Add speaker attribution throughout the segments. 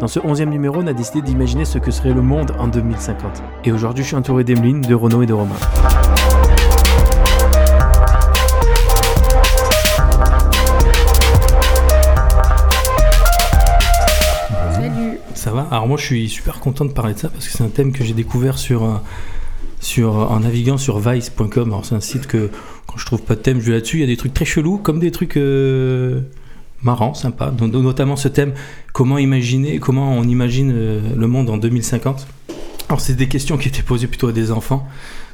Speaker 1: Dans ce 11e numéro, on a décidé d'imaginer ce que serait le monde en 2050. Et aujourd'hui, je suis entouré d'Emeline, de Renaud et de Romain.
Speaker 2: Salut.
Speaker 1: Ça va Alors moi je suis super content de parler de ça parce que c'est un thème que j'ai découvert sur, euh, sur, euh, en naviguant sur vice.com. Alors c'est un site que quand je trouve pas de thème, je vais là-dessus. Il y a des trucs très chelous comme des trucs euh, marrants, sympas. Donc, donc, notamment ce thème, comment imaginer, comment on imagine euh, le monde en 2050. Alors c'est des questions qui étaient posées plutôt à des enfants.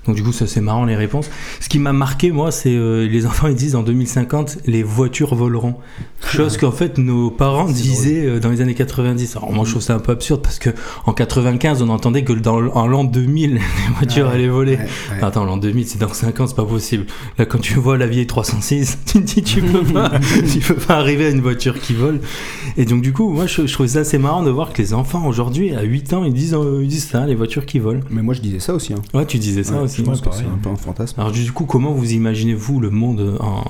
Speaker 1: Donc du coup ça c'est marrant les réponses. Ce qui m'a marqué moi c'est euh, les enfants ils disent en 2050 les voitures voleront. Chose qu'en fait nos parents disaient euh, dans les années 90. Alors moi je trouve ça un peu absurde parce que en 95 on entendait que dans l- en l'an 2000 les voitures
Speaker 3: Ouais,
Speaker 1: allaient voler.
Speaker 3: ouais, ouais.
Speaker 1: Attends l'an 2000 c'est dans 5 ans c'est pas possible. Là quand tu vois la vieille 306 tu te dis tu peux pas tu peux pas arriver à une voiture qui vole. Et donc du coup moi je, je trouvais ça assez marrant de voir que les enfants aujourd'hui à 8 ans ils disent euh, ils disent ça les voitures qui volent.
Speaker 3: Mais moi je disais ça aussi. hein.
Speaker 1: Ouais tu disais ça
Speaker 3: Ouais,
Speaker 1: aussi.
Speaker 3: Je pense que
Speaker 4: pareil,
Speaker 3: c'est un
Speaker 4: hein.
Speaker 3: peu un fantasme.
Speaker 1: Alors du coup, comment vous imaginez-vous le monde en,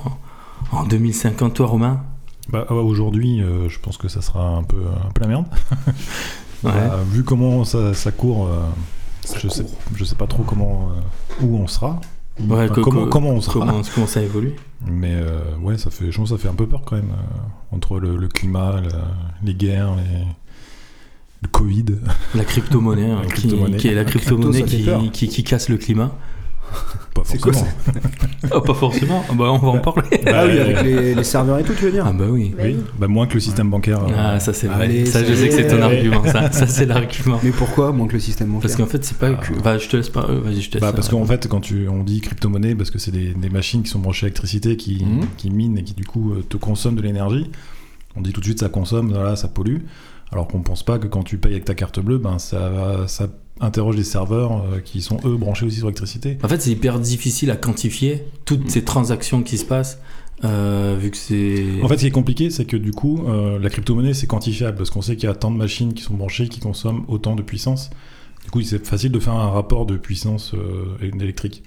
Speaker 1: en 2050, toi Romain
Speaker 4: Bah, ouais, aujourd'hui, euh, je pense que ça sera un peu, un peu la merde. Bah, vu comment ça, ça court, euh, je, Sais, je sais pas trop comment euh, où on sera.
Speaker 1: Ouais,
Speaker 4: Enfin,
Speaker 1: que-
Speaker 4: bah, comment,
Speaker 1: que-
Speaker 4: comment on sera.
Speaker 1: Comment, comment ça évolue
Speaker 4: Mais euh, ouais, ça fait, je pense que ça fait un peu peur quand même. euh, entre le, le climat, la- les guerres, les- le Covid.
Speaker 1: La crypto-monnaie, hein, qui,
Speaker 4: crypto-monnaie.
Speaker 1: qui est la
Speaker 4: La
Speaker 1: crypto-monnaie
Speaker 3: crypto, ça fait
Speaker 1: qui,
Speaker 3: peur.
Speaker 1: qui, qui casse le climat.
Speaker 4: Pas
Speaker 3: C'est quoi
Speaker 4: forcément.
Speaker 1: Oh, pas forcément. Ah bah, on va en parler.
Speaker 4: Bah,
Speaker 3: Ah oui,
Speaker 4: euh,
Speaker 3: avec les, les serveurs et tout, tu veux dire
Speaker 1: Ah bah oui.
Speaker 4: oui. Bah, moins que le système bancaire. euh,
Speaker 1: Ah ça c'est vrai.
Speaker 3: Allez,
Speaker 1: ça je
Speaker 3: ça
Speaker 1: sais
Speaker 3: y
Speaker 1: que c'est
Speaker 3: est.
Speaker 1: ton argument. Ça, ça c'est l'argument.
Speaker 3: Mais pourquoi Moins que le système bancaire.
Speaker 1: Parce qu'en fait c'est pas que. Bah je te laisse pas. Vas-y je te laisse. euh,
Speaker 4: Bah, parce qu'en fait, quand tu, on dit crypto-monnaie, parce que c'est des, des machines qui sont branchées à l'électricité, qui,
Speaker 3: Mhm.
Speaker 4: qui minent et qui du coup euh, te consomment de l'énergie, on dit tout de suite ça consomme, voilà, ça pollue. Alors qu'on pense pas que quand tu payes avec ta carte bleue, ben, ça, va- ça interroge des serveurs euh, qui sont eux branchés aussi sur l'électricité.
Speaker 1: En fait, c'est hyper difficile à quantifier toutes ces transactions qui se passent, euh, vu que c'est.
Speaker 4: En fait, ce qui est compliqué, c'est que du coup, euh, la crypto-monnaie, c'est quantifiable, parce qu'on sait qu'il y a tant de machines qui sont branchées, qui consomment autant de puissance. Du coup, c'est facile de faire un rapport de puissance euh, électrique.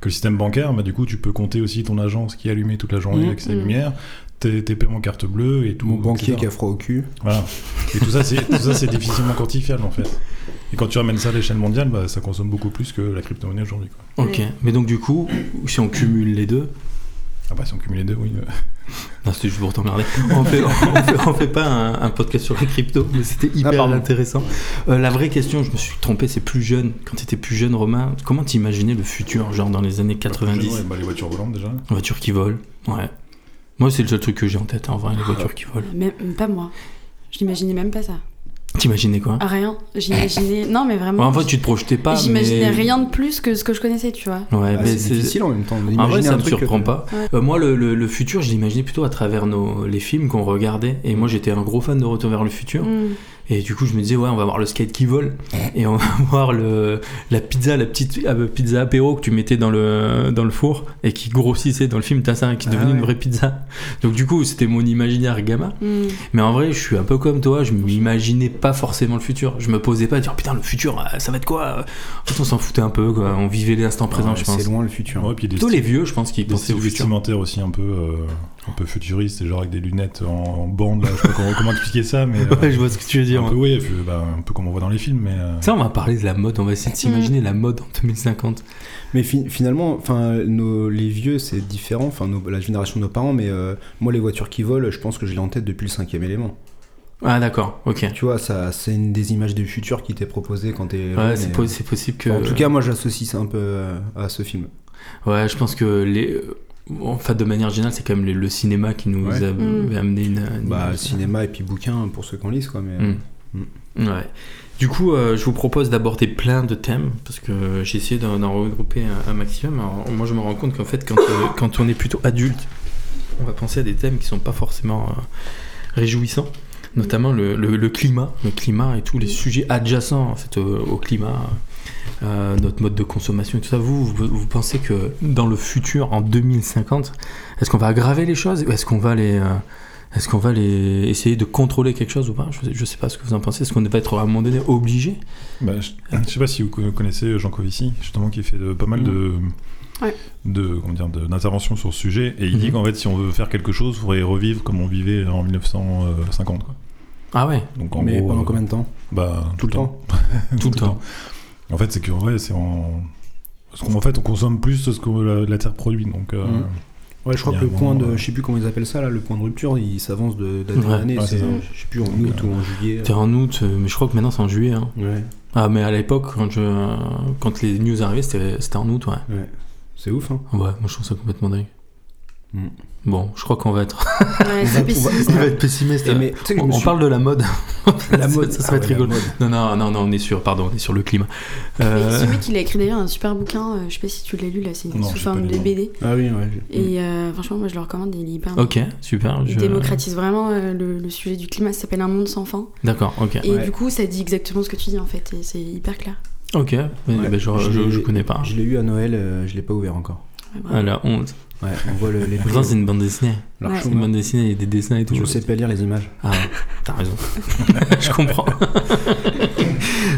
Speaker 4: Que le système bancaire, bah, du coup, tu peux compter aussi ton agence qui est allumée toute la
Speaker 1: Mmh.
Speaker 4: journée
Speaker 3: Mhm.
Speaker 4: avec ses
Speaker 2: Mhm.
Speaker 4: lumières, tes, tes paiements carte bleue et tout.
Speaker 3: Mon banquier qui
Speaker 4: etc.
Speaker 3: a froid au cul.
Speaker 1: Eh
Speaker 4: Voilà. Et tout ça, c'est tout ça, c'est difficilement quantifiable, en fait. Et quand tu ramènes ça à l'échelle mondiale, bah, ça consomme beaucoup plus que la crypto-monnaie aujourd'hui. quoi.
Speaker 1: Ok. Mais donc du coup, si on cumule les deux,
Speaker 4: Ah bah, si on cumule les deux, oui. euh,
Speaker 1: Non, c'était juste pour t'emmerder. On fait, on fait, on fait pas un, un podcast sur les cryptos, mais c'était
Speaker 3: Ah,
Speaker 1: hyper
Speaker 3: pardon.
Speaker 1: intéressant. Euh, la vraie question, je me suis trompé, c'est plus jeune. Quand tu étais plus jeune, Romain, comment t'imaginais le futur, genre dans les années 90
Speaker 4: ouais, bah, les voitures volantes, déjà.
Speaker 1: Voitures qui volent, ouais. Moi, c'est le seul truc que j'ai en tête, hein, en vrai, les voitures qui volent.
Speaker 2: Même, même pas moi. Je n'imaginais même pas ça.
Speaker 1: T'imaginais quoi
Speaker 2: Ah, rien. J'imaginais. Non, mais
Speaker 1: Ouais,
Speaker 2: vraiment.
Speaker 1: En fait, tu te projetais pas, mais...
Speaker 2: J'imaginais rien de plus que ce que je connaissais, tu vois.
Speaker 1: Ouais,
Speaker 3: Bah,
Speaker 1: mais
Speaker 3: c'est
Speaker 1: ben, c'est-
Speaker 3: difficile en même temps.
Speaker 1: En vrai,
Speaker 3: d'imaginer
Speaker 1: ça
Speaker 3: un
Speaker 1: me
Speaker 3: truc que-
Speaker 1: surprend pas.
Speaker 2: Ouais.
Speaker 1: Euh, moi, le, le- le futur, je l'imaginais plutôt à travers nos, les films qu'on regardait. Et moi, j'étais un gros fan de Retour vers le futur.
Speaker 2: Mm.
Speaker 1: Et du coup, je me disais, ouais, on va voir le skate qui vole. Et on va voir le, la pizza, la petite euh, pizza apéro que tu mettais dans le, dans le four et qui grossissait dans le film. T'as ça qui
Speaker 3: Ah
Speaker 1: devenait une
Speaker 3: ouais.
Speaker 1: vraie pizza. Donc, du coup, c'était mon imaginaire gamin.
Speaker 2: Mm.
Speaker 1: Mais en vrai, je suis un peu comme toi. Je m'imaginais pas forcément le futur. Je me posais pas à dire, putain, le futur, euh, ça va être quoi En fait, on s'en foutait un peu, quoi. On vivait l'instant présent,
Speaker 3: Ah Ouais,
Speaker 1: je
Speaker 3: C'est
Speaker 1: pense.
Speaker 3: loin le futur.
Speaker 4: Ouais, puis des
Speaker 1: Tous les vieux, je pense, qui
Speaker 4: Des
Speaker 1: pensaient
Speaker 4: styles
Speaker 1: au futur.
Speaker 4: vestimentaires aussi un peu, euh, un peu futuristes, genre avec des lunettes en, en bande, là, je sais pas comment, comment expliquer ça, mais euh,
Speaker 1: Ouais, je vois ce que tu veux dire.
Speaker 4: un, peu, ouais, puis, bah, un peu comme on voit dans les films, mais euh,
Speaker 1: Ça, on va parler de la mode. On va essayer de s'imaginer la mode en 2050.
Speaker 3: Mais fi- finalement, enfin, nos- les vieux, c'est différent. Enfin, nos- la génération de nos parents, mais euh, moi, les voitures qui volent, je pense que je l'ai en tête depuis le cinquième élément.
Speaker 1: Ah, d'accord, ok.
Speaker 3: Tu vois, ça, c'est une des images du futur qui t'est proposée quand t'es.
Speaker 1: Ouais,
Speaker 3: jeune,
Speaker 1: c'est
Speaker 3: et-
Speaker 1: po- c'est possible que.
Speaker 3: En tout cas, moi, j'associe ça un peu euh, à ce film.
Speaker 1: Ouais, je pense que les. euh, En fait, de manière générale, c'est quand même le, le cinéma qui nous
Speaker 3: Ouais.
Speaker 1: a
Speaker 2: Mm.
Speaker 1: a amené une. une
Speaker 3: Bah,
Speaker 1: image.
Speaker 3: cinéma et puis bouquin pour ceux qu'on lise, quoi. Mais...
Speaker 1: Mm.
Speaker 3: Mm.
Speaker 1: Ouais. Du coup, euh, je vous propose d'aborder plein de thèmes parce que j'ai essayé d'en d'en regrouper un, un maximum. Alors, moi, je me rends compte qu'en fait, quand, euh, quand on est plutôt adulte, on va penser à des thèmes qui sont pas forcément euh, réjouissants, notamment le, le- le climat, le climat et tous les sujets adjacents en fait au, au climat, euh, notre mode de consommation et tout ça. Vous, vous, vous pensez que dans le futur, en 2050, est-ce qu'on va aggraver les choses ou est-ce qu'on va les euh, est-ce qu'on va les essayer de contrôler quelque chose ou pas je, sais- je sais pas ce que vous en pensez. Est-ce qu'on va être à un moment donné obligé
Speaker 4: bah, je, je sais pas si vous co- connaissez Jean Covici, justement, qui fait de- pas mal de,
Speaker 2: Ouais.
Speaker 4: de, comment dire, de- d'interventions sur ce sujet, et il dit
Speaker 1: Mhm.
Speaker 4: qu'en fait, si on veut faire quelque chose, il faudrait revivre comme on vivait en 1950. Quoi.
Speaker 1: Ah ouais,
Speaker 4: Donc en
Speaker 3: mais
Speaker 4: gros,
Speaker 3: pendant
Speaker 4: euh,
Speaker 3: combien de temps
Speaker 4: bah,
Speaker 3: Tout le temps.
Speaker 1: tout le temps.
Speaker 4: En fait, c'est qu'en vrai, c'est en. Parce qu'en fait, on consomme plus de ce que la, la Terre produit. Donc, euh,
Speaker 3: Mhm. Ouais, je crois
Speaker 4: Il y
Speaker 3: que
Speaker 4: a
Speaker 3: le
Speaker 4: un
Speaker 3: point
Speaker 4: moment,
Speaker 3: de,
Speaker 4: ouais.
Speaker 3: je sais plus comment ils appellent ça là, le point de rupture, il s'avance de d'année en
Speaker 1: Ouais,
Speaker 3: année.
Speaker 4: ouais,
Speaker 3: c'est-
Speaker 4: c'est ça.
Speaker 3: je sais plus en
Speaker 4: Donc,
Speaker 3: août
Speaker 4: euh,
Speaker 3: ou en juillet.
Speaker 1: C'était en août, euh, mais je crois que maintenant c'est en juillet. hein.
Speaker 3: Ouais,
Speaker 1: Ah, mais à l'époque, quand, je- euh, quand les news arrivaient, c'était c'était en août, ouais.
Speaker 3: ouais. C'est ouf, hein.
Speaker 1: Ouais, moi je trouve ça complètement dingue. Hmm.
Speaker 3: Mm.
Speaker 1: Bon, je crois qu'on va être.
Speaker 2: Ouais, c'est pessimiste.
Speaker 1: va être pessimiste.
Speaker 3: Et mais, tu sais que je
Speaker 1: on
Speaker 3: me suis-
Speaker 1: parle de la mode.
Speaker 3: La mode,
Speaker 1: ça, ça va
Speaker 3: ah ouais,
Speaker 1: être
Speaker 3: la
Speaker 1: rigolo.
Speaker 3: mode.
Speaker 1: Non, non, non, non, on est sûr, pardon, on est sur le climat. Euh,
Speaker 2: Ce mec, il a écrit d'ailleurs un super bouquin, euh, je sais pas si tu l'as lu là, c'est
Speaker 4: Non,
Speaker 2: sous
Speaker 4: j'ai pas
Speaker 2: forme
Speaker 4: lu,
Speaker 2: de
Speaker 4: non.
Speaker 2: BD.
Speaker 3: Ah oui, ouais. j'ai-
Speaker 2: Et euh, franchement, moi je le recommande, il est hyper bien.
Speaker 1: ok, super.
Speaker 2: Il
Speaker 1: je-
Speaker 2: démocratise vraiment euh, le, le sujet du climat, ça s'appelle Un monde sans fin.
Speaker 1: D'accord, ok.
Speaker 2: Et
Speaker 3: Ouais.
Speaker 2: du coup, ça dit exactement ce que tu dis en fait, et c'est hyper clair.
Speaker 1: Ok, mais-
Speaker 3: Ouais,
Speaker 1: bah, je,
Speaker 3: je
Speaker 1: je-
Speaker 3: l'ai-
Speaker 1: je connais pas.
Speaker 3: Je l'ai eu à Noël, euh, je l'ai pas ouvert encore.
Speaker 2: Ouais, bravo.
Speaker 1: Ah, la honte.
Speaker 3: Ouais, on voit le- les
Speaker 1: Pourtant, c'est une bande dessinée.
Speaker 3: Alors,
Speaker 2: Ouais.
Speaker 3: je
Speaker 1: C'est
Speaker 3: trouve-
Speaker 1: une bande dessinée, il y a des dessins et tout.
Speaker 3: hein. Je sais pas lire les images.
Speaker 1: Ah, t'as raison. je comprends.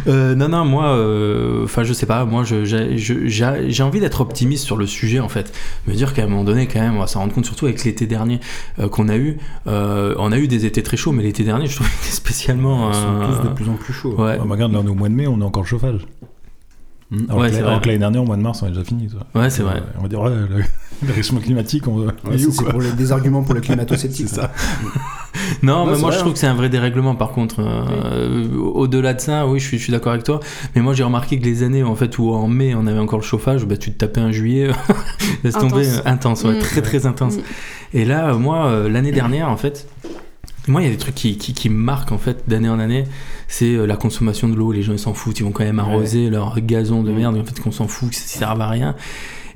Speaker 1: Euh, non, non, moi, euh, enfin, je sais pas. Moi, je- j'ai je- j'ai- j'ai envie d'être optimiste sur le sujet, en fait. Me dire qu'à un moment donné, quand même, on va s'en rendre compte, surtout avec l'été dernier euh, qu'on a eu. Euh, on a eu des étés très chauds, mais l'été dernier, je trouve qu'il était spécialement.
Speaker 3: Ils sont tous de
Speaker 1: euh,
Speaker 3: plus en plus chauds.
Speaker 1: Ouais,
Speaker 4: bah, regarde, là, on est au mois de mai, on est encore au chauffage.
Speaker 3: Mm.
Speaker 4: Alors,
Speaker 1: Ouais,
Speaker 4: que,
Speaker 1: c'est
Speaker 4: la-
Speaker 1: vrai.
Speaker 4: alors que l'année dernière, au mois de mars, on est déjà fini. ça.
Speaker 1: ouais c'est vrai.
Speaker 4: Euh, On va dire, ouais, le, le réchauffement climatique, on
Speaker 3: Ouais, c'est c'est pour les, des arguments pour les climato-sceptiques.
Speaker 4: C'est ça.
Speaker 1: Non,
Speaker 3: Non,
Speaker 1: mais
Speaker 3: c'est
Speaker 1: moi
Speaker 3: vrai, hein.
Speaker 1: je trouve que c'est un vrai dérèglement par contre. Euh, Au-delà de ça, oui, je suis, je suis d'accord avec toi. Mais moi j'ai remarqué que les années en fait où en mai on avait encore le chauffage, bah, tu te tapais un juillet, laisse tomber,
Speaker 2: Intense.
Speaker 1: euh, intense, ouais,
Speaker 2: Mm.
Speaker 1: très très intense.
Speaker 2: Mm.
Speaker 1: Et là, euh, moi euh, l'année dernière en fait, moi il y a des trucs qui, qui, qui me marquent en fait d'année en année, c'est euh, la consommation de l'eau. Les gens ils s'en foutent, ils vont quand même arroser leur gazon de
Speaker 3: Mm.
Speaker 1: merde, en fait qu'on s'en fout, que ça sert à rien.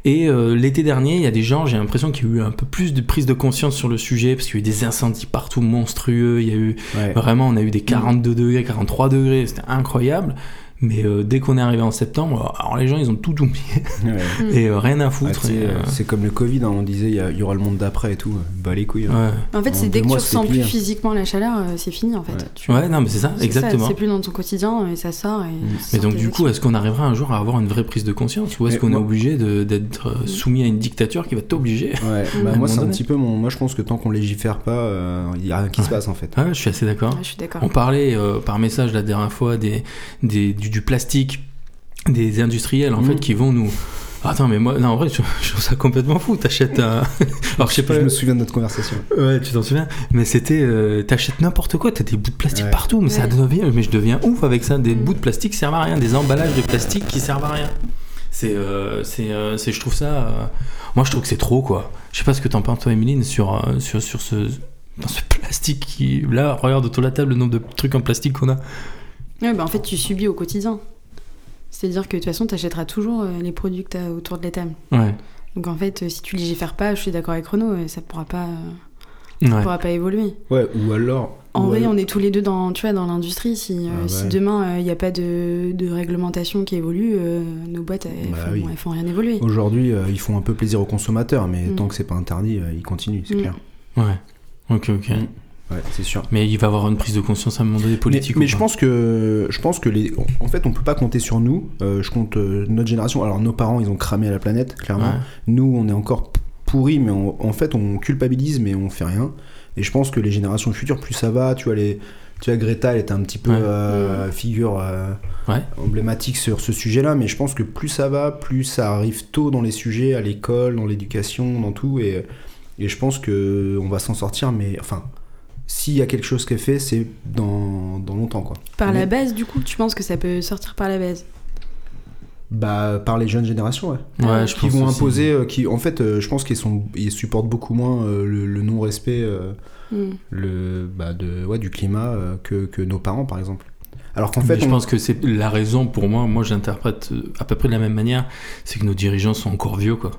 Speaker 1: Et euh, l'été dernier, il y a des gens, j'ai l'impression qu'il y a eu un peu plus de prise de conscience sur le sujet, parce qu'il y a eu des incendies partout monstrueux, il y a eu
Speaker 3: Ouais.
Speaker 1: Vraiment, on a eu des 42 degrés, 43 degrés, c'était incroyable. Mais euh, dès qu'on est arrivé en septembre, alors les gens ils ont tout oublié
Speaker 3: Ouais.
Speaker 1: et euh, rien à
Speaker 3: Ah,
Speaker 1: foutre.
Speaker 3: tu sais,
Speaker 1: et,
Speaker 3: euh,
Speaker 1: euh,
Speaker 3: C'est comme le Covid, hein, on disait il y, a- il y aura le monde d'après et tout. Bah les couilles. hein.
Speaker 1: euh, ouais.
Speaker 2: En fait,
Speaker 3: En
Speaker 2: c'est
Speaker 3: deux
Speaker 2: dès que tu
Speaker 3: mois, c'était
Speaker 2: ressens plus
Speaker 3: pire.
Speaker 2: physiquement la chaleur, euh, c'est fini en fait.
Speaker 3: Ouais.
Speaker 2: Tu-
Speaker 1: ouais, non, mais c'est ça,
Speaker 2: c'est ça,
Speaker 1: exactement.
Speaker 2: C'est plus dans ton quotidien et ça sort. Et ça
Speaker 1: mais
Speaker 2: sort
Speaker 1: donc,
Speaker 2: tes
Speaker 1: du coup,
Speaker 2: actions.
Speaker 1: est-ce qu'on arrivera un jour à avoir une vraie prise de conscience ou est-ce
Speaker 3: Mais
Speaker 1: qu'on est
Speaker 3: moi-
Speaker 1: obligé de- d'être euh, soumis à une dictature qui va t'obliger
Speaker 3: Ouais,
Speaker 2: Mm. À
Speaker 3: bah
Speaker 1: un
Speaker 3: moi
Speaker 1: moment
Speaker 3: c'est un
Speaker 1: donné.
Speaker 3: petit peu mon. Moi je pense que tant qu'on légifère pas, euh, il y a rien qui se passe en fait.
Speaker 1: Ouais, Je suis assez d'accord.
Speaker 2: Ouais, je suis d'accord.
Speaker 1: hein. On parlait euh, par message la dernière fois des, des- du, du plastique, des industriels en
Speaker 3: Mhm.
Speaker 1: fait qui vont nous. Ah, Attends, mais moi, non, en vrai, je, je trouve ça complètement fou. T'achètes un. Alors, je sais pas.
Speaker 3: Je me souviens de notre conversation.
Speaker 1: Ouais, tu t'en souviens. Mais c'était, euh, t'achètes n'importe quoi, t'as des bouts de plastique
Speaker 3: Ouais.
Speaker 1: partout, mais ça
Speaker 2: Ouais.
Speaker 1: devient, mais je deviens ouf avec ça. Des
Speaker 2: Mm.
Speaker 1: bouts de plastique qui servent à rien, des emballages de plastique qui servent à rien. C'est, euh, c'est, euh, c'est- je trouve ça. euh, moi, je trouve que c'est trop quoi. Je sais pas ce que t'en penses toi, Emeline, sur, euh, sur, sur ce, dans ce plastique qui, là, regarde autour de la table le nombre de trucs en plastique qu'on a.
Speaker 2: Ouais, bah, en fait, tu subis au quotidien. C'est-à-dire que de toute façon, t'achèteras toujours euh, les produits que t'as autour de la table.
Speaker 1: Ouais.
Speaker 2: Donc en fait, euh, si tu légifères pas, je suis d'accord avec Renaud, euh, ça pourra pas, euh,
Speaker 1: Ouais.
Speaker 2: pourra pas évoluer.
Speaker 3: Ouais, ou alors.
Speaker 2: En
Speaker 3: ou
Speaker 2: vrai,
Speaker 3: alors-
Speaker 2: on est tous les deux dans, tu vois, dans l'industrie. Si, euh,
Speaker 3: Ah
Speaker 2: si
Speaker 3: ouais.
Speaker 2: demain il n'y a pas de, de réglementation qui évolue, euh, nos boîtes elles,
Speaker 3: Bah
Speaker 2: font,
Speaker 3: oui.
Speaker 2: elles font rien évoluer.
Speaker 3: Aujourd'hui, euh, ils font un peu plaisir aux consommateurs, mais
Speaker 2: Mm.
Speaker 3: tant que c'est pas interdit, euh, ils continuent, c'est
Speaker 2: Mm.
Speaker 3: clair.
Speaker 1: Ouais. Ok, ok.
Speaker 3: Mm. Ouais, c'est sûr.
Speaker 1: Mais il va y avoir une prise de conscience à un moment donné politique.
Speaker 3: Mais, mais
Speaker 1: ou
Speaker 3: je
Speaker 1: pas
Speaker 3: pense que je pense que les en fait on peut pas compter sur nous. Euh, je compte euh, notre génération. Alors nos parents ils ont cramé la planète clairement.
Speaker 1: Ouais.
Speaker 3: Nous on est encore pourris mais on- en fait on culpabilise mais on fait rien. Et je pense que les générations futures plus ça va. Tu vois les tu vois Greta elle était un petit peu
Speaker 1: Ouais.
Speaker 3: euh, figure euh,
Speaker 1: Ouais.
Speaker 3: emblématique sur ce sujet là. Mais je pense que plus ça va plus ça arrive tôt dans les sujets à l'école dans l'éducation dans tout et et je pense que on va s'en sortir. Mais enfin s'il y a quelque chose qui est fait c'est dans, dans longtemps quoi.
Speaker 2: Par
Speaker 3: Mais-
Speaker 2: la base, du coup, tu penses que ça peut sortir par la base
Speaker 3: Bah, par les jeunes générations, ouais.
Speaker 1: Ouais, je
Speaker 3: Qui
Speaker 1: pense
Speaker 3: vont
Speaker 1: aussi.
Speaker 3: imposer, euh, qui, en fait, euh, je pense qu'ils sont, ils supportent beaucoup moins euh, le, le non-respect euh,
Speaker 2: Hmm.
Speaker 3: le, bah, de, ouais, du climat euh, que, que nos parents, par exemple. Alors qu'en
Speaker 1: Mais
Speaker 3: fait,
Speaker 1: je
Speaker 3: on-
Speaker 1: pense que c'est la raison pour moi, moi j'interprète euh, à peu près de la même manière, c'est que nos dirigeants sont encore vieux quoi.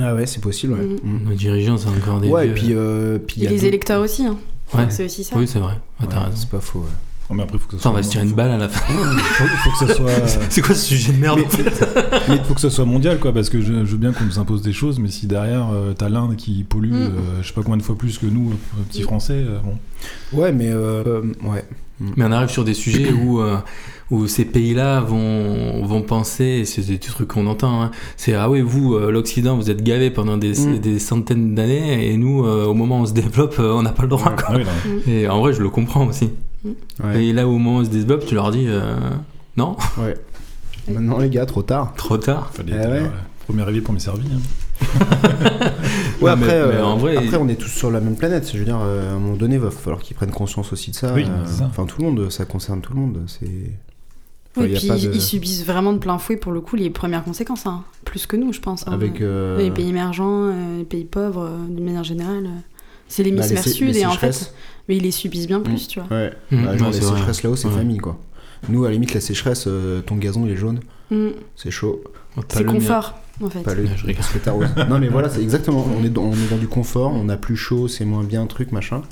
Speaker 3: ah ouais, c'est possible, ouais.
Speaker 2: Mhm.
Speaker 3: Mm.
Speaker 1: Nos dirigeants sont encore des
Speaker 3: Ouais, et
Speaker 1: vieux.
Speaker 3: puis, euh, puis il y
Speaker 2: Et
Speaker 3: a
Speaker 2: les
Speaker 3: d'autres-
Speaker 2: électeurs aussi, hein.
Speaker 1: Ouais.
Speaker 2: c'est aussi ça.
Speaker 1: Oui, c'est vrai. Ouais,
Speaker 3: Ouais,
Speaker 1: Ah, t'as raison.
Speaker 3: c'est pas faux. ouais.
Speaker 4: Non, mais après, faut que ça
Speaker 1: Putain,
Speaker 4: soit.
Speaker 1: on va se tirer une balle à la fin.
Speaker 4: Faut, faut que ça soit.
Speaker 1: C'est quoi ce sujet de merde
Speaker 4: Mais-
Speaker 1: en fait
Speaker 4: Mais faut que ça soit mondial, quoi, parce que je, je veux bien qu'on nous impose des choses, mais si derrière, euh, t'as l'Inde qui pollue,
Speaker 2: Mm.
Speaker 4: euh, je sais pas combien de fois plus que nous, euh, petits Français, euh, bon.
Speaker 3: Ouais, mais euh, euh, ouais.
Speaker 1: Mais on arrive sur des sujets où, euh, où ces pays-là vont, vont penser, et c'est des trucs qu'on entend, hein, c'est ah oui, vous, euh, l'Occident, vous êtes gavés pendant des,
Speaker 3: Mm.
Speaker 1: des centaines d'années, et nous, euh, au moment où on se développe, euh, on n'a pas le droit. quoi.
Speaker 4: Ah oui, non,
Speaker 1: Et en vrai, je le comprends aussi.
Speaker 3: Ouais.
Speaker 1: Et là, au moment où ils se développent, tu leur dis euh, non,
Speaker 3: Maintenant, les gars, trop tard.
Speaker 1: trop tard.
Speaker 4: Fallait
Speaker 3: Eh
Speaker 4: être,
Speaker 3: ouais.
Speaker 4: euh, premier arrivé, premier servi. hein.
Speaker 3: Ouais,
Speaker 1: Non, mais-
Speaker 3: après,
Speaker 1: mais
Speaker 3: euh,
Speaker 1: en vrai,
Speaker 3: après,
Speaker 1: il-
Speaker 3: on est tous sur la même planète. Je veux dire, euh, à un moment donné, il va falloir qu'ils prennent conscience aussi de ça.
Speaker 4: Oui,
Speaker 3: euh,
Speaker 4: c'est ça.
Speaker 3: Enfin, tout le monde, ça concerne tout le monde. C'est.
Speaker 2: Oui,
Speaker 3: Enfin, il y a
Speaker 2: puis
Speaker 3: pas de-
Speaker 2: ils subissent vraiment de plein fouet pour le coup les premières conséquences, hein. plus que nous, je pense. hein.
Speaker 3: Avec. euh,
Speaker 2: Les pays émergents, euh, les pays pauvres, euh, de manière générale. euh, C'est les
Speaker 3: bah,
Speaker 2: misères
Speaker 3: sé-
Speaker 2: sud et en fait,
Speaker 3: sécheresses. Mm.
Speaker 2: mais ils les subissent bien plus, tu vois.
Speaker 3: Ouais.
Speaker 1: Mmh,
Speaker 3: Bah, genre,
Speaker 1: ouais,
Speaker 3: les
Speaker 1: c'est vrai.
Speaker 3: sécheresses là-haut, c'est
Speaker 1: Ouais.
Speaker 3: famille, quoi. Nous, à la limite, la sécheresse, euh, ton gazon, il est jaune.
Speaker 2: Mm.
Speaker 3: C'est chaud.
Speaker 1: Oh, pas
Speaker 2: C'est
Speaker 1: le mien.
Speaker 2: confort, en fait.
Speaker 3: Pas le.
Speaker 1: Ah, je rigole.
Speaker 3: Parce que t'arroses. non, mais voilà, c'est exactement. On est, dans, on est dans du confort, on a plus chaud, c'est moins bien, truc, machin.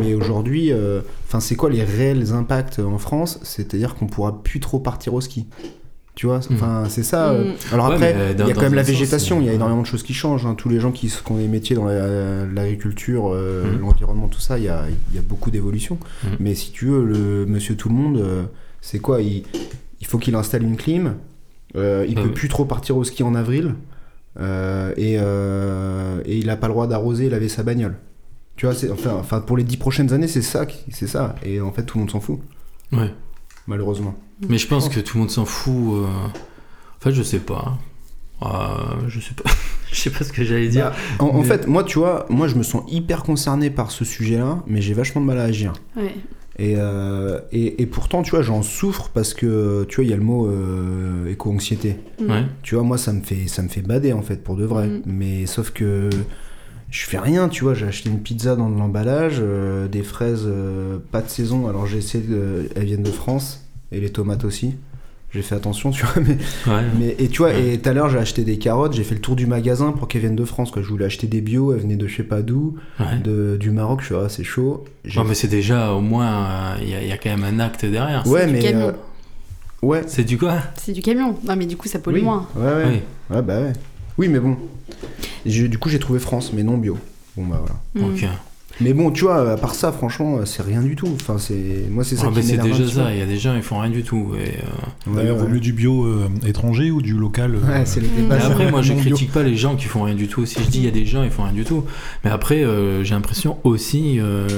Speaker 3: Mais aujourd'hui, euh, enfin, c'est quoi les réels impacts en France C'est-à-dire qu'on pourra plus trop partir au ski. Tu vois, enfin, c'est ça. euh.
Speaker 2: Mm.
Speaker 3: Alors
Speaker 1: Ouais,
Speaker 3: après,
Speaker 1: mais
Speaker 3: il
Speaker 1: dans-
Speaker 3: y a
Speaker 1: dans
Speaker 3: quand même
Speaker 1: un
Speaker 3: la
Speaker 1: sens,
Speaker 3: végétation,
Speaker 1: c'est-
Speaker 3: il y a énormément de choses qui changent. hein. Tous les gens qui, s- qui ont des métiers dans la- l'agriculture, euh,
Speaker 1: Mhm.
Speaker 3: l'environnement, tout ça, il y a, il y a beaucoup d'évolution.
Speaker 1: Mhm.
Speaker 3: Mais si tu veux, le monsieur tout le monde, euh, c'est quoi il, il faut qu'il installe une clim, euh, il
Speaker 1: Ah
Speaker 3: peut
Speaker 1: oui.
Speaker 3: plus trop partir au ski en avril, euh, et, euh, et il n'a pas le droit d'arroser et laver sa bagnole. Tu vois, c'est- enfin, enfin, pour les dix prochaines années, c'est ça, qui- c'est ça. Et en fait, tout le monde s'en fout,
Speaker 1: Ouais.
Speaker 3: malheureusement.
Speaker 1: Mais je pense que tout le monde s'en fout. euh. En fait, je sais pas. Euh, je sais pas. je sais pas ce que j'allais dire.
Speaker 3: En, en
Speaker 1: Mais-
Speaker 3: fait, moi, tu vois, moi, je me sens hyper concerné par ce sujet-là, mais j'ai vachement de mal à agir.
Speaker 2: Ouais.
Speaker 3: Et, euh, et, et pourtant, tu vois, j'en souffre parce que, tu vois, il y a le mot euh, éco-anxiété.
Speaker 2: Mm.
Speaker 1: Ouais.
Speaker 3: Tu vois, moi, ça me fait, ça me fait bader, en fait, pour de vrai.
Speaker 2: Mm.
Speaker 3: Mais sauf que je fais rien, tu vois. J'ai acheté une pizza dans de l'emballage, euh, des fraises euh, pas de saison. Alors, j'ai essayé, de- elles viennent de France, et les tomates aussi. J'ai fait attention, tu vois, mais
Speaker 1: Ouais.
Speaker 3: mais, et tu vois,
Speaker 1: Ouais.
Speaker 3: et tout à l'heure j'ai acheté des carottes, j'ai fait le tour du magasin pour qu'elles viennent de France. Quoi. Je voulais acheter des bio, elles venaient de je sais pas d'où,
Speaker 1: ouais.
Speaker 3: de- du Maroc, je suis ah, c'est chaud. J'ai-
Speaker 1: Non, mais c'est déjà au moins. euh, Il y, a- y a quand même un acte derrière.
Speaker 3: ouais,
Speaker 2: du
Speaker 3: mais. euh,
Speaker 2: camion.
Speaker 3: Ouais.
Speaker 1: C'est du quoi
Speaker 2: C'est du camion. Non, mais du coup, ça pollue
Speaker 3: Oui.
Speaker 2: moins.
Speaker 3: Ouais, ouais.
Speaker 1: Oui.
Speaker 3: Ouais, bah ouais. Oui, mais bon. Je- du coup, j'ai trouvé France, mais non bio. Bon, bah voilà.
Speaker 2: Mm.
Speaker 1: Ok.
Speaker 3: Mais bon, tu vois, à part ça, franchement, euh, c'est rien du tout. Enfin, c'est. Moi, c'est ça
Speaker 1: Ah,
Speaker 3: qui
Speaker 1: mais c'est
Speaker 3: m'énerve un
Speaker 1: déjà
Speaker 3: petit peu.
Speaker 1: ça. Il y a des gens, ils font rien du tout. Et, euh,
Speaker 4: D'ailleurs,
Speaker 3: ouais.
Speaker 4: vaut mieux du bio euh, étranger ou du local euh,
Speaker 3: Ouais, c'est le
Speaker 2: Mm.
Speaker 3: débat.
Speaker 1: Mais
Speaker 2: Ah,
Speaker 1: après, moi, je
Speaker 3: Non bio.
Speaker 1: critique pas les gens qui font rien du tout. Si je dis il y a des gens, ils font rien du tout. Mais après, euh, j'ai l'impression aussi euh,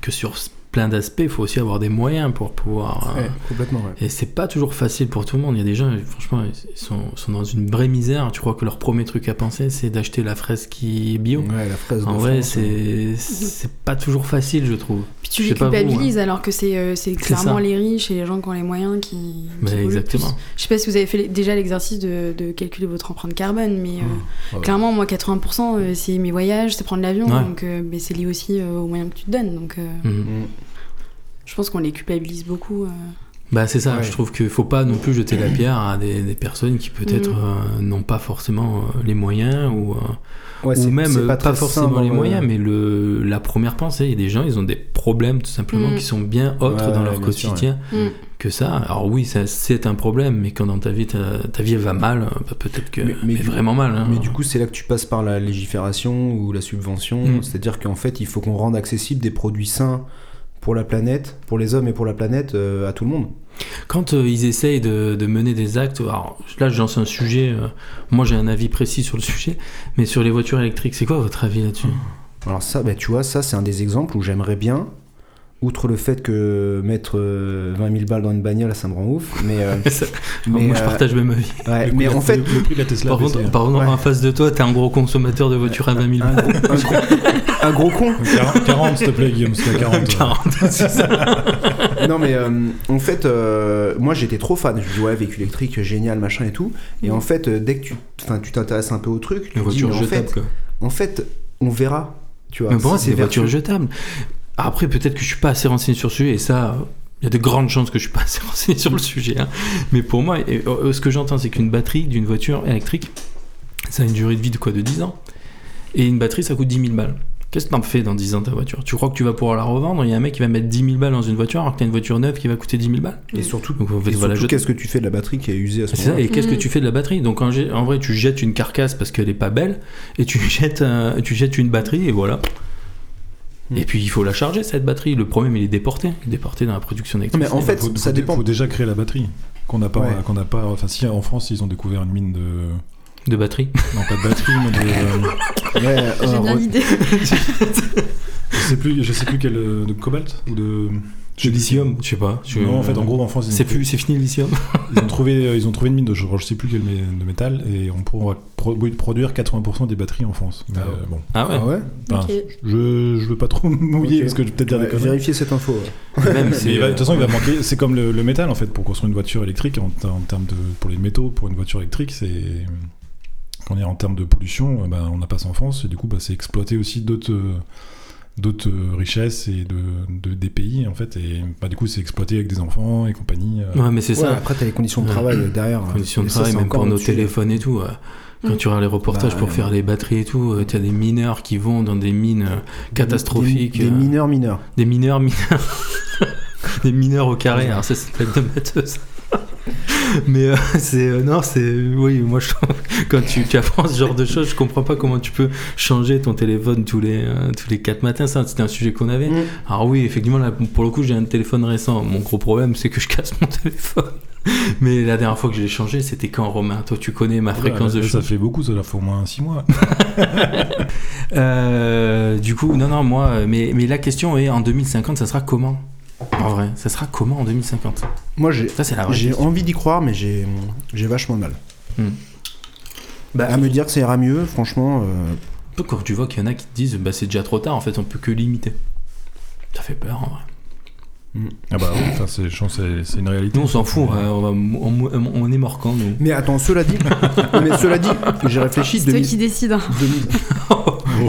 Speaker 1: que sur s- plein d'aspects, il faut aussi avoir des moyens pour pouvoir. euh,
Speaker 3: Ouais, complètement, ouais.
Speaker 1: Et c'est pas toujours facile pour tout le monde. Il y a des gens, franchement, ils sont, sont dans une vraie misère. Tu crois que leur premier truc à penser, c'est d'acheter la fraise qui est bio
Speaker 3: Ouais, la fraise de
Speaker 1: En vrai,
Speaker 3: France, ouais.
Speaker 1: c'est c'est pas toujours facile, je trouve.
Speaker 2: Puis tu
Speaker 1: Je
Speaker 2: les
Speaker 1: sais pas vous, hein.
Speaker 2: culpabilises alors que c'est euh, c'est
Speaker 1: C'est
Speaker 2: clairement
Speaker 1: ça.
Speaker 2: les riches et les gens qui ont les moyens qui. qui
Speaker 1: Mais
Speaker 2: polluent
Speaker 1: exactement.
Speaker 2: plus. Je sais pas si vous avez fait les- déjà l'exercice de, de calculer votre empreinte carbone,
Speaker 1: Mmh.
Speaker 2: mais euh,
Speaker 4: ouais.
Speaker 2: clairement, moi, 80%, euh, c'est mes voyages, c'est prendre l'avion,
Speaker 1: Ouais.
Speaker 2: donc euh, mais c'est lié aussi euh, aux moyens que tu te donnes. Donc, euh,
Speaker 1: Mhm.
Speaker 3: Mm.
Speaker 2: je pense qu'on les culpabilise beaucoup. euh.
Speaker 1: Bah c'est ça,
Speaker 3: Ouais.
Speaker 1: je trouve qu'il faut pas non plus jeter la pierre à des, des personnes qui peut-être
Speaker 3: Mm.
Speaker 1: euh, n'ont pas forcément euh, les moyens ou, euh,
Speaker 3: Ouais, c'est-
Speaker 1: ou même
Speaker 3: c'est
Speaker 1: euh, pas,
Speaker 3: très
Speaker 1: forcément
Speaker 3: sain,
Speaker 1: les
Speaker 3: ouais.
Speaker 1: moyens, mais le, la première pensée, il y a des gens, ils ont des problèmes tout simplement
Speaker 2: Mm.
Speaker 1: qui sont bien autres
Speaker 3: Ouais,
Speaker 1: dans leur
Speaker 3: bien sûr,
Speaker 1: quotidien
Speaker 2: Mm.
Speaker 1: que ça. Alors oui, ça, c'est un problème, mais quand dans ta vie, ta, ta vie elle va mal, euh, bah, peut-être que...
Speaker 3: Mais-
Speaker 1: Mais,
Speaker 3: mais du-
Speaker 1: vraiment mal. hein.
Speaker 3: Mais du coup, c'est là que tu passes par la légifération ou la subvention.
Speaker 1: Mm.
Speaker 3: C'est-à-dire qu'en fait, il faut qu'on rende accessible des produits sains pour la planète, pour les hommes et pour la planète, euh, à tout le monde.
Speaker 1: Quand euh, ils essayent de, de mener des actes, alors là, j'en sais un sujet, euh, moi j'ai un avis précis sur le sujet, mais sur les voitures électriques, c'est quoi votre avis là-dessus
Speaker 3: Alors ça, bah, tu vois, ça c'est un des exemples où j'aimerais bien, outre le fait que mettre euh, 20 000 balles dans une bagnole, ça me rend ouf, mais... euh,
Speaker 1: Ça-
Speaker 3: mais,
Speaker 1: Oh, Moi, je
Speaker 3: euh,
Speaker 1: partage même avis.
Speaker 3: ouais,
Speaker 4: Le coup,
Speaker 3: mais
Speaker 4: la-
Speaker 3: en fait,
Speaker 4: le, le prix de la Tesla.
Speaker 1: Par
Speaker 4: a baissé, hein.
Speaker 1: contre, par contre,
Speaker 3: Ouais. Ah,
Speaker 1: en face de toi, t'es un gros consommateur de voitures à 20 000
Speaker 3: un
Speaker 1: balles.
Speaker 3: gros, un gros- un gros con.
Speaker 4: hein. 40, 40, s'il te plaît, Guillaume, c'est à 40.
Speaker 1: 40, c'est ça.
Speaker 3: Non mais euh, en fait, euh, moi j'étais trop fan. Je me dis ouais, véhicule électrique, génial, machin et tout. Et
Speaker 2: Mm.
Speaker 3: en fait, euh, dès que tu, enfin, tu t'intéresses un peu au truc, tu
Speaker 1: Les
Speaker 3: te dis,
Speaker 1: voitures
Speaker 3: mais en
Speaker 1: jetables,
Speaker 3: fait,
Speaker 1: quoi.
Speaker 3: en fait, on verra. Tu vois,
Speaker 1: Mais pour moi,
Speaker 3: si
Speaker 1: c'est des
Speaker 3: vertueux.
Speaker 1: voitures jetables. Après, peut-être que je suis pas assez renseigné sur le sujet, et ça, il y a de grandes chances que je suis pas assez renseigné sur le sujet. hein. Mais pour moi, et, euh, ce que j'entends, c'est qu'une batterie d'une voiture électrique, ça a une durée de vie de quoi De 10 ans. Et une batterie, ça coûte 10 000 balles. Qu'est-ce que t'en fais dans 10 ans ta voiture Tu crois que tu vas pouvoir la revendre Il y a un mec qui va mettre 10 000 balles dans une voiture alors que t'as une voiture neuve qui va coûter 10 000 balles
Speaker 3: Et surtout,
Speaker 1: Donc en fait,
Speaker 3: et
Speaker 1: voilà,
Speaker 3: surtout,
Speaker 1: je- Ah,
Speaker 3: qu'est-ce que tu fais de la batterie qui est usée à ce
Speaker 1: C'est ça,
Speaker 3: moment-là
Speaker 1: et qu'est-ce que
Speaker 2: Mm.
Speaker 1: tu fais de la batterie Donc en, gé- en vrai, tu jettes une carcasse parce qu'elle est pas belle, et tu jettes, un- tu jettes une batterie, et voilà.
Speaker 3: Mm.
Speaker 1: Et puis il faut la charger cette batterie. Le problème, il est déporté, il est déporté dans la production
Speaker 3: Non,
Speaker 1: électrique.
Speaker 3: mais en fait,
Speaker 4: faut,
Speaker 3: ça
Speaker 4: faut-
Speaker 3: dépend.
Speaker 4: faut déjà créer la batterie qu'on n'a pas,
Speaker 3: Ouais.
Speaker 4: qu'on n'a pas. Enfin, si en France, ils ont découvert une mine de,
Speaker 1: de batterie.
Speaker 4: Non, pas de batterie, mais de. euh,
Speaker 2: J'ai
Speaker 3: Ouais,
Speaker 1: Bah,
Speaker 3: euh,
Speaker 2: bien
Speaker 3: re-
Speaker 2: l'idée.
Speaker 4: je sais plus, je sais plus quel. euh, De cobalt Ou de.
Speaker 1: De lithium, je sais pas. je-
Speaker 4: Non, en fait, en gros, en France, ils ont
Speaker 1: C'est
Speaker 4: trouvé-
Speaker 1: plus, c'est fini le lithium.
Speaker 4: Ils ont trouvé, euh, ils ont trouvé une mine de, je, je sais plus quel mé- de métal et on pourra pro- produire 80% des batteries en France. Mais,
Speaker 3: Ah ouais.
Speaker 4: euh, bon,
Speaker 1: Ah ouais.
Speaker 3: Ah ouais
Speaker 4: enfin,
Speaker 2: Ok.
Speaker 4: je, je veux pas trop me mouiller
Speaker 3: Ok.
Speaker 4: parce que je vais peut-être dire des
Speaker 3: Ouais,
Speaker 4: conneries.
Speaker 3: Vérifiez cette info. ouais.
Speaker 1: Même,
Speaker 4: Mais
Speaker 1: c'est-
Speaker 4: il va- de toute façon, il va manquer. C'est comme le, le métal en fait pour construire une voiture électrique en, ter- en termes de pour les métaux pour une voiture électrique, c'est quand on est en termes de pollution, eh ben, on n'a pas ça en France et du coup, bah, c'est exploiter aussi d'autres euh, d'autres euh, richesses et de, de- des pays en fait et bah, du coup, c'est exploité avec des enfants et compagnie. euh,
Speaker 1: Ouais, mais c'est
Speaker 3: Ouais,
Speaker 1: ça.
Speaker 3: après, t'as les conditions de
Speaker 1: Ouais.
Speaker 3: travail euh, derrière. hein.
Speaker 1: Conditions de
Speaker 3: Et ça,
Speaker 1: travail,
Speaker 3: c'est
Speaker 1: même
Speaker 3: encore
Speaker 1: pour
Speaker 3: un
Speaker 1: nos
Speaker 3: autre sujet.
Speaker 1: téléphones et tout. euh, Quand
Speaker 2: Mm.
Speaker 1: tu regardes les reportages
Speaker 3: Bah,
Speaker 1: pour
Speaker 3: ouais.
Speaker 1: faire les batteries et tout, euh, tu as des mineurs qui vont dans des mines euh, catastrophiques.
Speaker 3: Des,
Speaker 1: euh,
Speaker 3: des mineurs mineurs.
Speaker 1: Des mineurs, mineurs. des mineurs au carré, alors ça c'est une blague de matheuse. Mais euh, c'est. euh, non, c'est. Oui, moi je trouve que quand tu, tu apprends ce genre de choses, je comprends pas comment tu peux changer ton téléphone tous les, euh, tous les 4 matins. Ça, c'était un sujet qu'on avait.
Speaker 3: Mm.
Speaker 1: Alors oui, effectivement, là, pour le coup, j'ai un téléphone récent. Mon gros problème, c'est que je casse mon téléphone. Mais la dernière fois que j'ai changé, c'était quand, Romain Toi, tu connais ma fréquence
Speaker 4: Ouais,
Speaker 1: de
Speaker 4: ça
Speaker 1: choses.
Speaker 4: fait beaucoup, ça fait au moins 6 mois.
Speaker 1: Euh, du coup, non, non, moi, mais, mais la question est en 2050, ça sera comment En vrai, ça sera comment en 2050
Speaker 3: Moi, j'ai
Speaker 1: Ça, c'est la vraie
Speaker 3: j'ai
Speaker 1: question.
Speaker 3: envie d'y croire, mais j'ai j'ai vachement de mal. Bah,
Speaker 1: Hmm.
Speaker 3: à me dire que ça ira mieux, franchement. euh,
Speaker 1: Quand tu vois qu'il y en a qui te disent, bah, c'est déjà trop tard, en fait, on peut que limiter. Ça fait peur, en vrai.
Speaker 4: Ah bah oui, enfin, c'est, je pense que c'est, c'est une réalité.
Speaker 1: Nous, on s'en fout, hein. on, va- on va- on- on est mort quand, nous
Speaker 3: Mais attends, cela dit, non, mais cela dit, j'ai réfléchi.
Speaker 2: C'est toi
Speaker 3: 2000
Speaker 2: qui décides. hein.
Speaker 3: 2000
Speaker 4: Oh.
Speaker 3: euh,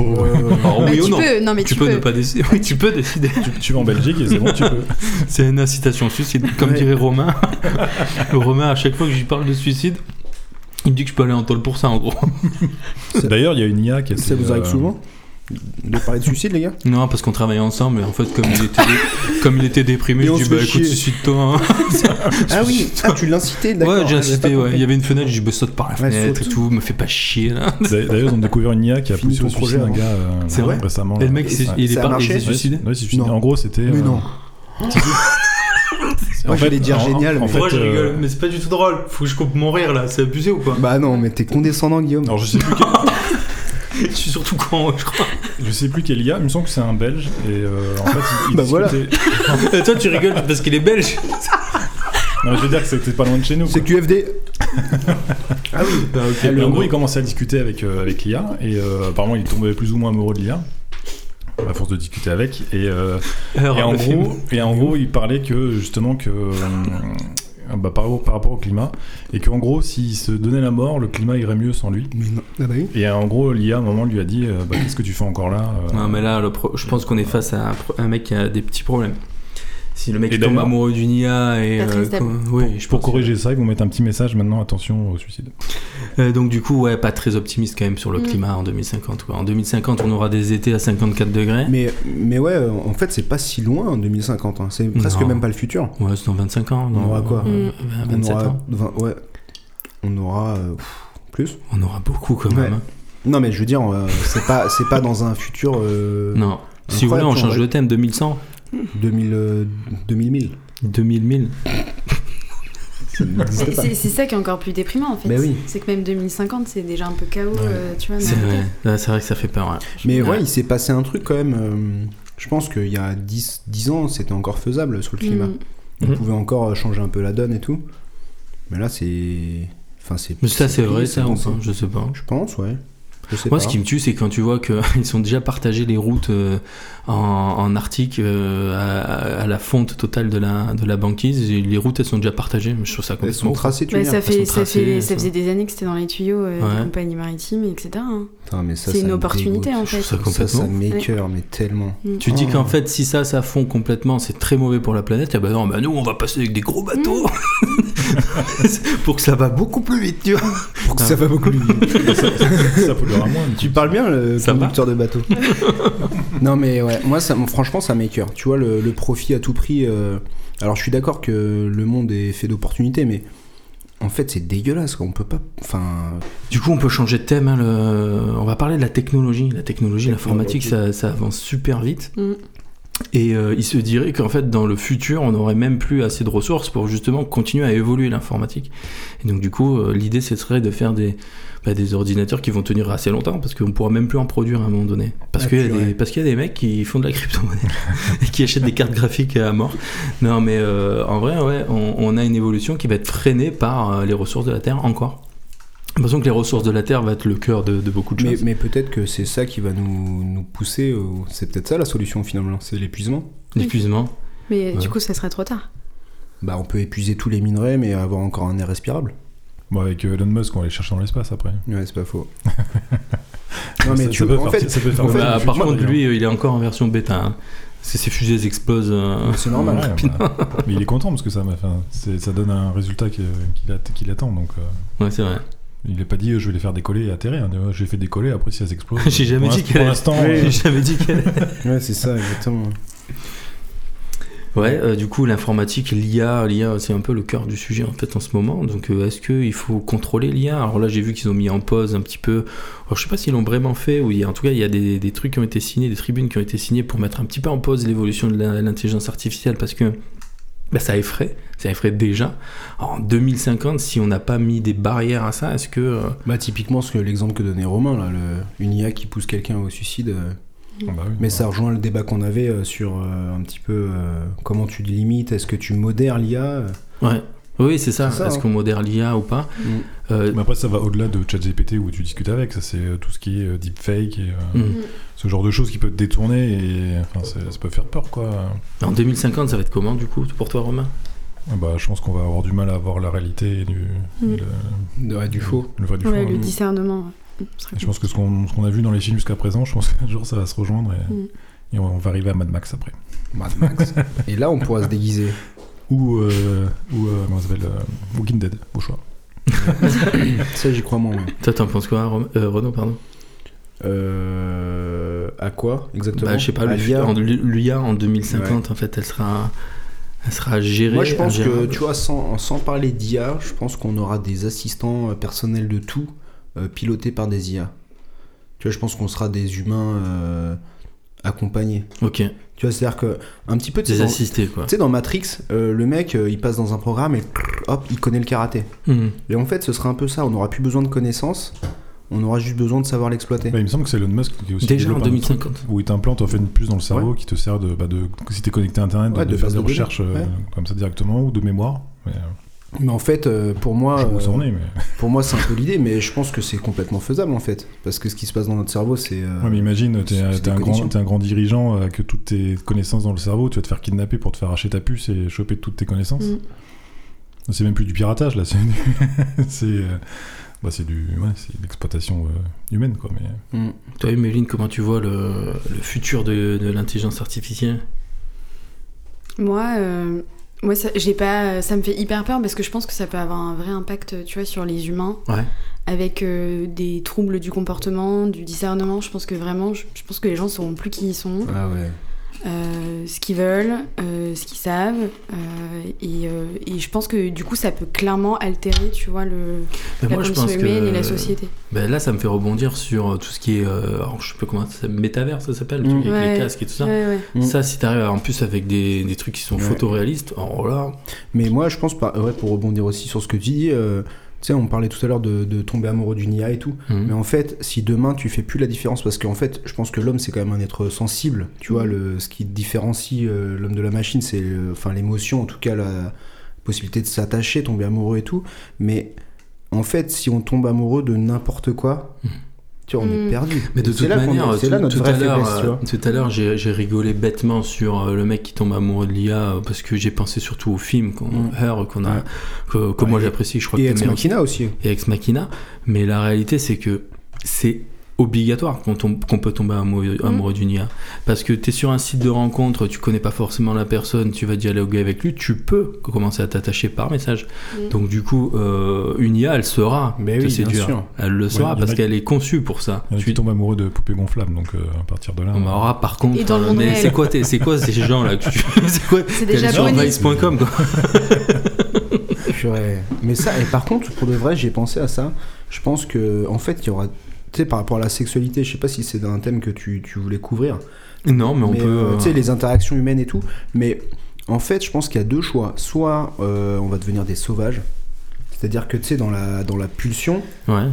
Speaker 1: Alors,
Speaker 2: Bah,
Speaker 1: oui ou
Speaker 2: tu
Speaker 1: non
Speaker 2: peux, non mais
Speaker 1: Tu peux ne pas décider. Oui, tu peux décider.
Speaker 4: Tu, tu vas en Belgique et c'est bon, tu peux.
Speaker 1: C'est une incitation au suicide, comme
Speaker 3: Ouais.
Speaker 1: dirait Romain. Romain, à chaque fois que je lui parle de suicide, il me dit que je peux aller en tôle pour ça, en gros.
Speaker 4: D'ailleurs, il y a une IA qui a
Speaker 3: ça
Speaker 4: été,
Speaker 3: vous arrive
Speaker 4: euh,
Speaker 3: souvent de parler de suicide, les gars
Speaker 1: Non, parce qu'on travaillait ensemble, et en fait, comme il était, dé- comme il était déprimé,
Speaker 3: Et
Speaker 1: je
Speaker 3: on
Speaker 1: dis
Speaker 3: se
Speaker 1: bah
Speaker 3: fait
Speaker 1: écoute,
Speaker 3: chier.
Speaker 1: suicide-toi. hein.
Speaker 3: Ah oui, ah, tu l'incitais, d'accord.
Speaker 1: Ouais, j'ai
Speaker 3: ah, j'avais
Speaker 1: insisté,
Speaker 3: pas
Speaker 1: ouais.
Speaker 3: compris.
Speaker 1: Il y avait une fenêtre, je me saute par la
Speaker 3: Ouais,
Speaker 1: fenêtre et
Speaker 3: saute.
Speaker 1: tout, me fais pas chier, là.
Speaker 4: d'a- D'ailleurs, ils ont découvert une IA qui a
Speaker 3: Fini
Speaker 4: poussé
Speaker 3: ton
Speaker 4: au suicide
Speaker 3: projet,
Speaker 4: un
Speaker 3: hein.
Speaker 4: gars euh,
Speaker 1: C'est vrai
Speaker 4: récemment.
Speaker 1: Et
Speaker 4: là.
Speaker 1: le mec, c'est-
Speaker 4: Ouais.
Speaker 1: il est
Speaker 3: Ça a
Speaker 1: pas il
Speaker 3: marché
Speaker 1: s'est
Speaker 4: Ouais,
Speaker 1: suicidé.
Speaker 4: c'est- ouais, c'est suicidé.
Speaker 3: Non.
Speaker 4: En gros, c'était.
Speaker 3: Mais
Speaker 4: euh,
Speaker 3: non.
Speaker 4: en
Speaker 3: Moi,
Speaker 4: fait,
Speaker 3: j'allais dire
Speaker 4: en-
Speaker 3: génial,
Speaker 4: En,
Speaker 3: mais-
Speaker 4: fait, euh,
Speaker 1: mais c'est pas du tout drôle. Faut que je coupe mon rire, là. C'est abusé ou quoi
Speaker 3: Bah non, mais t'es condescendant, Guillaume.
Speaker 4: alors, je sais plus quel,
Speaker 1: Je suis surtout con, je crois.
Speaker 4: je sais plus quel IA. Il me semble que c'est un Belge et euh, en fait, il, il
Speaker 3: Bah voilà.
Speaker 4: discutait-
Speaker 1: Et toi, tu rigoles parce qu'il est belge.
Speaker 4: Non, mais je veux dire que c'était pas loin de chez nous.
Speaker 3: C'est
Speaker 4: quoi.
Speaker 3: QFD. ah oui.
Speaker 1: Bah,
Speaker 4: Et
Speaker 3: le-
Speaker 4: en gros, il commençait à discuter avec, euh, avec l'IA et euh, apparemment, il tombait plus ou moins amoureux de l'IA à force de discuter avec et euh, Et en, gros, et en gros, il parlait que justement que euh, bah, par, rapport- par rapport au climat, et qu'en gros, s'il se donnait la mort, le climat irait mieux sans lui.
Speaker 3: Mais non. Ah bah oui.
Speaker 4: Et en gros, l'IA, à un moment, lui a dit euh, bah, Qu'est-ce que tu fais encore là euh,
Speaker 1: Non, mais là, le pro- je pense qu'on est face à un, pro- un mec qui a des petits problèmes. Si le mec
Speaker 4: Et
Speaker 1: il tombe
Speaker 4: d'ailleurs-
Speaker 1: amoureux d'une IA et.
Speaker 2: Pas très stable.
Speaker 1: quoi- oui, je
Speaker 4: Pour
Speaker 1: pense-
Speaker 4: corriger ça, ils vont mettre un petit message maintenant attention au suicide.
Speaker 1: Euh, donc, du coup, ouais, pas très optimiste quand même sur le
Speaker 2: Mm.
Speaker 1: climat en 2050. quoi. En 2050, on aura des étés à 54 degrés.
Speaker 3: Mais, mais ouais, euh, en fait, c'est pas si loin en 2050. hein. C'est presque
Speaker 1: Non.
Speaker 3: même pas le futur.
Speaker 1: Ouais, c'est dans 25 ans. dans-
Speaker 3: Mm. On aura quoi
Speaker 1: euh,
Speaker 3: On
Speaker 1: 27
Speaker 3: aura
Speaker 1: ans.
Speaker 3: 20 ouais. On aura euh, pff, plus.
Speaker 1: On aura beaucoup quand même.
Speaker 3: Ouais.
Speaker 1: hein.
Speaker 3: Non, mais je veux dire, euh, c'est pas, c'est pas dans un futur euh,
Speaker 1: Non. Si vous voulez, on
Speaker 3: Incroyable,
Speaker 1: change
Speaker 3: ouais.
Speaker 1: le thème 2100,
Speaker 3: 2000, euh, 2000
Speaker 1: 2000, 1000.
Speaker 3: Ça n'existe
Speaker 2: C'est-
Speaker 3: pas.
Speaker 2: C'est c'est ça qui est encore plus déprimant en fait.
Speaker 3: Mais oui.
Speaker 2: C'est que même 2050, c'est déjà un peu chaos,
Speaker 4: Ouais.
Speaker 2: euh, tu vois.
Speaker 1: Bah C'est
Speaker 2: dans le
Speaker 1: vrai.
Speaker 2: cas.
Speaker 1: Là, c'est vrai que ça fait peur. ouais.
Speaker 3: Mais
Speaker 1: Ouais.
Speaker 3: ouais, il s'est passé un truc quand même. euh, je pense qu'il y a 10, 10 ans, c'était encore faisable sur le climat.
Speaker 2: Mm.
Speaker 3: On
Speaker 1: Mhm.
Speaker 3: pouvait encore euh, changer un peu la donne et tout. Mais là, c'est. Enfin, c'est.
Speaker 1: Mais ça, c'est vrai,
Speaker 3: pris,
Speaker 1: ça, ou
Speaker 3: pensé.
Speaker 1: pas Je sais pas.
Speaker 3: Je pense, ouais. Je sais
Speaker 1: Moi,
Speaker 3: pas.
Speaker 1: ce qui me tue, c'est quand tu vois qu'ils sont déjà partagés les routes euh, en, en Arctique euh, à, à la fonte totale de la, de la banquise. Et les routes, elles sont déjà partagées. Je trouve ça
Speaker 3: Elles
Speaker 1: complètement.
Speaker 3: sont
Speaker 1: fou.
Speaker 3: tracées, tu
Speaker 2: Bah,
Speaker 3: veux
Speaker 2: ça,
Speaker 3: dire
Speaker 2: fait,
Speaker 1: façon
Speaker 2: ça,
Speaker 1: tracée,
Speaker 2: fait,
Speaker 1: ça.
Speaker 2: ça faisait des années que c'était dans les tuyaux euh,
Speaker 1: Ouais.
Speaker 2: des compagnies maritimes, etc. hein.
Speaker 3: Putain, mais ça,
Speaker 2: C'est
Speaker 3: ça
Speaker 2: une
Speaker 3: me
Speaker 2: opportunité
Speaker 3: dégoûte.
Speaker 2: en
Speaker 1: Je
Speaker 2: fait.
Speaker 1: trouve ça
Speaker 3: Ça, ça
Speaker 1: hein. complètement.
Speaker 3: m'écoeure, mais tellement.
Speaker 1: Tu dis
Speaker 3: Oh.
Speaker 1: qu'en fait, si ça, ça fond complètement, c'est très mauvais pour la planète. Et ben non, bah nous, on va passer avec des gros bateaux pour que ça va beaucoup plus vite, tu vois.
Speaker 3: Pour
Speaker 1: que ça
Speaker 3: va beaucoup plus vite.
Speaker 4: ça polluera moins. mais
Speaker 3: Tu parles bien, le
Speaker 1: Ça va
Speaker 3: conducteur de bateau. non, mais ouais, moi, ça, franchement, ça m'écoeure. Tu vois, le, le profit à tout prix. euh, Alors, je suis d'accord que le monde est fait d'opportunités, mais en fait, c'est dégueulasse. quoi. On peut pas. Enfin.
Speaker 1: Du coup, on peut changer de thème. hein, le- On va parler de la technologie. La technologie, l'informatique, ça, ça avance super vite.
Speaker 2: Mm.
Speaker 1: Et euh, il se dirait qu'en fait, dans le futur, on n'aurait même plus assez de ressources pour justement continuer à évoluer l'informatique. Et donc, du coup, euh, l'idée, ce serait de faire des, bah, des ordinateurs qui vont tenir assez longtemps parce qu'on ne pourra même plus en produire à un moment donné. Parce
Speaker 3: Ah,
Speaker 1: qu'il y, a
Speaker 3: purée.
Speaker 1: des- parce qu'il y a des mecs qui font de la crypto-monnaie et qui achètent des cartes graphiques à mort. Non, mais euh, en vrai, ouais, on, on a une évolution qui va être freinée par euh, les ressources de la Terre encore. J'ai l'impression que les ressources de la Terre va être le cœur de, de beaucoup de
Speaker 3: Mais,
Speaker 1: choses.
Speaker 3: mais peut-être que c'est ça qui va nous, nous pousser. au- C'est peut-être ça la solution finalement, c'est l'épuisement.
Speaker 1: L'épuisement.
Speaker 2: Mais euh,
Speaker 1: Ouais.
Speaker 2: du coup, ça serait trop tard.
Speaker 3: Bah, on peut épuiser tous les minerais, mais avoir encore un air respirable.
Speaker 4: Bon, avec euh, Elon Musk, on va les chercher dans l'espace après.
Speaker 3: Ouais, c'est pas faux. non, mais
Speaker 4: Ça-
Speaker 3: tu
Speaker 4: ça peut
Speaker 3: en
Speaker 4: faire-
Speaker 3: fait,
Speaker 4: ça peut faire
Speaker 3: en
Speaker 4: le
Speaker 3: fait,
Speaker 4: mal
Speaker 1: Bah,
Speaker 4: du
Speaker 1: par
Speaker 4: futur,
Speaker 1: contre,
Speaker 4: d'ailleurs.
Speaker 1: lui, euh, il est encore en version bêta. hein. Parce que ses fusées explosent. euh,
Speaker 3: c'est normal.
Speaker 4: Ouais, bah, mais il est content parce que ça, m'a- enfin, c'est- ça donne un résultat qui- euh, qu'il att- qu'il attend. Donc, euh,
Speaker 1: Ouais, c'est vrai.
Speaker 4: il n'a pas dit euh, je vais les faire décoller et atterrir. hein. Euh, J'ai fait décoller, après si elles explosent.
Speaker 1: J'ai jamais
Speaker 4: pour
Speaker 1: dit
Speaker 4: l'inst-
Speaker 1: qu'elle
Speaker 4: Pour
Speaker 1: allait-
Speaker 4: l'instant,
Speaker 3: Oui.
Speaker 4: euh,
Speaker 1: J'ai jamais dit qu'elle-
Speaker 3: Ouais, c'est ça, exactement.
Speaker 1: Ouais, euh, du coup, l'informatique, l'IA, l'IA, c'est un peu le cœur du sujet en fait en ce moment. Donc, euh, est-ce qu'il faut contrôler l'IA Alors là, j'ai vu qu'ils ont mis en pause un petit peu. Alors, je sais pas s'ils l'ont vraiment fait ou il y a- en tout cas, il y a des, des trucs qui ont été signés, des tribunes qui ont été signées pour mettre un petit peu en pause l'évolution de la- l'intelligence artificielle parce que bah, ça effraie, ça effraie déjà. en 2050, si on n'a pas mis des barrières à ça, est-ce que euh,
Speaker 3: Bah, typiquement, ce que l'exemple que donnait Romain, là, le- une IA qui pousse quelqu'un au suicide. euh,
Speaker 4: ah bah oui,
Speaker 3: Mais
Speaker 4: ouais.
Speaker 3: ça rejoint le débat qu'on avait euh, sur euh, un petit peu euh, comment tu te limites, est-ce que tu modères euh, l'IA
Speaker 1: ouais, oui, c'est ça.
Speaker 3: C'est ça,
Speaker 1: est-ce
Speaker 3: hein.
Speaker 1: qu'on modère l'IA ou pas Euh,
Speaker 4: Mais après, ça va au-delà de ChatGPT où tu discutes avec. Ça, c'est euh, tout ce qui est euh, deepfake et euh,
Speaker 3: Mm.
Speaker 1: hmm.
Speaker 4: ce genre de choses qui peut te détourner. Et enfin, c'est- ça peut faire peur, quoi.
Speaker 1: En 2050, ça va être comment du coup pour toi, Romain
Speaker 4: Ah Bah, je pense qu'on va avoir du mal à avoir la réalité et, du,
Speaker 2: Mm.
Speaker 4: et le,
Speaker 3: Ouais, du faux
Speaker 4: le vrai du faux.
Speaker 2: Ouais, le
Speaker 3: mm.
Speaker 4: hein.
Speaker 2: discernement. ouais. Ce serait
Speaker 4: Et je pense que ce qu'on ce qu'on a vu dans les films jusqu'à présent, je pense qu'un jour ça va se rejoindre et,
Speaker 2: Mm.
Speaker 4: et on va arriver à Mad Max après.
Speaker 3: Mad Max. Et là, on pourra se déguiser.
Speaker 4: Ou, euh, ou euh, comment ça s'appelle euh, Walking Dead, au choix.
Speaker 3: Ça, j'y crois moins. ouais.
Speaker 1: Toi, t'en penses quoi, Rom- euh, Renaud, pardon
Speaker 3: Euh, à quoi exactement Ah,
Speaker 1: Bah, je sais pas,
Speaker 3: À
Speaker 1: le
Speaker 3: l'IA.
Speaker 1: futur- en- l'IA en 2050, en fait, elle sera, elle sera gérée.
Speaker 3: Moi, je pense que,
Speaker 1: ingérable.
Speaker 3: tu vois, sans, sans parler d'IA, je pense qu'on aura des assistants euh, personnels de tout euh, pilotés par des IA. Tu vois, je pense qu'on sera des humains euh, accompagnés.
Speaker 1: Ok,
Speaker 3: Tu vois, c'est-à-dire que un petit peu de
Speaker 1: des assistés, quoi.
Speaker 3: Tu sais, dans Matrix, euh, le mec, euh, il passe dans un programme et hop, il connaît le karaté.
Speaker 1: Hmm.
Speaker 3: Et en fait, ce sera un peu ça. On n'aura plus besoin de connaissances, on aura juste besoin de savoir l'exploiter.
Speaker 4: Bah, il me semble que c'est Elon Musk qui est aussi
Speaker 1: Déjà en
Speaker 4: développe un truc
Speaker 1: 2050.
Speaker 4: Où il t'implante en fait une puce dans le cerveau qui te sert de, bah, de si t'es connecté à internet, de,
Speaker 3: Ouais, de
Speaker 4: de faire
Speaker 3: base
Speaker 4: des
Speaker 3: de données.
Speaker 4: recherches euh,
Speaker 3: Ouais.
Speaker 4: comme ça directement ou de mémoire. Mais, euh,
Speaker 3: Mais en fait, euh, pour moi,
Speaker 4: je sais pas où ça en
Speaker 3: euh,
Speaker 4: est, mais...
Speaker 3: pour moi, c'est un peu l'idée, mais je pense que c'est complètement faisable en fait, parce que ce qui se passe dans notre cerveau, c'est euh,
Speaker 4: Ouais, mais imagine, t'es
Speaker 3: c'est-
Speaker 4: un-
Speaker 3: c'est
Speaker 4: t'es un,
Speaker 3: des
Speaker 4: grand-
Speaker 3: connexions.
Speaker 4: t'es un grand dirigeant euh, que toutes tes connaissances dans le cerveau, tu vas te faire kidnapper pour te faire arracher ta puce et choper toutes tes connaissances.
Speaker 2: Mm.
Speaker 4: C'est même plus du piratage là, c'est du- c'est euh, bah, c'est du ouais, c'est de l'exploitation euh, humaine quoi. Mais
Speaker 3: mm.
Speaker 1: Toi, Méline, comment tu vois le, le futur de, de l'intelligence artificielle
Speaker 2: Moi, euh, moi ça, j'ai pas, euh, ça me fait hyper peur parce que je pense que ça peut avoir un vrai impact, euh, tu vois, sur les humains.
Speaker 1: Ouais.
Speaker 2: Avec euh, des troubles du comportement, du discernement. Je pense que vraiment, je, je pense que les gens sauront plus qui ils sont,
Speaker 3: Ah ouais.
Speaker 2: euh, ce qu'ils veulent, euh, ce qu'ils savent. euh, et, euh, et je pense que du coup, ça peut clairement altérer, tu vois, le,
Speaker 1: Ben,
Speaker 2: la condition humaine et la société.
Speaker 1: ben, là, ça me fait rebondir sur euh, tout ce qui est. euh, alors, je sais plus comment ça s'appelle, métavers, ça s'appelle,
Speaker 3: Mm.
Speaker 1: avec
Speaker 2: Ouais.
Speaker 1: les casques et tout ça.
Speaker 2: Ouais, ouais.
Speaker 3: Mm.
Speaker 1: Ça, si t'arrives à- en plus avec des, des trucs qui sont
Speaker 3: Ouais.
Speaker 1: photoréalistes, oh là,
Speaker 3: Mais moi, je pense pas. Ouais, pour rebondir aussi sur ce que tu dis, euh, tu sais, on parlait tout à l'heure de, de tomber amoureux d'une IA et tout.
Speaker 1: Hmm.
Speaker 3: Mais en fait, si demain tu fais plus la différence, parce qu'en fait, je pense que l'homme c'est quand même un être sensible. Tu
Speaker 1: Mm.
Speaker 3: vois, le, ce qui différencie euh, l'homme de la machine, c'est euh, enfin l'émotion, en tout cas la possibilité de s'attacher, tomber amoureux et tout. Mais en fait, si on tombe amoureux de n'importe quoi, tu vois, on
Speaker 2: Mm.
Speaker 3: est perdu.
Speaker 1: Mais de
Speaker 3: Et c'est
Speaker 1: toute
Speaker 3: là qu'on est-
Speaker 1: manière,
Speaker 3: c'est
Speaker 1: tout,
Speaker 3: là notre
Speaker 1: tout
Speaker 3: vraie
Speaker 1: à l'heure,
Speaker 3: faiblesse, tu
Speaker 1: euh,
Speaker 3: vois.
Speaker 1: tout à l'heure, j'ai j'ai rigolé bêtement sur euh, le mec qui tombe amoureux de l'IA euh, parce que j'ai pensé surtout au film qu'on
Speaker 3: Mm.
Speaker 1: Her, qu'on a,
Speaker 3: Ouais.
Speaker 1: que, que
Speaker 3: Ouais,
Speaker 1: moi
Speaker 3: et-
Speaker 1: j'apprécie, je crois
Speaker 3: Et
Speaker 1: que
Speaker 3: Ex
Speaker 1: t'aimes
Speaker 3: Machina aussi. hein.
Speaker 1: aussi, et Ex Machina. Mais la réalité, c'est que c'est obligatoire qu'on tombe- qu'on peut tomber amoureux,
Speaker 3: Mm.
Speaker 1: amoureux d'une IA. Parce que tu es sur un site de rencontre, tu connais pas forcément la personne, tu vas dialoguer avec lui, tu peux commencer à t'attacher par message.
Speaker 2: Mm.
Speaker 1: Donc du coup, euh, une IA, elle saura
Speaker 3: Mais
Speaker 1: te
Speaker 3: oui, bien
Speaker 1: séduire.
Speaker 3: sûr.
Speaker 1: Elle le saura
Speaker 4: il y en a
Speaker 1: parce
Speaker 4: qui-
Speaker 1: qu'elle est conçue pour ça.
Speaker 4: tu
Speaker 1: Tu-
Speaker 4: tombes amoureux de poupées gonflables, donc euh, à partir de là.
Speaker 1: Ah, on aura par contre.
Speaker 2: Et dans le
Speaker 1: euh,
Speaker 2: monde
Speaker 1: mais
Speaker 2: réel.
Speaker 1: c'est quoi, t'es- c'est quoi ces gens là que tu- C'est quoi
Speaker 2: C'est
Speaker 1: t'es
Speaker 2: des
Speaker 1: allé sur
Speaker 2: japonais.
Speaker 1: vice.com, quoi.
Speaker 3: Purée. Mais ça, et par contre, pour de vrai, j'ai pensé à ça. Je pense que, en fait, il y aura. Tu sais, par rapport à la sexualité, je sais pas si c'est un thème que tu, tu voulais couvrir,
Speaker 1: Non, mais on
Speaker 3: Mais,
Speaker 1: peut.
Speaker 3: euh,
Speaker 1: euh,
Speaker 3: Tu sais, les interactions humaines et tout. Mais en fait, je pense qu'il y a deux choix. Soit euh, on va devenir des sauvages, c'est-à-dire que tu sais, dans la, dans la pulsion,
Speaker 1: euh, Ouais.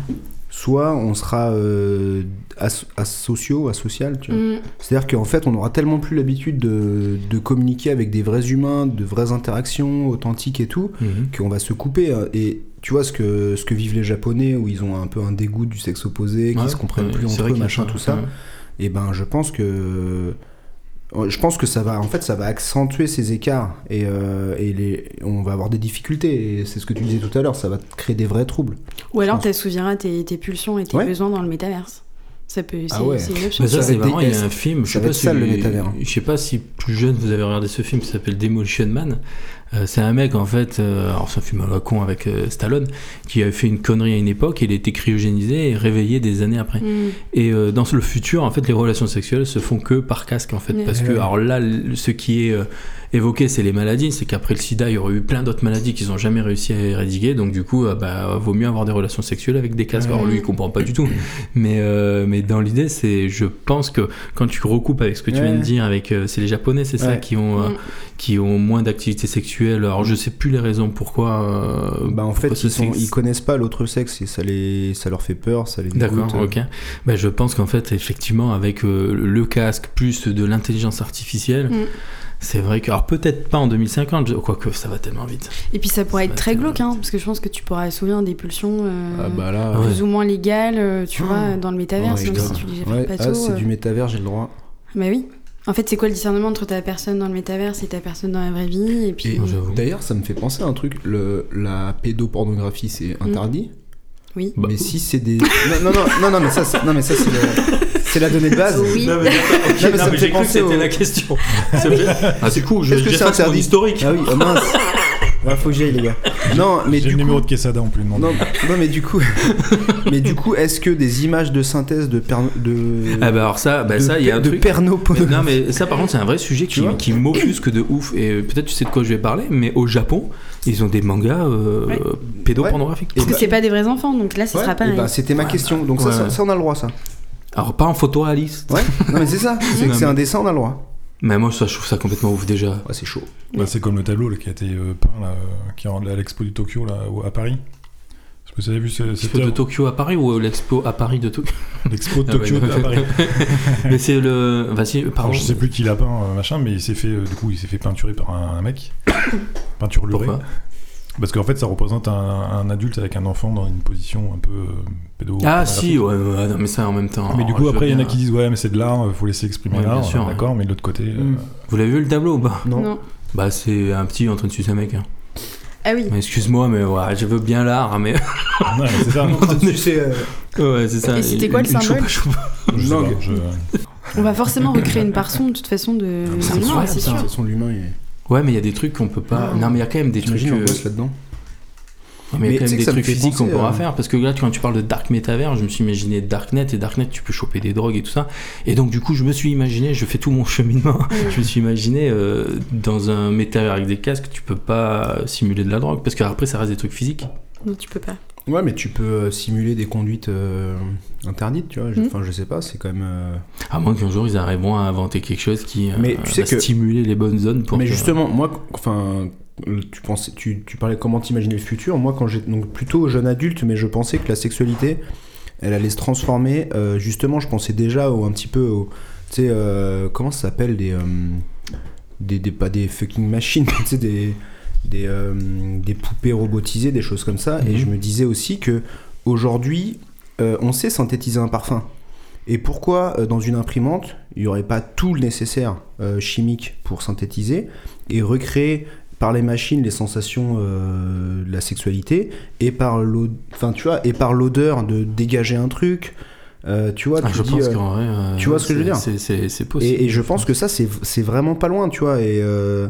Speaker 3: soit on sera euh, as- asociaux, asocial, tu vois.
Speaker 2: Mm.
Speaker 3: C'est-à-dire qu'en fait, on n'aura tellement plus l'habitude de, de communiquer avec des vrais humains, de vraies interactions authentiques et tout,
Speaker 1: Mhm.
Speaker 3: qu'on va se couper. hein. Et tu vois ce que, ce que vivent les Japonais, où ils ont un peu un dégoût du sexe opposé, qui
Speaker 1: Ouais,
Speaker 3: se comprennent
Speaker 1: ouais,
Speaker 3: plus
Speaker 1: c'est
Speaker 3: entre
Speaker 1: vrai
Speaker 3: eux,
Speaker 1: qu'il y a
Speaker 3: machin, tout ça.
Speaker 1: ouais.
Speaker 3: Et ben, je pense que. euh, Je pense que ça va, en fait, ça va accentuer ces écarts et, euh, et les, on va avoir des difficultés. Et c'est ce que tu disais tout à l'heure, ça va créer des vrais troubles.
Speaker 2: Ou alors
Speaker 3: pense.
Speaker 2: t'assouvira tes, tes pulsions et tes
Speaker 3: Ouais.
Speaker 2: besoins dans le métaverse. Ça peut, c'est
Speaker 3: Ah ouais.
Speaker 2: c'est une option.
Speaker 1: Mais ça,
Speaker 3: Ça
Speaker 1: c'est
Speaker 3: va être
Speaker 1: marrant, il y a
Speaker 3: des-
Speaker 1: un film, je
Speaker 3: ça
Speaker 1: sais
Speaker 3: va
Speaker 1: pas
Speaker 3: être
Speaker 1: si,
Speaker 3: ça, le métavers.
Speaker 1: je sais pas si plus jeune vous avez regardé ce film qui s'appelle Demolition Man. Euh, c'est un mec en fait, euh, alors c'est un film à la con avec euh, Stallone, qui avait fait une connerie à une époque, il a été cryogénisé et réveillé des années après.
Speaker 2: Mm.
Speaker 1: Et euh, dans le futur, en fait, les relations sexuelles se font que par casque, en fait.
Speaker 2: Ouais.
Speaker 1: Parce que,
Speaker 3: Ouais.
Speaker 1: alors là, le- ce qui est euh, évoqué, c'est les maladies. C'est qu'après le sida, il y aurait eu plein d'autres maladies qu'ils n'ont jamais réussi à éradiquer. Donc, du coup, euh, bah, vaut mieux avoir des relations sexuelles avec des casques.
Speaker 3: Ouais.
Speaker 1: Alors, lui, il comprend pas du tout. Mais, euh, mais dans l'idée, c'est, je pense que quand tu recoupes avec ce que tu
Speaker 3: Ouais.
Speaker 1: viens de dire, avec, euh, c'est les Japonais, c'est ça,
Speaker 3: Ouais.
Speaker 1: qui ont, euh,
Speaker 2: Mm.
Speaker 1: qui ont moins d'activité sexuelle. Alors, je sais plus les raisons pourquoi. euh,
Speaker 3: Bah, en fait,
Speaker 1: pourquoi ce
Speaker 3: ils, sont-
Speaker 1: sexe-
Speaker 3: ils connaissent pas l'autre sexe et ça, les, ça leur fait peur, ça les dégoûte.
Speaker 1: D'accord, ok. Bah, je pense qu'en fait, effectivement, avec euh, le casque plus de l'intelligence artificielle,
Speaker 2: Mm.
Speaker 1: c'est vrai que. Alors, peut-être pas en 2050, je- quoique ça va tellement vite.
Speaker 2: Et puis ça pourrait
Speaker 1: Ça
Speaker 2: être très
Speaker 1: va être,
Speaker 2: glauque, hein, parce que je pense que tu pourras assouvir des pulsions euh,
Speaker 3: Ah bah Ah. là,
Speaker 1: Ouais.
Speaker 2: plus ou moins légales, euh, tu vois, dans le métaverse,
Speaker 3: Ouais,
Speaker 2: même
Speaker 1: putain.
Speaker 2: si tu les
Speaker 3: ouais,
Speaker 2: pas
Speaker 3: ah, c'est
Speaker 2: euh,
Speaker 3: du métavers, j'ai le droit.
Speaker 2: Bah oui. En fait, c'est quoi le discernement entre ta personne dans le métaverse et ta personne dans la vraie vie Et puis.
Speaker 3: Et
Speaker 1: Non, j'avoue.
Speaker 3: d'ailleurs, ça me fait penser à un truc. Le, la pédopornographie, c'est interdit.
Speaker 2: Mm. Oui.
Speaker 1: Bah,
Speaker 3: mais si c'est des. non, non, non, non, non, mais ça, c'est- non, mais ça, c'est la, Ah, c'est la donnée de base.
Speaker 2: Oui.
Speaker 1: mais,
Speaker 3: ça me fait
Speaker 1: j'ai cru que
Speaker 3: penser
Speaker 1: c'était
Speaker 3: au-
Speaker 1: la question. Ça me fait- ah, c'est cool, je
Speaker 3: Est-ce que
Speaker 1: j'ai
Speaker 3: c'est
Speaker 1: fait mon
Speaker 3: interdit
Speaker 1: historique.
Speaker 3: Ah oui, oh mince. Ouais, faut que j'y aille, les gars. Non, mais
Speaker 4: J'ai
Speaker 3: du
Speaker 4: le
Speaker 3: coup.
Speaker 4: numéro de Quesada, on peut lui demander.
Speaker 3: Non, non, mais du coup. mais du coup, est-ce que des images de synthèse de. perno- de...
Speaker 1: Ah, bah, alors ça, bah,
Speaker 3: de-
Speaker 1: ça, il y a un
Speaker 3: de
Speaker 1: truc. Mais
Speaker 3: pernopornographie.
Speaker 1: non, mais ça, par contre, c'est un vrai sujet qui,
Speaker 3: vois
Speaker 1: qui m'offusque de ouf. Et euh, peut-être tu sais de quoi je vais parler, mais au Japon, ils ont des mangas euh,
Speaker 2: Ouais.
Speaker 1: pédopornographiques.
Speaker 3: Et
Speaker 2: Parce que
Speaker 3: bah-
Speaker 2: c'est pas des vrais enfants, donc là, ce
Speaker 3: Ouais,
Speaker 2: sera
Speaker 3: eh
Speaker 2: pareil.
Speaker 3: ben, c'était ma question. Donc,
Speaker 1: ouais,
Speaker 3: ça, ça,
Speaker 1: ouais.
Speaker 3: ça, on a le droit, ça.
Speaker 1: Alors, pas en photoréaliste.
Speaker 3: Ouais, non, mais c'est ça. C'est
Speaker 1: Non,
Speaker 3: que c'est
Speaker 1: mais-
Speaker 3: un dessin, on a le droit.
Speaker 1: Mais moi, ça, je trouve ça complètement ouf déjà.
Speaker 3: Ouais, c'est chaud.
Speaker 4: Bah, c'est comme le tableau là, qui a été euh, peint là, euh, qui est en- à l'expo du Tokyo là, au- à Paris. Est-ce que vous avez vu ce- cette
Speaker 1: L'expo de
Speaker 4: œuvre
Speaker 1: Tokyo à Paris ou euh, l'expo à Paris de Tokyo
Speaker 4: L'expo de
Speaker 3: bah,
Speaker 1: Ah ouais,
Speaker 4: Tokyo
Speaker 1: non.
Speaker 4: à Paris.
Speaker 1: Mais c'est le. Vas-y, pardon.
Speaker 4: Alors, je sais plus qui l'a peint, euh, machin, mais il s'est fait, euh, du coup, il s'est fait peinturer par un, un mec. Peinture lurée.
Speaker 1: Pourquoi
Speaker 4: Parce qu'en fait, ça représente un, un adulte avec un enfant dans une position un peu euh, pédo.
Speaker 1: Ah si, ouais, ouais, non, mais ça en même temps.
Speaker 4: Mais du
Speaker 1: alors,
Speaker 4: coup,
Speaker 1: je
Speaker 4: après, il y en
Speaker 1: veux
Speaker 4: a
Speaker 1: bien-
Speaker 4: qui disent Ouais, mais c'est de l'art, euh, faut laisser exprimer
Speaker 1: Ouais, bien
Speaker 4: l'art.
Speaker 1: sûr,
Speaker 4: euh, D'accord, mais de l'autre côté. euh,
Speaker 3: Mm.
Speaker 1: Vous l'avez vu le tableau ou pas
Speaker 3: Non.
Speaker 2: Non.
Speaker 1: Bah, c'est un petit en train de sucer un mec. hein.
Speaker 2: Ah oui.
Speaker 1: Mais Excuse-moi, mais ouais, je veux bien l'art, hein, mais.
Speaker 4: non, mais c'est ça.
Speaker 3: Tu sais, euh,
Speaker 1: ouais, c'est ça.
Speaker 2: Et c'était quoi le
Speaker 1: Une- une
Speaker 2: symbole
Speaker 1: choupa- choupa.
Speaker 4: Je sais
Speaker 3: Non,
Speaker 4: pas,
Speaker 3: que-
Speaker 4: je-
Speaker 2: On va forcément recréer une parson, de toute façon, de.
Speaker 3: Ah, mais
Speaker 1: c'est
Speaker 2: de l'humain,
Speaker 1: incroyable,
Speaker 2: c'est
Speaker 1: ça.
Speaker 2: sûr.
Speaker 3: façon, l'humain, il est.
Speaker 1: Ouais, mais il y a des trucs qu'on peut pas.
Speaker 2: Non.
Speaker 1: Non, mais il y a quand même des trucs.
Speaker 3: T'imagines
Speaker 1: euh,
Speaker 3: l'angoisse là-dedans
Speaker 1: Ouais, mais il y a
Speaker 3: Mais
Speaker 1: quand
Speaker 3: tu sais
Speaker 1: même
Speaker 3: que
Speaker 1: des
Speaker 3: ça me
Speaker 1: trucs
Speaker 3: fait
Speaker 1: physiques qu'on
Speaker 3: penser,
Speaker 1: pourra
Speaker 3: euh,
Speaker 1: faire. Parce que là, quand tu parles de Dark Metaverse, je me suis imaginé Darknet et Darknet, tu peux choper des drogues et tout ça. Et donc, du coup, je me suis imaginé, je fais tout mon cheminement, je me suis imaginé euh, dans un Metaverse avec des casques, tu peux pas simuler de la drogue. Parce qu'après, ça reste des trucs physiques.
Speaker 2: Non, tu peux pas.
Speaker 3: Ouais, mais tu peux euh, simuler des conduites euh, interdites, tu vois. Je-
Speaker 2: Mm.
Speaker 3: Enfin, je sais pas, c'est quand même. euh,
Speaker 1: À moins qu'un jour, ils arriveront à inventer quelque chose qui euh,
Speaker 3: Mais tu sais
Speaker 1: va
Speaker 3: que-
Speaker 1: stimuler les bonnes zones pour.
Speaker 3: Mais
Speaker 1: que-
Speaker 3: justement, moi, qu- enfin, le- tu pensais, tu, tu parlais comment t'imaginer le futur. Moi, quand j'étais donc plutôt jeune adulte, mais je pensais que la sexualité, elle allait se transformer. Euh, justement, je pensais déjà au, un petit peu, au, tu sais, euh, comment ça s'appelle des, euh, des, des, pas des fucking machines, tu sais, des, des, euh, des poupées robotisées, des choses comme ça. Et
Speaker 1: Mhm.
Speaker 3: je me disais aussi que aujourd'hui, euh, on sait synthétiser un parfum. Et pourquoi euh, dans une imprimante, il n'y aurait pas tout le nécessaire euh, chimique pour synthétiser et recréer par les machines les sensations euh, de la sexualité et par l'o- enfin, tu vois, et par l'odeur de dégager un truc Euh, tu vois
Speaker 1: Ah,
Speaker 3: tu
Speaker 1: je
Speaker 3: dis,
Speaker 1: pense
Speaker 3: euh,
Speaker 1: qu'en vrai. euh,
Speaker 3: tu vois ce que je
Speaker 1: c'est-
Speaker 3: veux dire
Speaker 1: c'est- C'est c'est possible.
Speaker 3: et, et je pense que ça c'est c'est vraiment pas loin tu vois et euh,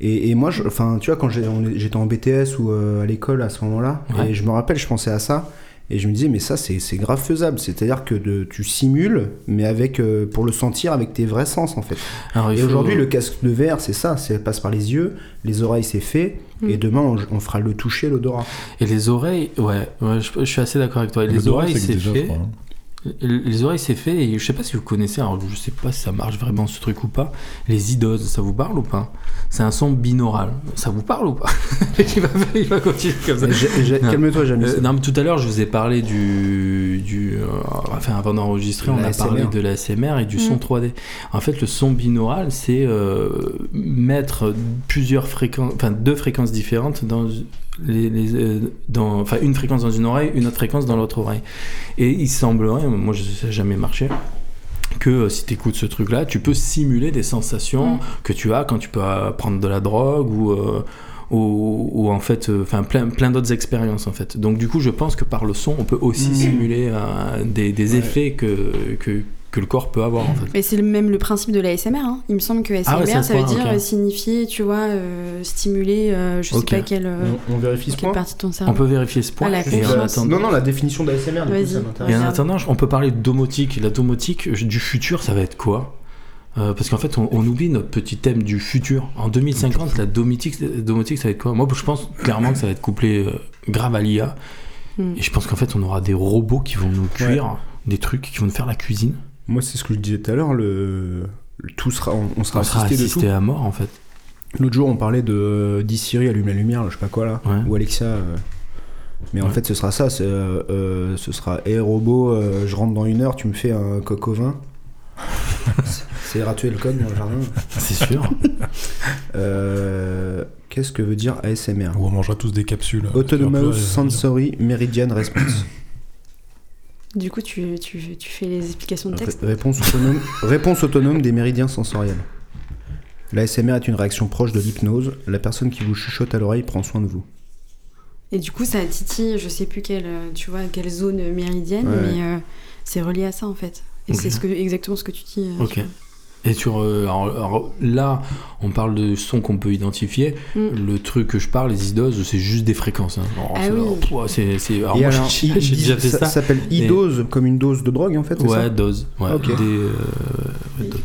Speaker 3: et, et moi, je- enfin, tu vois, quand j'ai- on est- j'étais en BTS ou euh, à l'école à ce moment-là,
Speaker 1: Ouais.
Speaker 3: et je me rappelle, je pensais à ça, et je me disais, mais ça, c'est c'est grave faisable. C'est-à-dire que de, tu simules, mais avec, euh, pour le sentir avec tes vrais sens, en fait.
Speaker 1: Alors, il
Speaker 3: Et
Speaker 1: faut-
Speaker 3: aujourd'hui, le casque de verre, c'est ça, c'est passe par les yeux, les oreilles, c'est fait,
Speaker 2: Mm.
Speaker 3: et demain, on, on fera le toucher, l'odorat.
Speaker 1: Et les oreilles, ouais, ouais, je, je suis assez d'accord avec toi. Et
Speaker 4: Le
Speaker 1: les
Speaker 4: Dora,
Speaker 1: oreilles,
Speaker 4: ça existe
Speaker 1: c'est
Speaker 4: déjà, je
Speaker 1: fait.
Speaker 4: crois, hein.
Speaker 1: Les oreilles, c'est fait. Et je sais pas si vous connaissez, alors je sais pas si ça marche vraiment ce truc ou pas. Les idoses, ça vous parle ou pas C'est un son binaural. Ça vous parle ou pas il, va, il va continuer comme ça.
Speaker 3: J'ai- j'ai-
Speaker 1: Non.
Speaker 3: Calme-toi, James.
Speaker 1: Euh, non, mais tout à l'heure, je vous ai parlé du. du euh, enfin, avant d'enregistrer, on
Speaker 3: La
Speaker 1: a parlé
Speaker 3: ASMR.
Speaker 1: de l'ASMR et du son
Speaker 2: Mm.
Speaker 1: 3D. En fait, le son binaural, c'est euh, mettre plusieurs fréquences, enfin deux fréquences différentes dans. Les, les, euh, dans, enfin, une fréquence dans une oreille, une autre fréquence dans l'autre oreille. Et il semblerait, moi je sais ça a jamais marché, que euh, si tu écoutes ce truc-là, tu peux simuler des sensations
Speaker 2: Mm.
Speaker 1: que tu as quand tu peux euh, prendre de la drogue ou, euh, ou, ou en fait, euh, enfin plein, plein d'autres expériences en fait. Donc du coup, je pense que par le son, on peut aussi
Speaker 3: Mm.
Speaker 1: simuler euh, des, des
Speaker 3: Ouais.
Speaker 1: effets que, que, que le corps peut avoir en fait.
Speaker 2: Mais c'est le- même le principe de la ASMR. Hein. Il me semble que ASMR,
Speaker 1: ouais, c'est à ce
Speaker 2: ça veut
Speaker 1: point-là,
Speaker 2: dire
Speaker 1: ok.
Speaker 2: euh, signifier, tu vois, euh, stimuler, euh, je sais
Speaker 1: Ok.
Speaker 2: pas quelle, euh,
Speaker 3: On, Mm. on vérifie ce
Speaker 2: quelle
Speaker 3: point.
Speaker 2: partie de ton cerveau.
Speaker 1: On peut vérifier ce point.
Speaker 2: Ah, la
Speaker 1: et, en
Speaker 2: confiance.
Speaker 1: attendant-
Speaker 3: euh, Non, non, la définition d'ASMR, du coup,
Speaker 2: Vas-y.
Speaker 3: ça
Speaker 1: et en
Speaker 3: m'intéresse.
Speaker 2: Regarde.
Speaker 1: attendant, on peut parler de domotique. La domotique euh, du futur, ça va être quoi Euh, parce qu'en fait, on, on oublie notre petit thème du futur. En 2050, la domotique, domotique ça va être quoi Moi, je pense clairement que ça va être couplé euh, grave à l'IA.
Speaker 2: Mm.
Speaker 1: Et je pense qu'en fait, on aura des robots qui vont nous cuire des trucs, qui vont nous faire la cuisine.
Speaker 3: Moi, c'est ce que je disais tout à l'heure, le... le tout sera, on, on sera
Speaker 1: On sera
Speaker 3: assisté de tout.
Speaker 1: assisté à mort, en fait.
Speaker 3: L'autre jour, on parlait de euh, Dis Siri, allume la lumière, là, je sais pas quoi là,
Speaker 1: Ouais.
Speaker 3: ou Alexa. euh. Mais en
Speaker 1: Ouais.
Speaker 3: fait, ce sera ça, c'est, euh, euh, ce sera Hé robot, euh, je rentre dans une heure, tu me fais un coq au vin. c'est ratuer le code dans le jardin.
Speaker 1: C'est sûr.
Speaker 3: Euh, Qu'est-ce que veut dire ASMR
Speaker 4: Où on mangera tous des capsules. euh,
Speaker 3: Autonomous
Speaker 4: sans
Speaker 3: Sensory Meridian Response.
Speaker 2: Du coup, tu, tu, tu fais les explications de
Speaker 3: Ré-
Speaker 2: texte.
Speaker 3: réponse, autonome, réponse autonome des méridiens sensoriels. L'ASMR est une réaction proche de l'hypnose. La personne qui vous chuchote à l'oreille prend soin de vous.
Speaker 2: Et du coup, ça titille, je sais plus quelle, euh, tu vois, quelle zone méridienne,
Speaker 3: Ouais,
Speaker 2: mais euh, c'est relié à ça en fait. Et
Speaker 1: Ok.
Speaker 2: c'est ce que, exactement ce que tu dis. euh,
Speaker 1: Ok. Et sur euh, alors- alors là, on parle de sons qu'on peut identifier.
Speaker 2: Mm.
Speaker 1: Le truc que je parle, les idoses, c'est juste des fréquences. hein. Alors,
Speaker 2: Ah
Speaker 1: c'est-
Speaker 2: oui.
Speaker 1: alors, pouah, c'est- c'est- alors,
Speaker 3: Et
Speaker 1: moi,
Speaker 3: alors,
Speaker 1: j'ai
Speaker 3: i-
Speaker 1: j'ai déjà
Speaker 3: dis-
Speaker 1: fait ça.
Speaker 3: s'appelle e-dose, comme une dose de drogue en fait, c'est
Speaker 1: ouais,
Speaker 3: ça
Speaker 1: doses. Ouais,
Speaker 3: Ok.
Speaker 1: des, euh, ouais, doses.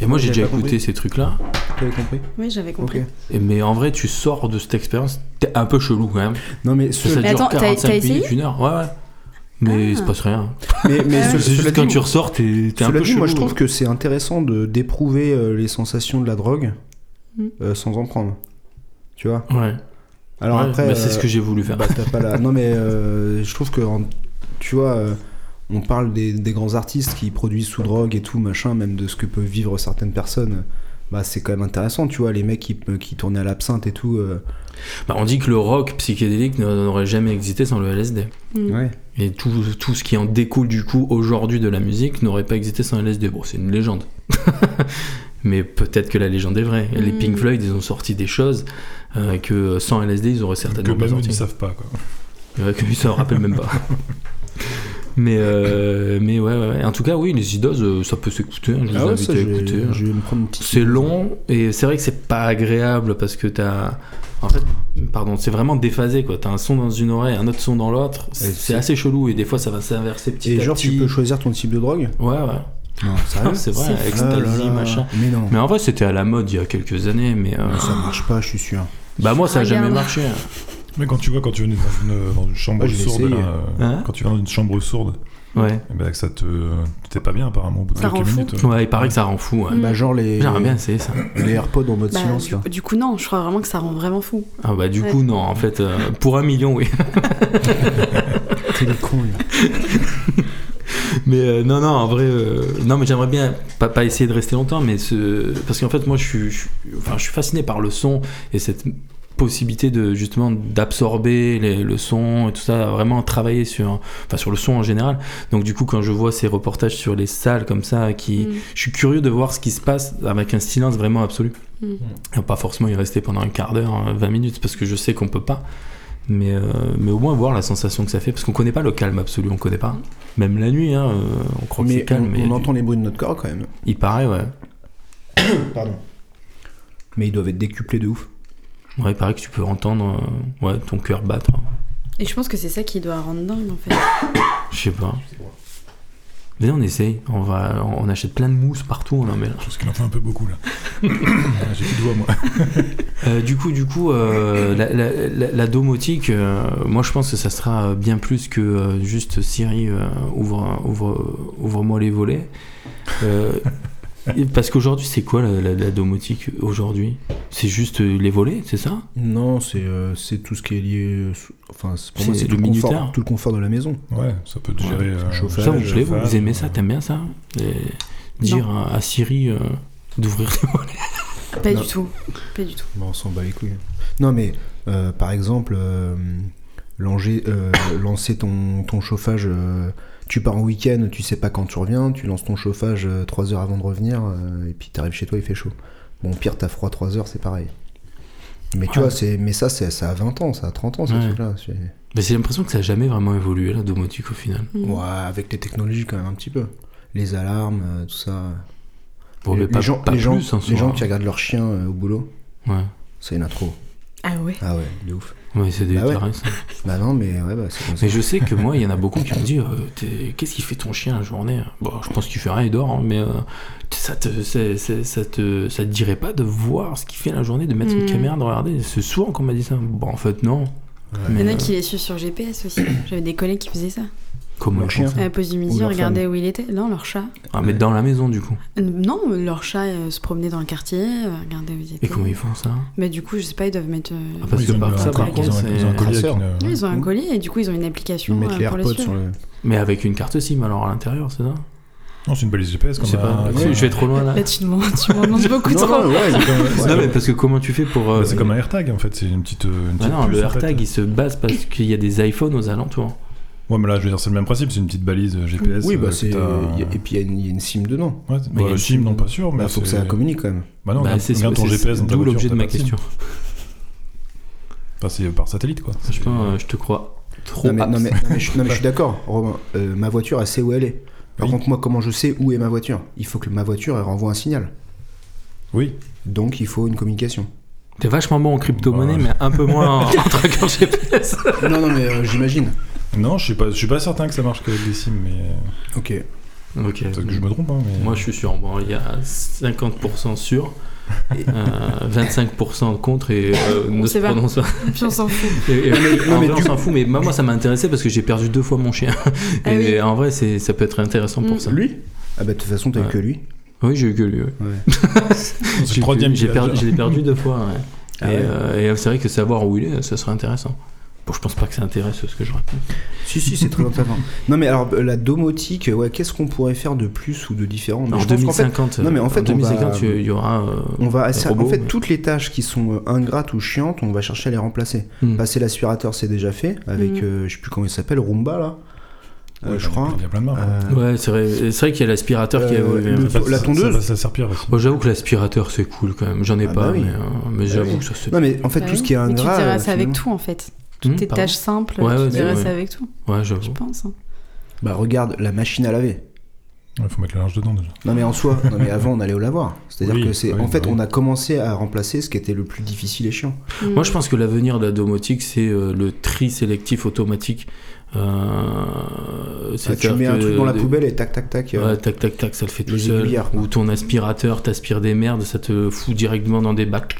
Speaker 1: Et moi, j'ai
Speaker 3: J'avais
Speaker 1: déjà
Speaker 3: pas
Speaker 1: écouté
Speaker 3: compris.
Speaker 1: ces trucs-là.
Speaker 3: Tu avais compris
Speaker 2: Oui, j'avais
Speaker 3: Ok.
Speaker 2: compris.
Speaker 1: Et- Mais en vrai, tu sors de cette expérience, t'es un peu chelou quand même.
Speaker 3: Non mais
Speaker 1: Ça,
Speaker 3: ce,
Speaker 1: ça
Speaker 2: Mais
Speaker 1: dure
Speaker 2: attends, t'as-
Speaker 1: 45
Speaker 2: t'as essayé
Speaker 1: minutes, une heure. Ouais, ouais. Mais
Speaker 2: Ah.
Speaker 1: il se passe rien.
Speaker 3: mais, mais ce-
Speaker 1: C'est
Speaker 3: cela
Speaker 1: juste quand
Speaker 3: dit,
Speaker 1: tu ressors, t'es t'es un
Speaker 3: cela
Speaker 1: peu
Speaker 3: dit,
Speaker 1: chelou. hein.
Speaker 3: moi je trouve que c'est intéressant de d'éprouver euh, les sensations de la drogue
Speaker 2: Mm.
Speaker 3: euh, sans en prendre. Tu vois
Speaker 1: Ouais.
Speaker 3: Alors
Speaker 1: Ouais,
Speaker 3: après,
Speaker 1: bah, c'est
Speaker 3: euh,
Speaker 1: ce que j'ai voulu faire.
Speaker 3: Bah, t'as pas la- Non, mais euh, je trouve que, en- tu vois, euh, on parle des, des grands artistes qui produisent sous drogue et tout, machin, même de ce que peuvent vivre certaines personnes. Bah, c'est quand même intéressant, tu vois, les mecs qui, euh, qui tournaient à l'absinthe et tout. euh,
Speaker 1: Bah, on dit que le rock psychédélique n'aurait jamais existé sans le LSD.
Speaker 2: Mm.
Speaker 3: ouais.
Speaker 1: Et tout, tout ce qui en découle du coup aujourd'hui de la musique n'aurait pas existé sans LSD. Bon, c'est une légende. Mais peut-être que la légende est vraie. Les
Speaker 2: Mm.
Speaker 1: Pink Floyd, ils ont sorti des choses euh, que sans LSD, ils auraient
Speaker 4: Que
Speaker 1: certainement pas
Speaker 4: même eux, ils
Speaker 1: sorti.
Speaker 4: ne savent pas. Quoi.
Speaker 1: Ouais, que ils s'en rappellent même pas. mais, euh, mais ouais, ouais, ouais. En tout cas, oui, les idos, euh, ça peut s'écouter. hein. Je vous
Speaker 3: Ah ouais,
Speaker 1: invite
Speaker 3: ça,
Speaker 1: à
Speaker 3: j'ai-
Speaker 1: écouter.
Speaker 3: je vais me prendre une petite-
Speaker 1: C'est long et c'est vrai que c'est pas agréable parce que t'as. En fait, pardon, c'est vraiment déphasé quoi. T'as un son dans une oreille, un autre son dans l'autre. C'est
Speaker 3: c'est-
Speaker 1: c'est assez chelou et des fois ça va s'inverser petit
Speaker 3: Et
Speaker 1: à
Speaker 3: genre,
Speaker 1: petit.
Speaker 3: tu peux choisir ton type de drogue
Speaker 1: Ouais, ouais.
Speaker 3: Non, sérieux
Speaker 1: c'est vrai,
Speaker 2: C'est
Speaker 1: ecstasy,
Speaker 3: Ah là là.
Speaker 1: machin.
Speaker 3: Mais non,
Speaker 1: Mais en vrai, c'était à la mode il y a quelques années, mais. euh,
Speaker 3: ça marche pas, je suis sûr.
Speaker 1: Bah, moi, ça a jamais
Speaker 2: Regarde.
Speaker 1: marché. hein.
Speaker 4: Mais quand tu vois, quand tu vas dans une, dans une chambre
Speaker 3: Ah, je l'ai
Speaker 4: sourde,
Speaker 3: essayé.
Speaker 4: là, euh,
Speaker 1: Hein
Speaker 4: quand tu vas dans une chambre sourde,
Speaker 1: Ouais.
Speaker 4: eh ben, que ça te. T'es pas bien apparemment au bout de
Speaker 2: Ça rend
Speaker 4: quelques
Speaker 2: fou.
Speaker 4: minutes.
Speaker 1: Ouais, il paraît que ça rend fou. ouais.
Speaker 2: Mm.
Speaker 3: Bah, genre les,
Speaker 1: J'aimerais bien essayer ça.
Speaker 3: les AirPods en mode
Speaker 2: Bah,
Speaker 3: silence,
Speaker 2: du,
Speaker 3: là.
Speaker 2: du coup, non, je crois vraiment que ça rend vraiment fou.
Speaker 1: Ah, bah, du
Speaker 2: Ouais.
Speaker 1: coup, non, en fait, euh, pour un million, oui.
Speaker 3: T'es des cons, là.
Speaker 1: Mais euh, non, non, en vrai, euh, non, mais j'aimerais bien pas, pas essayer de rester longtemps, mais ce, parce qu'en fait, moi, je suis, je suis- enfin, je suis fasciné par le son et cette possibilité de justement d'absorber les- le son et tout ça, vraiment travailler sur, enfin, sur le son en général. Donc, du coup, quand je vois ces reportages sur les salles comme ça, qui,
Speaker 2: Mm.
Speaker 1: je suis curieux de voir ce qui se passe avec un silence vraiment absolu.
Speaker 2: Mm.
Speaker 1: Et Pas forcément y rester pendant un quart d'heure, hein, 20 minutes, parce que je sais qu'on peut pas. Mais, euh, mais au moins voir la sensation que ça fait, parce qu'on connaît pas le calme absolu, on connaît pas. Même la nuit, hein, euh, on croit que
Speaker 3: Mais
Speaker 1: c'est calme,
Speaker 3: on-
Speaker 1: mais
Speaker 3: on entend les bruits de notre corps, quand même.
Speaker 1: il paraît, ouais.
Speaker 3: Pardon. Mais ils doivent être décuplés de ouf.
Speaker 1: Ouais, il paraît que tu peux entendre euh, ouais, ton cœur battre.
Speaker 2: Et je pense que c'est ça qui doit rendre dingue en fait.
Speaker 1: Je sais pas. Venez, on essaye. On, va, on achète plein de mousse partout, on en met là.
Speaker 4: Parce qu'il en fait un peu beaucoup là. Ah, J'ai plus de voix moi.
Speaker 1: Euh, du coup, du coup euh, la, la- la- la domotique, euh, moi je pense que ça sera bien plus que euh, juste Siri, euh, ouvre, ouvre, ouvre-moi les volets. Euh, et parce qu'aujourd'hui, c'est quoi la, la- la domotique aujourd'hui C'est juste euh, les volets, c'est ça
Speaker 3: Non, c'est euh, c'est tout ce qui est lié. euh, sous- Enfin, c'est- pour moi,
Speaker 1: C'est
Speaker 3: c'est
Speaker 1: le
Speaker 3: tout, le confort-
Speaker 1: minuteur.
Speaker 3: tout le confort de la maison.
Speaker 4: Ouais, ça peut te
Speaker 1: Ouais,
Speaker 4: gérer.
Speaker 3: c'est
Speaker 4: euh,
Speaker 3: chauffage,
Speaker 1: Ça, vous, plaît, vous,
Speaker 4: chauffage,
Speaker 1: vous aimez ça
Speaker 4: euh,
Speaker 1: T'aimes bien ça Et Dire à, à Siri euh, d'ouvrir les volets
Speaker 2: Pas
Speaker 3: Non.
Speaker 2: du tout. Pas du tout.
Speaker 3: Bon, on s'en bat les couilles. Non, mais euh, par exemple, euh, langer- euh, lancer ton, ton chauffage. euh, tu pars en week-end, tu sais pas quand tu reviens, tu lances ton chauffage 3 heures avant de revenir, euh, et puis t'arrives chez toi, il fait chaud. Bon, au pire, t'as froid 3 heures, c'est pareil. Mais tu
Speaker 1: Ouais.
Speaker 3: vois, c'est, mais ça, c'est, ça a 20 ans, ça a 30 ans, ce
Speaker 1: Ouais.
Speaker 3: truc-là. c'est-
Speaker 1: Mais j'ai l'impression que ça n'a jamais vraiment évolué, la domotique, au final.
Speaker 2: Mm.
Speaker 3: Ouais, avec les technologies, quand même, un petit peu. Les alarmes, euh, tout ça.
Speaker 1: Bon, mais
Speaker 3: les,
Speaker 1: pas,
Speaker 3: gens,
Speaker 1: pas
Speaker 3: les gens-
Speaker 1: plus, hein, en
Speaker 3: les
Speaker 1: soi.
Speaker 3: gens qui regardent leur chien euh, au boulot,
Speaker 1: Ouais,
Speaker 3: c'est une intro.
Speaker 2: Ah ouais
Speaker 3: Ah ouais, de ouf.
Speaker 1: ouais c'est hein.
Speaker 3: Bah ouais.
Speaker 1: dégueulasse.
Speaker 3: Bah non, mais ouais, bah, c'est comme ça.
Speaker 1: Mais je sais que moi, il y en a beaucoup qui me disent euh, T'es- Qu'est-ce qu'il fait ton chien la journée Bon, je pense qu'il fait rien, il dort, hein, mais euh, ça, te, c'est- c'est- ça, te, ça te dirait pas de voir ce qu'il fait la journée, de mettre une
Speaker 2: Mm.
Speaker 1: caméra, de regarder C'est souvent qu'on m'a dit ça. Bon, en fait, non.
Speaker 2: Il
Speaker 1: Mais,
Speaker 2: y en a
Speaker 1: euh,
Speaker 2: qui les suivent sur GPS aussi. J'avais des collègues qui faisaient ça.
Speaker 1: Comment
Speaker 3: Leur
Speaker 1: ils font
Speaker 3: chien.
Speaker 1: ça
Speaker 2: À la pause du
Speaker 3: Ou
Speaker 2: midi,
Speaker 3: leur
Speaker 2: regardaient où il était. Non, leur chat.
Speaker 1: Ah, mais dans la maison, du coup.
Speaker 2: Euh, Non, leur chat euh, se promenait dans le quartier, euh, regardait où il était.
Speaker 1: Et comment ils font ça
Speaker 2: Mais du coup, je sais pas, ils doivent mettre. euh,
Speaker 1: Ah, parce
Speaker 4: ils
Speaker 1: que
Speaker 4: ont
Speaker 1: par-
Speaker 4: un-
Speaker 1: ça, par
Speaker 4: ils ont
Speaker 1: contre,
Speaker 4: un- ils ont un
Speaker 1: c'est-
Speaker 4: collier avec
Speaker 3: Traceur.
Speaker 4: une, euh,
Speaker 2: Oui, ils ont un collier et du coup, ils ont une application
Speaker 3: Mettre
Speaker 2: euh,
Speaker 3: les
Speaker 2: pour les
Speaker 3: AirPods
Speaker 2: suivre.
Speaker 3: sur le.
Speaker 1: Mais avec une carte SIM alors à l'intérieur, c'est ça
Speaker 4: Non, c'est une balise GPS
Speaker 1: Je
Speaker 4: comme
Speaker 1: sais pas.
Speaker 4: un-
Speaker 1: Tu sais, Je vais trop loin là.
Speaker 2: Là, tu m'en tu m'en demandes beaucoup
Speaker 3: Non,
Speaker 2: trop.
Speaker 3: non, ouais,
Speaker 4: C'est comme- c'est
Speaker 1: Non, mais
Speaker 4: comme-
Speaker 1: parce que comment tu fais pour. euh,
Speaker 4: bah, C'est comme un AirTag en fait, c'est une petite. euh,
Speaker 1: Ah
Speaker 4: une petite
Speaker 1: non, le
Speaker 4: puce, en fait.
Speaker 1: AirTag il se base parce qu'il y a des iPhones aux alentours.
Speaker 4: Ouais, mais là, je veux dire, c'est le même principe, c'est une petite balise euh, GPS.
Speaker 3: Oui,
Speaker 4: euh,
Speaker 3: bah
Speaker 4: que
Speaker 3: c'est.
Speaker 4: t'as-
Speaker 3: y a- Et puis il y a une- il y, a une sim dedans.
Speaker 4: Ouais,
Speaker 1: Mais il y a
Speaker 4: bah,
Speaker 1: une-
Speaker 4: SIM, non, pas sûr, mais.
Speaker 3: Il faut que ça communique quand même.
Speaker 4: Bah non,
Speaker 1: Bah,
Speaker 4: regarde
Speaker 1: c'est
Speaker 4: regarde ton
Speaker 1: c'est-
Speaker 4: GPS dans ta
Speaker 1: d'où
Speaker 4: voiture,
Speaker 1: l'objet de
Speaker 4: t'as
Speaker 1: ma
Speaker 4: pas SIM.
Speaker 1: question.
Speaker 4: Enfin, c'est par satellite quoi. C'est-
Speaker 1: Franchement, euh, je te crois trop.
Speaker 3: non, mais,
Speaker 1: apte.
Speaker 3: non, mais, non, mais je, non, mais je suis d'accord, Romain. Euh, ma voiture, elle sait où elle est. Par
Speaker 4: Oui.
Speaker 3: contre, moi, comment je sais où est ma voiture Il faut que ma voiture, elle renvoie un signal.
Speaker 4: Oui,
Speaker 3: Donc, il faut une communication.
Speaker 1: T'es vachement bon en crypto-monnaie,
Speaker 4: Ouais.
Speaker 1: mais un peu moins en, en tracker GPS.
Speaker 3: non, non, mais euh, j'imagine.
Speaker 4: non, je suis pas, je suis pas certain que ça marche qu'avec des SIM, mais euh,
Speaker 3: Ok.
Speaker 1: ok.
Speaker 4: peut-être que je me trompe. Hein, mais...
Speaker 1: Moi, je suis sûr. Bon, il y a 50% sûr, et, euh, 25% contre et euh,
Speaker 2: On
Speaker 1: ne
Speaker 2: sait
Speaker 1: se
Speaker 2: pas.
Speaker 1: prononce pas.
Speaker 2: Puis on s'en fout.
Speaker 1: Et- et-
Speaker 3: non,
Speaker 1: en
Speaker 3: mais
Speaker 1: vrai, on
Speaker 3: du-
Speaker 1: s'en fout, mais moi, moi, ça m'a intéressé parce que j'ai perdu deux fois mon chien.
Speaker 2: Ah
Speaker 1: et
Speaker 2: oui.
Speaker 1: en vrai, c'est- ça peut être intéressant
Speaker 2: Mm.
Speaker 1: pour ça.
Speaker 3: Lui Ah, bah, de toute façon, t'as eu
Speaker 1: Ouais.
Speaker 3: que lui.
Speaker 1: Oui, j'ai eu que lui. ouais.
Speaker 4: c'est
Speaker 1: J'ai
Speaker 4: le troisième.
Speaker 1: j'ai
Speaker 4: qui
Speaker 1: perdu,
Speaker 4: l'a
Speaker 1: je l'ai perdu deux fois. ouais.
Speaker 3: Ah
Speaker 1: et
Speaker 3: ouais.
Speaker 1: euh, et c'est vrai que savoir où il est, ça serait intéressant. Bon, je pense pas que ça intéresse ce que je raconte.
Speaker 3: Si, si, c'est très intéressant. Non, mais alors, euh, la domotique, ouais, qu'est-ce qu'on pourrait faire de plus ou de différent Mais
Speaker 1: En
Speaker 3: je pense qu'en fait,
Speaker 1: 2050,
Speaker 3: non, mais en
Speaker 1: euh,
Speaker 3: fait, on
Speaker 1: 2050,
Speaker 3: va-
Speaker 1: tu- il y aura. euh,
Speaker 3: On va assez-
Speaker 1: robot,
Speaker 3: en fait,
Speaker 1: mais-
Speaker 3: toutes les tâches qui sont euh, ingrates ou chiantes, on va chercher à les remplacer.
Speaker 1: Hmm.
Speaker 3: Passer l'aspirateur, c'est déjà fait avec,
Speaker 2: Mm.
Speaker 3: euh, je sais plus comment il s'appelle, Roomba là,
Speaker 4: déjà.
Speaker 3: Euh, je crois.
Speaker 4: Il y a plein de marques.
Speaker 3: Euh,
Speaker 1: Ouais, c'est vrai, c'est vrai qu'il y a l'aspirateur qui a
Speaker 3: Euh,
Speaker 1: évolué.
Speaker 3: le-
Speaker 1: hein.
Speaker 4: Ça-
Speaker 3: la
Speaker 4: ça-
Speaker 3: tondeuse.
Speaker 4: Ça va s'asservir aussi.
Speaker 1: Bon, j'avoue que l'aspirateur c'est cool quand même. J'en ai
Speaker 3: Ah
Speaker 1: pas,
Speaker 3: bah oui.
Speaker 1: mais, euh, mais j'avoue
Speaker 3: oui.
Speaker 1: que ça c'est.
Speaker 3: Non mais en fait
Speaker 2: Bah
Speaker 3: tout
Speaker 2: oui.
Speaker 3: ce qui est
Speaker 2: Mais
Speaker 3: ingrat.
Speaker 2: tu dirais
Speaker 3: euh,
Speaker 2: ça avec
Speaker 3: finalement-
Speaker 2: tout en fait.
Speaker 1: Hmm,
Speaker 2: Tes
Speaker 1: pardon
Speaker 2: tâches simples,
Speaker 1: Ouais, ouais,
Speaker 2: tu dirais
Speaker 1: ouais.
Speaker 2: ça avec tout,
Speaker 1: Ouais,
Speaker 2: je
Speaker 1: j'avoue.
Speaker 2: pense. hein.
Speaker 3: Bah regarde la machine à laver.
Speaker 4: Il faut mettre le linge dedans déjà.
Speaker 3: Non mais en soi, non mais avant on allait au lavoir. C'est-à-dire
Speaker 4: Oui,
Speaker 3: que c'est,
Speaker 4: oui,
Speaker 3: en fait,
Speaker 4: bah oui.
Speaker 3: on a commencé à remplacer ce qui était le plus difficile et chiant.
Speaker 2: Hmm.
Speaker 1: Moi, je pense que l'avenir de la domotique, c'est euh, le tri sélectif automatique. Euh,
Speaker 3: Ah, tu
Speaker 1: c'est-à-dire
Speaker 3: mets un
Speaker 1: que
Speaker 3: truc dans la
Speaker 1: des-
Speaker 3: poubelle et tac tac tac. euh,
Speaker 1: Ouais, tac, tac, tac, ça le fait tout
Speaker 3: les
Speaker 1: seul.
Speaker 3: aiguillards, quoi.
Speaker 1: Ou ton aspirateur, t'aspires des merdes, ça te fout directement dans des bacs.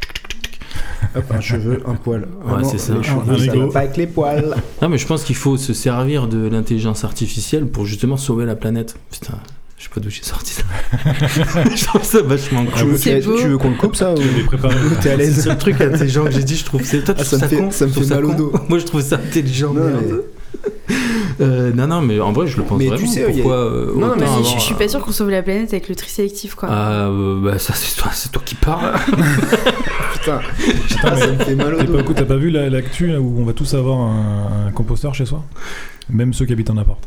Speaker 3: hop, un cheveu, un poil.
Speaker 1: Ouais,
Speaker 3: Ah non,
Speaker 1: c'est ça.
Speaker 3: les cheveux,
Speaker 4: Un
Speaker 3: ça
Speaker 4: ego.
Speaker 3: va pas avec les poils.
Speaker 1: Non, mais je pense qu'il faut se servir de l'intelligence artificielle pour justement sauver la planète. Putain, je sais pas d'où j'ai sorti ça. je trouve ça vachement
Speaker 3: tu,
Speaker 1: cool.
Speaker 3: veux,
Speaker 2: C'est
Speaker 3: tu-
Speaker 2: beau.
Speaker 3: tu veux qu'on le coupe ça ou
Speaker 4: Il est préparé.
Speaker 3: t'es
Speaker 1: C'est
Speaker 3: à
Speaker 1: le
Speaker 3: l'aise
Speaker 1: seul truc intelligent que j'ai dit, je trouve. C'est... Toi, tu
Speaker 3: Ah, ça
Speaker 1: trouves
Speaker 3: me
Speaker 1: ça
Speaker 3: fait-
Speaker 1: con
Speaker 3: ça me
Speaker 1: tu trouves
Speaker 3: fait mal au
Speaker 1: con
Speaker 3: dos.
Speaker 1: Moi, je trouve ça intelligent,
Speaker 3: Non,
Speaker 1: merde.
Speaker 3: mais-
Speaker 1: Euh, non, non, mais en vrai, je le pense
Speaker 3: Mais tu
Speaker 1: vraiment.
Speaker 3: sais, il y a-
Speaker 1: Pourquoi euh,
Speaker 3: Non, non,
Speaker 1: autant
Speaker 3: mais
Speaker 2: Mais
Speaker 1: avoir-
Speaker 2: je, je suis pas sûre qu'on sauve la planète avec le tri sélectif quoi.
Speaker 1: Ah, euh, bah ça, c'est toi, c'est toi qui parles.
Speaker 3: Putain, Ah, ça me fait mal au
Speaker 4: T'as pas,
Speaker 3: dos.
Speaker 4: écoute, t'as pas vu la- l'actu là, où on va tous avoir un, un composteur chez soi Même ceux qui habitent en appart.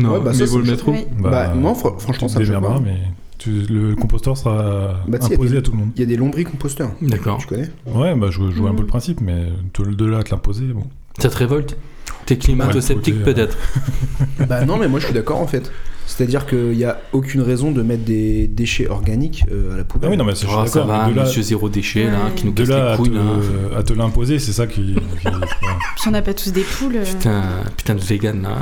Speaker 1: Non,
Speaker 3: Ouais, bah,
Speaker 1: mais
Speaker 3: ça,
Speaker 1: vaut
Speaker 3: ça
Speaker 1: le
Speaker 3: me
Speaker 1: métro.
Speaker 2: Ouais.
Speaker 3: Bah, non, fr- franchement,
Speaker 4: tu
Speaker 3: ça
Speaker 4: te
Speaker 3: me choque
Speaker 4: démerderas,
Speaker 3: pas.
Speaker 4: mais tu- le composteur sera
Speaker 3: Bah, tu sais, y a
Speaker 4: imposé
Speaker 3: des-
Speaker 4: à tout le monde.
Speaker 3: Il y a des lombris composteurs.
Speaker 1: D'accord.
Speaker 3: Tu connais
Speaker 4: Ouais, bah, je, je vois
Speaker 3: Mm.
Speaker 4: un peu
Speaker 2: Mhm.
Speaker 4: le principe, mais te- de là à te l'imposer, bon.
Speaker 1: Ça te révolte T'es climato-sceptique
Speaker 4: Ouais, euh, faut dire.
Speaker 1: peut-être
Speaker 3: Bah non, mais moi je suis d'accord en fait. C'est-à-dire qu'il n'y a aucune raison de mettre des déchets organiques euh, à la
Speaker 4: Ah
Speaker 3: poubelle.
Speaker 4: oui, non, mais c'est- je suis
Speaker 1: Ah, ça
Speaker 4: d'accord.
Speaker 1: va,
Speaker 4: mais de là,
Speaker 1: monsieur zéro déchet, là,
Speaker 2: Ouais.
Speaker 1: qui nous
Speaker 4: de
Speaker 1: casse
Speaker 4: là
Speaker 1: les
Speaker 4: à,
Speaker 1: couilles,
Speaker 4: te,
Speaker 1: là.
Speaker 4: à te l'imposer, c'est ça qui. qui- ouais.
Speaker 2: Puis on n'a pas tous des poules. euh.
Speaker 1: Putain, putain de vegan, là.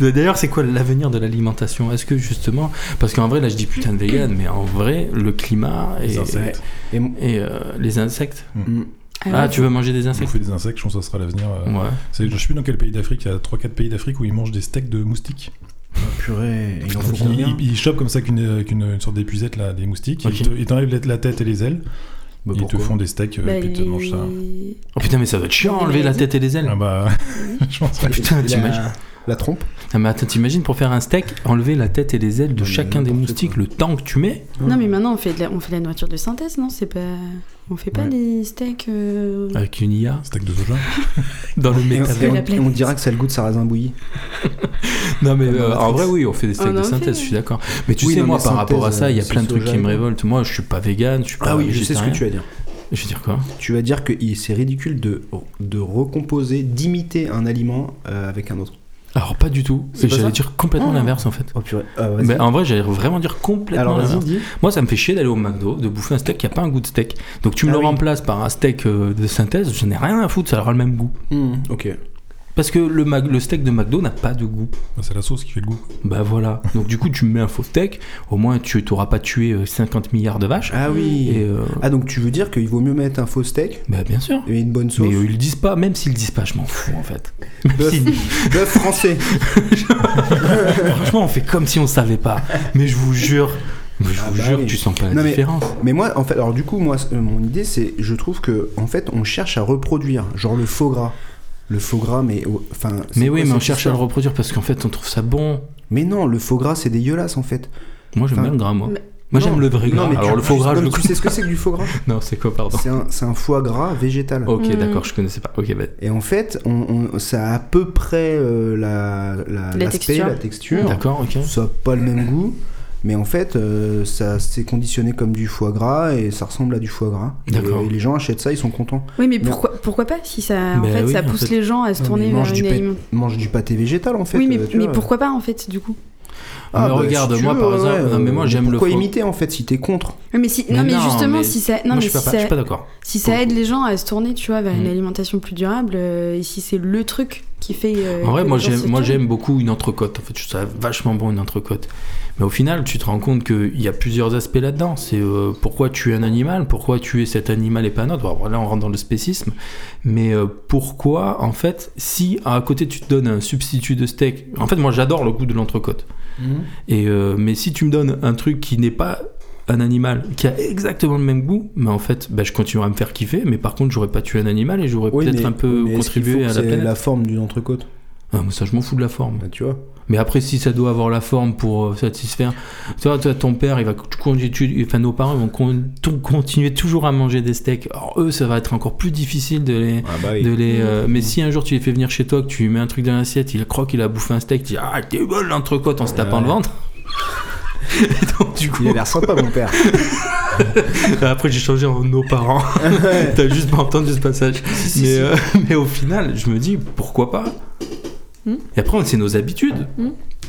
Speaker 1: D'ailleurs, c'est quoi l'avenir de l'alimentation Est-ce que justement, parce qu'en vrai, là, je dis putain de vegan, mais en vrai, le climat et
Speaker 4: Les insectes.
Speaker 3: Et mon-
Speaker 1: et, euh, les insectes.
Speaker 3: Mm.
Speaker 1: Ah,
Speaker 2: bah,
Speaker 1: tu veux manger des
Speaker 4: On
Speaker 1: insectes
Speaker 4: fait des insectes, je pense que ça sera l'avenir. euh,
Speaker 1: Ouais.
Speaker 4: c'est- Je sais plus dans quel pays d'Afrique, il y a 3-4 pays d'afrique où ils mangent des steaks de moustiques.
Speaker 3: Ah, Purée, il en faut
Speaker 4: Ils,
Speaker 3: combien
Speaker 4: ils- ils chopent comme ça qu'une euh, qu'une- une sorte d'épuisette, là, des moustiques.
Speaker 1: Ok.
Speaker 4: Ils te- Ils t'enlèvent la- la tête et les ailes.
Speaker 3: Bah,
Speaker 4: ils te
Speaker 3: pourquoi
Speaker 4: font des steaks euh, et puis ils te mangent ça.
Speaker 1: Oh putain, mais ça doit être chiant,
Speaker 2: Des
Speaker 1: enlever la
Speaker 2: maladies.
Speaker 1: tête et les ailes.
Speaker 4: Ah bah, je pense pas.
Speaker 1: Putain,
Speaker 3: Et la-
Speaker 1: t'imagines
Speaker 3: La trompe
Speaker 1: Ah, mais attends, t'imagines pour faire un steak, enlever la tête et les ailes de
Speaker 3: Non, mais
Speaker 1: chacun des
Speaker 3: n'importe
Speaker 1: moustiques,
Speaker 3: quoi.
Speaker 1: le temps que tu mets
Speaker 2: Non, mais maintenant, on fait, de la, on fait de la nourriture de synthèse, non C'est pas... On fait pas
Speaker 4: Ouais.
Speaker 2: des steaks... euh,
Speaker 1: avec une IA
Speaker 4: Steak de soja. bah,
Speaker 1: dans le
Speaker 3: Et on,
Speaker 1: métavers.
Speaker 3: et on-
Speaker 2: La planète.
Speaker 3: et on dirait que ça a le goût de sarrasin bouilli.
Speaker 1: Non mais
Speaker 3: Comme dans
Speaker 1: euh, en
Speaker 3: Matrix.
Speaker 1: vrai oui, on fait des steaks
Speaker 2: On en
Speaker 1: de
Speaker 2: fait,
Speaker 1: synthèse,
Speaker 2: oui.
Speaker 1: je suis d'accord. Mais tu
Speaker 3: Oui,
Speaker 1: sais
Speaker 3: non,
Speaker 1: moi
Speaker 3: mais
Speaker 1: par rapport à
Speaker 3: synthèse,
Speaker 1: ça, il y a
Speaker 3: euh,
Speaker 1: plein de
Speaker 3: c'est
Speaker 1: trucs qui
Speaker 3: soja.
Speaker 1: me révoltent. Moi je suis pas vegan, je suis pas
Speaker 3: Ah oui, je sais ce que
Speaker 1: végétarien.
Speaker 3: tu vas dire.
Speaker 1: Je veux dire quoi
Speaker 3: Tu vas dire qu'il c'est ridicule de, de recomposer, d'imiter un aliment euh, avec un autre.
Speaker 1: Alors pas du tout.
Speaker 3: C'est pas
Speaker 1: J'allais
Speaker 3: ça
Speaker 1: dire complètement
Speaker 3: Ah.
Speaker 1: l'inverse en fait.
Speaker 3: Oh purée. Ah, vas-y.
Speaker 1: Mais en vrai j'allais vraiment dire complètement hein.
Speaker 3: Alors vas-y,
Speaker 1: l'inverse.
Speaker 3: dis.
Speaker 1: Moi ça me fait chier d'aller au McDo, de bouffer un steak qui a pas un goût de steak. Donc tu me
Speaker 3: Ah
Speaker 1: le
Speaker 3: oui.
Speaker 1: remplaces par un steak euh, de synthèse, je n'ai rien à foutre, ça aura le même goût.
Speaker 3: Hmm, ok.
Speaker 1: Parce que le, Mac- le steak de McDo n'a pas de goût.
Speaker 4: Bah, c'est la sauce qui fait le goût.
Speaker 1: Bah voilà. Donc du coup, tu me mets un faux steak, au moins tu t'auras pas tué euh, 50 milliards de vaches.
Speaker 3: Ah oui.
Speaker 1: Et euh,
Speaker 3: Ah donc tu veux dire qu'il vaut mieux mettre un faux steak
Speaker 1: bah bien sûr.
Speaker 3: et une bonne
Speaker 1: Mais
Speaker 3: sauce
Speaker 1: euh, ils le disent pas, même s'ils le disent pas, je m'en fous en fait. Même
Speaker 3: Bœuf.
Speaker 1: s'ils-
Speaker 3: Bœuf français.
Speaker 1: Franchement, on fait comme si on savait pas. Mais je vous jure, mais je
Speaker 3: Ah
Speaker 1: vous
Speaker 3: bah
Speaker 1: jure,
Speaker 3: oui.
Speaker 1: tu sens pas la
Speaker 3: Non, mais-
Speaker 1: différence.
Speaker 3: Mais moi, en fait, alors du coup, moi, euh, mon idée, c'est, je trouve que, en fait, on cherche à reproduire, genre le faux gras, le faux gras, mais, au- enfin. c'est
Speaker 1: Mais
Speaker 3: quoi
Speaker 1: oui, mais on
Speaker 3: cette
Speaker 1: cherche à le
Speaker 3: histoire
Speaker 1: reproduire parce qu'en fait, on trouve ça bon.
Speaker 3: Mais non, le faux gras, c'est dégueulasse, en fait.
Speaker 1: Moi, j'aime
Speaker 3: Enfin,
Speaker 1: bien le gras, moi.
Speaker 2: mais-
Speaker 1: Moi,
Speaker 3: Non,
Speaker 1: j'aime le vrai gras.
Speaker 3: non, mais tu-
Speaker 1: Alors le faux
Speaker 3: tu-
Speaker 1: gras, je
Speaker 3: non,
Speaker 1: le
Speaker 3: tu sais ce que c'est que du faux gras
Speaker 1: Non, c'est quoi, pardon
Speaker 3: C'est un, c'est un foie gras végétal.
Speaker 1: Ok,
Speaker 2: Mm.
Speaker 1: d'accord, je connaissais pas. Ok, bah,
Speaker 3: Et en fait, on, on- ça a à peu près euh, la, la, l'aspect,
Speaker 2: texture. Mmh.
Speaker 3: la texture.
Speaker 1: d'accord, ok.
Speaker 3: Ça n'a pas le même goût, mais en fait, euh, ça c'est conditionné comme du foie gras et ça ressemble à du foie gras.
Speaker 1: D'accord.
Speaker 3: Et, et les gens achètent ça, ils sont contents.
Speaker 2: Oui, mais
Speaker 3: Non.
Speaker 2: pourquoi, pourquoi pas Si ça, en
Speaker 1: Bah
Speaker 2: fait,
Speaker 1: oui,
Speaker 2: ça
Speaker 1: en
Speaker 2: pousse
Speaker 1: fait.
Speaker 2: les gens à se
Speaker 3: Non, mais
Speaker 2: tourner
Speaker 3: mange
Speaker 2: vers
Speaker 3: du
Speaker 2: une
Speaker 3: pain.
Speaker 2: aliment-
Speaker 3: Ils mangent du pâté végétal, en fait.
Speaker 2: Oui, mais,
Speaker 3: euh, tu
Speaker 2: mais
Speaker 3: vois. Ah, bah,
Speaker 2: pourquoi pas, en fait, du coup
Speaker 1: Mais regarde,
Speaker 3: tu
Speaker 1: moi, par exemple, non, mais moi,
Speaker 3: euh,
Speaker 1: j'aime le
Speaker 3: Pourquoi
Speaker 1: faux-
Speaker 3: imiter en fait si t'es contre
Speaker 2: Oui, mais si,
Speaker 1: Mais
Speaker 2: non, mais
Speaker 1: non,
Speaker 2: justement,
Speaker 1: mais-
Speaker 2: si ça, non,
Speaker 1: Moi,
Speaker 2: mais
Speaker 1: je suis
Speaker 2: si
Speaker 1: pas- je
Speaker 2: ça,
Speaker 1: suis pas d'accord.
Speaker 2: si ça aide les gens à se tourner, tu vois, vers une
Speaker 1: Mm.
Speaker 2: alimentation plus durable, euh, et si c'est le truc qui fait. euh,
Speaker 1: En vrai,
Speaker 2: que
Speaker 1: moi
Speaker 2: les gens
Speaker 1: j'aime,
Speaker 2: se
Speaker 1: moi
Speaker 2: tournent.
Speaker 1: j'aime beaucoup une entrecôte. En fait, je trouve ça vachement bon une entrecôte. Mais au final, tu te rends compte qu'il y a plusieurs aspects là-dedans. C'est euh, pourquoi tuer un animal, pourquoi tuer cet animal et pas un autre. Bon, alors là, on rentre dans le spécisme. Mais euh, pourquoi, en fait, si à côté tu te donnes un substitut de steak. En fait, moi j'adore le goût de l'entrecôte. Et euh, mais si tu me donnes un truc qui n'est pas un animal qui a exactement le même goût, mais en fait, bah, je continuerai à me faire kiffer. Mais par contre, j'aurais pas tué un animal et j'aurais peut-être un peu contribué à la
Speaker 3: C'est
Speaker 1: planète.
Speaker 3: la forme d'une entrecôte,
Speaker 1: Ah, mais ça, je m'en fous de la forme.
Speaker 3: bah, tu vois.
Speaker 1: Mais après, si ça doit avoir la forme pour euh, satisfaire, toi, toi, ton père, il va continuer, enfin, nos parents ils vont con- tout- continuer toujours à manger des steaks. Alors eux, ça va être encore plus difficile de les,
Speaker 3: Ah bah
Speaker 1: de les. euh, mais si un jour tu les fais venir chez toi, que tu lui mets un truc dans l'assiette, il croit qu'il a bouffé un steak, tu dis ah t'es bon l'entrecôte en se tapant
Speaker 3: Ouais.
Speaker 1: le ventre. Et donc du coup,
Speaker 3: Il a l'air sympa, mon père.
Speaker 1: après j'ai changé en nos parents. T'as juste pas entendu ce passage.
Speaker 3: si,
Speaker 1: mais,
Speaker 3: si.
Speaker 1: euh, mais au final, je me dis pourquoi pas.
Speaker 2: Hmm.
Speaker 1: Et après, c'est nos habitudes.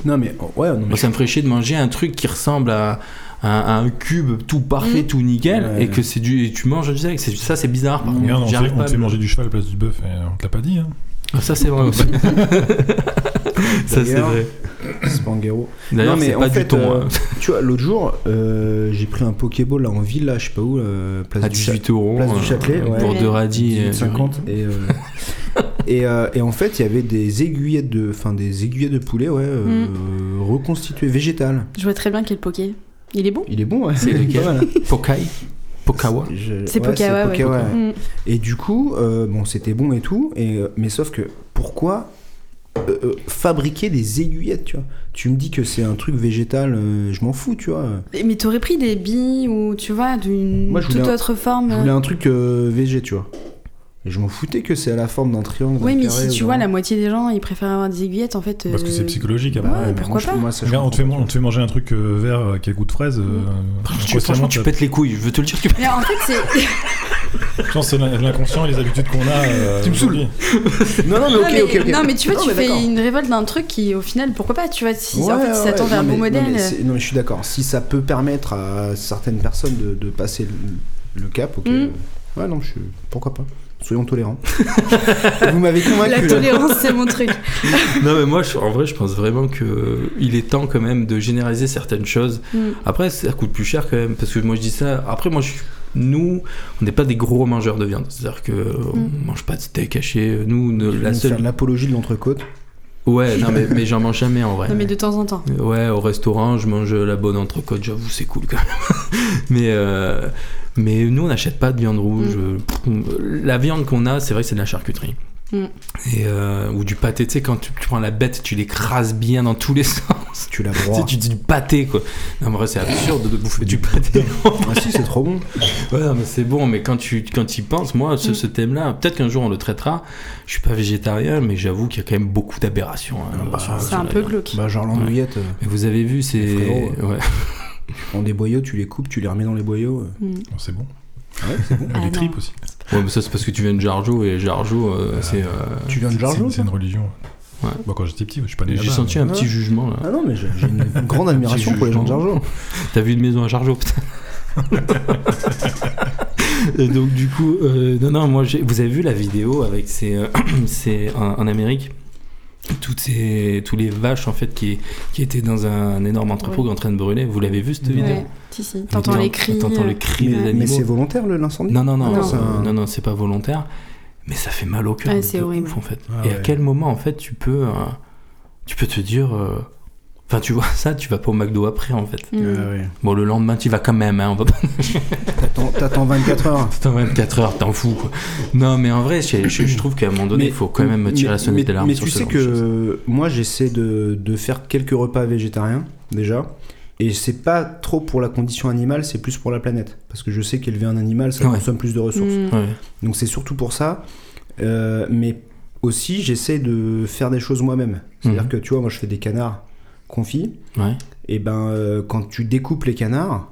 Speaker 3: non, mais oh, ouais, non, mais
Speaker 1: Moi, ça me ferait chier de manger un truc qui ressemble à, à- à un cube tout parfait,
Speaker 2: Mm.
Speaker 1: tout nickel,
Speaker 3: Mmh. Ouais.
Speaker 1: et que c'est du, et tu manges du steak. C'est- Ça, c'est bizarre. Par
Speaker 4: Regarde,
Speaker 1: contre, j'y
Speaker 4: on, te fait-
Speaker 1: arrive
Speaker 4: on
Speaker 1: pas.
Speaker 4: te fait manger du cheval à la place du bœuf, et on te l'a pas dit. Hein.
Speaker 1: Ah, ça, c'est vrai aussi. ça, c'est
Speaker 3: D'ailleurs-
Speaker 1: vrai.
Speaker 3: Spanguero.
Speaker 1: D'ailleurs,
Speaker 3: Non, mais
Speaker 1: c'est
Speaker 3: en
Speaker 1: pas
Speaker 3: fait,
Speaker 1: du thon.
Speaker 3: euh,
Speaker 1: hein.
Speaker 3: Tu vois, l'autre jour, euh, j'ai pris un Pokéball là, en ville, là, je sais pas où, euh, place,
Speaker 1: À
Speaker 3: du Cha-
Speaker 1: 18 euros.
Speaker 3: place du
Speaker 1: euh,
Speaker 3: Châtelet, ouais.
Speaker 1: Pour deux radis. et-
Speaker 3: 50 et, euh, et, euh, et en fait il y avait des aiguillettes de enfin des aiguillettes de poulet ouais euh,
Speaker 2: Mm.
Speaker 3: reconstituées végétales
Speaker 2: Je vois très bien quel poké. Il est bon
Speaker 3: il est bon ouais
Speaker 1: C'est lequel
Speaker 3: Pas mal. hein.
Speaker 1: Pokai. Pokawa.
Speaker 3: Je-
Speaker 2: C'est
Speaker 3: ouais,
Speaker 2: Pokawa, ouais.
Speaker 3: Pokawa, ouais.
Speaker 2: Mm.
Speaker 3: et du coup euh, bon c'était bon et tout et euh, mais sauf que pourquoi euh, euh, fabriquer des aiguillettes tu vois tu me dis que c'est un truc végétal euh, je m'en fous tu vois
Speaker 2: Mais- Mais t'aurais pris des billes ou, tu vois, d'une
Speaker 3: Moi, je
Speaker 2: toute
Speaker 3: voulais un-
Speaker 2: autre forme.
Speaker 3: je voulais un truc euh, végé tu vois et je m'en foutais que c'est à la forme d'un triangle d'un
Speaker 2: Oui, mais
Speaker 3: carré,
Speaker 2: si tu
Speaker 3: ou
Speaker 2: vois,
Speaker 3: d'un-
Speaker 2: la moitié des gens, ils préfèrent avoir des aiguillettes, en fait.
Speaker 4: Parce que c'est
Speaker 2: euh,
Speaker 4: psychologique
Speaker 3: Bah
Speaker 4: après.
Speaker 3: ouais, mais
Speaker 2: pourquoi
Speaker 3: moi, je-
Speaker 2: pas
Speaker 3: moi, ça, je
Speaker 4: Regarde, on te, fait,
Speaker 3: comprends
Speaker 4: man- on te fait manger un truc euh, vert euh, qui a goût de fraise. euh,
Speaker 1: Tu- Franchement,
Speaker 4: inconsciemment,
Speaker 1: tu
Speaker 4: t'as-
Speaker 1: pètes les couilles. Je veux te le dire. Tu...
Speaker 2: Mais en fait, c'est.
Speaker 4: Je pense que c'est l'in- l'inconscient et les habitudes qu'on a. euh,
Speaker 3: Tu me saoules.
Speaker 4: aujourd'hui.
Speaker 3: pas. non non mais
Speaker 2: Non,
Speaker 3: ok
Speaker 2: mais,
Speaker 3: ok, ok
Speaker 2: non, mais tu vois,
Speaker 3: Non,
Speaker 2: tu
Speaker 3: mais
Speaker 2: fais
Speaker 3: d'accord.
Speaker 2: une révolte d'un truc qui, au final, pourquoi pas Tu vois, si
Speaker 3: Ouais,
Speaker 2: en fait, si ça
Speaker 3: ouais,
Speaker 2: tend
Speaker 3: non,
Speaker 2: vers un
Speaker 3: mais-
Speaker 2: bon modèle.
Speaker 3: Non mais,
Speaker 2: euh,
Speaker 3: c'est- non, mais je suis d'accord. Si ça peut permettre à certaines personnes de, de passer le, le cap, ok.
Speaker 2: Mm.
Speaker 3: Ouais, non, je suis- pourquoi pas. Soyons tolérants. Vous m'avez
Speaker 2: La
Speaker 3: convaincu. là.
Speaker 2: tolérance, c'est mon truc.
Speaker 1: Non, mais moi, je- en vrai, je pense vraiment que euh, il est temps quand même de généraliser certaines choses.
Speaker 2: Mm.
Speaker 1: Après, ça coûte plus cher quand même, parce que moi, je dis ça. Après, moi, je suis- nous, on n'est pas des gros mangeurs de viande. C'est-à-dire que
Speaker 2: Mm.
Speaker 1: on mange pas de steak haché. Nous, ne-
Speaker 3: Ils
Speaker 1: la
Speaker 3: vont
Speaker 1: seule.
Speaker 3: faire de l'apologie de l'entrecôte.
Speaker 1: Ouais, non, mais, mais j'en mange jamais en vrai.
Speaker 2: Non, mais de temps en temps.
Speaker 1: Ouais, au restaurant, je mange la bonne entrecôte, j'avoue, c'est cool quand même. mais, euh, mais nous, on n'achète pas de viande rouge. Euh, La viande qu'on a, c'est vrai que c'est de la charcuterie.
Speaker 2: Mm.
Speaker 1: Et, euh, ou du pâté, tu sais, quand tu, tu prends la bête, tu l'écrases bien dans tous les sens.
Speaker 3: Tu la
Speaker 1: Tu sais,
Speaker 3: broies.
Speaker 1: tu dis du pâté, quoi. Non, mais en vrai, c'est absurde de bouffer du pâté.
Speaker 3: ah si, c'est trop bon.
Speaker 1: ouais, non, mais c'est bon, mais quand tu quand y penses, moi, ce,
Speaker 2: Mm.
Speaker 1: ce thème-là, peut-être qu'un jour on le traitera. Je suis pas végétarien, mais j'avoue qu'il y a quand même beaucoup d'aberrations. hein,
Speaker 3: Ah, bah,
Speaker 1: sur-
Speaker 2: C'est
Speaker 1: sur
Speaker 2: un
Speaker 1: la
Speaker 2: peu
Speaker 1: viande.
Speaker 2: glauque.
Speaker 3: Bah genre l'andouillette, euh,
Speaker 1: Mais vous avez vu, c'est.
Speaker 3: Les frérots,
Speaker 1: ouais.
Speaker 3: tu prends des boyaux, tu les coupes, tu les remets dans les boyaux. euh.
Speaker 2: Mm.
Speaker 4: Bon, c'est bon.
Speaker 3: Ouais, c'est bon.
Speaker 4: Et
Speaker 2: Ah,
Speaker 4: les
Speaker 2: non.
Speaker 4: tripes aussi.
Speaker 1: Ouais, mais ça c'est parce que tu viens de Jarjo et Jarjo, euh,
Speaker 3: Ah,
Speaker 1: c'est. euh,
Speaker 3: Tu viens de
Speaker 4: C'est-
Speaker 3: Jargeau
Speaker 4: C'est une religion.
Speaker 1: Ouais.
Speaker 4: Bon, quand j'étais petit, je suis pas né
Speaker 1: J'ai
Speaker 4: là-bas,
Speaker 1: senti
Speaker 4: mais-
Speaker 1: un petit
Speaker 3: Ouais.
Speaker 1: jugement là.
Speaker 3: Ah non, mais j'ai j'ai une grande admiration pour les gens de Jargeau.
Speaker 1: T'as vu une maison à Jarjo, putain. Et donc du coup, euh, non, non, moi, j'ai- vous avez vu la vidéo avec ces, euh, ces- en, en Amérique, toutes ces, tous les vaches en fait qui, qui étaient dans un énorme entrepôt en train de brûler. Vous l'avez vu cette
Speaker 3: Ouais.
Speaker 1: vidéo
Speaker 2: Ouais, si, si. T'entends les cris.
Speaker 1: T'entends le
Speaker 2: euh,
Speaker 1: cri des
Speaker 3: Mais,
Speaker 1: animaux.
Speaker 3: mais c'est volontaire le- l'incendie
Speaker 1: Non, non, non,
Speaker 2: Non.
Speaker 1: euh, non,
Speaker 3: Ça-
Speaker 1: non, c'est pas volontaire, mais ça fait mal au cœur.
Speaker 2: Ouais,
Speaker 1: de-
Speaker 2: c'est
Speaker 1: de
Speaker 2: horrible.
Speaker 1: ouf, en fait.
Speaker 4: Ah
Speaker 1: et à
Speaker 4: ouais.
Speaker 1: quel moment, en fait, tu peux, euh, tu peux te dire. euh, Enfin, tu vois ça, tu vas pas au McDo après, en fait.
Speaker 2: mm.
Speaker 3: euh,
Speaker 1: Bon, le lendemain, tu y vas quand même, hein, on va pas.
Speaker 3: T'attends- T'attends 24 heures.
Speaker 1: Putain, 24 heures, t'en fous, quoi. Non, mais en vrai, je, je- je trouve qu'à un moment donné, il faut quand même tirer
Speaker 3: mais-
Speaker 1: la sonnette
Speaker 3: mais-
Speaker 1: d'alarme.
Speaker 3: Mais
Speaker 1: sur
Speaker 3: tu
Speaker 1: ce
Speaker 3: sais
Speaker 1: genre de choses.
Speaker 3: que moi j'essaie de, de faire quelques repas végétariens déjà. Et c'est pas trop pour la condition animale, c'est plus pour la planète. Parce que je sais qu'élever un animal, ça
Speaker 1: Ouais.
Speaker 3: consomme plus de ressources.
Speaker 2: Mm.
Speaker 1: Ouais.
Speaker 3: Donc c'est surtout pour ça. Euh, mais aussi, j'essaie de faire des choses moi-même. C'est-à-dire
Speaker 1: Mhm.
Speaker 3: que tu vois, moi je fais des canards confits.
Speaker 1: Ouais.
Speaker 3: Et ben, euh, quand tu découpes les canards,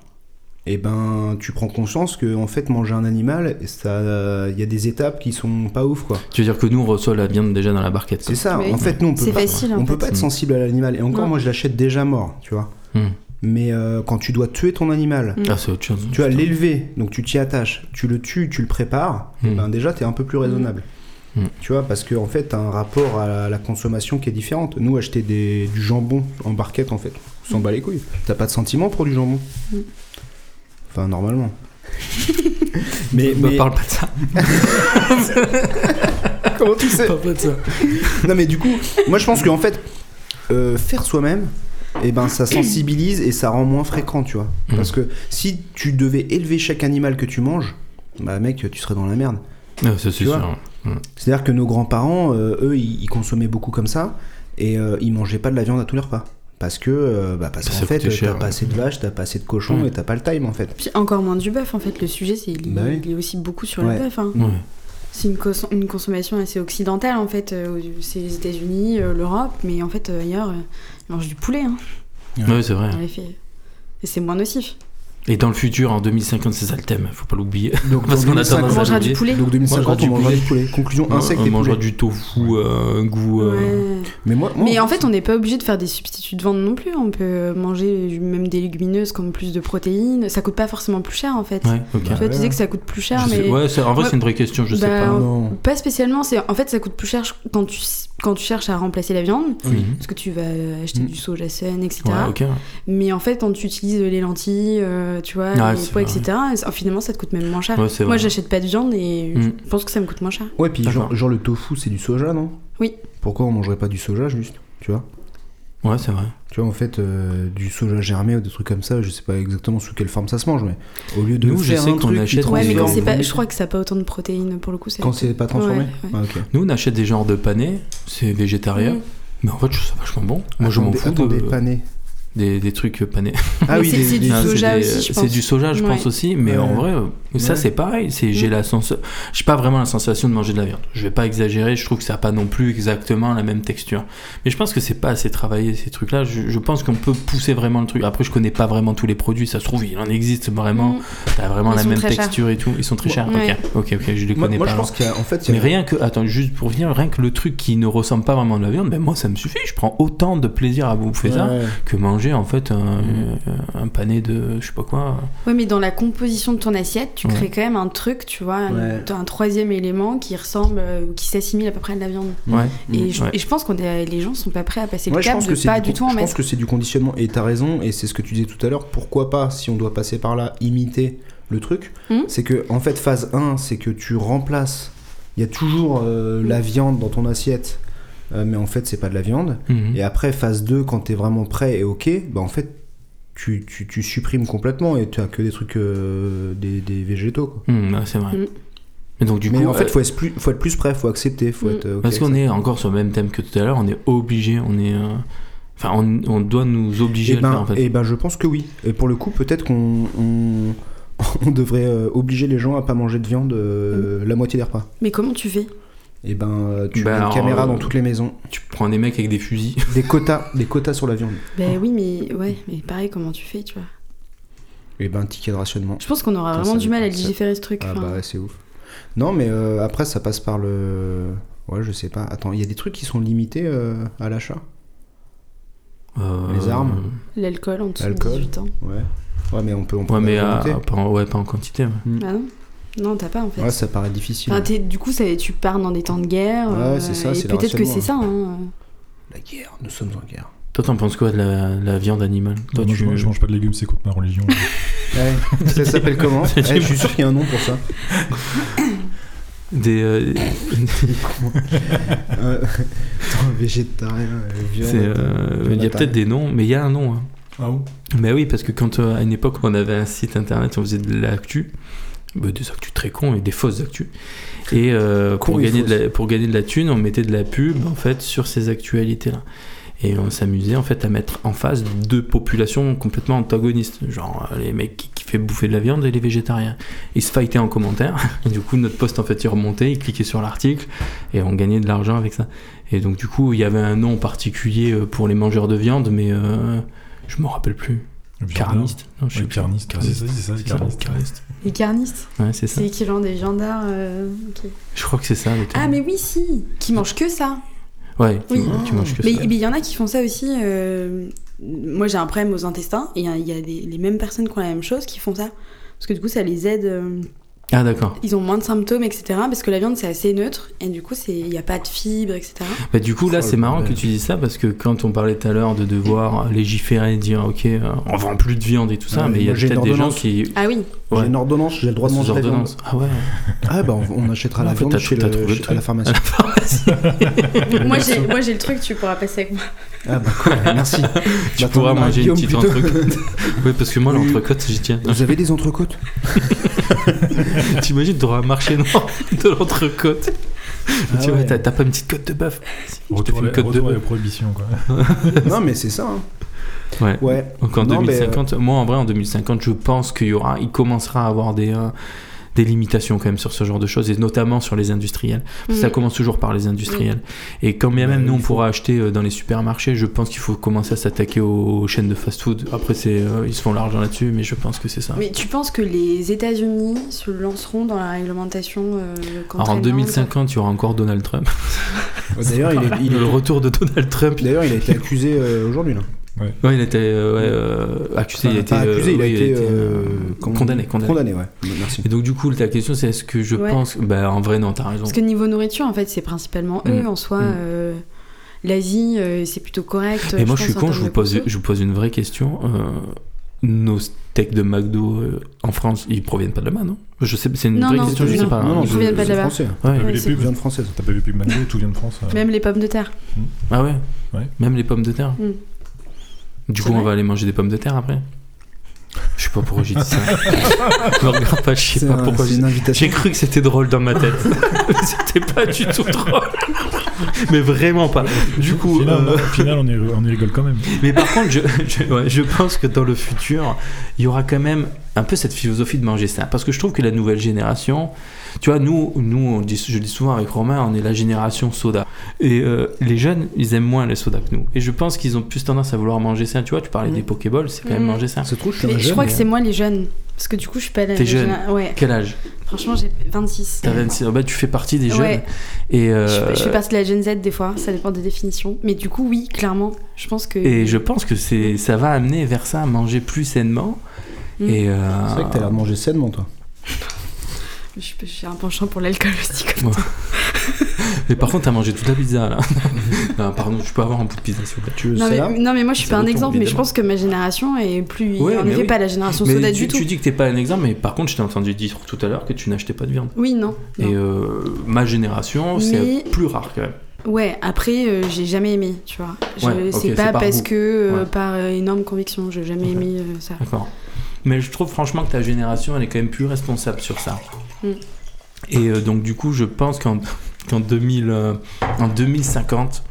Speaker 3: et ben, tu prends conscience que en fait, manger un animal, ça, il y a des étapes qui sont pas ouf, quoi.
Speaker 1: Tu veux dire que nous, on reçoit la viande déjà dans la barquette. quoi.
Speaker 3: C'est ça.
Speaker 2: Oui.
Speaker 3: En fait, nous, on peut
Speaker 2: C'est
Speaker 3: pas,
Speaker 2: facile, en
Speaker 3: on peut
Speaker 2: fait.
Speaker 3: pas être
Speaker 1: Mm.
Speaker 3: sensible à l'animal. Et encore,
Speaker 2: Non.
Speaker 3: moi, je l'achète déjà mort, tu vois.
Speaker 1: Mm.
Speaker 3: Mais euh, quand tu dois tuer ton animal,
Speaker 2: Mm.
Speaker 1: Ah, c'est autre chose.
Speaker 3: tu vas l'élever, donc tu t'y attaches, tu le tues, tu le prépares,
Speaker 1: Mm.
Speaker 3: et ben déjà t'es un peu plus raisonnable.
Speaker 1: Mm.
Speaker 3: Tu vois, parce que en fait, t'as un rapport à la, à la consommation qui est différente. Nous, acheter des, du jambon en barquette, en fait, on s'en bat les couilles. T'as pas de sentiment pour du jambon.
Speaker 2: Mm.
Speaker 3: Enfin, normalement. mais
Speaker 1: Bah,
Speaker 3: mais-
Speaker 1: parle pas de ça.
Speaker 3: comment tu sais
Speaker 1: Parle pas de ça.
Speaker 3: Non, mais du coup, moi je pense qu'en fait, euh, faire soi-même, et ben ça sensibilise et ça rend moins fréquent, tu vois.
Speaker 1: Mhm.
Speaker 3: Parce que si tu devais élever chaque animal que tu manges, bah mec, tu serais dans la merde.
Speaker 1: Ah, ça, c'est
Speaker 3: Tu vois.
Speaker 1: sûr.
Speaker 3: C'est-à-dire que nos grands-parents, euh, eux, ils, ils consommaient beaucoup comme ça et euh, ils mangeaient pas de la viande à tous leurs pas. Parce que, euh, bah, parce
Speaker 1: Ça, ça
Speaker 3: qu'en fait,
Speaker 1: coûtait cher,
Speaker 3: t'as pas
Speaker 1: ouais.
Speaker 3: assez de vaches, t'as pas assez de cochons
Speaker 1: Mhm.
Speaker 3: et t'as pas le time en fait.
Speaker 2: Puis encore moins du bœuf, en fait. Le sujet, c'est il,
Speaker 3: Bah oui.
Speaker 2: il est aussi beaucoup sur
Speaker 3: Ouais.
Speaker 2: le bœuf. hein.
Speaker 1: Ouais. Ouais.
Speaker 2: C'est une, cons- une consommation assez occidentale, en fait. euh, c'est les États-Unis, euh, l'Europe, mais en fait, euh, ailleurs, euh, ils mangent du poulet, hein,
Speaker 1: Ouais, c'est vrai.
Speaker 2: dans les faits. Et c'est moins nocif.
Speaker 1: Et dans le futur, en 2050, c'est ça le thème, faut pas l'oublier.
Speaker 3: Donc,
Speaker 1: Parce qu'on a
Speaker 2: On
Speaker 1: tendance Ça, à
Speaker 2: mangera
Speaker 1: j'ai
Speaker 2: du poulet.
Speaker 3: Donc 2050, on
Speaker 1: Mangera du Hein,
Speaker 3: mangera du poulet. Conclusion, insectes
Speaker 1: on
Speaker 3: et
Speaker 1: mangera
Speaker 3: poulet.
Speaker 1: du tofu, euh, un goût. euh,
Speaker 2: Ouais.
Speaker 3: Mais moi, moi,
Speaker 2: Mais en fait, on n'est pas obligé de faire des substituts de viande non plus. On peut manger même des légumineuses comme plus de protéines. Ça coûte pas forcément plus cher en fait.
Speaker 1: Ouais, ok.
Speaker 2: Tu vois,
Speaker 3: ouais.
Speaker 2: tu disais que ça coûte plus cher,
Speaker 1: Je sais-
Speaker 2: mais
Speaker 1: ouais, c'est- en vrai,
Speaker 2: Ouais.
Speaker 1: c'est une vraie question, je sais
Speaker 2: Bah,
Speaker 1: pas.
Speaker 2: on-
Speaker 3: non.
Speaker 2: pas spécialement. C'est en fait, ça coûte plus cher quand tu quand tu cherches à remplacer la viande.
Speaker 1: Oui.
Speaker 2: Parce que tu vas acheter
Speaker 3: Mm.
Speaker 2: du soja sain, etc.
Speaker 1: Ouais, ok.
Speaker 2: Mais en fait, quand tu utilises les lentilles, euh, tu vois,
Speaker 1: Ah,
Speaker 2: les
Speaker 1: c'est
Speaker 2: pois,
Speaker 1: vrai.
Speaker 2: etc., ça- finalement, ça te coûte même moins cher.
Speaker 1: Ouais, c'est
Speaker 2: Ah, Moi,
Speaker 1: vrai.
Speaker 2: j'achète pas de viande et
Speaker 1: Mm.
Speaker 2: je pense que ça me coûte moins cher.
Speaker 3: Ouais, puis
Speaker 1: D'accord.
Speaker 3: genre, genre le tofu, c'est du soja, non
Speaker 2: Oui.
Speaker 3: Pourquoi on mangerait pas du soja juste Tu vois
Speaker 1: Ouais, c'est vrai.
Speaker 3: Tu vois, en fait, euh, du soja germé ou des trucs comme ça, je sais pas exactement sous quelle forme ça se mange, mais au lieu de
Speaker 1: Nous, je
Speaker 3: faire
Speaker 1: sais
Speaker 3: un
Speaker 1: qu'on
Speaker 3: truc qui
Speaker 1: achète
Speaker 2: Ouais, mais quand c'est
Speaker 3: transforme-
Speaker 2: pas, je crois que ça a pas autant de protéines pour le coup. c'est-
Speaker 3: quand c'est pas transformé.
Speaker 2: Ouais, ouais.
Speaker 3: Ah, ok.
Speaker 1: Nous, on achète des genres de panais, c'est végétarien.
Speaker 2: Mm.
Speaker 1: Mais en fait, je trouve ça vachement bon. Moi, je m'en
Speaker 3: Attendez-
Speaker 1: fous de-
Speaker 3: attendez, pané.
Speaker 1: des, des trucs panés.
Speaker 3: Ah
Speaker 2: Mais
Speaker 3: oui,
Speaker 2: c'est-
Speaker 3: des-
Speaker 2: c'est
Speaker 3: des-
Speaker 2: du
Speaker 1: Non, c'est
Speaker 2: soja
Speaker 1: des- euh,
Speaker 2: aussi, je
Speaker 1: C'est
Speaker 2: pense.
Speaker 1: du soja, je
Speaker 2: Ouais.
Speaker 1: pense aussi. Mais
Speaker 3: Ouais.
Speaker 1: en vrai, euh, ça,
Speaker 3: Ouais.
Speaker 1: c'est pareil. C'est, j'ai,
Speaker 2: Mm.
Speaker 1: la sens... j'ai pas vraiment la sensation de manger de la viande. Je vais pas exagérer, je trouve que ça a pas non plus exactement la même texture. Mais je pense que c'est pas assez travaillé, ces trucs-là. Je, je pense qu'on peut pousser vraiment le truc. Après, je connais pas vraiment tous les produits, ça se trouve, il en existe vraiment.
Speaker 2: Mm.
Speaker 1: T'as vraiment
Speaker 2: Ils
Speaker 1: la
Speaker 2: sont
Speaker 1: même
Speaker 2: très chers.
Speaker 1: texture et tout. Ils sont très chers.
Speaker 2: Ouais.
Speaker 1: Ok, ok, ok, je les
Speaker 3: Moi,
Speaker 1: connais
Speaker 3: moi,
Speaker 1: pas.
Speaker 3: je
Speaker 1: alors.
Speaker 3: pense qu'il y a, en fait, il y
Speaker 1: Mais
Speaker 3: a-
Speaker 1: rien que, attends, juste pour finir, rien que le truc qui ne ressemble pas vraiment à de la viande, ben moi ça me suffit, je prends autant de plaisir à bouffer ça
Speaker 3: Ouais.
Speaker 1: que manger manger en fait un,
Speaker 3: Mm.
Speaker 1: un panier de je sais pas quoi.
Speaker 2: Ouais, mais dans la composition de ton assiette, tu
Speaker 1: Ouais.
Speaker 2: crées quand même un truc, tu vois, un,
Speaker 3: Ouais.
Speaker 2: un troisième élément qui ressemble, euh, ou qui s'assimile à peu près à de la viande.
Speaker 3: Mm.
Speaker 1: Ouais.
Speaker 2: Et, je,
Speaker 1: Ouais.
Speaker 2: et je pense que les gens sont pas prêts à passer le
Speaker 3: Ouais, je
Speaker 2: cap
Speaker 3: pense que
Speaker 2: de
Speaker 3: c'est
Speaker 2: pas du
Speaker 3: du, con-
Speaker 2: tout en
Speaker 3: je pense
Speaker 2: mettre.
Speaker 3: que c'est du conditionnement et t'as raison et c'est ce que tu disais tout à l'heure. Pourquoi pas si on doit passer par là imiter le truc
Speaker 2: Mhm.
Speaker 3: C'est que en fait phase 1 c'est que tu remplaces. Il y a toujours euh, la viande dans ton assiette, euh, mais en fait c'est pas de la viande.
Speaker 1: Mhm.
Speaker 3: Et euh, après phase 2 quand t'es vraiment prêt et ok, bah en fait tu, tu, tu supprimes complètement et tu as que des trucs euh, des, des végétaux. quoi.
Speaker 1: Mhm, ouais, c'est vrai.
Speaker 2: Mhm.
Speaker 1: Mais donc du
Speaker 3: mais
Speaker 1: coup,
Speaker 3: en fait
Speaker 1: euh,
Speaker 3: faut être plus faut être plus prêt, faut accepter, faut
Speaker 2: Mhm.
Speaker 3: être. euh, ok
Speaker 1: parce
Speaker 3: avec
Speaker 1: qu'on
Speaker 3: ça.
Speaker 1: est encore sur le même thème que tout à l'heure, on est obligé, on est, euh, enfin, on, on doit nous obliger
Speaker 3: Eh
Speaker 1: à le
Speaker 3: ben,
Speaker 1: faire en fait.
Speaker 3: eh ben, je pense que oui. Et pour le coup, peut-être qu'on on, on devrait euh, obliger les gens à pas manger de viande euh, la moitié des repas.
Speaker 2: Mais comment tu fais
Speaker 3: Et ben, euh, tu
Speaker 1: Ben
Speaker 3: mets
Speaker 1: alors,
Speaker 3: une caméra
Speaker 1: euh,
Speaker 3: dans toutes les maisons,
Speaker 1: Tu prends des mecs avec des fusils.
Speaker 3: des quotas, des quotas sur la viande.
Speaker 2: Ben oui, mais ouais, mais pareil, comment tu fais, tu vois
Speaker 3: Et ben, ticket de rationnement.
Speaker 2: Je pense qu'on aura
Speaker 3: Putain,
Speaker 2: vraiment
Speaker 3: ça
Speaker 2: du mal à
Speaker 3: dépend, ça-
Speaker 2: digérer ce truc.
Speaker 3: Ah
Speaker 2: enfin.
Speaker 3: bah ouais, c'est ouf. Non, mais euh, après, ça passe par le. Ouais, je sais pas. Attends, il y a des trucs qui sont limités euh, à l'achat.
Speaker 1: Euh,
Speaker 3: Les armes.
Speaker 2: L'alcool en dessous de
Speaker 3: L'alcool.
Speaker 2: 18 ans.
Speaker 3: Ouais. Ouais, mais on peut. On peut
Speaker 1: Ouais, mais à-
Speaker 3: limiter.
Speaker 1: pas, en, ouais, pas en quantité. ouais.
Speaker 3: Mm.
Speaker 2: Ah non Non, t'as pas en fait.
Speaker 3: Ouais, ça paraît difficile.
Speaker 2: Enfin, t'es- du coup, ça, tu pars dans des temps de guerre.
Speaker 3: Ouais,
Speaker 2: euh,
Speaker 3: c'est ça,
Speaker 2: et
Speaker 3: c'est le
Speaker 2: peut-être que
Speaker 3: rationnement,
Speaker 2: c'est ça. hein.
Speaker 3: La guerre, nous sommes en guerre.
Speaker 1: Toi, t'en penses quoi de la, la viande animale Toi,
Speaker 4: Moi,
Speaker 1: tu
Speaker 4: je, mange- je mange pas de légumes, c'est contre ma religion.
Speaker 3: Ouais, ça s'appelle comment
Speaker 1: Ça, tu
Speaker 3: Ouais, Je suis sûr qu'il y a un nom pour ça.
Speaker 1: des, euh,
Speaker 3: Euh, attends, végétarien, euh, viande.
Speaker 1: c'est, euh, il y a
Speaker 3: Jonathan.
Speaker 1: peut-être des noms, mais il y a un nom. hein.
Speaker 4: ah bon
Speaker 1: Mais oui, parce que quand euh, à une époque on avait un site internet, on faisait de l'actu, bah, des actus très cons et des fausses actus. Et euh, pour,
Speaker 3: Cons et
Speaker 1: gagner de la, pour gagner de la thune, on mettait de la pub en fait sur ces actualités-là. Et on s'amusait en fait à mettre en face deux populations complètement antagonistes, genre euh, les mecs qui, qui fait bouffer de la viande et les végétariens. Ils se fightaient en commentaire, et du coup notre poste en fait il remontait, il cliquait sur l'article, et on gagnait de l'argent avec ça. Et donc du coup il y avait un nom particulier euh, pour les mangeurs de viande, mais euh, je m'en rappelle plus. Carniste Non, je
Speaker 4: Ouais,
Speaker 1: sais plus.
Speaker 4: carniste. C'est ça, c'est ça, c'est carniste.
Speaker 1: Carniste.
Speaker 2: Les carnistes,
Speaker 1: Ouais, c'est ça.
Speaker 2: c'est l'équivalent des gendarmes. euh, ok.
Speaker 1: Je crois que c'est ça. le terme.
Speaker 2: Ah, mais oui, si Qui mangent que ça
Speaker 1: Ouais, tu,
Speaker 2: oui.
Speaker 1: tu manges que
Speaker 2: Mais
Speaker 1: ça.
Speaker 2: mais il y en a qui font ça aussi. euh, Moi, j'ai un problème aux intestins et il y a- il y a des- les mêmes personnes qui ont la même chose qui font ça. Parce que du coup, ça les aide. euh,
Speaker 1: Ah, d'accord.
Speaker 2: Ils ont moins de symptômes, etc. Parce que la viande, c'est assez neutre et du coup, c'est- il n'y a pas de fibres, etc.
Speaker 1: Bah, du coup, là,
Speaker 3: Oh,
Speaker 1: c'est
Speaker 3: le
Speaker 1: marrant que
Speaker 3: bordel.
Speaker 1: tu dises ça parce que quand on parlait tout à l'heure de devoir légiférer, dire ok, euh, on vend plus de viande et tout ça,
Speaker 3: Ouais,
Speaker 1: mais il y a
Speaker 3: moi, j'ai
Speaker 1: peut-être
Speaker 3: une
Speaker 1: des gens
Speaker 3: ordonnance.
Speaker 1: qui.
Speaker 2: Ah oui,
Speaker 1: Ouais.
Speaker 3: J'ai une ordonnance, j'ai le droit de
Speaker 1: sous
Speaker 3: manger de la viande.
Speaker 1: ordonnance. Ah ouais.
Speaker 3: Ah bah on, on achètera
Speaker 1: En
Speaker 3: la
Speaker 1: fait,
Speaker 3: viande
Speaker 1: t'as
Speaker 3: chez
Speaker 1: tout- t'as
Speaker 3: le,
Speaker 1: trouvé le
Speaker 3: chez- à
Speaker 1: truc.
Speaker 3: la pharmacie.
Speaker 2: moi j'ai moi, j'ai le truc, tu pourras passer avec moi.
Speaker 3: Ah bah cool, merci.
Speaker 1: Tu
Speaker 3: Bah,
Speaker 1: pourras
Speaker 3: attends,
Speaker 1: manger une
Speaker 3: Guillaume,
Speaker 1: petite
Speaker 3: plutôt.
Speaker 1: entrecôte. ouais, parce que moi,
Speaker 3: Oui.
Speaker 1: l'entrecôte, j'y tiens.
Speaker 3: Vous avez des entrecôtes
Speaker 1: T'imagines, t'auras un marché noir de l'entrecôte.
Speaker 3: Ah
Speaker 1: tu vois,
Speaker 3: ouais.
Speaker 1: t'as t'as pas une petite côte de bœuf Si, Je te fais
Speaker 4: Retour à la-
Speaker 1: une côte de
Speaker 4: retour à la
Speaker 1: bœuf.
Speaker 4: prohibition, quoi.
Speaker 3: Non mais c'est ça. hein.
Speaker 1: Ouais.
Speaker 3: Ouais.
Speaker 1: Donc en
Speaker 3: Non, mais, euh,
Speaker 1: 2050, moi en vrai en 2050, je pense qu'il y aura, il commencera à avoir des, euh, des limitations quand même sur ce genre de choses et notamment sur les industriels. Parce que Ça
Speaker 2: Mhm.
Speaker 1: commence toujours par les industriels. Et quand bien
Speaker 3: Bah,
Speaker 1: même nous
Speaker 3: il
Speaker 1: on
Speaker 3: faut.
Speaker 1: pourra acheter euh, dans les supermarchés, je pense qu'il faut commencer à s'attaquer aux, aux chaînes de fast-food. Après c'est, euh, ils se font l'argent là-dessus, mais je pense que c'est ça.
Speaker 2: Mais tu penses que les États-Unis se lanceront dans la réglementation euh, contre
Speaker 1: Alors en
Speaker 2: la viande
Speaker 1: 2050, il y aura encore Donald Trump.
Speaker 3: euh, D'ailleurs il, est- il est-
Speaker 1: Le retour de Donald Trump.
Speaker 3: d'ailleurs, il a été accusé euh, aujourd'hui là.
Speaker 1: Ouais, il était euh, ouais, euh, accusé,
Speaker 3: Enfin,
Speaker 1: il a été,
Speaker 3: pas accusé,
Speaker 1: euh,
Speaker 3: il a
Speaker 1: oui,
Speaker 3: été
Speaker 1: euh,
Speaker 3: euh, comment-
Speaker 1: condamné, condamné.
Speaker 3: Condamné, ouais. Merci.
Speaker 1: Et donc du coup, ta question c'est est-ce que je
Speaker 2: Ouais.
Speaker 1: pense... Bah en vrai non, t'as raison.
Speaker 2: Parce que niveau nourriture, en fait, c'est principalement eux
Speaker 1: Mm.
Speaker 2: en soi.
Speaker 1: Mm.
Speaker 2: euh, L'Asie, euh, c'est plutôt correct.
Speaker 1: Et moi, je
Speaker 2: pense,
Speaker 1: suis
Speaker 2: en
Speaker 1: con, je
Speaker 2: termes
Speaker 1: vous,
Speaker 2: de
Speaker 1: pose,
Speaker 2: conso.
Speaker 1: je vous pose une vraie question. Euh, nos steaks de McDo euh, en France, ils proviennent pas de là-bas, non Je sais, c'est une
Speaker 2: Non,
Speaker 1: vraie
Speaker 2: non,
Speaker 1: question, je
Speaker 2: non,
Speaker 1: sais pas.
Speaker 2: non,
Speaker 1: hein,
Speaker 2: ils
Speaker 1: je-
Speaker 2: proviennent pas de
Speaker 3: c'est
Speaker 2: là-bas.
Speaker 3: français.
Speaker 1: Ouais.
Speaker 2: Ouais,
Speaker 4: les
Speaker 2: c'est-
Speaker 4: pubs
Speaker 3: Viande française.
Speaker 4: T'as pas vu Pig McDo, tout vient de France. euh.
Speaker 2: Même les pommes de terre.
Speaker 1: Ah ouais.
Speaker 4: Ouais.
Speaker 1: Même les pommes de terre.
Speaker 2: Mm.
Speaker 1: Du
Speaker 2: C'est
Speaker 1: coup, on
Speaker 2: vrai.
Speaker 1: va aller manger des pommes de terre après. Je sais pas pourquoi j'ai dit ça. Me regarde pas, je sais
Speaker 3: C'est
Speaker 1: pas
Speaker 3: un-
Speaker 1: pourquoi
Speaker 3: c'est
Speaker 1: j'ai
Speaker 3: une
Speaker 1: J'ai
Speaker 3: invitation.
Speaker 1: cru que c'était drôle dans ma tête. Mais c'était pas du tout drôle. Mais vraiment pas. Du
Speaker 4: Au
Speaker 1: coup,
Speaker 4: final,
Speaker 1: euh,
Speaker 4: on- au final, on, y, on y rigole quand même.
Speaker 1: Mais par contre, je, je- ouais, je pense que dans le futur, il y aura quand même un peu cette philosophie de manger ça. Parce que je trouve que la nouvelle génération, tu vois, nous, nous on dit, je le dis souvent avec Romain, on est la génération soda. Et euh, les jeunes, ils aiment moins les sodas que nous. Et je pense qu'ils ont plus tendance à vouloir manger ça. Tu vois, tu parlais
Speaker 3: Mm.
Speaker 1: des Pokéballs, c'est quand même
Speaker 2: Mm.
Speaker 1: manger ça.
Speaker 3: Ça se trouve, je suis
Speaker 2: Mais
Speaker 3: un
Speaker 2: je
Speaker 3: jeune.
Speaker 2: crois que c'est moi les jeunes. Parce que du coup, je suis pas la
Speaker 1: T'es jeune.
Speaker 2: généra- Ouais,
Speaker 1: Quel âge
Speaker 2: franchement, j'ai 26.
Speaker 1: T'as 26 ans. Bah, tu fais partie des jeunes.
Speaker 2: Ouais.
Speaker 1: Et, euh,
Speaker 2: Je, suis- je suis partie de la Gen Z des fois, ça dépend des définitions. Mais du coup, oui, clairement, je pense que.
Speaker 1: et je pense que c'est, ça va amener vers ça, à manger plus sainement.
Speaker 2: Mm.
Speaker 1: Et, euh,
Speaker 3: C'est vrai que t'as l'air de manger sainement, toi.
Speaker 2: Je- J'ai un penchant pour l'alcool aussi. comme-
Speaker 1: Mais par contre, t'as mangé toute la pizza là. non, pardon, je peux avoir un bout de pizza s'il vous plaît.
Speaker 3: Tu veux
Speaker 2: Non mais,
Speaker 3: ça
Speaker 2: non mais moi je suis
Speaker 1: Ça
Speaker 2: pas un
Speaker 1: dépend,
Speaker 2: exemple, mais je
Speaker 1: évidemment.
Speaker 2: pense que ma génération est plus
Speaker 1: Ouais,
Speaker 2: en
Speaker 1: mais
Speaker 2: effet
Speaker 1: oui.
Speaker 2: pas la génération soda
Speaker 1: Mais tu,
Speaker 2: du tout.
Speaker 1: tu dis que t'es pas un exemple, mais par contre, je t'ai entendu dire tout à l'heure que tu n'achetais pas de viande.
Speaker 2: Oui non. non.
Speaker 1: Et euh, ma génération, c'est
Speaker 2: Mais-
Speaker 1: plus rare quand même.
Speaker 2: Ouais après euh, j'ai jamais aimé, tu vois. Je-
Speaker 1: Ouais, ok,
Speaker 2: c'est pas
Speaker 1: c'est par
Speaker 2: parce
Speaker 1: goût.
Speaker 2: que euh,
Speaker 1: Ouais.
Speaker 2: par euh, énorme conviction, j'ai jamais
Speaker 1: Ok.
Speaker 2: aimé euh,
Speaker 3: Ah
Speaker 2: ça.
Speaker 1: D'accord. Mais je trouve franchement que ta génération, elle est quand même plus responsable sur ça.
Speaker 2: Mm.
Speaker 1: Et euh, donc, du coup, je pense qu'en qu'en 2000, euh, en 2050,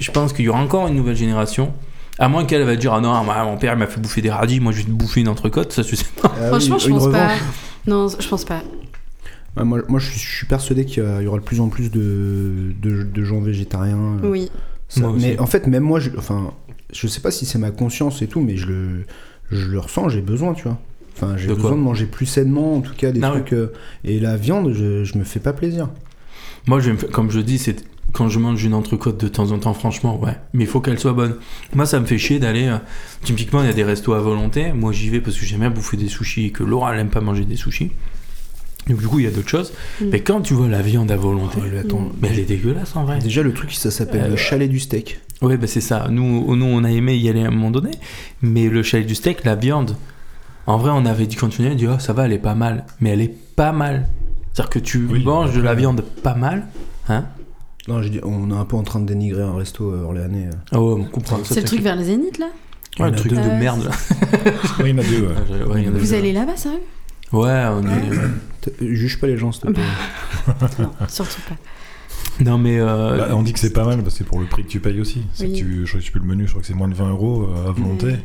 Speaker 1: je pense qu'il y aura encore une nouvelle génération. À moins qu'elle va dire Ah non, moi, mon père il m'a fait bouffer des radis, moi je vais te bouffer une entrecôte, ça tu sais pas.
Speaker 3: Ah oui,
Speaker 2: Franchement je
Speaker 3: une
Speaker 2: pense
Speaker 3: revanche.
Speaker 2: pas. Non je pense pas.
Speaker 3: Ah, moi, moi, je, suis, je suis persuadé qu'il y a- il y aura de plus en plus de, de, de gens végétariens. euh,
Speaker 2: Oui.
Speaker 3: ça-
Speaker 1: Moi aussi.
Speaker 3: mais en fait, même moi, je, enfin, je sais pas si c'est ma conscience et tout, mais je le, je le ressens, j'ai besoin, tu vois. Enfin, j'ai
Speaker 1: De quoi
Speaker 3: besoin de manger plus sainement, en tout cas, des
Speaker 1: Ah
Speaker 3: trucs. euh, et la viande, je, je me fais pas plaisir.
Speaker 1: Moi, je vais me faire- comme je dis, c'est quand je mange une entrecôte de temps en temps, franchement, ouais. Mais il faut qu'elle soit bonne. Moi, ça me fait chier d'aller. euh, typiquement, il y a des restos à volonté. Moi, j'y vais parce que j'aime bien bouffer des sushis et que Laura, elle aime pas manger des sushis. Donc, du coup, il y a d'autres choses.
Speaker 2: Mm.
Speaker 1: Mais quand tu vois la viande à volonté,
Speaker 3: Oh, le- attends.
Speaker 1: Mm. mais elle est dégueulasse en vrai.
Speaker 3: Déjà, le truc, ça s'appelle
Speaker 1: Euh,
Speaker 3: le chalet du steak.
Speaker 1: Ouais, bah, c'est ça. Nous, nous, on a aimé y aller à un moment donné. Mais le chalet du steak, la viande, en vrai, on avait dit continuer. On dit, oh, ça va, elle est pas mal. Mais elle est pas mal. C'est-à-dire que tu
Speaker 4: Oui,
Speaker 1: manges de la
Speaker 4: après-
Speaker 1: viande pas mal. Hein
Speaker 3: Non, je dis, on est un peu en train de dénigrer un resto euh, orléanais. euh.
Speaker 1: Ah ouais, on comprend. Ça,
Speaker 2: C'est le
Speaker 1: t'inquiète.
Speaker 2: truc vers le zénith là
Speaker 1: Ouais, le
Speaker 3: Il y en a
Speaker 1: truc de
Speaker 2: deux. Ah ouais,
Speaker 1: merde là.
Speaker 4: Ouais, il y en a deux, ouais.
Speaker 1: Ouais, il y en a
Speaker 2: Vous
Speaker 1: deux.
Speaker 2: allez là-bas sérieux
Speaker 1: Ouais, on est.
Speaker 3: T- Juge pas les gens, s'il te plaît.
Speaker 2: Non surtout pas.
Speaker 1: Non mais. euh,
Speaker 4: Bah, on dit que c'est pas mal parce que c'est pour le prix que tu payes aussi. C'est
Speaker 2: Oui.
Speaker 4: que tu, je crois que tu peux le menu, je crois que c'est moins de 20 euros euh, à volonté.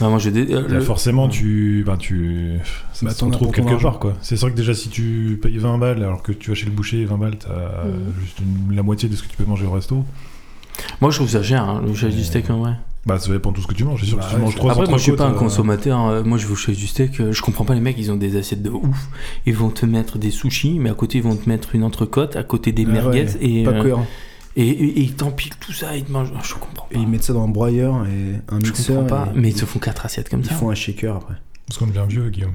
Speaker 1: non, moi, j'ai des- euh,
Speaker 4: Là,
Speaker 1: le-
Speaker 4: forcément, tu, ben, tu, ça
Speaker 3: Bah,
Speaker 4: se
Speaker 3: t'en as
Speaker 4: retrouve
Speaker 3: pour ton
Speaker 4: quelque
Speaker 3: argent.
Speaker 4: part, quoi. C'est sûr que déjà, si tu payes 20 balles alors que tu vas chez le boucher, 20 balles, t'as
Speaker 2: Mhm.
Speaker 4: juste une- la moitié de ce que tu peux manger au resto.
Speaker 1: Moi je trouve ça cher, hein, le chalet du steak en vrai.
Speaker 4: Bah, ça dépend de tout ce que tu manges. C'est sûr
Speaker 3: Bah
Speaker 4: que si tu
Speaker 3: ouais,
Speaker 4: manges
Speaker 3: c'est-
Speaker 4: 3
Speaker 1: Après, moi je suis pas un
Speaker 4: entrecôtes, euh,
Speaker 1: consommateur. euh, moi je vais au chalet du steak, euh, je comprends pas les mecs, ils ont des assiettes de ouf. Ils vont te mettre des sushis, mais à côté ils vont te mettre une entrecôte, à côté des
Speaker 3: Ah
Speaker 1: merguez
Speaker 3: ouais,
Speaker 1: et,
Speaker 3: Pas
Speaker 1: euh,
Speaker 3: cohérent.
Speaker 1: et, et- et ils t'empilent tout ça, ils te mangent. Ah, Je comprends pas.
Speaker 3: Et ils mettent ça dans un broyeur et un
Speaker 1: je
Speaker 3: mixeur.
Speaker 1: comprends pas.
Speaker 3: et
Speaker 1: Mais ils te font quatre assiettes comme
Speaker 3: ils
Speaker 1: ça.
Speaker 3: font un shaker après.
Speaker 4: Parce qu'on devient vieux, Guillaume.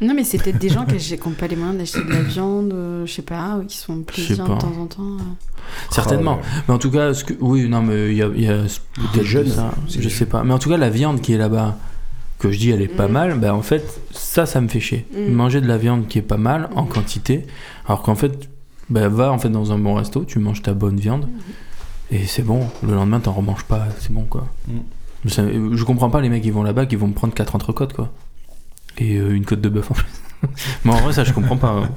Speaker 2: Non mais c'est peut-être des gens qui n'ont pas les moyens d'acheter de la viande, euh, je sais pas, ou qui se font plaisir
Speaker 1: pas.
Speaker 2: de temps en temps. euh.
Speaker 1: Certainement.
Speaker 4: Ah, ouais.
Speaker 1: Mais en tout cas, ce que... oui, non, mais il y a, il y a peut-être
Speaker 3: jeune,
Speaker 1: de ça,
Speaker 3: Ah, c'est
Speaker 1: je
Speaker 3: jeune.
Speaker 1: sais pas. Mais en tout cas, la viande qui est là-bas, que je dis, elle est pas
Speaker 2: Mm.
Speaker 1: mal. Bah en fait, ça, ça me fait chier.
Speaker 2: Mm.
Speaker 1: Manger de la viande qui est pas mal en
Speaker 2: Mm.
Speaker 1: quantité, alors qu'en fait, bah, va en fait dans un bon resto, tu manges ta bonne viande et c'est bon. Le lendemain, t'en remanges pas, c'est bon quoi.
Speaker 3: Mm.
Speaker 1: Mais ça- je comprends pas les mecs qui vont là-bas, qui vont me prendre quatre entrecôtes quoi et euh, une côte de bœuf en plus. mais en vrai, ça, je comprends pas. hein.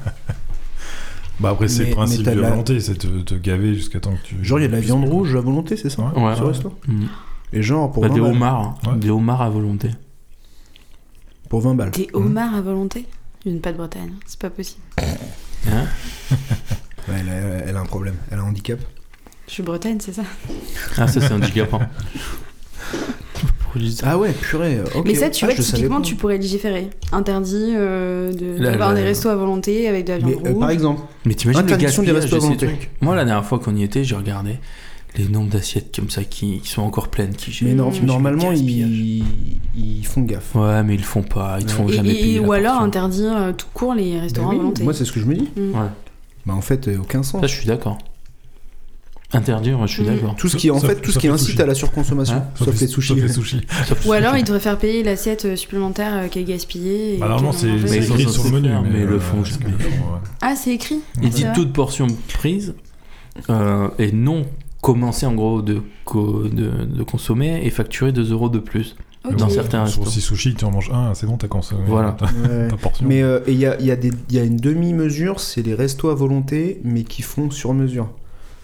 Speaker 4: Bah, après, c'est
Speaker 3: Mais-
Speaker 4: le principe
Speaker 3: mais t'as
Speaker 4: de
Speaker 3: de
Speaker 4: la
Speaker 3: la-
Speaker 4: volonté, c'est de te gaver jusqu'à temps que tu.
Speaker 3: Genre, il y a de la
Speaker 4: puisses-
Speaker 3: viande rouge à volonté, c'est ça
Speaker 4: Ouais.
Speaker 1: Ouais.
Speaker 3: Sur le resto
Speaker 1: Mm.
Speaker 3: Et genre, pour
Speaker 1: Bah,
Speaker 3: 20
Speaker 1: des
Speaker 3: balles.
Speaker 1: homards,
Speaker 4: Ouais.
Speaker 1: des homards à volonté.
Speaker 3: Pour 20 balles.
Speaker 2: Des homards à volonté Une pas de Bretagne, c'est pas possible.
Speaker 1: Hein
Speaker 3: Ouais, elle, a, elle a un problème, elle a un handicap.
Speaker 2: Je suis Bretagne, c'est ça
Speaker 1: Ah, ça, c'est handicapant.
Speaker 3: Ah ouais, purée. ok.
Speaker 2: Mais ça, tu
Speaker 3: Ah,
Speaker 2: vois,
Speaker 3: je savais
Speaker 2: typiquement,
Speaker 3: pas.
Speaker 2: tu pourrais légiférer. Interdit euh, de-
Speaker 1: La-
Speaker 2: d'avoir
Speaker 1: la-
Speaker 2: des restos à volonté avec de la viande
Speaker 3: Mais euh,
Speaker 2: rouge.
Speaker 3: par exemple,
Speaker 1: Mais t'imagines le
Speaker 3: Interdiction des
Speaker 1: gaspillage
Speaker 3: restos
Speaker 1: de ces
Speaker 3: volontés.
Speaker 1: trucs Moi, la dernière fois qu'on y était, j'ai regardé les nombres d'assiettes comme ça qui, qui sont encore pleines. Qui
Speaker 3: mais
Speaker 1: j'ai-
Speaker 3: non,
Speaker 1: j'ai- j'ai-
Speaker 3: normalement,
Speaker 1: gaspillage.
Speaker 3: ils, ils font gaffe.
Speaker 1: Ouais, mais ils le font pas. Ils te font
Speaker 2: Et-
Speaker 1: jamais
Speaker 2: et,
Speaker 1: payer la
Speaker 2: ou alors
Speaker 1: portion.
Speaker 2: interdire euh, tout court les restaurants
Speaker 3: Bah oui,
Speaker 2: à volonté.
Speaker 3: moi, c'est ce que je me dis.
Speaker 2: Mm.
Speaker 1: Ouais.
Speaker 3: Bah en fait, euh, aucun sens.
Speaker 1: Ça, je suis d'accord. Interdire, moi, je suis
Speaker 2: Mm.
Speaker 1: d'accord.
Speaker 3: Tout ce qui, en
Speaker 4: Sauf-
Speaker 3: fait, tout ce
Speaker 4: sauf
Speaker 3: qui
Speaker 4: les
Speaker 3: incite
Speaker 4: sushis.
Speaker 3: à la surconsommation,
Speaker 1: Hein
Speaker 3: sauf, les sushis.
Speaker 4: Sauf les sushis. Bah,
Speaker 2: Ou alors ils devraient faire payer l'assiette supplémentaire euh, qui est gaspillée. et
Speaker 4: Bah, normalement,
Speaker 2: qu'elle en
Speaker 4: c'est
Speaker 2: mangeait.
Speaker 4: c'est
Speaker 1: Mais ils
Speaker 4: écrit
Speaker 1: sont
Speaker 4: sur le
Speaker 1: censés
Speaker 4: menu.
Speaker 1: faire, mais ils le
Speaker 4: euh,
Speaker 1: font
Speaker 4: c'est
Speaker 1: jamais.
Speaker 4: qu'ils le font, ouais.
Speaker 2: Ah, c'est écrit
Speaker 1: Il dit
Speaker 2: C'est vrai.
Speaker 1: toute portion prise euh, et non commencer en gros de, co- de, de consommer et facturer 2 euros de plus.
Speaker 2: Ok.
Speaker 1: Dans certains
Speaker 4: Sur
Speaker 1: restos.
Speaker 4: 6 sushis, tu en manges un, c'est bon, t'as consommé.
Speaker 1: Voilà.
Speaker 4: ta-
Speaker 3: Ouais.
Speaker 4: Ta portion.
Speaker 3: Mais euh, et il y a, il y a des- il y a une demi-mesure, c'est les restos à volonté, mais qui font sur mesure.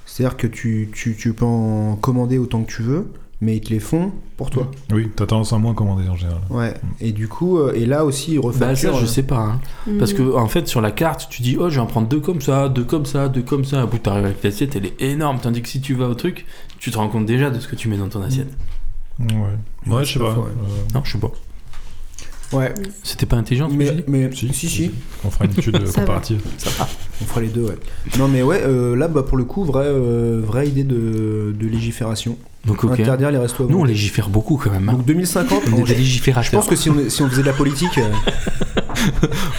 Speaker 3: C'est-à-dire que tu, tu, tu peux en commander autant que tu veux, mais ils te les font pour toi.
Speaker 4: Oui, t'as tendance à moins commander en général.
Speaker 3: Ouais. Et du coup, euh, et là aussi, ils
Speaker 1: Mm. Bah,
Speaker 3: refacturent.
Speaker 1: ça, je
Speaker 3: euh,
Speaker 1: sais pas. hein.
Speaker 2: Mm.
Speaker 1: Parce que en fait sur la carte tu dis oh je vais en prendre deux comme ça, deux comme ça, deux comme ça, à bout t'arrives avec l'assiette elle est énorme, tandis que si tu vas au truc tu te rends compte déjà de ce que tu mets dans ton assiette.
Speaker 4: Ouais. Ouais, je sais
Speaker 3: c'est
Speaker 4: pas.
Speaker 3: pas faux, ouais.
Speaker 4: euh,
Speaker 1: Non je sais pas.
Speaker 3: Ouais,
Speaker 1: C'était pas intelligent ce que j'ai
Speaker 3: mais,
Speaker 1: dit
Speaker 3: mais
Speaker 4: Si.
Speaker 3: si, si, si.
Speaker 4: On fera une étude euh,
Speaker 2: Ça va.
Speaker 4: comparative.
Speaker 3: on fera les deux, ouais. Non, mais ouais, euh, là, bah, pour le coup, vraie, euh, vraie idée de, de légifération.
Speaker 1: Donc, ok.
Speaker 3: Interdire les restos à
Speaker 1: Nous, on
Speaker 3: volonté.
Speaker 1: légifère beaucoup quand même. hein.
Speaker 3: Donc 2050,
Speaker 1: On est
Speaker 3: on-
Speaker 1: des
Speaker 3: je je
Speaker 1: légiférateurs.
Speaker 3: pense que si on, si on faisait de la politique, euh,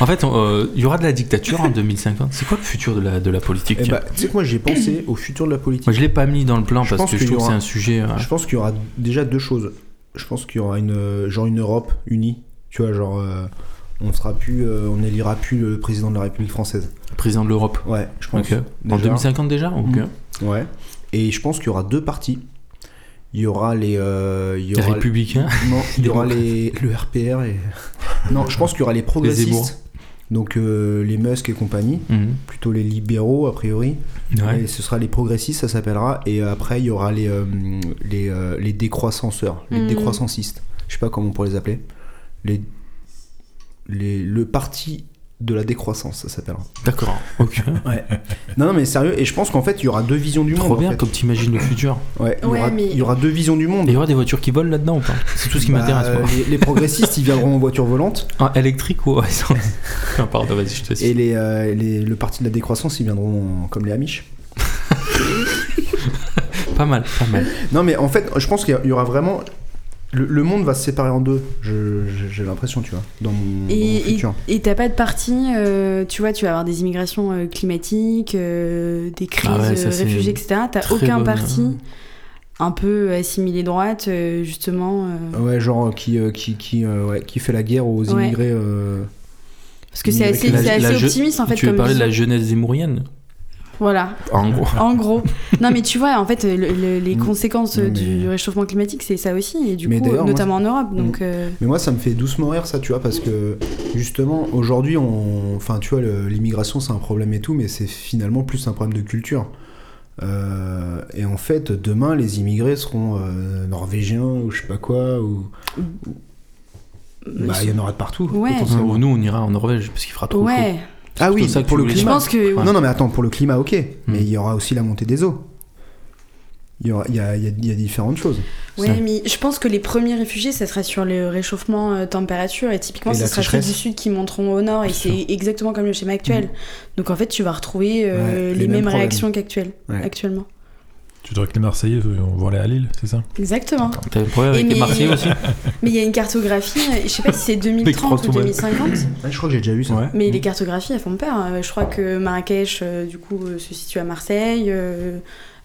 Speaker 1: En fait, on, euh, il y aura de la dictature en 2050. C'est quoi le futur de la, de la politique
Speaker 3: eh bah, tu sais que moi j'ai pensé au futur de la politique.
Speaker 1: Moi, je l'ai pas mis dans le plan
Speaker 3: Je
Speaker 1: parce
Speaker 3: pense
Speaker 1: que je
Speaker 3: qu'il y
Speaker 1: trouve que c'est
Speaker 3: aura-
Speaker 1: un sujet. euh,
Speaker 3: Je pense qu'il y aura déjà deux choses. Je pense qu'il y aura une euh, genre une Europe unie, tu vois, genre euh, on sera plus, euh, on élira plus le président de la République française.
Speaker 1: président de l'Europe.
Speaker 3: Ouais, je pense.
Speaker 1: Ok. En
Speaker 3: déjà.
Speaker 1: 2050 déjà Ok.
Speaker 3: Mm. Ouais. Et je pense qu'il y aura deux partis. Il y aura les, euh, il y
Speaker 1: Les
Speaker 3: aura
Speaker 1: républicains.
Speaker 3: Non, il y aura les, le RPR et. Non, je pense qu'il y aura les
Speaker 1: Zemmour.
Speaker 3: progressistes. donc euh, les Musk et compagnie,
Speaker 1: Mm.
Speaker 3: plutôt les libéraux a priori.
Speaker 1: Ouais.
Speaker 3: Et ce sera les progressistes, ça s'appellera. Et après, il y aura les, euh, les, euh, les décroissanceurs, les
Speaker 2: Mhm.
Speaker 3: décroissancistes. Je sais pas comment on pourrait les appeler. Les, les, le parti de la décroissance, ça s'appellera.
Speaker 1: D'accord. Ok.
Speaker 3: Non, non, mais sérieux. Et je pense qu'en fait, il y aura deux visions du
Speaker 1: Trop
Speaker 3: monde. en
Speaker 1: bien
Speaker 3: fait.
Speaker 1: comme t'imagines le futur.
Speaker 3: Ouais, il, y
Speaker 2: Ouais,
Speaker 3: aura,
Speaker 2: mais-
Speaker 3: il y aura deux visions du
Speaker 1: Il y
Speaker 3: monde.
Speaker 1: aura des voitures qui volent là-dedans ou pas C'est tout ce qui
Speaker 3: Bah,
Speaker 1: m'intéresse. moi.
Speaker 3: euh, les, les progressistes, ils viendront en voiture volante.
Speaker 1: Ah, électrique ou ouais, sans- Non, pardon, vas-y, je te
Speaker 3: Et
Speaker 1: suis.
Speaker 3: les, euh, les- le parti de la décroissance, ils viendront en- comme les Amish.
Speaker 1: Pas mal, pas mal.
Speaker 3: Non, mais en fait, je pense qu'il y a- il y aura vraiment. Le, le monde va se séparer en deux, Je- je- j'ai l'impression, tu vois, dans mon, dans mon
Speaker 2: Et- Et
Speaker 3: futur.
Speaker 2: et t'as pas de parti, euh, tu vois, tu vas avoir des immigrations euh, climatiques, euh, des crises,
Speaker 1: Ah ouais, ça,
Speaker 2: euh,
Speaker 1: c'est
Speaker 2: réfugiés, etc. T'as
Speaker 1: très
Speaker 2: aucun
Speaker 1: bonne,
Speaker 2: parti
Speaker 1: euh,
Speaker 2: un peu assimilé droite, euh, justement. euh,
Speaker 3: Ouais, genre euh, qui, euh, qui, qui, euh, ouais, qui fait la guerre aux
Speaker 2: Ouais.
Speaker 3: immigrés. euh,
Speaker 2: parce que c'est
Speaker 3: La-
Speaker 2: assez,
Speaker 3: la-
Speaker 2: c'est
Speaker 1: Mmh. la
Speaker 2: assez
Speaker 1: je-
Speaker 2: optimiste, en fait.
Speaker 1: tu veux
Speaker 2: comme
Speaker 1: parler de
Speaker 2: vision.
Speaker 1: la jeunesse zémourienne
Speaker 2: Voilà,
Speaker 1: En gros.
Speaker 2: en gros. non, mais tu vois, en fait, le- le- les
Speaker 3: Mm.
Speaker 2: conséquences
Speaker 3: Non, mais-
Speaker 2: du réchauffement climatique, c'est ça aussi, et du
Speaker 3: Mais
Speaker 2: coup,
Speaker 3: d'ailleurs, moi,
Speaker 2: notamment en Europe. Donc, euh,
Speaker 3: Mais moi, ça me fait doucement rire, ça, tu vois, parce que justement, aujourd'hui, on... enfin, tu vois, le- l'immigration, c'est un problème et tout, mais c'est finalement plus un problème de culture. Euh, et en fait, demain, les immigrés seront euh, norvégiens ou je sais pas quoi, ou bah, il y en aura de partout.
Speaker 2: Ouais.
Speaker 1: Enfin,
Speaker 3: potentiellement.
Speaker 1: nous, on ira en Norvège parce qu'il fera trop chaud.
Speaker 2: ouais.
Speaker 3: Ah oui,
Speaker 1: plutôt ça que
Speaker 3: pour
Speaker 1: tu
Speaker 3: le
Speaker 1: voulais
Speaker 2: Je
Speaker 1: Climat.
Speaker 3: climat.
Speaker 2: pense que
Speaker 1: Ouais.
Speaker 3: Non, non, mais attends, pour le climat, ok,
Speaker 1: Hmm.
Speaker 3: mais il y aura aussi la montée des eaux. Il y, aura- il y a- il y a- il y a différentes choses.
Speaker 1: Ça.
Speaker 2: Ouais, mais je pense que les premiers réfugiés, ça sera sur le réchauffement euh, température et typiquement,
Speaker 3: Et
Speaker 2: ça
Speaker 3: la
Speaker 2: sera ceux
Speaker 3: sécheresse. Mm.
Speaker 2: du sud qui monteront au nord et c'est exactement comme le schéma actuel. Donc en fait, tu vas retrouver euh,
Speaker 3: Ouais,
Speaker 2: les,
Speaker 3: les mêmes
Speaker 2: mêmes,
Speaker 3: problèmes.
Speaker 2: réactions qu'actuellement.
Speaker 3: Ouais.
Speaker 2: Actuellement.
Speaker 4: Tu dirais que les Marseillais euh, vont aller à Lille, c'est ça
Speaker 2: Exactement.
Speaker 1: T'as un problème
Speaker 2: Et
Speaker 1: avec les
Speaker 2: mais-
Speaker 1: Marseillais aussi
Speaker 2: Mais il y a une cartographie, euh, je sais pas si c'est
Speaker 1: Dès que
Speaker 2: 2030 ou
Speaker 1: François-
Speaker 2: 2050,
Speaker 3: Ouais, je crois que j'ai déjà vu ça.
Speaker 1: Mm.
Speaker 2: mais les cartographies, elles font peur. Euh, Je crois que Marrakech, euh, du coup, euh, se situe à Marseille, euh,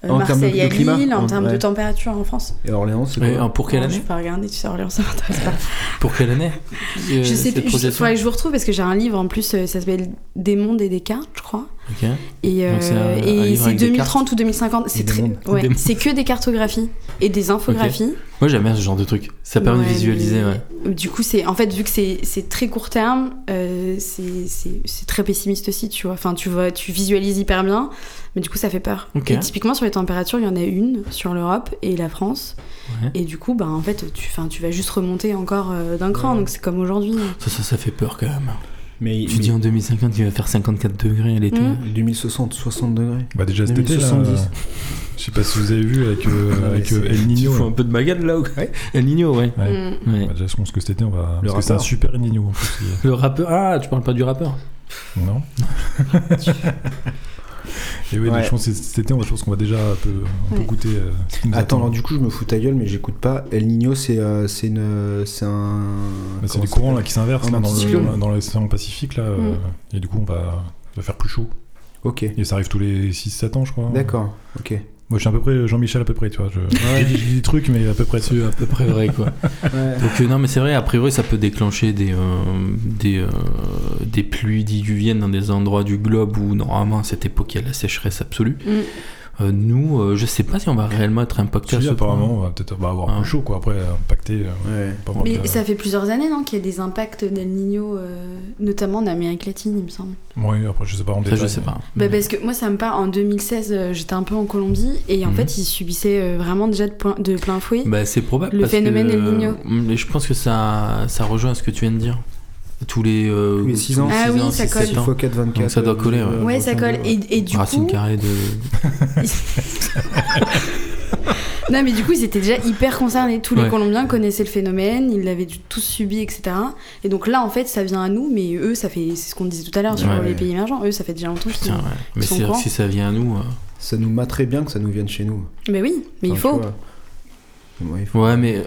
Speaker 2: euh,
Speaker 3: En termes de-
Speaker 2: Marseille
Speaker 3: de
Speaker 2: à
Speaker 3: climat,
Speaker 2: Lille, en
Speaker 3: en-
Speaker 2: termes de
Speaker 3: ouais.
Speaker 2: température en France.
Speaker 3: Et Orléans, c'est
Speaker 1: Et,
Speaker 3: quoi
Speaker 1: euh, Pour quelle
Speaker 2: Non, Je
Speaker 1: année
Speaker 2: vais pas regarder, tu sais, Orléans, ça m'intéresse pas.
Speaker 1: Pour quelle année euh,
Speaker 2: Je sais
Speaker 1: cette
Speaker 2: plus, je,
Speaker 1: projection
Speaker 2: faudrait que je vous retrouve parce que j'ai un livre en plus, euh, ça s'appelle Des mondes et des cartes, je crois.
Speaker 1: Ok.
Speaker 2: Et, euh,
Speaker 1: Donc c'est un- un
Speaker 2: et
Speaker 1: livre
Speaker 2: c'est
Speaker 1: avec des
Speaker 2: 2030 ou 2050,
Speaker 3: Et
Speaker 2: c'est
Speaker 3: des
Speaker 2: très-
Speaker 3: mondes.
Speaker 2: ouais,
Speaker 1: Des mondes.
Speaker 2: c'est que des cartographies et des infographies.
Speaker 1: Moi, j'aime bien ce genre de truc. Ça permet de
Speaker 2: Ouais,
Speaker 1: visualiser,
Speaker 2: mais-
Speaker 1: ouais.
Speaker 2: Du coup, c'est en fait, vu que c'est c'est très court terme, euh, c'est- c'est c'est très pessimiste aussi, tu vois. Enfin, tu vois, tu visualises hyper bien, mais du coup, ça fait peur.
Speaker 1: Ok.
Speaker 2: Et typiquement, sur les températures, il y en a une sur l'Europe et la France.
Speaker 1: Ouais.
Speaker 2: Et du coup, bah, en fait, tu, 'fin, tu vas juste remonter encore euh, d'un cran, donc c'est comme aujourd'hui.
Speaker 1: Ça, ça, ça fait peur quand même.
Speaker 3: Mais,
Speaker 1: Tu dis en 2050, il va faire 54 degrés l'été.
Speaker 2: Mm.
Speaker 3: 2060, 60 degrés.
Speaker 4: Bah déjà cet été, là,
Speaker 3: 1970.
Speaker 4: euh, je sais pas si vous avez vu avec, euh,
Speaker 3: Non, mais
Speaker 4: avec euh,
Speaker 3: c'est-
Speaker 4: El
Speaker 1: Tu
Speaker 4: Niño.
Speaker 1: fous
Speaker 4: là.
Speaker 1: un peu de magade là ou quoi
Speaker 3: Ouais.
Speaker 1: El Nino, hein. ouais.
Speaker 4: Ouais.
Speaker 2: Mm.
Speaker 1: Ouais.
Speaker 4: Bah, déjà, je pense que cet été, on va.
Speaker 3: Le
Speaker 4: Parce que c'est un
Speaker 3: rapport.
Speaker 4: super El Niño en plus. il y
Speaker 1: Le rappeur. Ah, tu parles pas du rappeur
Speaker 4: a- Non Et oui, donc,
Speaker 3: Ouais.
Speaker 4: je pense que cet été, on va- je pense qu'on va déjà un peu, un peu
Speaker 2: Ouais.
Speaker 4: goûter. euh, ce qui nous
Speaker 3: Attends,
Speaker 4: attend.
Speaker 3: alors du coup, je me fous ta gueule, mais j'écoute pas. El Niño, c'est euh, c'est une, euh, c'est un.
Speaker 4: Bah, c'est
Speaker 3: comment
Speaker 4: des
Speaker 3: ça
Speaker 4: courants là, qui s'inversent
Speaker 3: Un
Speaker 4: là, dans, le,
Speaker 3: anticyclone.
Speaker 4: dans- dans l'océan Pacifique. Là, euh,
Speaker 2: Mm.
Speaker 4: et du coup, on va, va faire plus chaud.
Speaker 3: s'appelle Ok,
Speaker 4: Et ça arrive tous les 6-7 ans, je crois.
Speaker 3: d'accord, ok.
Speaker 4: Moi, je suis à peu près Jean-Michel, à peu près, tu vois. Je, je dis, je dis des trucs, mais à peu près dessus.
Speaker 1: C'est à peu près vrai, quoi. Donc, euh, non, mais c'est vrai, a priori, ça peut déclencher des, euh, des, euh, des pluies diluviennes dans des endroits du globe où, normalement, à cette époque, il y a de la sécheresse absolue.
Speaker 2: Mm.
Speaker 1: Euh, nous, euh, je sais pas si on va réellement être impacté à
Speaker 4: Si,
Speaker 1: ce point.
Speaker 4: apparemment, on va peut-être bah, avoir
Speaker 1: Ah.
Speaker 4: plus chaud, quoi. Après, euh, impacté. euh,
Speaker 3: Ouais.
Speaker 1: Oh
Speaker 4: pas mal
Speaker 2: Mais
Speaker 4: de-
Speaker 2: ça fait plusieurs années, non, qu'il y a des impacts d'El Niño, euh, notamment en Amérique latine, il me semble.
Speaker 4: Oui, après, je sais pas en
Speaker 1: Ça,
Speaker 4: détail.
Speaker 1: je sais
Speaker 4: mais-
Speaker 1: pas.
Speaker 2: Bah, parce que moi, ça me parle, en 2016, euh, j'étais un peu en Colombie, et en
Speaker 4: Mhm.
Speaker 2: fait, ils subissaient euh, vraiment déjà de, point- de plein fouet.
Speaker 1: Bah, c'est probable.
Speaker 2: Le
Speaker 1: parce
Speaker 2: phénomène
Speaker 1: que, euh,
Speaker 2: El Niño.
Speaker 1: Mais je pense que ça, ça rejoint ce que tu viens de dire. Tous les. euh,
Speaker 3: Tous les six ans.
Speaker 2: Ah
Speaker 1: six
Speaker 2: oui, ça
Speaker 1: six,
Speaker 2: colle.
Speaker 1: sept ans. Ah,
Speaker 3: 4, 24.
Speaker 1: Donc ça doit coller, bah, ouais.
Speaker 3: euh,
Speaker 2: ouais, ça colle. Et, et du
Speaker 1: Racine
Speaker 2: coup.
Speaker 1: carrée de.
Speaker 2: Non, mais du coup, ils étaient déjà hyper concernés. Tous
Speaker 1: Ouais.
Speaker 2: les Colombiens connaissaient le phénomène, ils l'avaient dû- tous subi, etc. Et donc là, en fait, ça vient à nous, mais eux, ça fait. C'est ce qu'on disait tout à l'heure sur
Speaker 1: Ouais,
Speaker 2: les
Speaker 3: ouais.
Speaker 2: pays émergents. Eux, ça fait déjà longtemps qu'ils.
Speaker 1: Putain, ouais. Mais
Speaker 2: sont
Speaker 1: c'est vrai que
Speaker 2: grands.
Speaker 1: si ça vient à nous. euh,
Speaker 3: Ça nous materait bien que ça nous vienne chez nous.
Speaker 2: Mais oui, mais il
Speaker 3: Enfin,
Speaker 2: faut.
Speaker 3: tu vois. Ouais, il faut.
Speaker 1: Ouais, mais. euh,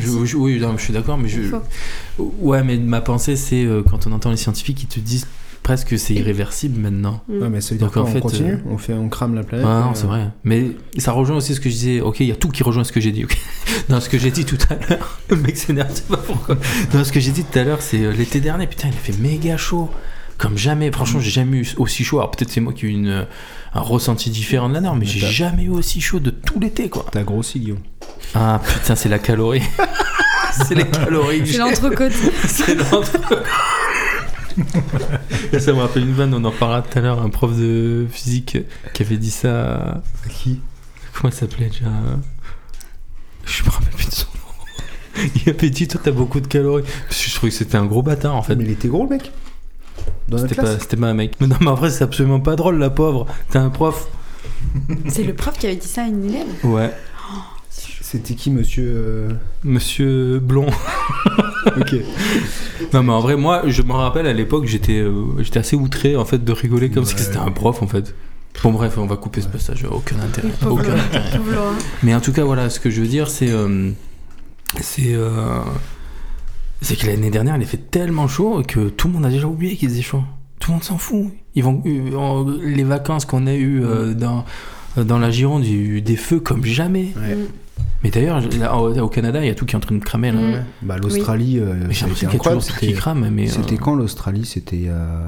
Speaker 1: je- je- oui, non, je suis d'accord, mais je.
Speaker 2: Il faut.
Speaker 1: Ouais, mais ma pensée, c'est euh, quand on entend les scientifiques, ils te disent presque que c'est irréversible maintenant.
Speaker 2: Mm.
Speaker 3: Ouais, mais ça veut dire
Speaker 1: Hmm. Donc, en
Speaker 3: qu'on
Speaker 1: fait,
Speaker 3: continue
Speaker 1: euh,
Speaker 3: on, fait, on crame la planète
Speaker 1: Ouais, non,
Speaker 3: euh,
Speaker 1: c'est vrai. Mais ça rejoint aussi ce que je disais. Ok, il y a tout qui rejoint ce que j'ai dit. ok. Dans ce que j'ai dit tout à l'heure, le mec s'énerve, je sais pas pourquoi. Dans ce que j'ai dit tout à l'heure, c'est euh, l'été dernier. Putain, il a fait méga chaud. Comme jamais. Franchement, j'ai jamais eu aussi chaud. Alors peut-être c'est moi qui ai eu une, euh, un ressenti différent de la norme, mais
Speaker 3: Mais
Speaker 1: j'ai
Speaker 3: t'as-
Speaker 1: jamais eu aussi chaud de tout l'été, quoi.
Speaker 3: T'as grossi, Guillaume.
Speaker 1: Ah putain, c'est la calorie. c'est les calories. que
Speaker 2: C'est
Speaker 1: j'ai.
Speaker 2: l'entrecôte.
Speaker 1: C'est l'entre- Ça me rappelle une vanne, on en parlera tout à l'heure, un prof de physique qui avait dit ça. à-
Speaker 3: Qui
Speaker 1: Comment il s'appelait déjà Je me rappelle plus de son nom. Il avait dit Toi, t'as beaucoup de calories. Parce que je trouvais que c'était un gros bâtard en fait.
Speaker 3: Ah, Mais il était gros, le mec Dans notre
Speaker 1: C'était pas,
Speaker 3: classe
Speaker 1: c'était pas un mec. Mais non, mais en vrai, c'est absolument pas drôle, la pauvre. T'as un prof
Speaker 2: C'est le prof qui avait dit ça à une élève.
Speaker 1: Ouais.
Speaker 3: C'était qui, monsieur euh,
Speaker 1: Monsieur Blond.
Speaker 3: Ok.
Speaker 1: Non, mais en vrai, moi, je me rappelle à l'époque, j'étais, euh, j'étais assez outré en fait de rigoler comme ça, parce que
Speaker 3: Ouais.
Speaker 1: c'était un prof en fait. Bon, bref, on va couper ce passage, aucun intérêt.
Speaker 2: Le pauvre,
Speaker 1: Aucun intérêt.
Speaker 2: le pauvre Laura.
Speaker 1: Mais en tout cas, voilà, ce que je veux dire, c'est. euh, c'est. euh, c'est que l'année dernière, il a fait tellement chaud que tout le monde a déjà oublié qu'il faisait chaud. Tout le monde s'en fout. Ils vont, euh, en- les vacances qu'on a eues euh, dans, euh, dans la Gironde, il y a eu des feux comme jamais.
Speaker 3: Ouais.
Speaker 2: Mm.
Speaker 1: Mais d'ailleurs, je- là, au au Canada, il y a tout qui est en train de cramer. Là.
Speaker 2: Mm.
Speaker 3: Bah, l'Australie. euh,
Speaker 1: Mais j'ai
Speaker 3: ça a
Speaker 1: l'impression qu'il
Speaker 3: été
Speaker 1: y a toujours
Speaker 3: incroyable,
Speaker 1: tout qui
Speaker 3: c'était-
Speaker 1: crame. Mais, euh,
Speaker 3: C'était quand l'Australie C'était. euh,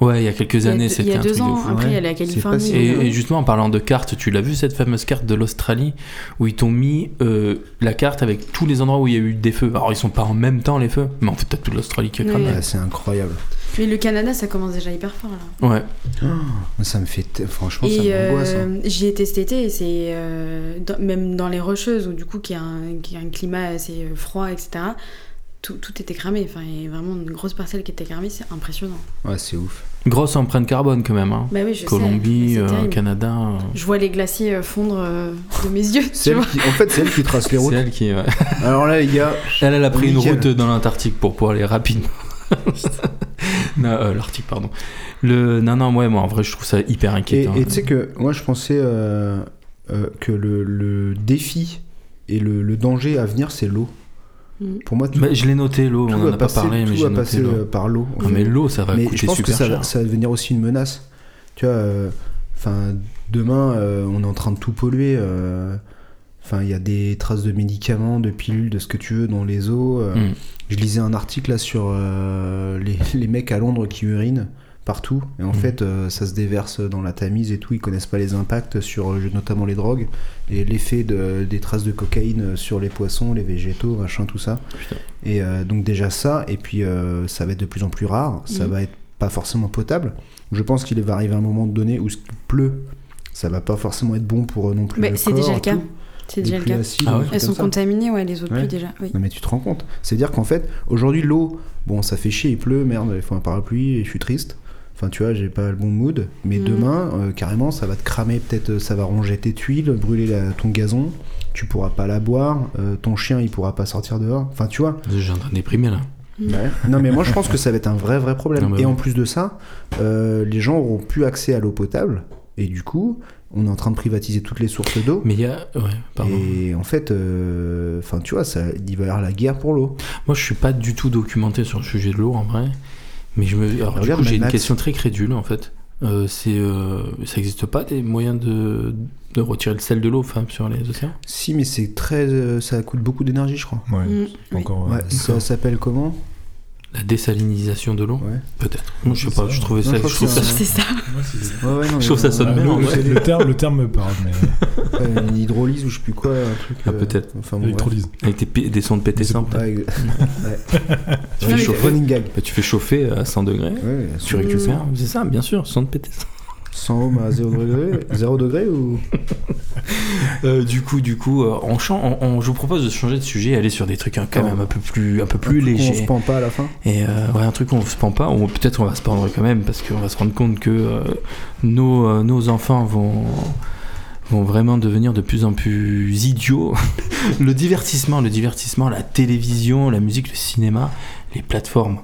Speaker 1: Ouais, il y a quelques
Speaker 2: Il y a
Speaker 1: années,
Speaker 2: deux- Il
Speaker 1: c'était
Speaker 2: y a
Speaker 1: un truc
Speaker 2: deux
Speaker 1: de
Speaker 2: ans,
Speaker 1: fou.
Speaker 2: après il y a
Speaker 3: Ouais.
Speaker 2: la
Speaker 3: C'est pas
Speaker 2: Californie. euh,
Speaker 3: si-
Speaker 1: Et, et justement, en parlant de carte, tu l'as vu cette fameuse carte de l'Australie où ils t'ont mis euh, la carte avec tous les endroits où il y a eu des feux. Alors ils sont pas en même temps les feux, mais en fait t'as toute l'Australie qui est cramée.
Speaker 2: Ouais.
Speaker 3: ah, c'est incroyable.
Speaker 2: Mais le Canada, ça commence déjà hyper fort là.
Speaker 1: Ouais.
Speaker 3: Moi, Ça me fait. te- Franchement, ça
Speaker 2: Et
Speaker 3: m'angoisse. hein.
Speaker 2: euh, j'y étais cet été, et c'est euh, dans- même dans les rocheuses où du coup qui a un, qui a un climat assez euh, froid, etc. Tout, tout était cramé. Enfin, il y a vraiment une grosse parcelle qui était cramée, c'est impressionnant.
Speaker 3: hein. Ouais, c'est ouf.
Speaker 1: Grosse empreinte carbone quand même. Hein.
Speaker 2: Bah oui, je sais, mais
Speaker 1: Colombie,
Speaker 2: c'est
Speaker 1: euh,
Speaker 2: terrible.
Speaker 1: Canada. euh,
Speaker 2: Je vois les glaciers euh, fondre euh, de mes yeux. Tu
Speaker 3: C'est elle
Speaker 2: vois
Speaker 3: qui- En fait, c'est elle qui trace les routes.
Speaker 1: C'est elle qui. ouais.
Speaker 3: Alors là, les gars,
Speaker 1: Elle, elle a pris une
Speaker 3: Nickel.
Speaker 1: route dans l'Antarctique pour pouvoir aller rapidement. non, euh, l'Arctique, pardon. Le... Non, non, ouais, moi en vrai je trouve ça hyper
Speaker 3: Et
Speaker 1: inquiétant.
Speaker 3: et tu sais que moi je pensais euh, euh, que le, le défi et le, le danger à venir c'est l'eau.
Speaker 2: Mm.
Speaker 3: Pour moi tout,
Speaker 1: Mais je l'ai noté l'eau,
Speaker 3: tout
Speaker 1: Bah, on en
Speaker 3: va
Speaker 1: a pas
Speaker 3: passer,
Speaker 1: parlé, mais
Speaker 3: tout
Speaker 1: j'ai
Speaker 3: va
Speaker 1: noté
Speaker 3: passer
Speaker 1: l'eau.
Speaker 3: euh, par l'eau. en
Speaker 1: Non,
Speaker 3: fait.
Speaker 1: mais l'eau ça va
Speaker 3: Mais je
Speaker 1: coûter
Speaker 3: pense que
Speaker 1: super
Speaker 3: ça,
Speaker 1: cher.
Speaker 3: va- ça va devenir aussi une menace. Tu vois, euh, enfin demain euh, on est en train de tout polluer. euh, Enfin, il y a des traces de médicaments, de pilules, de ce que tu veux dans les eaux. euh.
Speaker 1: Mm.
Speaker 3: Je lisais un article là sur euh, les, les mecs à Londres qui urinent partout. Et en
Speaker 1: Mhm.
Speaker 3: fait, euh, ça se déverse dans la Tamise et tout. Ils connaissent pas les impacts sur euh, notamment les drogues et l'effet de- des traces de cocaïne euh, sur les poissons, les végétaux, machin, tout ça.
Speaker 1: Putain.
Speaker 3: Et euh, donc déjà ça. Et puis euh, ça va être de plus en plus rare. Ça
Speaker 1: Mm.
Speaker 2: Mhm.
Speaker 3: va être pas forcément potable. Je pense qu'il va arriver un moment donné où ce qui pleut, ça va pas forcément être bon pour euh, non plus.
Speaker 2: Mais
Speaker 3: le
Speaker 2: c'est déjà
Speaker 3: corps,
Speaker 2: le cas.
Speaker 3: tout.
Speaker 2: C'est
Speaker 3: Les
Speaker 2: déjà le
Speaker 3: pluies
Speaker 2: cas.
Speaker 3: acides,
Speaker 1: Ah
Speaker 3: des
Speaker 1: ouais.
Speaker 3: trucs
Speaker 2: Elles sont
Speaker 3: comme ça.
Speaker 2: contaminées, ouais, les autres
Speaker 3: Ouais.
Speaker 2: plus déjà. Oui.
Speaker 3: Non mais tu te rends compte. C'est-à-dire qu'en fait, aujourd'hui l'eau, bon ça fait chier, il pleut, merde, il faut un parapluie et je suis triste. Enfin tu vois, j'ai pas le bon mood. Mais
Speaker 2: Mhm.
Speaker 3: demain, euh, carrément, ça va te cramer, peut-être euh, ça va ronger tes tuiles, brûler la- ton gazon, tu pourras pas la boire, euh, ton chien il pourra pas sortir dehors. Enfin tu vois.
Speaker 1: J'ai un train de déprimer, là.
Speaker 3: Non mais moi je pense que ça va être un vrai vrai problème.
Speaker 1: Non, mais
Speaker 3: et
Speaker 1: oui.
Speaker 3: en plus de ça, euh, les gens auront plus accès à l'eau potable et du coup, on est en train de privatiser toutes les sources d'eau.
Speaker 1: Mais il y a. Ouais, pardon.
Speaker 3: Et en fait, euh, enfin tu vois, ça, il va y avoir la guerre pour l'eau.
Speaker 1: Moi, je suis pas du tout documenté sur le sujet de l'eau en vrai. Mais je me. Alors, du
Speaker 3: Regarde
Speaker 1: coup, j'ai
Speaker 3: Mad
Speaker 1: une
Speaker 3: Max.
Speaker 1: question très crédule en fait. Euh, c'est, euh, ça n'existe pas des moyens de, de retirer le sel de l'eau enfin, sur les océans
Speaker 3: Si, mais c'est très. euh, ça coûte beaucoup d'énergie, je crois.
Speaker 4: Ouais,
Speaker 2: Mm.
Speaker 4: c'est pas encore. euh,
Speaker 3: Ouais, ça s'appelle comment
Speaker 1: La désalinisation de l'eau
Speaker 3: Ouais.
Speaker 1: Peut-être. Moi, je sais pas,
Speaker 4: C'est
Speaker 1: je
Speaker 4: ça.
Speaker 1: trouvais
Speaker 3: Non,
Speaker 1: ça.
Speaker 3: je crois
Speaker 1: je
Speaker 3: que
Speaker 1: trouve ça-
Speaker 3: c'est
Speaker 2: C'est ça.
Speaker 4: Ouais, c'est-
Speaker 3: Ouais, ouais, non, mais-
Speaker 1: Je trouve ça
Speaker 3: euh,
Speaker 1: sonne
Speaker 4: Ah,
Speaker 1: bien,
Speaker 4: non,
Speaker 1: en vrai.
Speaker 4: c'est- le, terme, le terme me parle, mais euh,
Speaker 3: ouais, Une hydrolyse ou je sais plus quoi, un truc. euh,
Speaker 1: Ah, peut-être.
Speaker 3: Enfin, bon,
Speaker 4: électrolyse.
Speaker 1: Avec des, pi- des sons de pété
Speaker 4: Mais c'est
Speaker 1: sans.
Speaker 3: bref. Ouais, ex-
Speaker 1: Tu
Speaker 2: Non,
Speaker 1: fais
Speaker 2: mais-
Speaker 1: chauffer.
Speaker 3: running gag.
Speaker 1: Bah, tu fais chauffer à 100 degrés.
Speaker 3: Ouais,
Speaker 1: Tu
Speaker 3: Euh, sur
Speaker 1: récupères. C'est ça, bien sûr, son de pété
Speaker 3: 100 ohms à 0 degré, 0 degré ou
Speaker 1: Euh, du coup, du coup, euh, on chan- on- on- je vous propose de changer de sujet et aller sur des trucs hein, quand
Speaker 3: Ouais.
Speaker 1: même un peu plus, un peu plus
Speaker 3: On
Speaker 1: légers.
Speaker 3: se pend pas à la fin.
Speaker 1: Et euh, ouais, un truc qu'on se pend pas, ou peut-être on va se pendre quand même, parce qu'on va se rendre compte que euh, nos, euh, nos enfants vont, vont vraiment devenir de plus en plus idiots. le divertissement, le divertissement, la télévision, la musique, le cinéma, les plateformes.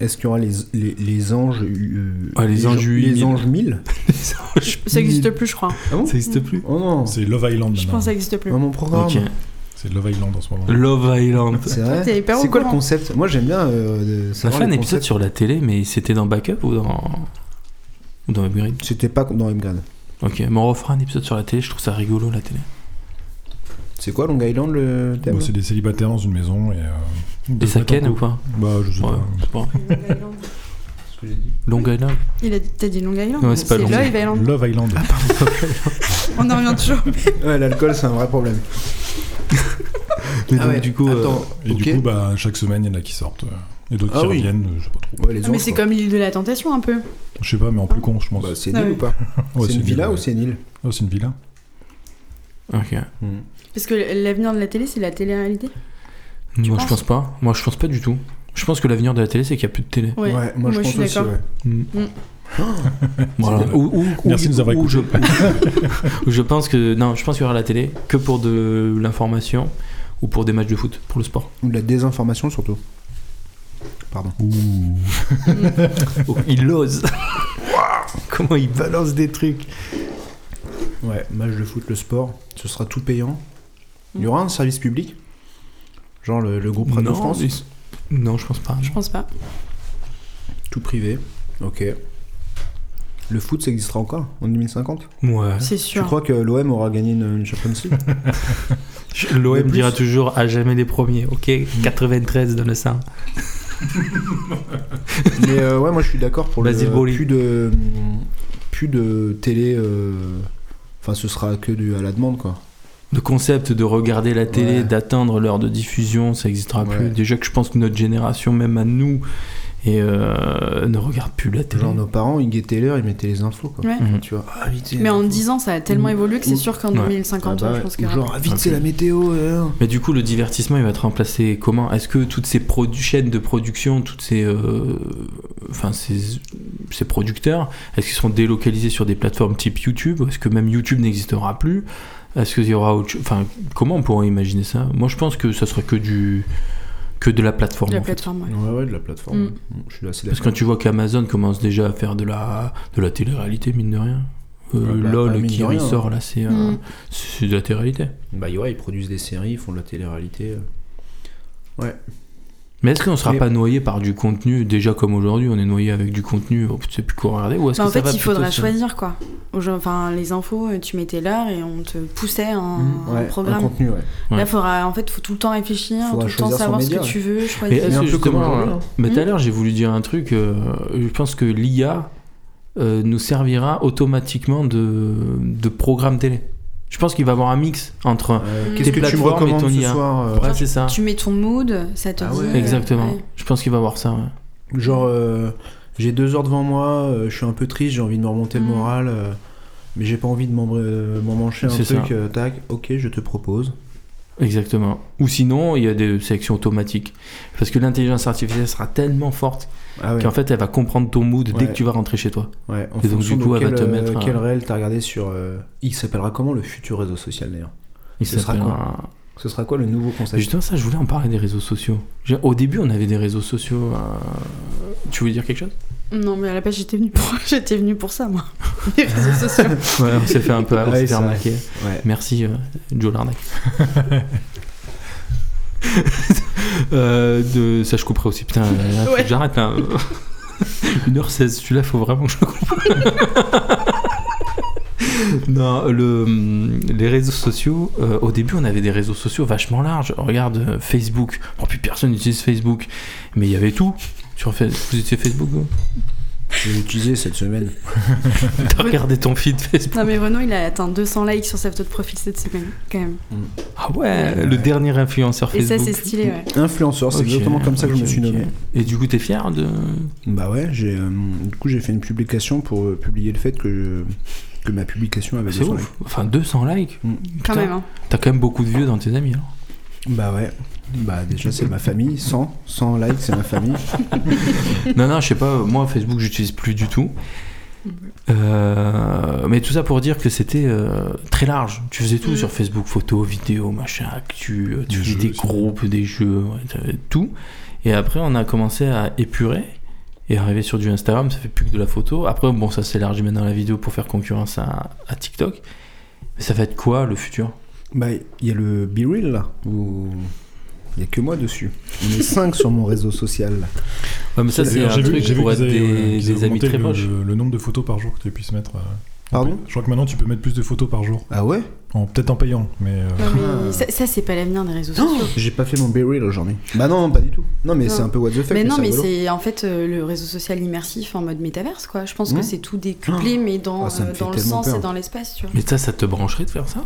Speaker 3: Est-ce qu'il y aura les, les, les anges. euh,
Speaker 1: Ouais, Ah, les anges
Speaker 3: gens-
Speaker 1: huit
Speaker 3: Les
Speaker 1: mille.
Speaker 3: anges 1000
Speaker 1: ça Mm.
Speaker 2: Ça n'existe plus, je crois.
Speaker 3: Ah bon
Speaker 1: n'existe plus.
Speaker 3: Oh non
Speaker 4: C'est Love Island
Speaker 2: Je
Speaker 4: maintenant.
Speaker 2: pense que ça n'existe plus.
Speaker 3: Dans mon programme.
Speaker 1: Ok.
Speaker 4: C'est Love Island en ce moment.
Speaker 1: Love Island.
Speaker 3: C'est vrai
Speaker 2: T'es
Speaker 3: C'est
Speaker 2: hyper au
Speaker 3: quoi le
Speaker 2: courant.
Speaker 3: concept Moi j'aime bien. Euh, de
Speaker 1: On a
Speaker 3: savoir
Speaker 1: fait un
Speaker 3: les
Speaker 1: épisode
Speaker 3: concepts.
Speaker 1: sur la télé, mais c'était dans Backup ou dans. Ou dans Upgrade
Speaker 3: C'était pas dans Upgrade.
Speaker 1: Ok, mais on refera un épisode sur la télé, je trouve ça rigolo la télé.
Speaker 3: C'est quoi Long Island le thème
Speaker 4: Bah, c'est des célibataires dans une maison et. euh, ils
Speaker 1: Et
Speaker 4: doivent
Speaker 1: ça
Speaker 4: mettre en
Speaker 1: ken ou
Speaker 4: couple.
Speaker 1: pas
Speaker 4: Bah, je sais
Speaker 1: Ouais,
Speaker 4: pas.
Speaker 1: c'est pas.
Speaker 3: ce que j'ai dit.
Speaker 1: Long Island
Speaker 2: Il a dit, t'as dit Long Island
Speaker 1: Ouais, c'est pas Long
Speaker 2: Love Island.
Speaker 4: Love Island.
Speaker 3: Ah,
Speaker 2: On en revient toujours. Ah,
Speaker 3: Ouais, l'alcool c'est un vrai problème.
Speaker 1: Mais
Speaker 3: Ah
Speaker 1: donc,
Speaker 3: ouais,
Speaker 1: du coup, euh,
Speaker 3: attends,
Speaker 4: Et
Speaker 3: ok.
Speaker 4: du coup, bah, chaque semaine, il y en a qui sortent. euh, Et d'autres
Speaker 3: Ah
Speaker 4: qui
Speaker 3: oui.
Speaker 4: reviennent, euh, je sais pas trop.
Speaker 3: Ouais, les
Speaker 2: mais
Speaker 3: anges,
Speaker 2: c'est
Speaker 3: quoi.
Speaker 2: comme l'île de la tentation, un peu.
Speaker 4: Je sais pas, mais en plus con, je pense.
Speaker 3: Bah, c'est
Speaker 2: Ah
Speaker 3: une île
Speaker 2: oui.
Speaker 3: ou pas
Speaker 4: Ouais,
Speaker 3: C'est une villa
Speaker 4: île,
Speaker 3: ou
Speaker 4: ouais.
Speaker 3: c'est une île
Speaker 4: Oh, c'est une villa.
Speaker 1: Ok.
Speaker 2: Parce que l'avenir de la télé, c'est la télé-réalité.
Speaker 1: Moi je
Speaker 2: penses
Speaker 1: pense pas. Moi je pense pas du tout. Je pense que l'avenir de la télé c'est qu'il n'y a plus de télé.
Speaker 2: Ouais.
Speaker 3: moi, je
Speaker 2: je
Speaker 3: pense
Speaker 2: suis
Speaker 3: aussi.
Speaker 2: d'accord.
Speaker 3: ouais.
Speaker 1: Voilà.
Speaker 4: bien.
Speaker 1: Ou, ou-
Speaker 4: Mm. Merci
Speaker 1: ou-
Speaker 4: de nous avoir
Speaker 1: ou je,
Speaker 4: écoutés.
Speaker 1: ou je pense que non, je pense qu'il y aura la télé que pour de l'information ou pour des matchs de foot, pour le sport.
Speaker 3: Ou de la désinformation surtout. Pardon.
Speaker 1: Oh, il ose. Comment il balance des trucs.
Speaker 3: Ouais, match de foot, le sport, ce sera tout payant. Il y aura un service public Genre le, le groupe Radio
Speaker 1: non,
Speaker 3: France
Speaker 1: mais- non, je pense pas.
Speaker 2: Je pense pas.
Speaker 3: Tout privé. Ok. Le foot, ça existera encore en 2050
Speaker 1: Ouais.
Speaker 2: C'est
Speaker 3: Tu
Speaker 2: sûr.
Speaker 3: crois que l'OM aura gagné une, une Champions League
Speaker 1: L'OM
Speaker 3: plus-
Speaker 1: dira toujours à jamais les premiers. Ok, 93 dans le sein.
Speaker 3: Mais euh, ouais, moi je suis d'accord pour
Speaker 1: Basile
Speaker 3: le
Speaker 1: Boli.
Speaker 3: plus de plus de télé. euh, Enfin, ce sera que du à la demande quoi.
Speaker 1: Le concept de regarder la télé,
Speaker 3: Ouais.
Speaker 1: d'attendre l'heure de diffusion, ça n'existera
Speaker 3: Ouais.
Speaker 1: plus. Déjà que je pense que notre génération, même à nous, et, euh, ne regarde plus la télé.
Speaker 3: Genre nos parents, ils guettaient l'heure, ils mettaient les infos quoi.
Speaker 2: Ouais.
Speaker 1: Mhm.
Speaker 3: Tu vois. Ah, vite, c'est
Speaker 2: Mais
Speaker 3: la
Speaker 2: en
Speaker 3: météo.
Speaker 2: 10 ans, ça a tellement évolué que c'est
Speaker 3: Ou-
Speaker 2: sûr qu'en
Speaker 1: Ouais.
Speaker 2: 2050,
Speaker 3: Ah bah
Speaker 2: je
Speaker 3: Mmh. ouais.
Speaker 2: pense
Speaker 3: Ou
Speaker 2: qu'il y aura-
Speaker 3: genre ah, vite,
Speaker 1: Ok.
Speaker 3: c'est la météo. euh.
Speaker 1: Mais du coup, le divertissement, il va être remplacé comment Est-ce que toutes ces produ- chaînes de production, toutes ces, euh, enfin ces, ces producteurs, est-ce qu'ils seront délocalisés sur des plateformes type YouTube Est-ce que même YouTube n'existera plus Est-ce qu'il y aura autre chose Enfin, comment on pourrait imaginer ça Moi, je pense que ça sera que du que de la plateforme.
Speaker 2: de la
Speaker 1: en fait.
Speaker 2: plateforme. ouais.
Speaker 3: Ouais, ouais, de la plateforme.
Speaker 2: Mm.
Speaker 3: Mm, Je suis assez
Speaker 1: Parce
Speaker 3: d'accord.
Speaker 1: que quand tu vois qu'Amazon commence déjà à faire de la de la télé-réalité, mine de rien. Euh,
Speaker 3: Ouais, bah, bah,
Speaker 1: LOL
Speaker 3: mine
Speaker 1: qui
Speaker 3: de rien.
Speaker 1: ressort là, c'est euh,
Speaker 2: Mm.
Speaker 1: c'est de la télé-réalité.
Speaker 3: Bah ouais, ils produisent des séries, ils font de la télé-réalité. euh.
Speaker 1: Mais est-ce qu'on sera
Speaker 3: Mais-
Speaker 1: pas noyé par du contenu déjà comme aujourd'hui on est noyé avec du contenu, on ne sait plus quoi regarder ou est-ce
Speaker 2: Bah,
Speaker 1: que
Speaker 2: en
Speaker 1: ça va
Speaker 2: fait, il
Speaker 1: plutôt
Speaker 3: euh,
Speaker 2: faudra
Speaker 1: se-
Speaker 2: choisir quoi. Aujourd'hui, Enfin, les infos, euh, tu mettais l'heure et on te poussait un, un
Speaker 3: Mmh. Ouais, un
Speaker 2: programme.
Speaker 3: contenu, ouais.
Speaker 1: Ouais.
Speaker 2: Là, faudra, en fait, faut tout le temps réfléchir,
Speaker 3: Faudra
Speaker 2: tout le temps
Speaker 3: choisir son
Speaker 2: savoir ce que
Speaker 3: média,
Speaker 2: tu veux,
Speaker 1: Mais
Speaker 2: choisir.
Speaker 1: est-ce
Speaker 3: un
Speaker 1: que
Speaker 3: peu
Speaker 1: justement,
Speaker 3: comme aujourd'hui,
Speaker 1: euh,
Speaker 3: hein.
Speaker 1: mais tout à
Speaker 2: Mm.
Speaker 1: l'heure j'ai voulu dire un truc, euh, je pense que l'IA euh, nous servira automatiquement de, de programme télé. Je pense qu'il va y avoir un mix entre...
Speaker 3: Euh,
Speaker 2: Mm.
Speaker 3: Qu'est-ce
Speaker 1: Tes
Speaker 3: que tu me
Speaker 1: plateformes et ton
Speaker 3: recommandes ce
Speaker 1: IA.
Speaker 3: soir euh,
Speaker 1: Ouais, c'est ça.
Speaker 2: Tu mets ton mood, ça te
Speaker 3: Ah
Speaker 2: dit.
Speaker 3: ouais.
Speaker 2: euh,
Speaker 1: Exactement.
Speaker 2: ouais.
Speaker 1: Je pense qu'il va y avoir ça. ouais.
Speaker 3: Genre, euh, j'ai deux heures devant moi, euh, je suis un peu triste, j'ai envie de me remonter le
Speaker 2: Mm.
Speaker 3: moral, euh, mais j'ai pas envie de m'en euh, m'en mancher un
Speaker 1: C'est ça.
Speaker 3: truc, euh, tac, ok, je te propose.
Speaker 1: Exactement. Ou sinon, il y a des sélections automatiques. Parce que l'intelligence artificielle sera tellement forte
Speaker 3: Ah ouais,
Speaker 1: qu'en fait, elle va comprendre ton mood dès
Speaker 3: Ouais.
Speaker 1: que tu vas rentrer chez toi.
Speaker 3: ouais, en
Speaker 1: Et donc,
Speaker 3: fonction
Speaker 1: du coup,
Speaker 3: de
Speaker 1: elle
Speaker 3: quel,
Speaker 1: va te
Speaker 3: euh,
Speaker 1: mettre,
Speaker 3: quel
Speaker 1: euh,
Speaker 3: réel t'as regardé sur... euh, Il s'appellera comment le futur réseau social d'ailleurs
Speaker 1: Il
Speaker 3: Ce sera
Speaker 1: s'appellera-
Speaker 3: Ce sera quoi le nouveau concept
Speaker 1: Justement, ça, je voulais en parler des réseaux sociaux. J'ai- Au début, on avait des réseaux sociaux. euh, Tu voulais dire quelque chose
Speaker 2: Non, mais à la base, j'étais venue pour, j'étais venue pour ça, moi. Les réseaux sociaux.
Speaker 1: Ouais, on s'est fait un peu on
Speaker 3: Ouais,
Speaker 1: s'est fait
Speaker 3: c'est vrai.
Speaker 1: remarquer.
Speaker 3: Ouais.
Speaker 1: Merci, euh, Joe Larnac. Euh, de... Ça, je couperai aussi. Putain, là, faut
Speaker 2: Ouais.
Speaker 1: que j'arrête là. 1h16, celui-là, faut vraiment que je le coupe. Non, le, hum, les réseaux sociaux, euh, au début on avait des réseaux sociaux vachement larges. Regarde euh, Facebook, bon, plus personne n'utilise Facebook, mais il y avait tout. Sur Fa- Vous étiez Facebook vous
Speaker 3: Je l'ai utilisé cette semaine.
Speaker 2: Ah
Speaker 1: T'as regardé ton feed Facebook
Speaker 2: non, mais Renaud, il a atteint 200 likes sur sa photo de profil cette semaine, quand même.
Speaker 1: Ah ouais, le dernier influenceur
Speaker 2: Et
Speaker 1: Facebook.
Speaker 2: ça, c'est stylé, ouais.
Speaker 3: Influenceur, Oh, c'est
Speaker 1: Ok,
Speaker 3: exactement comme ça que je
Speaker 1: ok,
Speaker 3: me suis
Speaker 1: ok.
Speaker 3: nommé.
Speaker 1: Et du coup, t'es fier de.
Speaker 3: Bah ouais, j'ai euh, du coup j'ai fait une publication pour euh, publier le fait que que ma publication avait
Speaker 1: C'est
Speaker 3: des
Speaker 1: ouf. Enfin, 200 likes.
Speaker 3: Mm.
Speaker 2: Quand
Speaker 1: Putain,
Speaker 2: même, hein.
Speaker 1: T'as quand même beaucoup de vieux dans tes amis. hein. alors.
Speaker 3: oreilles. Bah ouais. Bah déjà c'est ma famille, 100, 100 likes c'est ma famille.
Speaker 1: non, non, je sais pas. Moi, Facebook, j'utilise plus du tout. Euh, mais tout ça pour dire que c'était euh, très large. Tu faisais tout sur Facebook, photos, vidéos, machin, actu, euh, tu
Speaker 4: Des
Speaker 1: faisais
Speaker 4: jeux
Speaker 1: des
Speaker 4: aussi.
Speaker 1: groupes, des jeux, ouais, t'avais tout. Et après, on a commencé à épurer et arriver sur du Instagram, ça fait plus que de la photo. Après, bon, ça s'élargit maintenant à la vidéo pour faire concurrence à, à TikTok. Mais ça va être quoi le futur
Speaker 3: Bah, il y a le Be Real là, où il y a que moi dessus. On est 5 sur mon réseau social. là.
Speaker 1: Ouais, mais ça, c'est
Speaker 4: D'ailleurs,
Speaker 1: un
Speaker 4: j'ai vu-
Speaker 1: truc
Speaker 4: j'ai vu
Speaker 1: pour
Speaker 4: qu'ils
Speaker 1: être
Speaker 4: avaient, euh,
Speaker 1: des,
Speaker 4: qu'ils
Speaker 1: des
Speaker 4: avaient
Speaker 1: amis
Speaker 4: augmenté
Speaker 1: très
Speaker 4: le-
Speaker 1: proches.
Speaker 4: Le, nombre de photos par jour que tu puisses mettre. euh,
Speaker 3: Pardon
Speaker 4: Je crois que maintenant tu peux mettre plus de photos par jour,
Speaker 3: Ah ouais
Speaker 4: en peut-être en payant, mais euh,
Speaker 2: Non, mais
Speaker 3: Ah.
Speaker 2: ça, ça, c'est pas l'avenir des réseaux sociaux.
Speaker 3: J'ai pas fait mon Be Real aujourd'hui. Bah non, pas du tout. Non, mais
Speaker 2: Non.
Speaker 3: c'est un peu what the fuck.
Speaker 2: mais non, mais
Speaker 3: rigolo.
Speaker 2: c'est en fait euh, le réseau social immersif en mode métaverse, quoi. Je pense
Speaker 3: Mmh.
Speaker 2: que c'est tout décuplé, mais dans,
Speaker 3: Ah, ça me
Speaker 2: euh,
Speaker 3: fait
Speaker 2: dans le
Speaker 3: tellement
Speaker 2: sens
Speaker 3: peur.
Speaker 2: et dans l'espace, tu vois.
Speaker 1: Mais ça, ça te brancherait de faire ça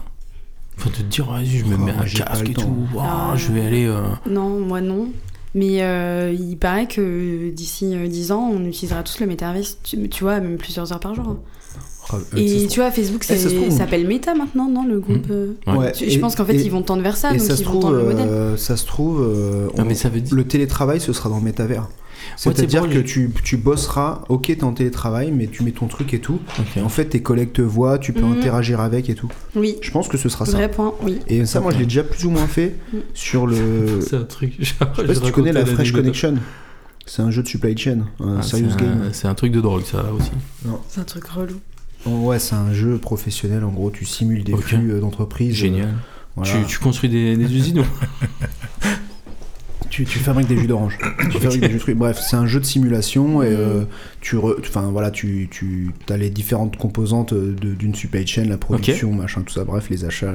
Speaker 1: Faut te dire, vas-y, je me
Speaker 3: Oh,
Speaker 1: mets un
Speaker 3: j'ai pas
Speaker 1: casque
Speaker 3: le
Speaker 1: et
Speaker 3: temps.
Speaker 1: tout, Ouah,
Speaker 2: Ah.
Speaker 1: je vais aller. euh,
Speaker 2: Non, moi non. Mais euh, il paraît que d'ici euh, 10 ans, on utilisera tous le métaverse, tu, tu vois, même plusieurs heures par jour. hein.
Speaker 3: Oh, euh, ça se
Speaker 2: et
Speaker 3: trouve-
Speaker 2: tu vois, Facebook
Speaker 3: Eh, ça se
Speaker 2: c'est-
Speaker 3: trouve, on-
Speaker 2: s'appelle Meta maintenant, non Le groupe. euh,
Speaker 1: vois,
Speaker 3: Ouais,
Speaker 2: tu- je
Speaker 3: et-
Speaker 2: pense qu'en fait,
Speaker 3: et-
Speaker 2: ils vont tendre vers ça,
Speaker 3: et
Speaker 2: donc
Speaker 3: ça se,
Speaker 2: ils vont tendre
Speaker 3: trouve,
Speaker 2: le modèle.
Speaker 3: euh, ça se trouve, euh,
Speaker 1: Non,
Speaker 3: on-
Speaker 1: mais ça veut dire.
Speaker 3: le télétravail, ce sera dans le métavers.
Speaker 1: c'est
Speaker 3: C'est-à-dire
Speaker 1: pour
Speaker 3: que
Speaker 1: les-
Speaker 3: tu, tu bosseras, ok, t'es en télétravail, mais tu mets ton truc et tout.
Speaker 1: Ok.
Speaker 3: Et en fait, tes collègues te voient, tu peux
Speaker 2: Mhm.
Speaker 3: interagir avec et tout.
Speaker 2: Oui,
Speaker 3: Je pense hein. que ce sera ça.
Speaker 2: vrai point, oui.
Speaker 3: Et ça, moi, je l'ai déjà plus ou moins fait
Speaker 2: Mm.
Speaker 3: sur le.
Speaker 1: C'est un truc. Je sais
Speaker 3: Je sais pas si tu connais la Fresh Connection. C'est un jeu de supply chain, un serious
Speaker 1: Ah, c'est,
Speaker 3: game.
Speaker 1: Un, c'est un truc de drogue, ça aussi.
Speaker 2: C'est un truc relou.
Speaker 3: Oh, ouais, c'est un jeu professionnel. En gros, tu simules des
Speaker 1: Ok.
Speaker 3: flux euh, d'entreprises.
Speaker 1: Génial.
Speaker 3: euh, voilà.
Speaker 1: Tu, tu construis des, des usines ou
Speaker 3: Tu, tu fabriques des jus d'orange. tu fabriques des jus de fruits. Bref, c'est un jeu de simulation et
Speaker 1: Mm.
Speaker 3: euh, tu, re- enfin voilà, tu, tu as les différentes composantes euh, de- d'une supply chain, la production, machin, tout ça. Bref, les achats.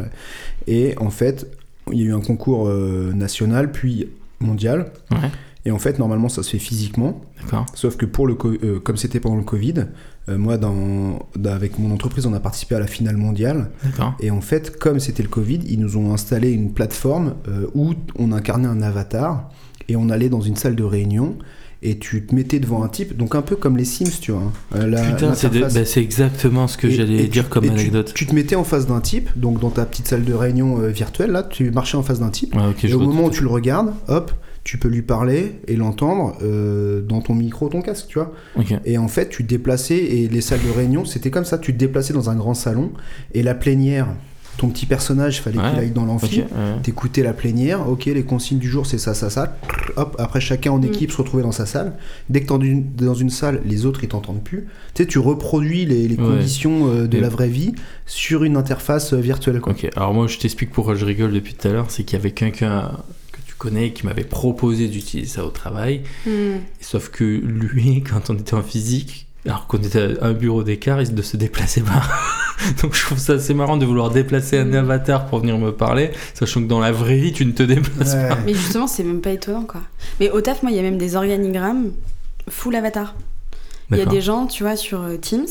Speaker 3: Et en fait, il y a eu un concours euh, national puis mondial.
Speaker 1: Ouais.
Speaker 3: Et en fait, normalement, ça se fait physiquement.
Speaker 1: D'accord.
Speaker 3: Sauf que pour le co- euh, comme c'était pendant le Covid, euh, moi, dans, dans- avec mon entreprise, on a participé à la finale mondiale.
Speaker 1: D'accord.
Speaker 3: Et en fait, comme c'était le Covid, ils nous ont installé une plateforme euh, où on incarnait un avatar et on allait dans une salle de réunion et tu te mettais devant un type, donc un peu comme les Sims, tu vois. hein, euh, la-
Speaker 1: Putain, c'est, de-
Speaker 3: l'interface.
Speaker 1: bah, c'est exactement ce que
Speaker 3: Et-
Speaker 1: j'allais
Speaker 3: et tu-
Speaker 1: dire comme
Speaker 3: et tu-
Speaker 1: anecdote.
Speaker 3: Tu, te mettais en face d'un type, donc dans ta petite salle de réunion euh, virtuelle, là, tu marchais en face d'un type.
Speaker 1: Ouais, Ah, ok,
Speaker 3: et
Speaker 1: je
Speaker 3: au
Speaker 1: vois
Speaker 3: moment où
Speaker 1: tout.
Speaker 3: tu le regardes, hop, tu peux lui parler et l'entendre euh, dans ton micro, ton casque, tu vois.
Speaker 1: Ok.
Speaker 3: Et en fait, tu te déplaçais, et les salles de réunion, c'était comme ça, tu te déplaçais dans un grand salon, et la plénière, ton petit personnage, fallait
Speaker 1: Ouais,
Speaker 3: qu'il aille dans
Speaker 1: Ok,
Speaker 3: l'amphi,
Speaker 1: ouais.
Speaker 3: t'écoutais la plénière, ok, les consignes du jour, c'est ça, ça, ça, hop, après chacun en
Speaker 2: Mm.
Speaker 3: équipe se retrouvait dans sa salle. Dès que t'es dans une- dans une salle, les autres, ils t'entendent plus. Tu sais, tu reproduis les, les
Speaker 1: Ouais.
Speaker 3: conditions euh, de
Speaker 1: Et-
Speaker 3: la vraie vie sur une interface euh, virtuelle, quoi.
Speaker 1: Ok, alors moi je t'explique pourquoi je rigole depuis tout à l'heure, c'est qu'il y avait quelqu'un que tu connais qui m'avait proposé d'utiliser ça au travail,
Speaker 2: Hmm.
Speaker 1: sauf que lui, quand on était en physique, alors qu'on était à un bureau d'écart, il ne se déplaçait pas. Donc je trouve ça assez marrant de vouloir déplacer un avatar pour venir me parler, sachant que dans la vraie vie, tu ne te déplaces
Speaker 3: Ouais.
Speaker 2: Mais justement, c'est même pas étonnant, quoi. Mais au taf, moi, il y a même des organigrammes full avatar.
Speaker 1: pas.
Speaker 2: Il y a
Speaker 1: D'accord.
Speaker 2: des gens, tu vois, sur euh, Teams,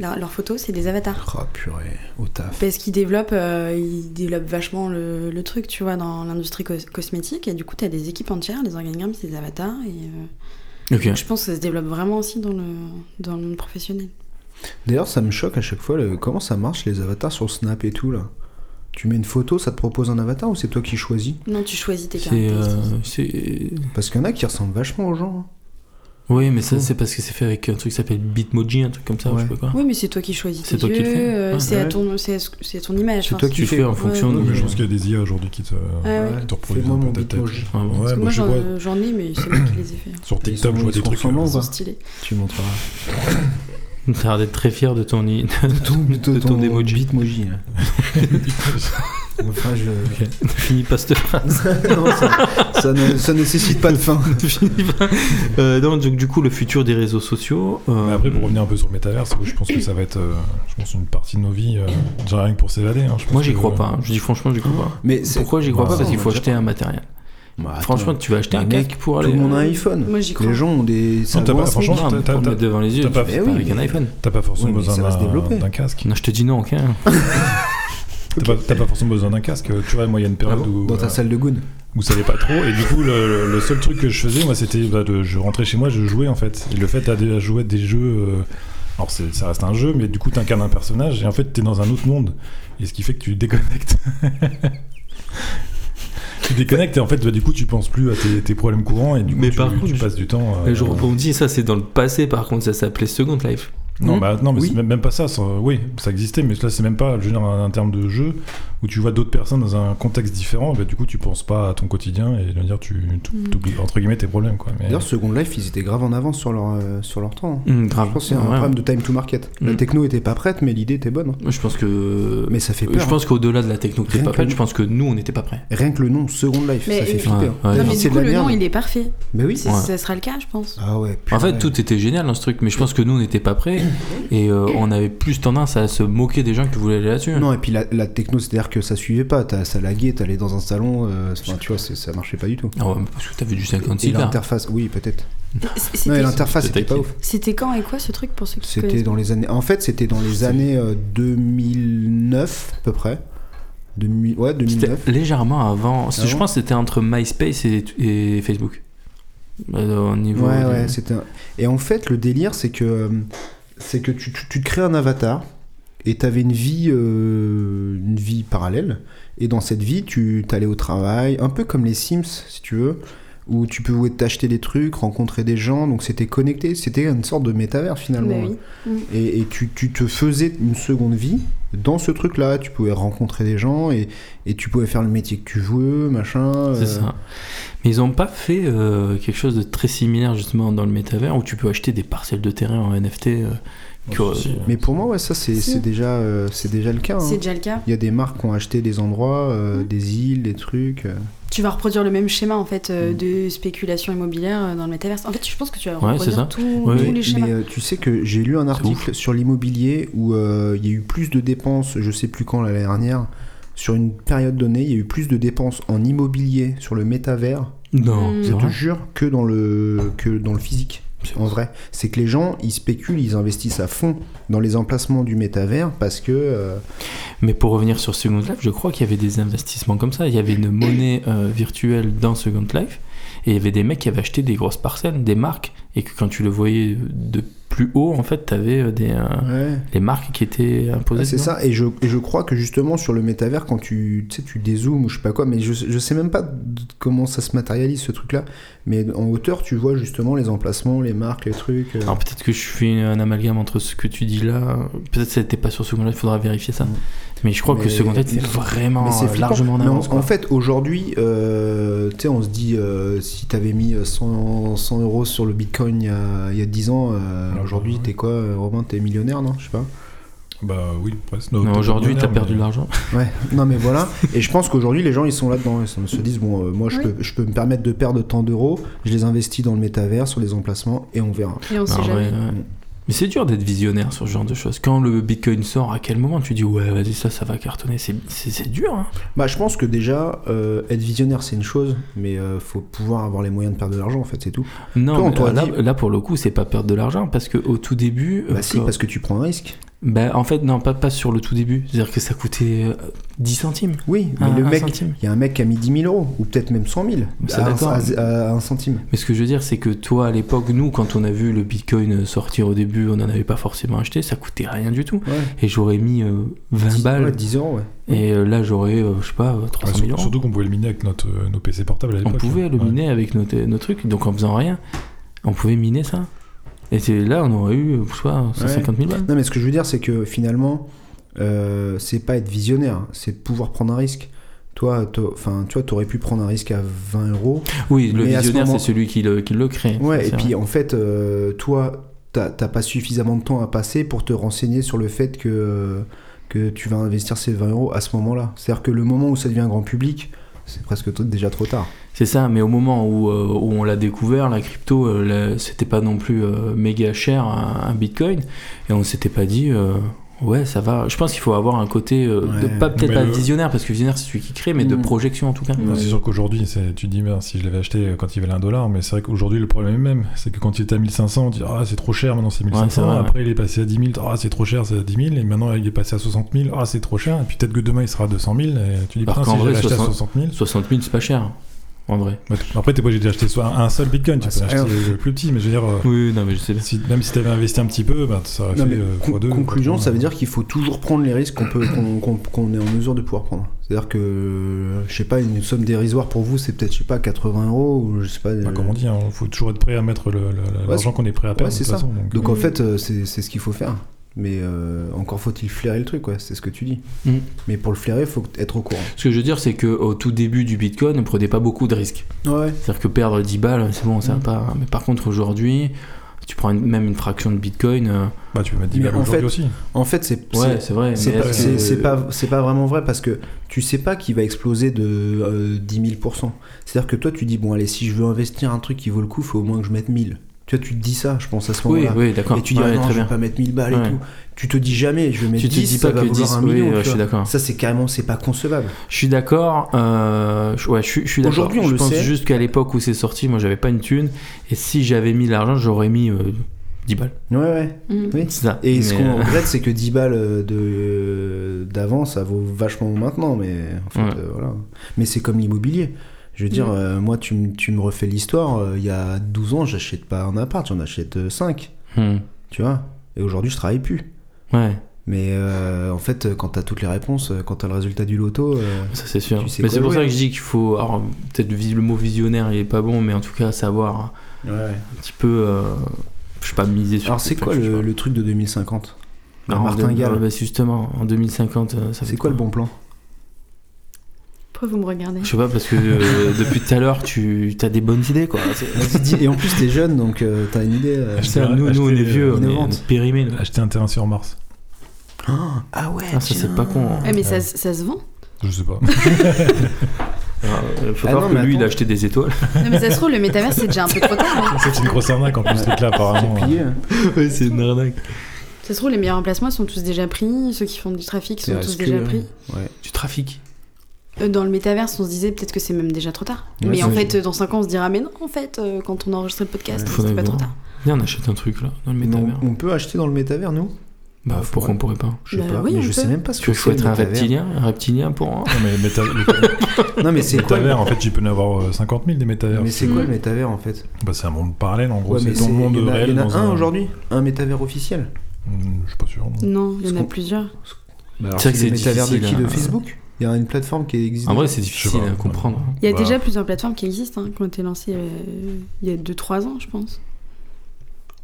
Speaker 2: leur- leurs photos, c'est des avatars.
Speaker 3: Oh purée, au taf.
Speaker 2: Parce qu'ils développent, euh, ils développent vachement le, le truc, tu vois, dans l'industrie cos- cosmétique. Et du coup, t'as des équipes entières, les organigrammes, c'est des avatars. Et, euh,
Speaker 1: Ok.
Speaker 2: Je pense que ça se développe vraiment aussi dans le, dans le monde professionnel.
Speaker 3: D'ailleurs, ça me choque à chaque fois, le- comment ça marche les avatars sur Snap et tout, là. Tu mets une photo, ça te propose un avatar ou c'est toi qui choisis
Speaker 2: Non, tu choisis tes
Speaker 1: C'est,
Speaker 2: caractéristiques.
Speaker 1: euh, c'est-
Speaker 3: Parce qu'il y en a qui ressemblent vachement aux gens. hein.
Speaker 1: Oui, mais ça c'est parce que c'est fait avec un truc qui s'appelle Bitmoji, un truc comme ça, ou je
Speaker 3: Ouais.
Speaker 1: sais pas quoi.
Speaker 2: Oui, mais c'est toi qui choisis
Speaker 1: C'est
Speaker 2: tes
Speaker 1: toi qui
Speaker 2: yeux,
Speaker 1: le fais.
Speaker 2: euh,
Speaker 1: Ouais,
Speaker 2: c'est à
Speaker 3: ouais.
Speaker 2: ton, c'est à ce- c'est ton image.
Speaker 3: C'est
Speaker 2: enfin,
Speaker 3: toi
Speaker 1: Tu
Speaker 2: c'est-
Speaker 3: qui
Speaker 1: le fais
Speaker 3: fais.
Speaker 1: en
Speaker 2: Ouais,
Speaker 1: fonction
Speaker 2: ouais.
Speaker 1: de...
Speaker 4: mais je pense qu'il y a des IA aujourd'hui qui te,
Speaker 2: Ah ouais.
Speaker 3: Ouais.
Speaker 4: te reproduisent
Speaker 3: Fais-moi
Speaker 4: un peu
Speaker 3: mon
Speaker 4: ta tête.
Speaker 3: bitmoji.
Speaker 1: Ah bon.
Speaker 4: Ouais,
Speaker 2: Parce que
Speaker 4: bah,
Speaker 2: moi,
Speaker 4: je sais
Speaker 2: j'en euh,
Speaker 4: pas,
Speaker 2: j'en ai, mais c'est moi qui les ai fait.
Speaker 4: sur
Speaker 3: Ils
Speaker 4: TikTok,
Speaker 3: sont-
Speaker 4: je vois
Speaker 3: ils
Speaker 4: des
Speaker 3: sont
Speaker 4: trucs. euh,
Speaker 3: ressemblants,
Speaker 2: Ils sont
Speaker 3: quoi.
Speaker 2: stylés.
Speaker 3: Tu montreras.
Speaker 1: T'as l'air d'être très fier de ton, i- de ton, de ton, emoji.
Speaker 3: Bitmoji. là. Enfin, je...
Speaker 1: Ne finis pas cette phrase.
Speaker 3: non, ça, ça ne, ça nécessite pas de fin.
Speaker 1: Ne finis pas. Euh, non, donc du coup, le futur des réseaux sociaux.
Speaker 3: hein.
Speaker 1: euh,
Speaker 4: Mais après, pour revenir un peu sur le métaverse, je pense que ça va être euh, je pense une partie de nos vies, euh, déjà rien que pour s'évader. hein, je pense
Speaker 1: Moi, j'y
Speaker 4: que-
Speaker 1: crois pas. hein. Je dis franchement, j'y crois pas.
Speaker 3: Mais c'est-
Speaker 1: Pourquoi j'y crois
Speaker 3: Bah,
Speaker 1: pas Parce
Speaker 3: on
Speaker 1: qu'il
Speaker 3: a
Speaker 1: faut
Speaker 3: déjà
Speaker 1: acheter un matériel.
Speaker 3: Bah, attends,
Speaker 1: Franchement, tu vas acheter un
Speaker 3: Mais mec,
Speaker 1: casque pour
Speaker 3: tout
Speaker 1: aller.
Speaker 3: le monde a un iPhone.
Speaker 2: Moi, j'y crois.
Speaker 3: Les gens ont des. ça
Speaker 4: Non, t'as
Speaker 3: va
Speaker 4: pas,
Speaker 3: un
Speaker 4: franchement,
Speaker 3: smartphone.
Speaker 4: t'as-
Speaker 1: pour
Speaker 4: t'as-
Speaker 1: le mettre
Speaker 4: t'as-
Speaker 1: devant les yeux,
Speaker 4: t'as
Speaker 1: tu
Speaker 4: pas-
Speaker 1: fais
Speaker 3: Eh
Speaker 1: pas
Speaker 3: oui,
Speaker 1: avec un
Speaker 3: mais-
Speaker 1: iPhone.
Speaker 4: t'as pas forcément
Speaker 3: Oui, mais ça
Speaker 4: besoin
Speaker 3: va se
Speaker 4: d'un
Speaker 3: développer.
Speaker 4: d'un casque.
Speaker 1: Non, je te dis non, ok.
Speaker 4: T'as pas, t'as pas forcément besoin d'un casque. Tu vois, moi, il y a une période
Speaker 1: Ah bon
Speaker 4: où,
Speaker 3: Dans ta
Speaker 4: euh,
Speaker 3: salle de goon.
Speaker 4: où ça allait pas trop. Et du coup, le, le seul truc que je faisais, moi, c'était bah, de- je rentrais chez moi, je jouais en fait. Et le fait à déjà jouer à des jeux. euh, alors, c'est- ça reste un jeu, mais du coup, t'incarnes un personnage et en fait, t'es dans un autre monde. Et ce qui fait que tu déconnectes. tu déconnectes et en fait, bah, du coup, tu penses plus à tes, tes problèmes courants et du coup,
Speaker 1: Mais
Speaker 4: tu,
Speaker 1: par contre,
Speaker 4: tu passes du temps. euh,
Speaker 1: je rebondis, ça c'est dans le passé par contre, ça s'appelait Second Life.
Speaker 4: Non, bah, non, mais
Speaker 3: Oui.
Speaker 4: c'est même- même pas ça. ça, oui, ça existait, mais là, c'est même pas, je veux dire, un, un terme de jeu où tu vois d'autres personnes dans un contexte différent. Bah, du coup, tu penses pas à ton quotidien et je veux dire, tu tu-
Speaker 2: Mm.
Speaker 4: t'oublies entre guillemets tes problèmes, quoi. Mais,
Speaker 3: D'ailleurs, Second Life, ils étaient grave en avance sur leur, euh, sur leur temps. hein.
Speaker 1: Hum,
Speaker 3: Je
Speaker 1: grave.
Speaker 3: pense que c'est un
Speaker 1: Ouais.
Speaker 3: problème de time to market. La
Speaker 1: Mm.
Speaker 3: techno était pas prête, mais l'idée était bonne. hein.
Speaker 1: Moi, Je pense que.
Speaker 3: Mais ça fait
Speaker 1: Euh, je
Speaker 3: peur. hein.
Speaker 1: pense qu'au-delà de la techno qui
Speaker 3: Rien
Speaker 1: n'est pas
Speaker 3: que
Speaker 1: prête,
Speaker 3: nous.
Speaker 1: je pense que nous, on n'était pas prêts.
Speaker 3: hein. Rien que le nom Second Life,
Speaker 2: Mais-
Speaker 3: ça fait
Speaker 2: Ouais,
Speaker 3: flipper. hein.
Speaker 1: ouais.
Speaker 2: Non,
Speaker 1: Non,
Speaker 2: mais
Speaker 3: c'est
Speaker 2: du
Speaker 3: de
Speaker 2: coup,
Speaker 3: la
Speaker 2: le nom,
Speaker 3: merde.
Speaker 2: il est parfait.
Speaker 3: Mais oui.
Speaker 2: C'est-
Speaker 1: Ouais.
Speaker 2: Ça sera le cas, je pense.
Speaker 3: Ah ouais.
Speaker 1: En fait,
Speaker 3: purée.
Speaker 1: tout était génial dans ce truc, mais je pense que nous, on n'était pas prêts et euh, on avait plus tendance à se moquer des gens qui voulaient aller là-dessus.
Speaker 3: Non, et puis la, la techno, c'est-à-dire que ça suivait pas. T'as- ça laguait, t'allais dans un salon, euh, enfin, tu vois, c'est- ça marchait pas du tout.
Speaker 1: Ah ouais, mais parce que t'avais du
Speaker 3: Et
Speaker 1: 56 là.
Speaker 3: l'interface, oui, peut-être.
Speaker 2: C-
Speaker 3: Non, et
Speaker 2: C'était
Speaker 3: l'interface
Speaker 1: C'était
Speaker 3: était pas
Speaker 1: qui
Speaker 3: ouf.
Speaker 2: c'était quand et quoi ce truc pour ceux qui
Speaker 3: C'était
Speaker 2: connaissent
Speaker 3: dans
Speaker 2: pas
Speaker 3: les années. En fait, c'était dans les années euh, 2009, à peu près. 2000... Ouais,
Speaker 1: C'était
Speaker 3: 2009.
Speaker 1: légèrement avant.
Speaker 3: Ah
Speaker 1: je
Speaker 3: bon
Speaker 1: pense que c'était entre MySpace et, et Facebook. Euh, au niveau
Speaker 3: Ouais,
Speaker 1: de-
Speaker 3: ouais, c'était. un- Et en fait, le délire, c'est que euh, c'est que tu, tu, tu te crées un avatar et t'avais une vie euh, une vie parallèle et dans cette vie, tu t'allais au travail, un peu comme les Sims, si tu veux, où tu pouvais t'acheter des trucs, rencontrer des gens, donc c'était connecté, c'était une sorte de métavers finalement.
Speaker 2: Bah oui.
Speaker 3: Et, et tu, tu te faisais une seconde vie dans ce truc-là. Tu pouvais rencontrer des gens et, et tu pouvais faire le métier que tu veux, machin.
Speaker 1: C'est
Speaker 3: euh,
Speaker 1: ça. Mais ils n'ont pas fait euh, quelque chose de très similaire justement dans le métavers où tu peux acheter des parcelles de terrain en NFT. euh, que-
Speaker 4: Oh, si, si.
Speaker 3: Mais pour moi, ouais, ça, c'est
Speaker 2: Si.
Speaker 3: c'est déjà, euh, c'est déjà le cas. hein.
Speaker 2: C'est déjà le cas.
Speaker 3: Il y a des marques qui ont acheté des endroits, euh,
Speaker 1: Mmh.
Speaker 2: Mm.
Speaker 3: des îles, des trucs. euh.
Speaker 2: Tu vas reproduire le même schéma en fait
Speaker 3: Mm.
Speaker 2: euh, de spéculation immobilière euh, dans le métaverse. En fait, je pense que tu vas
Speaker 1: Ouais, c'est ça.
Speaker 2: reproduire tous
Speaker 1: Ouais,
Speaker 2: tous
Speaker 1: oui.
Speaker 2: les
Speaker 3: Mais
Speaker 2: schémas.
Speaker 3: euh, tu sais que j'ai lu un article sur l'immobilier où euh, il y a eu plus de dépenses, je sais plus quand l'année dernière, sur une période donnée, il y a eu plus de dépenses en immobilier sur le métavers,
Speaker 1: Non,
Speaker 2: Hmm.
Speaker 1: c'est
Speaker 3: je te
Speaker 1: vrai.
Speaker 3: jure, que dans le, que dans le physique.
Speaker 1: Hein C'est
Speaker 3: En vrai, c'est que les gens, ils spéculent, ils investissent à fond dans les emplacements du métavers parce que euh,
Speaker 1: Mais pour revenir sur Second Life, je crois qu'il y avait des investissements comme ça. Il y avait une monnaie euh, virtuelle dans Second Life et il y avait des mecs qui avaient acheté des grosses parcelles, des marques, et que quand tu le voyais de plus haut, en fait, tu avais des, euh,
Speaker 3: ouais.
Speaker 1: les marques qui étaient imposées.
Speaker 3: Ouais, Ah, Bah, c'est
Speaker 1: dedans.
Speaker 3: ça, et je, et je crois que justement sur le métavers, quand tu, tu sais, tu dézoomes ou je sais pas quoi, mais je, je sais même pas d- comment ça se matérialise ce truc-là, mais en hauteur, tu vois justement les emplacements, les marques, les trucs. euh.
Speaker 1: Alors peut-être que je fais un amalgame entre ce que tu dis là, peut-être que ça n'était pas sur Second Life, il faudra vérifier ça.
Speaker 3: Mm.
Speaker 1: Mais je crois
Speaker 3: Mais-
Speaker 1: que Second Life
Speaker 3: mais-
Speaker 1: est vraiment
Speaker 3: mais c'est
Speaker 1: euh,
Speaker 3: flippant.
Speaker 1: largement en
Speaker 3: Mais en,
Speaker 1: avance. quoi.
Speaker 3: en fait, aujourd'hui, euh, tu sais, on se dit, euh, si t'avais mis 100, 100 euros sur le bitcoin il y a, il y a 10 ans, euh,
Speaker 4: Ouais,
Speaker 3: aujourd'hui,
Speaker 4: ouais.
Speaker 3: t'es quoi, euh, Robin T'es millionnaire, non Je sais pas.
Speaker 4: Bah oui, presque. Bah,
Speaker 1: Non, Aujourd'hui, tu as perdu de
Speaker 4: l'argent.
Speaker 1: l'argent.
Speaker 3: Ouais, non mais voilà. Et je pense qu'aujourd'hui, les gens, ils sont là-dedans. Ils se disent, bon, euh, moi, je,
Speaker 2: Oui.
Speaker 3: peux, je peux me permettre de perdre tant d'euros, je les investis dans le métavers, sur les emplacements, et on verra.
Speaker 2: Et on
Speaker 1: Ah,
Speaker 2: sait jamais.
Speaker 1: ouais, ouais. Mais c'est dur d'être visionnaire sur ce genre de choses. Quand le Bitcoin sort, à quel moment tu dis ouais, vas-y, ça, ça va cartonner C'est c'est- c'est dur. hein.
Speaker 3: Bah, je pense que déjà, euh, être visionnaire, c'est une chose, mais euh, faut pouvoir avoir les moyens de perdre de l'argent, en fait, c'est tout.
Speaker 1: Non,
Speaker 3: Toi, on
Speaker 1: mais
Speaker 3: t'aurait
Speaker 1: là,
Speaker 3: dit-
Speaker 1: là, pour le coup, c'est pas perdre de l'argent parce que au tout début. euh,
Speaker 3: Bah, si,
Speaker 1: quand-
Speaker 3: parce que tu prends un risque.
Speaker 1: Bah, en fait, non, pas, pas sur le tout début. C'est-à-dire que ça coûtait euh, 10 centimes.
Speaker 3: Oui, mais
Speaker 1: un-
Speaker 3: le
Speaker 1: un
Speaker 3: mec.
Speaker 1: centime.
Speaker 3: Il y a un mec qui a mis 10 000 euros, ou peut-être même 100 000,
Speaker 1: Mais ça,
Speaker 3: à, un,
Speaker 1: d'accord.
Speaker 3: à- à un centime.
Speaker 1: Mais ce que je veux dire, c'est que toi, à l'époque, nous, quand on a vu le Bitcoin sortir au début, on n'en avait pas forcément acheté, ça coûtait rien du tout.
Speaker 3: Ouais.
Speaker 1: Et j'aurais mis euh, 20
Speaker 3: Dix-
Speaker 1: balles,
Speaker 3: ouais, 10 euros, ouais.
Speaker 1: et euh, là, j'aurais, euh, je sais pas, euh, 300
Speaker 3: Ah,
Speaker 4: Ouais,
Speaker 1: 000 euros.
Speaker 4: surtout qu'on pouvait le miner avec notre, euh, nos PC portables
Speaker 1: On
Speaker 4: à l'époque.
Speaker 1: pouvait
Speaker 4: hein.
Speaker 1: le
Speaker 4: Ouais.
Speaker 1: miner avec nos, nos trucs, donc en faisant rien, on pouvait miner ça. Et c'est là, on aurait eu, euh, soit 150 000 balles.
Speaker 3: Non, mais ce que je veux dire, c'est que finalement, euh, c'est pas être visionnaire, hein, c'est de pouvoir prendre un risque. Toi, t'au- enfin, tu vois, t'aurais pu prendre un risque à 20 euros.
Speaker 1: Oui, le
Speaker 3: Mais à ce
Speaker 1: visionnaire,
Speaker 3: moment-
Speaker 1: c'est celui qui le, qui le crée. Ça,
Speaker 3: Ouais, et
Speaker 1: c'est
Speaker 3: puis
Speaker 1: vrai.
Speaker 3: en fait, euh, toi, t'as t'as pas suffisamment de temps à passer pour te renseigner sur le fait que, que tu vas investir ces 20 euros à ce moment-là. C'est-à-dire que le moment où ça devient grand public, c'est presque t- déjà trop tard.
Speaker 1: C'est ça, mais au moment où, euh, où on l'a découvert, la crypto, euh, la- c'était pas non plus euh, méga cher un, un bitcoin, et on s'était pas dit, euh, ouais, ça va. Je pense qu'il faut avoir un côté, euh, de-
Speaker 3: Ouais.
Speaker 1: pas peut-être
Speaker 4: Mais
Speaker 1: pas
Speaker 4: le-
Speaker 1: visionnaire, parce que visionnaire c'est celui qui crée, mais de
Speaker 3: Mm.
Speaker 1: projection en tout cas.
Speaker 4: Non, C'est sûr qu'aujourd'hui, c'est- tu te dis, merde, si je l'avais acheté euh, quand il valait un dollar, mais c'est vrai qu'aujourd'hui, le problème est le même. C'est que quand il était à 1500, on dit, ah, c'est trop cher, maintenant c'est
Speaker 1: c'est
Speaker 4: 1500.
Speaker 1: vrai, ouais.
Speaker 4: Après, il est passé à 10 000, ah, c'est trop cher, c'est à 10 000. Et maintenant, il est passé à 60 000, ah, c'est trop cher. Et puis peut-être que demain, il sera à 200 000. Et tu dis,
Speaker 1: Parce
Speaker 4: putain,
Speaker 1: qu'en
Speaker 4: si je
Speaker 1: vrai,
Speaker 4: l'avais acheté à
Speaker 1: 60
Speaker 4: 60 000.
Speaker 1: 60 000, c'est pas cher. en vrai.
Speaker 4: Bah, t- Après, t'es pas obligé d'acheter soit un seul bitcoin, tu
Speaker 3: Ouais,
Speaker 4: peux
Speaker 3: c'est
Speaker 4: acheter le plus petit, mais je veux dire, euh,
Speaker 1: Oui, oui, non, mais je sais bien.
Speaker 4: si- même si t'avais investi un petit peu, bah, ça aurait
Speaker 3: Non, mais
Speaker 4: fait euh,
Speaker 3: con-
Speaker 4: x2.
Speaker 3: conclusion,
Speaker 4: quoi.
Speaker 3: ça veut dire qu'il faut toujours prendre les risques qu'on peut, qu'on, qu'on- qu'on est en mesure de pouvoir prendre. C'est-à-dire que, euh, je sais pas, une somme dérisoire pour vous, c'est peut-être, je sais pas, 80 euros ou je sais pas.
Speaker 4: Bah,
Speaker 3: euh,
Speaker 4: comme on dit, il faut toujours être prêt à mettre le- le- le-
Speaker 3: Ouais,
Speaker 4: l'argent qu'on est prêt à
Speaker 3: ouais,
Speaker 4: perdre.
Speaker 3: c'est
Speaker 4: de toute
Speaker 3: ça.
Speaker 4: façon, donc,
Speaker 3: Donc en
Speaker 2: Mm.
Speaker 3: fait, euh, c'est, c'est ce qu'il faut faire. Mais euh, encore faut-il flairer le truc, ouais, c'est ce que tu dis.
Speaker 1: Mm.
Speaker 3: Mais pour le flairer, faut être au courant.
Speaker 1: Ce que je veux dire, c'est qu'au tout début du Bitcoin, on prenait pas beaucoup de risques.
Speaker 3: Ouais.
Speaker 1: C'est-à-dire que perdre 10 balles, c'est bon, ça
Speaker 3: Mm.
Speaker 1: va pas. hein. Mais par contre, aujourd'hui, tu prends une- même une fraction de Bitcoin. euh,
Speaker 4: bah, tu peux mettre 10
Speaker 3: Mais
Speaker 4: balles
Speaker 3: en
Speaker 4: aujourd'hui
Speaker 3: fait,
Speaker 4: aussi.
Speaker 3: En fait, c'est, c'est-
Speaker 1: Ouais, c'est vrai.
Speaker 3: C'est
Speaker 1: mais
Speaker 3: pas,
Speaker 1: est-ce
Speaker 3: c'est-
Speaker 1: que-
Speaker 3: c'est pas, c'est pas vraiment vrai parce que tu sais pas qu'il va exploser de euh, 10 000%. C'est-à-dire que toi, tu dis, bon, allez, si je veux investir un truc qui vaut le coup, faut au moins que je mette 1000. Tu vois, tu te dis ça, je pense, à ce
Speaker 1: Oui,
Speaker 3: moment-là.
Speaker 1: oui, d'accord.
Speaker 3: Et tu dis,
Speaker 1: Ouais,
Speaker 3: ah non,
Speaker 1: très
Speaker 3: je vais
Speaker 1: bien.
Speaker 3: pas mettre 1000 balles
Speaker 1: Ouais.
Speaker 3: et tout. Tu te dis jamais, je vais mettre
Speaker 1: Tu te
Speaker 3: 10,
Speaker 1: dis
Speaker 3: ça
Speaker 1: pas
Speaker 3: va
Speaker 1: que
Speaker 3: vouloir
Speaker 1: 10,
Speaker 3: un
Speaker 1: oui,
Speaker 3: million.
Speaker 1: ouais,
Speaker 3: tu
Speaker 1: je suis
Speaker 3: vois.
Speaker 1: d'accord.
Speaker 3: Ça, c'est carrément, c'est pas concevable.
Speaker 1: Je suis d'accord. euh, je- ouais, je, suis- je suis d'accord.
Speaker 3: Aujourd'hui, on
Speaker 1: je
Speaker 3: le
Speaker 1: pense
Speaker 3: sait.
Speaker 1: juste qu'à l'époque où c'est sorti, moi, j'avais pas une thune. Et si j'avais mis l'argent, j'aurais mis euh, 10 balles.
Speaker 3: Ouais, ouais.
Speaker 2: Mm.
Speaker 3: Oui.
Speaker 1: C'est ça.
Speaker 3: Et ce
Speaker 1: Mais,
Speaker 3: qu'on
Speaker 1: euh,
Speaker 3: regrette, c'est que 10 balles euh, de, euh, d'avant, ça vaut vachement maintenant, mais en fait,
Speaker 1: Ouais. Mm.
Speaker 3: euh, voilà. Mais c'est comme l'immobilier. Je veux dire,
Speaker 2: Mhm.
Speaker 3: euh, moi, tu, me- tu me refais l'histoire, euh, il y a 12 ans, j'achète pas un appart, j'en achète 5,
Speaker 1: hmm,
Speaker 3: tu vois. Et aujourd'hui, je travaille plus.
Speaker 1: Ouais,
Speaker 3: Mais euh, en fait, quand t'as toutes les réponses, euh, quand t'as le résultat du loto, euh,
Speaker 1: ça c'est sûr.
Speaker 3: Tu sais
Speaker 1: mais
Speaker 3: quoi
Speaker 1: c'est pour ça
Speaker 3: jouer.
Speaker 1: que je dis qu'il faut. Alors, peut-être vis- le mot visionnaire, il est pas bon, mais en tout cas, savoir un petit peu. euh, je sais pas, miser sur.
Speaker 3: Alors, c'est
Speaker 1: enfin,
Speaker 3: quoi
Speaker 1: je sais
Speaker 3: le,
Speaker 1: pas.
Speaker 3: le truc de 2050
Speaker 1: Non, en
Speaker 3: Martin
Speaker 1: deux-
Speaker 3: Gall.
Speaker 1: ah, bah, c'est justement, en 2050, euh, ça va
Speaker 3: C'est
Speaker 1: être
Speaker 3: quoi le bon plan
Speaker 2: Pourquoi vous me regardez
Speaker 1: Je sais pas, parce que euh, depuis tout à l'heure, tu as des bonnes idées, quoi. C'est-
Speaker 3: Vas-y, dis- Et en plus, t'es jeune, donc euh, t'as une idée. euh,
Speaker 4: Acheter
Speaker 1: Ça,
Speaker 4: un-
Speaker 1: nous, nous, on est
Speaker 4: acheter,
Speaker 1: vieux,
Speaker 4: euh,
Speaker 1: on est, on
Speaker 3: innovante.
Speaker 1: est périmés. là.
Speaker 4: Acheter un terrain sur Mars.
Speaker 3: Ah, ah ouais
Speaker 1: Ah, ça, c'est
Speaker 3: tiens.
Speaker 1: pas con. hein.
Speaker 2: Eh, mais ça, ça se vend
Speaker 4: Je sais pas.
Speaker 1: Alors, euh, faut
Speaker 3: Ah
Speaker 1: savoir
Speaker 3: non,
Speaker 1: que
Speaker 3: mais
Speaker 1: lui, il a
Speaker 3: attends.
Speaker 1: acheté des étoiles.
Speaker 2: Non, mais ça se trouve, le métavers, c'est déjà un peu trop tard. hein.
Speaker 4: c'est une grosse arnaque en plus, ce truc-là, apparemment.
Speaker 3: Pillé, hein.
Speaker 1: ouais, c'est une arnaque.
Speaker 2: Ça se trouve, les meilleurs emplacements sont tous déjà pris, ceux qui font du trafic
Speaker 3: C'est
Speaker 2: sont tous
Speaker 3: risqué,
Speaker 2: déjà
Speaker 3: hein.
Speaker 2: pris.
Speaker 3: Ouais.
Speaker 1: Du trafic.
Speaker 2: Euh, Dans le métavers, on se disait peut-être que c'est même déjà trop tard.
Speaker 3: Ouais,
Speaker 2: mais
Speaker 3: c'est
Speaker 2: en
Speaker 3: vrai.
Speaker 2: fait, euh, dans 5 ans, on se dira mais non, en fait, euh, quand on a enregistré le podcast,
Speaker 1: Ouais.
Speaker 2: c'était
Speaker 1: Faudrait
Speaker 2: pas trop
Speaker 1: voir.
Speaker 2: tard.
Speaker 1: Viens, on achète un truc, là, dans le
Speaker 3: Mais on-
Speaker 1: métavers.
Speaker 3: on peut acheter dans le métavers, nous
Speaker 1: Bah, pourquoi on pourrait pas
Speaker 3: Je sais
Speaker 2: Bah
Speaker 3: pas,
Speaker 2: oui,
Speaker 3: mais
Speaker 2: on
Speaker 3: je sais
Speaker 2: peut.
Speaker 3: même pas ce
Speaker 1: Parce qu'il
Speaker 3: que
Speaker 1: faut
Speaker 3: c'est
Speaker 1: être
Speaker 3: le
Speaker 1: un
Speaker 3: métavers.
Speaker 1: reptilien, un reptilien pour un.
Speaker 4: hein. Non, mais méta... le
Speaker 3: Non mais c'est quoi le-
Speaker 4: métavers, en fait, tu peux en avoir euh, 50 000 des métavers.
Speaker 3: Mais c'est quoi le
Speaker 2: Mm.
Speaker 3: métavers en fait
Speaker 4: Bah, c'est un monde parallèle, en gros.
Speaker 3: Ouais, mais
Speaker 4: c'est ton
Speaker 3: c'est-
Speaker 4: monde
Speaker 3: il y en a,
Speaker 4: réel.
Speaker 3: il y en a
Speaker 4: dans
Speaker 3: un aujourd'hui, un métavers officiel.
Speaker 4: Hmm, Je suis pas sûr. non.
Speaker 2: Non, il y
Speaker 3: Parce
Speaker 2: en a
Speaker 3: qu'on-
Speaker 2: plusieurs.
Speaker 1: C'est vrai que c'est
Speaker 3: Bah, le métavers de
Speaker 1: difficile,
Speaker 3: qui de
Speaker 1: hein.
Speaker 3: Facebook Il y a une plateforme qui existe.
Speaker 1: En vrai, c'est
Speaker 4: Je
Speaker 1: difficile
Speaker 4: sais pas.
Speaker 1: à comprendre. hein.
Speaker 2: Il y a
Speaker 4: Bah.
Speaker 2: déjà plusieurs plateformes qui existent, hein, qui ont été lancées euh, il y a 2-3 ans, je pense.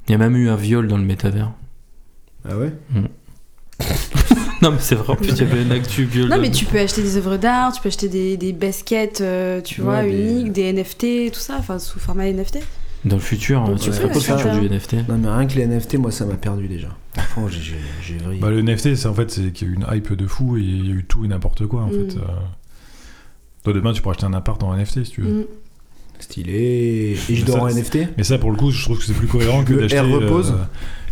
Speaker 1: Il y a même eu un viol dans le métavers.
Speaker 3: Ah ouais
Speaker 1: Non, mais c'est vrai, en plus, il y avait une actu viol.
Speaker 2: Non, mais tu peux acheter des œuvres d'art, tu peux acheter des, des baskets, euh, tu
Speaker 3: Ouais,
Speaker 2: vois,
Speaker 3: des-
Speaker 2: uniques, des NFT, tout ça, enfin, sous format NFT.
Speaker 1: Dans le futur, hein,
Speaker 2: Ouais,
Speaker 1: tu
Speaker 3: ouais,
Speaker 1: ferais pas le
Speaker 3: ça.
Speaker 1: futur du NFT.
Speaker 3: Non mais rien que les NFT, moi ça m'a perdu déjà. Franchement, j'ai- j'ai j'ai vrillé.
Speaker 4: Bah, le NFT, c'est en fait c'est qu'il y a eu une hype de fou et il y a eu tout et n'importe quoi en
Speaker 2: Mm.
Speaker 4: fait. euh. Toi demain tu pourras acheter un appart en NFT si tu veux.
Speaker 2: Mm.
Speaker 3: Stylé. Et je
Speaker 4: Mais
Speaker 3: dors en
Speaker 4: ça,
Speaker 3: NFT
Speaker 4: Mais ça pour le coup je trouve que c'est plus cohérent que
Speaker 3: Le
Speaker 4: d'acheter
Speaker 3: air repose.
Speaker 4: euh,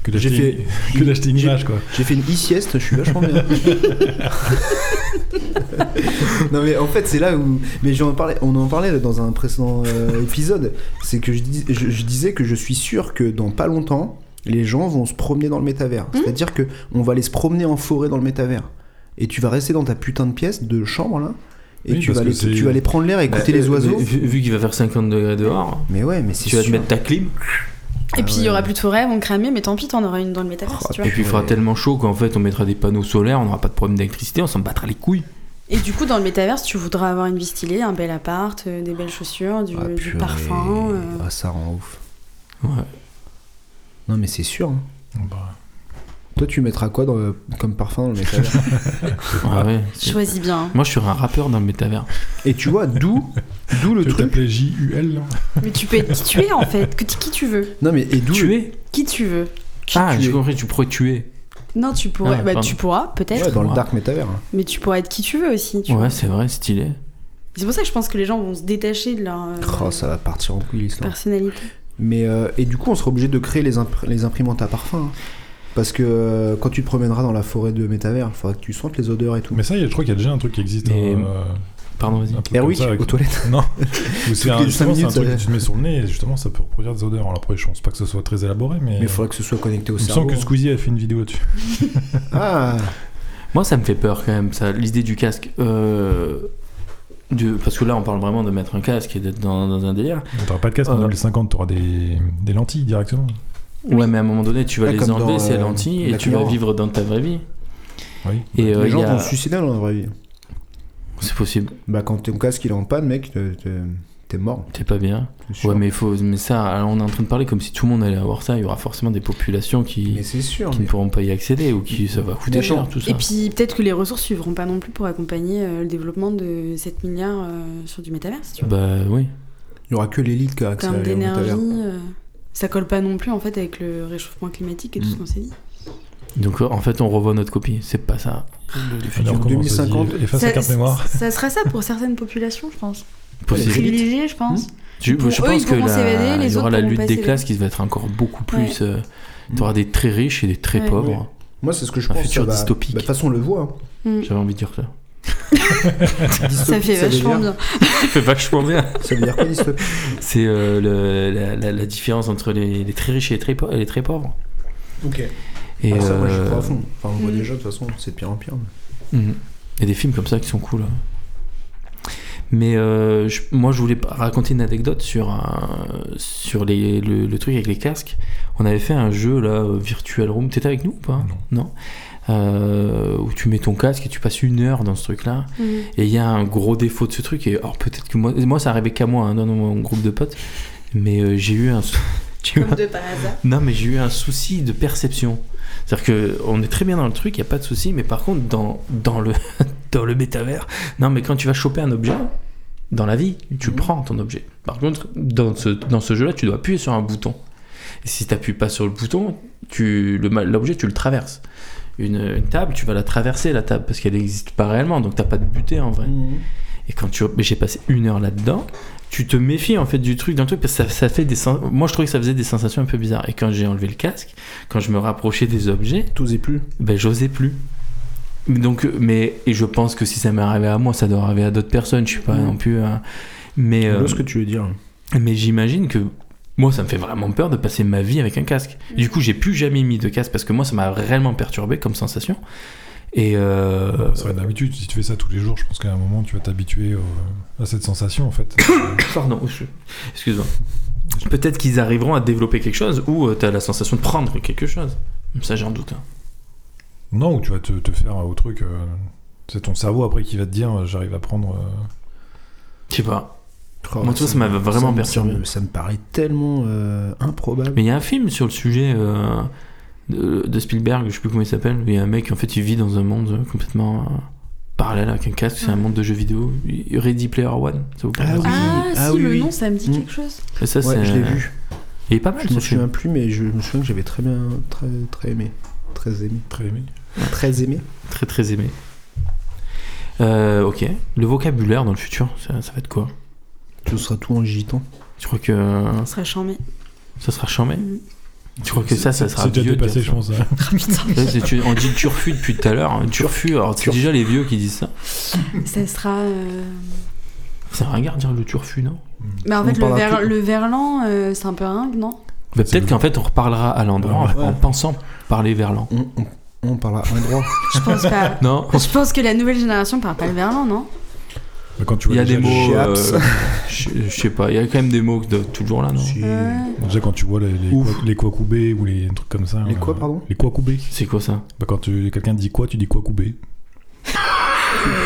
Speaker 4: que
Speaker 3: J'ai
Speaker 4: d'acheter que
Speaker 3: j'ai-
Speaker 4: d'acheter une
Speaker 3: j'ai-
Speaker 4: image quoi.
Speaker 3: J'ai fait une e-sieste, je suis vachement bien. non mais en fait c'est là où mais j'en parlais, on en parlait dans un précédent euh, épisode, c'est que je, dis- je- je disais que je suis sûr que dans pas longtemps les gens vont se promener dans le métavers.
Speaker 2: Hmm
Speaker 3: C'est-à-dire que on va aller se promener en forêt dans le métavers et tu vas rester dans ta putain de pièce de chambre là et
Speaker 4: Oui,
Speaker 3: tu
Speaker 4: parce
Speaker 3: vas
Speaker 4: que
Speaker 3: aller
Speaker 4: c'est-
Speaker 3: tu vas aller prendre l'air et écouter
Speaker 1: Bah,
Speaker 3: les
Speaker 1: euh,
Speaker 3: oiseaux.
Speaker 1: mais Vu, vu qu'il va faire 50 degrés dehors,
Speaker 3: Mais ouais, mais c'est
Speaker 1: tu vas te
Speaker 3: sûr.
Speaker 1: mettre ta clim.
Speaker 2: Et puis, il y
Speaker 3: Ah ouais.
Speaker 2: aura plus de forêt, on cramer, mais tant pis, t'en auras une dans le métavers,
Speaker 3: Oh,
Speaker 2: tu vois.
Speaker 1: Et puis il fera
Speaker 3: Ouais.
Speaker 1: tellement chaud qu'en fait on mettra des panneaux solaires, on n'aura pas de problème d'électricité, on s'en battra les couilles.
Speaker 2: Et du coup, dans le métaverse, tu voudras avoir une vie stylée, un bel appart, euh, des belles chaussures, du,
Speaker 3: Ah,
Speaker 2: du
Speaker 3: purée.
Speaker 2: parfum. euh.
Speaker 3: Ah ça rend ouf.
Speaker 1: Ouais.
Speaker 3: Non mais c'est sûr. hein.
Speaker 4: Bah,
Speaker 3: Toi tu mettras quoi dans le- comme parfum dans le métavers
Speaker 1: Ouais, ouais.
Speaker 2: Choisis bien.
Speaker 1: Moi je serais un rappeur dans le métavers.
Speaker 3: Et tu vois, d'où, d'où le
Speaker 4: tu veux
Speaker 3: truc.
Speaker 4: t'appeler JUL non
Speaker 2: Mais tu peux être qui tu es en fait, que tu- qui tu veux,
Speaker 3: Non mais et d'où le-
Speaker 1: Tuer
Speaker 2: qui tu veux.
Speaker 3: qui
Speaker 1: Ah,
Speaker 3: tu
Speaker 1: j'ai
Speaker 3: es.
Speaker 1: compris, tu pourrais tuer.
Speaker 2: Non, tu pourrais,
Speaker 1: Ah,
Speaker 2: bah,
Speaker 1: pardon.
Speaker 2: tu pourras peut-être,
Speaker 3: Ouais, dans
Speaker 1: Ouais.
Speaker 3: le dark metaverse. hein.
Speaker 2: mais tu pourras être qui tu veux aussi. tu vois.
Speaker 1: Ouais, c'est vrai, stylé.
Speaker 2: C'est pour ça que je pense que les gens vont se détacher de leur euh,
Speaker 3: Oh, ça va partir en couille l'histoire.
Speaker 2: personnalité.
Speaker 3: Mais euh, et du coup, on sera obligé de créer les, impr- les imprimantes à parfum. hein. Parce que euh, quand tu te promèneras dans la forêt de métavers, il faudra que tu sentes les odeurs et tout.
Speaker 4: Mais ça il y a- je crois qu'il y a déjà un truc qui existe.
Speaker 1: Mais-
Speaker 4: hein, euh,
Speaker 1: Pardon, vas-y.
Speaker 4: un truc
Speaker 3: Erwick,
Speaker 4: comme ça, avec-
Speaker 3: Eh aux toilettes.
Speaker 4: Non, Ou c'est
Speaker 3: les
Speaker 4: un,
Speaker 3: cinq
Speaker 4: justement, c'est un
Speaker 3: minutes, ça
Speaker 4: truc
Speaker 3: va.
Speaker 4: que tu te mets sur le nez et justement ça peut reproduire des odeurs. Alors après je pense pas que ce soit très élaboré mais,
Speaker 3: Mais il faudra que ce soit connecté au
Speaker 4: il me semble
Speaker 3: cerveau. hein.
Speaker 4: que Squeezie a fait une vidéo là-dessus.
Speaker 3: Ah,
Speaker 1: Moi ça me fait peur quand même, ça, l'idée du casque. Euh, de- parce que là, on parle vraiment de mettre un casque et d'être dans, dans un délire.
Speaker 4: T'auras pas de casque en
Speaker 1: Euh.
Speaker 4: 2050, t'auras des, des lentilles directement.
Speaker 1: Ouais, mais à un moment donné, tu vas
Speaker 3: Ouais,
Speaker 1: les
Speaker 3: comme
Speaker 1: enlever,
Speaker 3: dans,
Speaker 1: ces
Speaker 3: euh,
Speaker 1: lentilles, et
Speaker 3: la
Speaker 1: tu vas
Speaker 3: couleur. Bah,
Speaker 1: vivre dans ta vraie vie.
Speaker 4: Oui.
Speaker 1: Et euh,
Speaker 3: les
Speaker 1: il
Speaker 3: gens
Speaker 1: y a-
Speaker 3: vont se suicider dans la vraie vie.
Speaker 1: c'est possible,
Speaker 3: Bah, quand ton casque il est en panne, mec, t'es- t'es t'es mort.
Speaker 1: t'es pas bien.
Speaker 3: c'est sûr.
Speaker 1: Ouais, mais, faut, mais ça, alors, on est en train de parler comme si tout le monde allait avoir ça. Il y aura forcément des populations
Speaker 3: Mais
Speaker 1: qui,
Speaker 3: c'est sûr.
Speaker 1: qui
Speaker 3: mais-
Speaker 1: ne pourront pas y accéder ou qui ça va coûter
Speaker 3: Mais attends,
Speaker 1: cher, tout ça.
Speaker 2: Et puis peut-être que les ressources suivront pas non plus pour accompagner euh, le développement de 7 milliards euh, sur du métaverse. Tu vois.
Speaker 1: Bah oui.
Speaker 3: Il y aura que l'élite qui a
Speaker 2: en
Speaker 3: accès à
Speaker 2: termes
Speaker 3: la
Speaker 2: d'énergie,
Speaker 3: métavers.
Speaker 2: euh, ça colle pas non plus en fait avec le réchauffement climatique et tout
Speaker 1: Mm.
Speaker 2: ce qu'on s'est dit.
Speaker 1: Donc euh, en fait, on revoit notre copie. C'est pas ça.
Speaker 3: Le
Speaker 4: Alors,
Speaker 3: futur
Speaker 4: comment ça se dit
Speaker 3: 2050.
Speaker 4: Efface la carte mémoire.
Speaker 2: ça sera ça pour certaines populations, je pense.
Speaker 1: Possible.
Speaker 3: Possible.
Speaker 2: Privilégiées, je
Speaker 3: Mm.
Speaker 2: pense.
Speaker 1: Je,
Speaker 2: Pour
Speaker 1: je
Speaker 2: eux,
Speaker 1: pense
Speaker 2: ils
Speaker 1: que
Speaker 2: pourront
Speaker 1: la-
Speaker 2: s'évader, les
Speaker 1: il y aura
Speaker 2: autres
Speaker 1: la
Speaker 2: pourront
Speaker 1: lutte
Speaker 2: pas
Speaker 1: des
Speaker 2: s'évader.
Speaker 1: classes qui va être encore beaucoup plus. euh, tu auras des très riches et des très
Speaker 2: Ouais.
Speaker 1: pauvres.
Speaker 3: Moi, c'est ce que je
Speaker 1: Un
Speaker 3: pense.
Speaker 1: futur
Speaker 3: ça va-
Speaker 1: dystopique.
Speaker 3: bah, De toute façon, on le voit.
Speaker 1: J'avais envie de dire ça.
Speaker 2: Ça fait vachement bien.
Speaker 1: C'est vachement bien.
Speaker 3: Ça veut dire quoi, dystopique
Speaker 1: C'est euh, le- la, la- la différence entre les, les très riches et les très, po- et les très pauvres.
Speaker 3: Ok.
Speaker 1: Et,
Speaker 3: Ah, ça, moi, j'y
Speaker 1: euh,
Speaker 3: crois à fond. Enfin, on voit
Speaker 2: Mm.
Speaker 3: déjà, de toute façon, c'est de pire en pire.
Speaker 1: Mhm. Il y a des films comme ça qui sont cool. hein. Mais euh, je- moi, je voulais pas- raconter une anecdote sur, un- sur les, le, le truc avec les casques. On avait fait un jeu là, euh, Virtual Room. T'étais avec nous ou pas Non. Euh, où tu mets ton casque et tu passes une heure dans ce truc-là.
Speaker 2: Mm.
Speaker 1: Et il y a un gros défaut de ce truc. Et alors peut-être que moi, moi ça arrivait qu'à moi, hein, dans mon groupe de potes. Mais euh, j'ai eu un. sou- j'ai eu un-
Speaker 2: par hasard.
Speaker 1: non, mais j'ai eu un souci de perception. C'est-à-dire que on est très bien dans le truc, il n'y a pas de souci, mais par contre, dans, dans, le, dans le métavers, non, mais quand tu vas choper un objet, dans la vie, tu
Speaker 2: Mhm.
Speaker 1: le prends ton objet. Par contre, dans ce, dans ce jeu-là, tu dois appuyer sur un bouton. Et si tu n'appuies pas sur le bouton, tu le ma- l'objet, tu le traverses. Une, une table, tu vas la traverser, la table, parce qu'elle n'existe pas réellement, donc t'as pas de butée en vrai.
Speaker 3: Mm.
Speaker 1: Et quand tu mais j'ai passé une heure là-dedans, tu te méfies en fait du truc, d'un truc parce que ça, ça fait des sen- moi je trouvais que ça faisait des sensations un peu bizarres. Et quand j'ai enlevé le casque, quand je me rapprochais des objets,
Speaker 3: T'osais plus.
Speaker 1: ben j'osais plus. Mais Donc mais et je pense que si ça m'est arrivé à moi, ça doit arriver à d'autres personnes. Je suis pas
Speaker 3: Mhm.
Speaker 1: non plus. un- Mais
Speaker 3: Je
Speaker 1: euh,
Speaker 3: vois ce que tu veux dire.
Speaker 1: mais j'imagine que moi, ça me fait vraiment peur de passer ma vie avec un casque. Du coup, j'ai plus jamais mis de casque parce que moi, ça m'a réellement perturbé comme sensation. Et euh,
Speaker 4: Ça va être l'habitude. Si tu fais ça tous les jours, je pense qu'à un moment, tu vas t'habituer au- à cette sensation, en fait.
Speaker 1: Pardon, je- excuse-moi. Peut-être qu'ils arriveront à développer quelque chose où tu as la sensation de prendre quelque chose. Ça, j'en doute. hein.
Speaker 4: non, ou tu vas te, te faire au truc. euh, c'est ton cerveau après qui va te dire euh, j'arrive à prendre. euh,
Speaker 1: Je sais pas.
Speaker 3: Oh,
Speaker 1: Moi, tu vois, ça m'a
Speaker 3: ça
Speaker 1: vraiment
Speaker 3: me-
Speaker 1: perturbé.
Speaker 3: Ça me, ça me paraît tellement euh, improbable.
Speaker 1: Mais il y a un film sur le sujet euh, de, de Spielberg, je sais plus comment il s'appelle, où il y a un mec, en fait, il vit dans un monde euh, complètement euh, parallèle avec un casque, c'est un monde de jeux vidéo. Ready Player One, ça vous parle
Speaker 3: Ah
Speaker 2: Ah,
Speaker 3: Ah
Speaker 2: si,
Speaker 3: oui,
Speaker 2: le
Speaker 3: oui.
Speaker 2: nom, ça me dit
Speaker 3: Mm.
Speaker 2: quelque chose.
Speaker 1: Et ça,
Speaker 3: ouais,
Speaker 1: c'est-
Speaker 3: je l'ai vu.
Speaker 1: Il est pas mal,
Speaker 3: Je
Speaker 1: ce
Speaker 3: me
Speaker 1: film.
Speaker 3: souviens plus, mais je me souviens que j'avais très bien, très, très aimé. Très aimé.
Speaker 4: très aimé.
Speaker 3: Très aimé.
Speaker 1: Très, très aimé. Euh, ok. Le vocabulaire dans le futur, ça, ça va être quoi
Speaker 3: Ce sera tout en gitan.
Speaker 1: Je crois que euh,
Speaker 2: On sera charmé.
Speaker 1: ça sera charmé.
Speaker 2: Mm.
Speaker 1: Tu crois que ça, ça sera
Speaker 4: C'est déjà
Speaker 1: vieux de
Speaker 4: dépassé,
Speaker 1: dire
Speaker 4: je pense. hein.
Speaker 2: Ah,
Speaker 1: ça Ouais, c'est- tu- on dit turfu depuis tout à l'heure. hein, Turfu, alors c'est
Speaker 3: Turfu.
Speaker 1: déjà les vieux qui disent ça.
Speaker 2: Ça sera. euh,
Speaker 1: C'est ringard de dire le turfu, non
Speaker 2: Bah, en fait,
Speaker 3: On
Speaker 2: le,
Speaker 3: parle à
Speaker 2: ver-
Speaker 3: tout-
Speaker 2: le verlan, euh, c'est un peu ringue, non
Speaker 1: Bah,
Speaker 4: C'est
Speaker 1: Peut-être
Speaker 4: le-
Speaker 1: qu'en fait on reparlera à l'endroit en-
Speaker 3: Ouais.
Speaker 1: en pensant parler verlan.
Speaker 3: On, on, on parle à un droit.
Speaker 2: Je pense pas.
Speaker 1: Non
Speaker 2: Je pense que la nouvelle génération parle pas le verlan, non
Speaker 4: Mais quand tu
Speaker 1: Il
Speaker 4: vois
Speaker 1: y a des
Speaker 4: déjà les-
Speaker 1: mots.
Speaker 3: Chiaps.
Speaker 1: euh, je je sais pas, il y a quand même des mots que de, toujours là, non
Speaker 3: Si.
Speaker 2: Ouais.
Speaker 4: Déjà, quand tu vois les, les,
Speaker 1: Ouf.
Speaker 4: quoi- les Kwakubé ou les trucs comme ça.
Speaker 3: Les
Speaker 4: euh,
Speaker 3: quoi, pardon
Speaker 4: Les Kwakubé.
Speaker 1: C'est quoi ça
Speaker 4: Bah, quand tu- quelqu'un dit quoi, tu dis Kwakubé.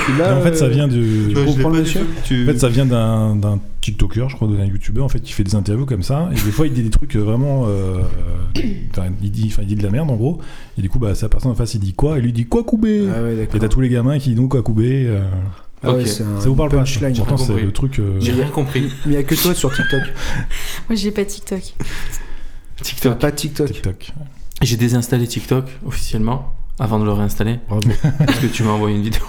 Speaker 3: Tu l'as,
Speaker 4: Et en fait, ça
Speaker 3: euh,
Speaker 4: vient du.
Speaker 3: Tu comprends le monsieur
Speaker 4: En fait, ça vient d'un d'un TikToker, je crois, d'un YouTuber, en fait, qui fait des interviews comme ça. Et des fois, il dit des trucs vraiment. euh, Enfin, il, dit, enfin, il dit de la merde, en gros. Et du coup, bah, sa personne en face, il dit quoi Et lui dit quoi, Koubé
Speaker 3: Ah ouais,
Speaker 4: Et t'as
Speaker 3: d'accord.
Speaker 4: tous les gamins qui disent quoi, Koubé euh,
Speaker 3: Ah ouais,
Speaker 1: Ok.
Speaker 3: c'est un
Speaker 4: Ça vous parle pas
Speaker 3: punchline.
Speaker 4: Pourtant,
Speaker 1: j'ai pas
Speaker 4: c'est
Speaker 1: compris.
Speaker 4: le truc. euh,
Speaker 1: J'ai rien compris.
Speaker 3: Mais il a que toi sur TikTok.
Speaker 2: Moi, j'ai pas TikTok.
Speaker 3: T'as
Speaker 1: TikTok.
Speaker 3: pas TikTok.
Speaker 4: TikTok.
Speaker 1: J'ai désinstallé TikTok officiellement avant de le réinstaller.
Speaker 3: Bravo.
Speaker 1: Parce que tu m'as envoyé une vidéo.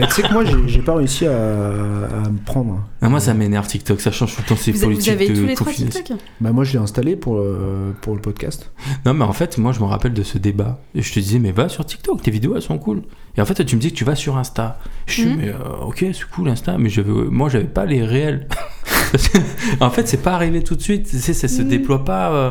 Speaker 3: Et tu sais que moi, j'ai j'ai pas réussi à, à me prendre.
Speaker 1: Ah, moi ça m'énerve TikTok, ça change tout le temps ces
Speaker 2: Vous, a- vous
Speaker 1: politiques
Speaker 2: avez tous
Speaker 1: de
Speaker 2: les trois
Speaker 1: confinement.
Speaker 2: TikTok
Speaker 3: Bah moi, je l'ai installé pour, euh, pour le podcast.
Speaker 1: Non, mais en fait, moi, je me rappelle de ce débat. Et je te disais, mais va sur TikTok, tes vidéos, elles sont cool. Et en fait, toi, tu me dis que tu vas sur Insta. Je dis,
Speaker 2: Mhm.
Speaker 1: mais euh, ok, c'est cool, Insta. Mais j'avais, moi, j'avais pas les réels. Parce que, en fait, c'est pas arrivé tout de suite. Tu sais, ça se
Speaker 2: Mhm.
Speaker 1: déploie pas. euh,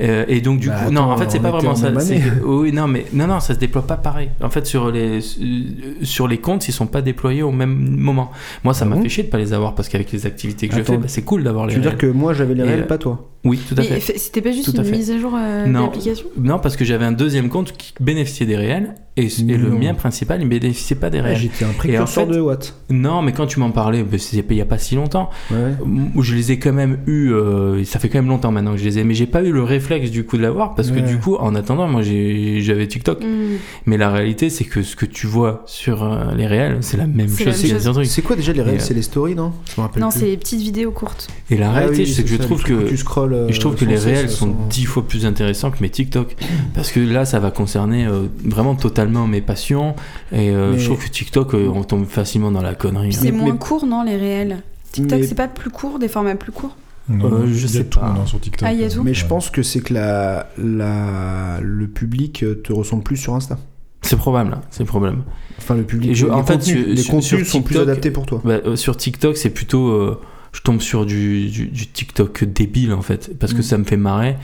Speaker 1: Euh, et donc du
Speaker 3: Bah,
Speaker 1: coup,
Speaker 3: attends,
Speaker 1: non, en fait, c'est
Speaker 3: on
Speaker 1: pas
Speaker 3: était
Speaker 1: vraiment
Speaker 3: en
Speaker 1: ça.
Speaker 3: même
Speaker 1: c'est
Speaker 3: année.
Speaker 1: que- oui, non, mais non, non, ça se déploie pas pareil. En fait, sur les euh, sur les comptes, ils sont pas déployés au même moment. Moi, ça
Speaker 3: Ah
Speaker 1: m'a
Speaker 3: bon
Speaker 1: fait chier de pas les avoir parce qu'avec les activités que je
Speaker 3: Attends.
Speaker 1: fais, bah, c'est cool d'avoir les.
Speaker 3: Tu veux dire
Speaker 1: réels.
Speaker 3: que moi j'avais les
Speaker 1: Et,
Speaker 3: réels,
Speaker 1: euh,
Speaker 3: pas toi
Speaker 1: Oui, tout à
Speaker 2: Mais
Speaker 1: fait.
Speaker 2: fait- c'était pas juste
Speaker 1: Tout à
Speaker 2: une
Speaker 1: fait.
Speaker 2: mise à jour euh,
Speaker 1: Non.
Speaker 2: d'application
Speaker 1: Non, parce que j'avais un deuxième compte qui bénéficiait des réels et, et le
Speaker 3: Non.
Speaker 1: mien principal, il bénéficiait pas des
Speaker 3: Ah,
Speaker 1: réels.
Speaker 3: J'étais un précurseur
Speaker 1: en fait-
Speaker 3: de Watt.
Speaker 1: non, mais quand tu m'en parlais, bah, c'est il y a pas si longtemps.
Speaker 3: Ouais.
Speaker 1: Moi, Je les ai quand même eu, euh, ça fait quand même longtemps maintenant que je les ai, mais j'ai pas eu le réflexe du coup de l'avoir parce que
Speaker 3: Ouais.
Speaker 1: du coup, en attendant, moi j'ai- j'avais TikTok.
Speaker 2: Hmm.
Speaker 1: Mais la réalité, c'est que ce que tu vois sur euh, les réels, c'est la même chose.
Speaker 2: C'est la même
Speaker 1: qu'il y a
Speaker 2: chose.
Speaker 1: dans un truc.
Speaker 3: C'est quoi déjà les
Speaker 1: Et,
Speaker 3: réels
Speaker 1: euh,
Speaker 3: C'est les stories, non Je me rappelle
Speaker 2: Non,
Speaker 3: plus.
Speaker 2: c'est les petites vidéos courtes.
Speaker 1: Et la
Speaker 3: Ah
Speaker 1: réalité,
Speaker 3: oui,
Speaker 1: c'est que je
Speaker 3: ça, le
Speaker 1: trouve
Speaker 3: truc où
Speaker 1: que
Speaker 3: tu scrolles, euh,
Speaker 1: je trouve que
Speaker 3: sans
Speaker 1: les
Speaker 3: cesse,
Speaker 1: réels
Speaker 3: sans-
Speaker 1: sont dix fois plus intéressants que mes TikTok parce que là, ça va concerner euh, vraiment totalement mes passions et euh,
Speaker 3: Mais-
Speaker 1: je trouve que TikTok, euh, on tombe facilement dans la connerie. hein.
Speaker 2: Puis c'est
Speaker 3: mais-
Speaker 2: moins
Speaker 3: mais-
Speaker 2: court, non, les réels TikTok,
Speaker 3: Mais-
Speaker 2: c'est pas plus court, des formats plus courts
Speaker 4: Non,
Speaker 1: Euh, je
Speaker 4: il y a
Speaker 1: sais
Speaker 4: tout,
Speaker 1: pas.
Speaker 4: non, sur TikTok. euh,
Speaker 2: Ah, il y a tout.
Speaker 4: Ouais.
Speaker 3: Mais je pense que c'est que la, la, le public euh, te ressemble plus sur Insta.
Speaker 1: C'est probable, hein, c'est probable.
Speaker 3: Enfin, le public.
Speaker 1: Et je-
Speaker 3: les
Speaker 1: en fait,
Speaker 3: contenus,
Speaker 1: sur-
Speaker 3: les
Speaker 1: sur-
Speaker 3: contenus
Speaker 1: sur
Speaker 3: sont plus
Speaker 1: TikTok,
Speaker 3: adaptés pour toi.
Speaker 1: Bah, euh, sur TikTok, c'est plutôt. euh, je tombe sur du, du, du TikTok débile, en fait, parce que
Speaker 2: Mm.
Speaker 1: ça me fait marrer.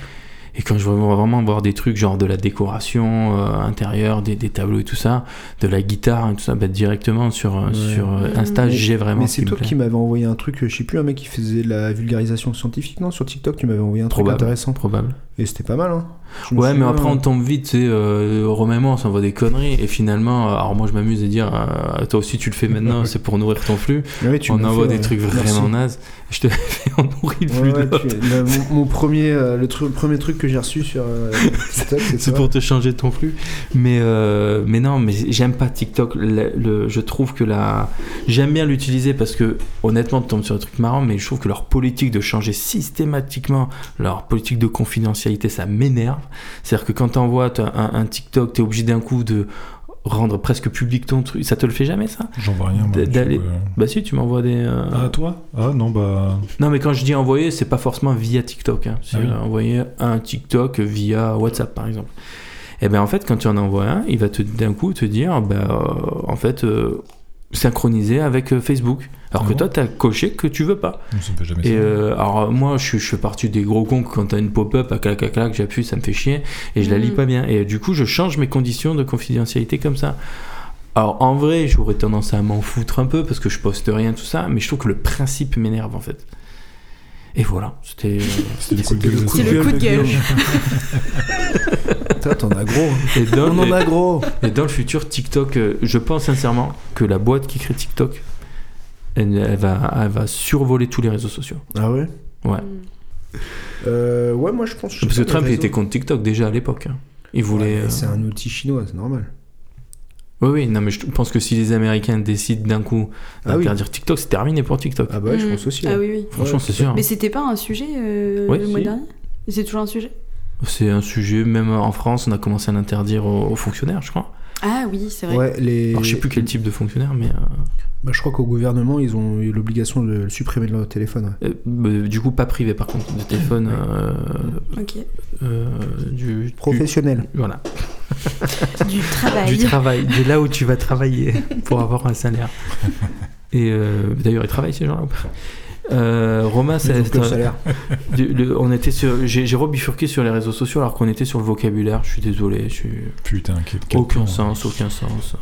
Speaker 1: Et quand je vais vraiment voir des trucs genre de la décoration euh, intérieure, des, des tableaux et tout ça, de la guitare et tout ça, bah, directement sur, euh,
Speaker 3: Ouais.
Speaker 1: sur euh,
Speaker 2: Mm.
Speaker 1: Insta,
Speaker 3: Mais-
Speaker 1: j'ai vraiment.
Speaker 3: Mais
Speaker 1: ce
Speaker 3: c'est
Speaker 1: qui me
Speaker 3: toi
Speaker 1: plaît.
Speaker 3: qui m'avais envoyé un truc, je sais plus, un mec qui faisait de la vulgarisation scientifique, non Sur TikTok, tu m'avais envoyé un truc
Speaker 1: Probable.
Speaker 3: intéressant.
Speaker 1: Probable.
Speaker 3: Et c'était pas mal, hein Je me
Speaker 1: Ouais, mais
Speaker 3: souviens,
Speaker 1: après,
Speaker 3: euh,
Speaker 1: on tombe vite, tu sais, euh, Romain, on s'envoie des conneries. Et finalement, euh, alors moi, je m'amuse à dire, euh, toi aussi, tu le fais maintenant, c'est pour nourrir ton flux.
Speaker 3: ouais, tu
Speaker 1: on
Speaker 3: m'as
Speaker 1: envoie
Speaker 3: fait,
Speaker 1: des
Speaker 3: ouais.
Speaker 1: trucs
Speaker 3: Merci.
Speaker 1: vraiment nazes. Je te fais, on nourrit le
Speaker 3: Ouais,
Speaker 1: flux de
Speaker 3: ouais,
Speaker 1: l'autre.
Speaker 3: tu- le- mon, mon premier, euh, le, tru- le premier truc que j'ai reçu sur euh, TikTok, c'est
Speaker 1: C'est
Speaker 3: ça.
Speaker 1: pour te changer ton flux. Mais, euh, mais non, mais j'aime pas TikTok. Le- le- je trouve que la. J'aime bien l'utiliser parce que, honnêtement, tu tombes sur des trucs marrants, mais je trouve que leur politique de changer systématiquement leur politique de confidentialité, ça m'énerve. C'est-à-dire que quand t'envoies t'as un, un TikTok, t'es obligé d'un coup de rendre presque public ton truc. Ça te le fait jamais, ça
Speaker 4: J'en vois rien. moi,
Speaker 1: D-
Speaker 4: tu
Speaker 1: d'aller-
Speaker 4: vois.
Speaker 1: Bah si, tu m'envoies des. euh,
Speaker 4: Ah, toi Ah, non, bah.
Speaker 1: Non, mais quand je dis envoyer, c'est pas forcément via TikTok. Hein. C'est
Speaker 4: Ah oui.
Speaker 1: envoyer un TikTok via WhatsApp, par exemple. Et bien, en fait, quand tu en envoies un, il va te d'un coup te dire, bah, euh, en fait, euh, synchroniser avec euh, Facebook. Alors
Speaker 4: Ah
Speaker 1: que
Speaker 4: bon
Speaker 1: toi, t'as coché que tu veux pas.
Speaker 4: On ne fait jamais
Speaker 1: Et
Speaker 4: ça.
Speaker 1: euh, alors, moi, je, suis- je fais partie des gros cons que quand t'as une pop-up, à clac, à clac, j'appuie, ça me fait chier, et je la lis
Speaker 3: Mm.
Speaker 2: Mhm.
Speaker 1: pas bien. Et euh, du coup, je change mes conditions de confidentialité comme ça. Alors, en vrai, j'aurais tendance à m'en foutre un peu parce que je poste rien, tout ça, mais je trouve que le principe m'énerve en fait. Et voilà, c'était. euh,
Speaker 4: C'était le coup de
Speaker 3: C'était
Speaker 4: gueule
Speaker 3: le
Speaker 4: de
Speaker 3: coup
Speaker 2: C'est
Speaker 4: Sandra.
Speaker 2: le coup de gueule.
Speaker 3: Putain, t'en as gros. hein.
Speaker 1: Et dans,
Speaker 3: On en
Speaker 1: et-
Speaker 3: a gros.
Speaker 1: et dans le futur, TikTok, euh, je pense sincèrement que la boîte qui crée TikTok, elle, elle va, elle va survoler tous les réseaux sociaux.
Speaker 3: Ah ouais
Speaker 1: Ouais.
Speaker 2: Hmm.
Speaker 3: Euh, ouais, moi je pense. je sais
Speaker 1: Parce que
Speaker 3: pas,
Speaker 1: Trump il
Speaker 3: les réseaux-
Speaker 1: était contre TikTok déjà à l'époque. hein. Il voulait.
Speaker 3: Ouais, mais
Speaker 1: euh,
Speaker 3: C'est un outil chinois, c'est normal.
Speaker 1: Oui, oui, non, mais je pense que si les Américains décident d'un coup
Speaker 3: Ah oui.
Speaker 1: d'interdire TikTok, c'est terminé pour TikTok.
Speaker 3: Ah bah ouais, je
Speaker 2: Hmm.
Speaker 3: pense aussi.
Speaker 2: Ah
Speaker 3: ouais.
Speaker 2: oui, oui.
Speaker 1: Franchement,
Speaker 3: ouais,
Speaker 1: c'est sûr.
Speaker 2: Mais c'était pas un sujet euh,
Speaker 1: Ouais,
Speaker 2: le mois
Speaker 1: si.
Speaker 2: dernier C'est toujours un sujet
Speaker 1: hein. C'est un sujet, même en France, on a commencé à l'interdire aux, aux fonctionnaires, je crois.
Speaker 2: Ah oui, c'est vrai.
Speaker 3: Ouais, les.
Speaker 1: Alors, je sais plus quel type de fonctionnaire, mais euh,
Speaker 3: Bah, je crois qu'au gouvernement, ils ont eu l'obligation de le supprimer de leur téléphone. ouais.
Speaker 1: euh, bah, du coup, pas privé par contre, de téléphone euh,
Speaker 2: Ok.
Speaker 1: euh, du. du-
Speaker 3: Professionnel.
Speaker 1: Voilà.
Speaker 2: Du travail.
Speaker 1: Du travail, de là où tu vas travailler pour avoir un salaire. Et euh, d'ailleurs, ils travaillent ces gens-là ou pas Euh, Romain,
Speaker 3: Ils
Speaker 1: ça,
Speaker 3: ont que le salaire.
Speaker 1: Du- le- on était sur, j'ai, j'ai rebifurqué sur les réseaux sociaux alors qu'on était sur le vocabulaire. Je suis désolé, je suis
Speaker 4: Putain, quel quel
Speaker 1: aucun
Speaker 4: con.
Speaker 1: sens, aucun sens.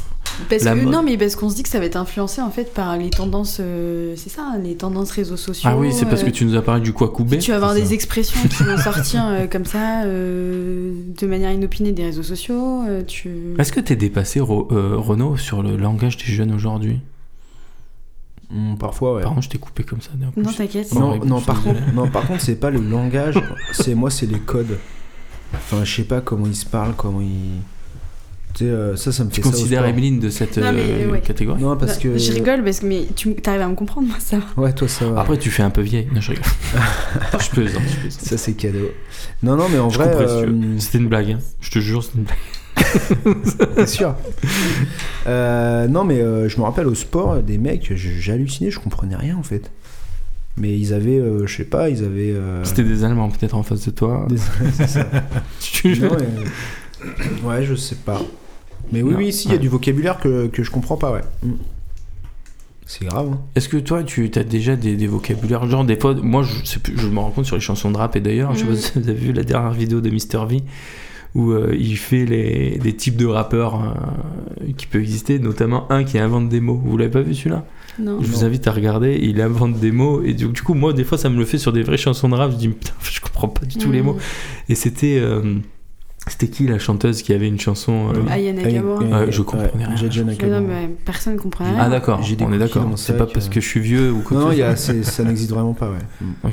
Speaker 2: Parce
Speaker 1: La
Speaker 2: que,
Speaker 1: mode.
Speaker 2: non, mais parce qu'on se dit que ça va être influencé en fait par les tendances, euh, c'est ça, les tendances réseaux sociaux.
Speaker 1: Ah oui, c'est parce
Speaker 2: euh,
Speaker 1: que tu nous as parlé du quoi couper.
Speaker 2: Tu vas avoir
Speaker 4: c'est
Speaker 2: des
Speaker 4: ça.
Speaker 2: expressions qui vont sortir euh, comme ça, euh, de manière inopinée des réseaux sociaux. euh, tu...
Speaker 1: Est-ce que t'es dépassé, Ro- euh, Renaud, sur le langage des jeunes aujourd'hui
Speaker 3: Hmm, parfois, ouais.
Speaker 1: Pardon, je t'ai coupé comme ça. d'un coup.
Speaker 2: Non, t'inquiète.
Speaker 1: Non,
Speaker 3: Non,
Speaker 1: horrible,
Speaker 3: non,
Speaker 1: je
Speaker 3: par
Speaker 1: suis
Speaker 3: contre,
Speaker 1: désolé.
Speaker 3: non, par contre, c'est pas le langage. C'est moi, c'est les codes. Enfin, je sais pas comment ils se parlent, comment ils. Tu sais, euh, ça, ça me
Speaker 1: tu
Speaker 3: fait ça. au
Speaker 1: considères
Speaker 3: sport.
Speaker 1: Emeline de cette
Speaker 2: Non, mais,
Speaker 1: euh,
Speaker 2: ouais.
Speaker 1: catégorie
Speaker 3: Non, parce
Speaker 2: Non,
Speaker 3: que.
Speaker 2: Je rigole parce que mais tu arrives à me comprendre, moi, ça va.
Speaker 3: Ouais, toi, ça va.
Speaker 1: Après, tu fais un peu vieille. Non, je rigole. je plaisante, je plaisante.
Speaker 3: Ça, c'est cadeau. Non, non, mais en
Speaker 1: Je
Speaker 3: vrai.
Speaker 1: couperai si tu veux.
Speaker 3: euh,
Speaker 1: C'était une blague, hein. je te jure, c'était une blague.
Speaker 3: Bien sûr. Euh, non, mais euh, je me rappelle au sport, des mecs, je- j'ai halluciné, je comprenais rien en fait. Mais ils avaient, euh, je sais pas, ils avaient. euh,
Speaker 1: C'était des Allemands peut-être en face de toi.
Speaker 3: des- c'est ça.
Speaker 1: Je te jure.
Speaker 3: Non, mais- euh, Ouais, je sais pas. Mais oui,
Speaker 1: Non,
Speaker 3: oui, si, il y a
Speaker 1: ouais.
Speaker 3: du vocabulaire que, que je comprends pas, ouais. Mm. C'est grave. hein.
Speaker 1: Est-ce que toi, tu as déjà des, des vocabulaires Genre, des fois, moi, je, sais plus, je me rends compte sur les chansons de rap, et d'ailleurs, je sais pas
Speaker 2: Mhm.
Speaker 1: si vous avez vu la dernière vidéo de Mr. V, où euh, il fait les, des types de rappeurs euh, qui peuvent exister, notamment un qui invente des mots. Vous l'avez pas vu celui-là
Speaker 2: Non.
Speaker 1: Je vous invite à regarder, il invente des mots, et du, du coup, moi, des fois, ça me le fait sur des vraies chansons de rap, je dis, putain, je comprends pas du tout les
Speaker 2: Mm.
Speaker 1: mots. Et c'était. euh, c'était qui la chanteuse qui avait une chanson euh,
Speaker 2: Ah, Yana Kamura.
Speaker 1: Ah, je comprenais rien.
Speaker 3: J.J.
Speaker 2: Mais
Speaker 3: Nakamura.
Speaker 2: non, mais personne ne comprend rien.
Speaker 1: Ah d'accord,
Speaker 3: J'ai des
Speaker 1: on est
Speaker 3: cookies
Speaker 1: d'accord.
Speaker 3: dans mon
Speaker 1: C'est
Speaker 3: sac,
Speaker 1: pas parce
Speaker 3: euh.
Speaker 1: que je suis vieux ou quoi que
Speaker 3: Non, non,
Speaker 1: ce
Speaker 3: il y a-
Speaker 1: soit.
Speaker 3: c'est- ça n'existe vraiment pas, ouais. Mm.
Speaker 1: Ok.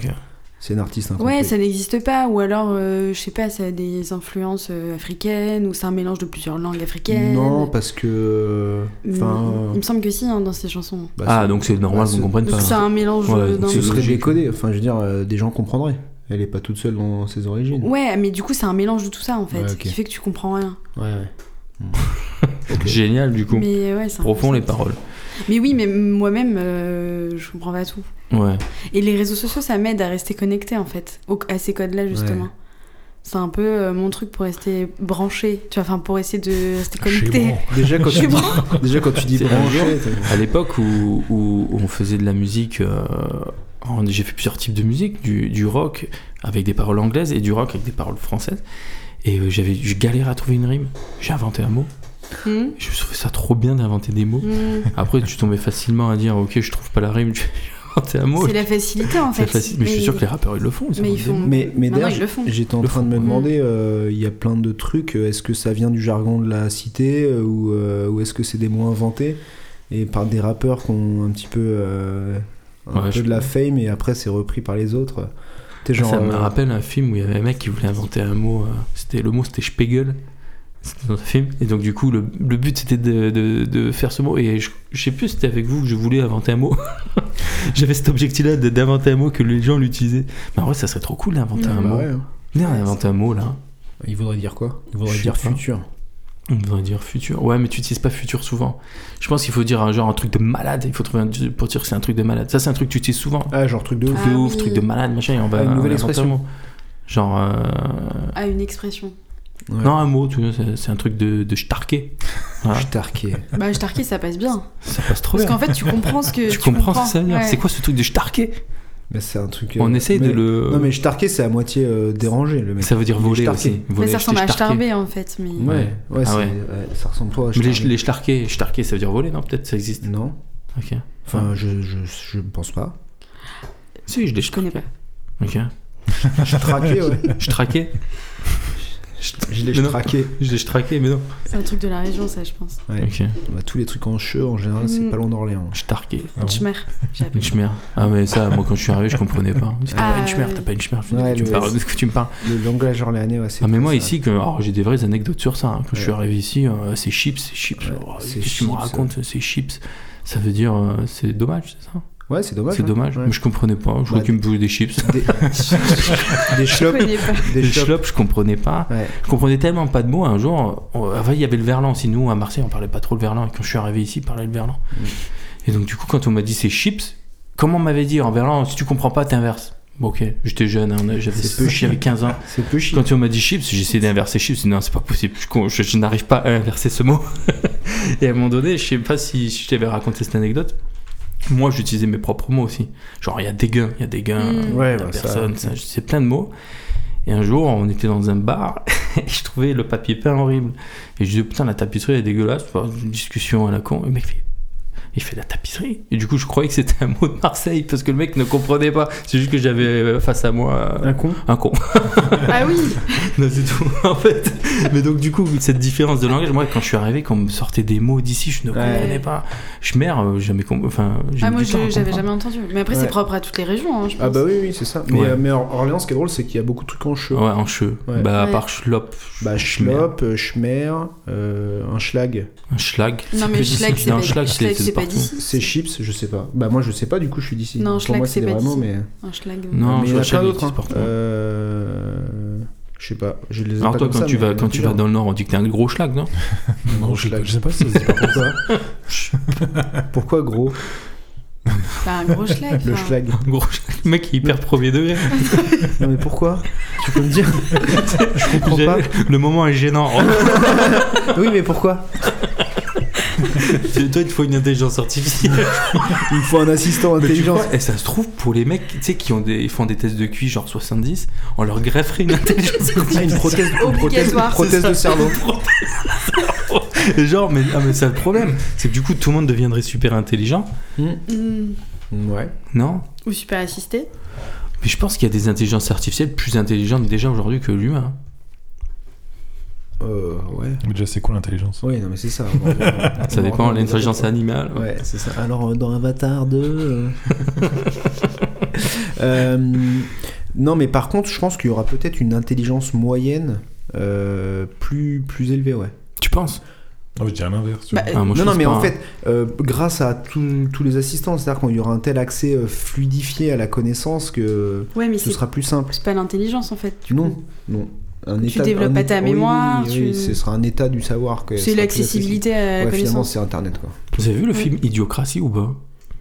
Speaker 3: C'est une artiste incompris.
Speaker 2: Ouais, ça n'existe pas. Ou alors, euh, je sais pas, ça a des influences euh, africaines, ou c'est un mélange de plusieurs langues africaines.
Speaker 3: Non, parce que.
Speaker 2: Mm,
Speaker 3: Enfin.
Speaker 2: Il me semble que si, hein, dans ces chansons.
Speaker 3: bah,
Speaker 1: Ah
Speaker 3: c'est-
Speaker 1: donc c'est normal
Speaker 3: bah,
Speaker 1: qu'on
Speaker 3: c'est-
Speaker 1: comprenne
Speaker 2: Donc
Speaker 1: pas.
Speaker 2: c'est un mélange
Speaker 1: Ouais,
Speaker 2: euh,
Speaker 1: donc
Speaker 2: d'un-
Speaker 1: c'est
Speaker 3: Ce serait
Speaker 1: logique.
Speaker 3: décodé. Enfin, je veux dire, euh, des gens comprendraient. Elle est pas toute seule dans ses origines.
Speaker 2: Ouais, mais du coup, c'est un mélange de tout ça en fait,
Speaker 3: Ouais, ok.
Speaker 2: qui fait que tu comprends rien.
Speaker 3: Ouais, ouais.
Speaker 1: Génial du coup.
Speaker 2: Mais euh, ouais, c'est
Speaker 1: Profond les
Speaker 2: impossible.
Speaker 1: paroles.
Speaker 2: Mais oui, mais moi-même, euh, je comprends pas tout.
Speaker 1: Ouais.
Speaker 2: Et les réseaux sociaux, ça m'aide à rester connecté en fait, au- à ces codes-là justement.
Speaker 3: Ouais.
Speaker 2: C'est un peu euh, mon truc pour rester branché, tu vois, enfin pour essayer de rester
Speaker 4: Chez
Speaker 2: connecté.
Speaker 4: moi.
Speaker 3: Déjà quand, tu
Speaker 2: Chez
Speaker 3: dis,
Speaker 2: moi.
Speaker 3: déjà quand tu dis
Speaker 1: C'est un
Speaker 3: branché, t'as-
Speaker 1: À l'époque où, où on faisait de la musique, euh, en- j'ai fait plusieurs types de musique, du, du rock avec des paroles anglaises et du rock avec des paroles françaises. Et euh, j'avais je galérais à trouver une rime. J'ai inventé un mot.
Speaker 2: Hmm
Speaker 1: Je trouvais ça trop bien d'inventer des mots.
Speaker 2: Hmm.
Speaker 1: Après tu tombais facilement à dire ok je trouve pas la rime, j'ai inventé un mot.
Speaker 2: C'est la facilité en
Speaker 1: C'est
Speaker 2: fait.
Speaker 1: facile. Mais je suis sûr que les rappeurs ils le font.
Speaker 2: mais ils
Speaker 1: inventent des
Speaker 2: font-
Speaker 1: mots.
Speaker 3: Mais, mais
Speaker 2: Maintenant,
Speaker 3: d'ailleurs,
Speaker 2: ils le font.
Speaker 3: j'étais en
Speaker 1: Le
Speaker 3: train de
Speaker 1: font,
Speaker 3: me
Speaker 1: ouais.
Speaker 3: demander, euh, il y a plein de trucs, euh, est-ce que ça vient du jargon de la cité euh, ou, euh, ou est-ce que c'est des mots inventés et par des rappeurs qui ont un petit peu, euh, un
Speaker 1: Ouais,
Speaker 3: peu
Speaker 1: je-
Speaker 3: de la fame et après c'est repris par les autres T'es genre,
Speaker 1: Ah, ça me
Speaker 3: euh,
Speaker 1: rappelle un film où il y avait un mec qui voulait inventer un mot. euh, c'était le mot c'était Spiegel. C'était dans un film. Et donc du coup le, le but c'était de, de- de faire ce mot. Et je, je sais plus si c'était avec vous que je voulais inventer un mot. J'avais cet objectif-là de- d'inventer un mot que les gens l'utilisaient. Mais en vrai ça serait trop cool d'inventer un
Speaker 3: bah
Speaker 1: mot.
Speaker 3: ouais, hein.
Speaker 1: Viens, on invente un mot là.
Speaker 3: Il voudrait dire quoi Il
Speaker 1: Je
Speaker 3: voudrait
Speaker 1: sais
Speaker 3: dire
Speaker 1: pas.
Speaker 3: futur.
Speaker 1: On devrait dire futur. Ouais, mais tu utilises pas futur souvent. Je pense qu'il faut dire un genre un truc de malade. Il faut trouver un pour dire que c'est un truc de malade. Ça c'est un truc que tu utilises souvent.
Speaker 3: Ah, genre truc de ouf.
Speaker 1: Truc de
Speaker 2: Ah
Speaker 1: ouf,
Speaker 2: oui.
Speaker 1: truc de malade, machin. Et on va
Speaker 3: Ah, une
Speaker 1: on
Speaker 3: nouvelle
Speaker 1: invente un
Speaker 3: expression.
Speaker 1: mot. Genre euh,
Speaker 2: Ah, une expression.
Speaker 3: Ouais.
Speaker 1: Non, un mot, tu vois, c'est- c'est un truc de, de starké. Voilà.
Speaker 3: Je tarquais.
Speaker 2: Bah, je tarquais, ça passe bien.
Speaker 1: Ça passe trop
Speaker 2: Parce
Speaker 1: bien.
Speaker 2: qu'en fait, tu comprends ce que.
Speaker 1: Tu comprends ce que ça veut dire
Speaker 2: ouais.
Speaker 1: C'est quoi ce truc de starké
Speaker 3: Mais c'est un truc. euh,
Speaker 1: On essaye
Speaker 3: mais-
Speaker 1: de le.
Speaker 3: Non mais je tarquais, c'est à moitié euh, dérangé le mec.
Speaker 1: Ça veut dire
Speaker 3: Il est
Speaker 1: voler
Speaker 3: starqué.
Speaker 1: aussi.
Speaker 2: Mais
Speaker 1: Voler,
Speaker 2: ça ressemble à
Speaker 1: j'étais starké.
Speaker 2: Starbé en fait. Mais...
Speaker 3: Ouais, ouais,
Speaker 1: Ah
Speaker 3: c'est-
Speaker 1: ouais.
Speaker 3: ouais, ça ressemble pas à.
Speaker 1: Mais
Speaker 3: starqué.
Speaker 1: les, les starkés, starké, ça veut dire voler, non Peut-être ça existe.
Speaker 3: Non.
Speaker 1: Ok.
Speaker 3: Enfin, je, je, je pense pas.
Speaker 1: Si, je les
Speaker 2: Je connais pas.
Speaker 1: Ok.
Speaker 3: Je traquais, ouais.
Speaker 1: Je traquais
Speaker 3: Je l'ai
Speaker 1: Mais non.
Speaker 3: traqué.
Speaker 1: Je les traquais, mais non.
Speaker 2: C'est un truc de la région, ça, je pense.
Speaker 3: Ouais.
Speaker 1: Ok.
Speaker 3: Bah, tous les trucs en cheveux, en général, c'est
Speaker 2: Mm.
Speaker 3: pas loin d'Orléans.
Speaker 1: Je tarquais.
Speaker 4: Ah bon
Speaker 2: Schmer, j'appelle.
Speaker 1: Une chmère. Ah, mais ça, moi, quand je suis arrivé, je comprenais pas. T'as
Speaker 2: Ah,
Speaker 1: pas une chmère,
Speaker 2: ouais.
Speaker 1: t'as pas une chmère. Je me
Speaker 3: Ouais,
Speaker 1: dis, tu
Speaker 3: le-
Speaker 1: me parles de ce que tu me parles.
Speaker 3: Le langage orléanais, ouais, c'est.
Speaker 1: Ah, mais moi,
Speaker 3: ça.
Speaker 1: ici, que... alors, j'ai des vraies anecdotes sur ça. hein. Quand je suis
Speaker 3: Ouais.
Speaker 1: arrivé ici, euh, c'est chips, c'est chips.
Speaker 3: Ouais,
Speaker 1: Oh, Qu'est-ce
Speaker 3: c'est
Speaker 1: que tu me
Speaker 3: chips,
Speaker 1: racontes, c'est chips Ça veut dire, euh, c'est dommage, c'est ça
Speaker 3: Ouais, c'est dommage.
Speaker 1: C'est
Speaker 3: hein.
Speaker 1: dommage.
Speaker 3: Ouais.
Speaker 1: Mais je comprenais pas. Je crois
Speaker 3: Ouais.
Speaker 1: qu'ils me voulaient des chips.
Speaker 3: Des, des
Speaker 2: Je
Speaker 3: chlopes.
Speaker 2: connais pas.
Speaker 3: Des
Speaker 1: Des
Speaker 3: chlopes.
Speaker 1: chlopes, je comprenais pas.
Speaker 3: Ouais.
Speaker 1: Je comprenais tellement pas de mots. Un jour, on- avant, il y avait le verlan. Aussi, nous, à Marseille, on parlait pas trop le verlan. Et quand je suis arrivé ici, on parlait le verlan.
Speaker 3: Mm.
Speaker 1: Et donc, du coup, quand on m'a dit c'est chips, comment on m'avait dit en verlan Si tu comprends pas, t'inverses. Bon, ok, j'étais jeune, hein, j'avais
Speaker 3: C'est
Speaker 1: peu
Speaker 3: ça.
Speaker 1: j'avais 15 ans.
Speaker 3: C'est peu chiant.
Speaker 1: Quand on m'a dit chips, j'ai essayé d'inverser chips. Non, c'est pas possible. Je, con- je- je n'arrive pas à inverser ce mot. et à un moment donné, je sais pas si je t'avais raconté cette anecdote. Moi, j'utilisais mes propres mots aussi. Genre, il y a des gains, il y a des gains,
Speaker 2: Mm.
Speaker 1: il y a
Speaker 3: Ouais,
Speaker 1: la
Speaker 3: bah, ça-
Speaker 1: personne, ça, je sais plein de mots. Et un jour, on était dans un bar et je trouvais le papier peint horrible. Et je disais, putain, la tapisserie elle est dégueulasse. Enfin, Une discussion à la con. Et le mec fait, il fait la tapisserie. Et du coup, je croyais que c'était un mot de Marseille parce que le mec ne comprenait pas. C'est juste que j'avais euh, face à moi euh,
Speaker 3: Un con.
Speaker 1: un con.
Speaker 2: Ah oui
Speaker 1: Non, c'est tout, en fait. Mais donc, du coup, cette différence de langage, moi, quand je suis arrivé, quand on me sortait des mots d'ici, je ne
Speaker 3: Ouais.
Speaker 1: comprenais pas. Je merde, jamais compris. Enfin, j'ai
Speaker 2: Ah,
Speaker 1: mis
Speaker 2: moi,
Speaker 1: du temps à
Speaker 2: je- j'avais
Speaker 1: comprendre.
Speaker 2: jamais entendu. Mais après,
Speaker 3: Ouais.
Speaker 2: c'est propre à toutes les régions, hein, je pense.
Speaker 3: Ah bah oui, oui, c'est ça. Mais,
Speaker 1: Ouais.
Speaker 3: euh, mais Or- Orléans, ce qui est drôle, c'est qu'il y a beaucoup de trucs en cheveux.
Speaker 1: Ouais, en cheveux.
Speaker 3: Ouais.
Speaker 1: Bah, à
Speaker 2: Ouais.
Speaker 1: part schlop.
Speaker 3: Bah,
Speaker 1: schmer,
Speaker 3: schlop, euh, schmer, euh, un schlag.
Speaker 1: Un schlag.
Speaker 2: Non, mais
Speaker 1: que d'ici.
Speaker 2: schlag, c'est
Speaker 1: Non,
Speaker 2: pas-
Speaker 1: schlag,
Speaker 2: schlag, c'est pas
Speaker 1: partout.
Speaker 2: d'ici.
Speaker 3: C'est chips, je sais pas. Bah, moi, je sais pas, du coup, je suis d'ici.
Speaker 2: Non,
Speaker 3: Pour
Speaker 2: schlag,
Speaker 3: moi,
Speaker 2: c'est
Speaker 3: des
Speaker 2: pas
Speaker 3: vrais mots,
Speaker 2: d'ici.
Speaker 3: mais.
Speaker 2: Un schlag.
Speaker 1: Non, je
Speaker 3: mais il y en
Speaker 1: vois
Speaker 3: a
Speaker 1: schlag,
Speaker 3: plein
Speaker 1: il existe
Speaker 3: d'autres. hein.
Speaker 1: partout.
Speaker 3: Euh, Je sais pas. Je les ai
Speaker 1: Alors,
Speaker 3: pas
Speaker 1: toi,
Speaker 3: comme
Speaker 1: quand,
Speaker 3: ça,
Speaker 1: tu,
Speaker 3: mais il y
Speaker 1: vas,
Speaker 3: en a
Speaker 1: quand tu vas
Speaker 3: plusieurs.
Speaker 1: dans le Nord, on dit que t'es un gros schlag, non
Speaker 4: Non, je, sais pas- je sais pas si ça se dit pas comme ça.
Speaker 3: Pourquoi gros
Speaker 2: Bah, un gros schlag.
Speaker 1: Ah.
Speaker 3: Le
Speaker 2: enfin.
Speaker 3: schlag
Speaker 1: Un gros schlag. Le mec, il est hyper premier degré.
Speaker 3: Non mais pourquoi Tu peux me dire Je comprends
Speaker 1: J'ai-
Speaker 3: pas.
Speaker 1: Oh, Le moment est gênant.
Speaker 3: Oui mais pourquoi
Speaker 1: Toi, il te faut une intelligence artificielle.
Speaker 3: Il me faut un assistant
Speaker 1: Mais tu
Speaker 3: intelligent.
Speaker 1: vois, et ça se trouve, pour les mecs tu sais, qui ont des, font des tests de QI genre 70, on leur grefferait une intelligence artificielle.
Speaker 3: Ah, une prothèse, une prothèse, une
Speaker 2: Obligatoire.
Speaker 3: prothèse de
Speaker 1: C'est ça.
Speaker 3: cerveau.
Speaker 1: Et genre, mais, ah, mais c'est le problème. C'est que du coup, tout le monde deviendrait super intelligent,
Speaker 2: Hmm.
Speaker 3: Ouais.
Speaker 1: non
Speaker 2: Ou super assisté.
Speaker 3: Hmm.
Speaker 1: Mais je pense qu'il y a des intelligences artificielles plus intelligentes déjà aujourd'hui que l'humain.
Speaker 3: Euh, ouais.
Speaker 4: Mais déjà, c'est quoi l'intelligence
Speaker 3: Oui, non, mais c'est ça.
Speaker 1: Ça dépend, l'intelligence animale.
Speaker 3: Ouais, c'est ça. Alors, euh, dans Avatar 2. euh, euh, non, mais par contre, je pense qu'il y aura peut-être une intelligence moyenne euh, plus, plus élevée, ouais.
Speaker 1: Tu penses
Speaker 4: Ah, je dirais l'inverse. tu
Speaker 2: Bah,
Speaker 4: vois.
Speaker 1: Ah, moi, je
Speaker 3: non, non,
Speaker 1: pense
Speaker 3: mais
Speaker 1: pas,
Speaker 3: en
Speaker 1: hein.
Speaker 3: fait, euh, grâce à tous tous les assistants, c'est-à-dire qu'il y aura un tel accès euh, fluidifié à la connaissance que
Speaker 2: Ouais, mais
Speaker 3: ce
Speaker 2: c'est
Speaker 3: sera plus simple.
Speaker 2: c'est pas l'intelligence en fait. du
Speaker 3: Non,
Speaker 2: coup.
Speaker 3: non. Un
Speaker 2: Tu
Speaker 3: état,
Speaker 2: développes
Speaker 3: un
Speaker 2: pas
Speaker 3: état-
Speaker 2: ta
Speaker 3: oui, oui,
Speaker 2: mémoire,
Speaker 3: oui,
Speaker 2: tu-
Speaker 3: ce sera un état du savoir. que- ce
Speaker 2: C'est
Speaker 3: sera plus
Speaker 2: l'accessibilité à la
Speaker 3: accessible. Ouais, finalement,
Speaker 2: connaissance.
Speaker 3: c'est Internet, quoi.
Speaker 1: Vous avez vu le
Speaker 2: Oui.
Speaker 1: film Idiocratie ou pas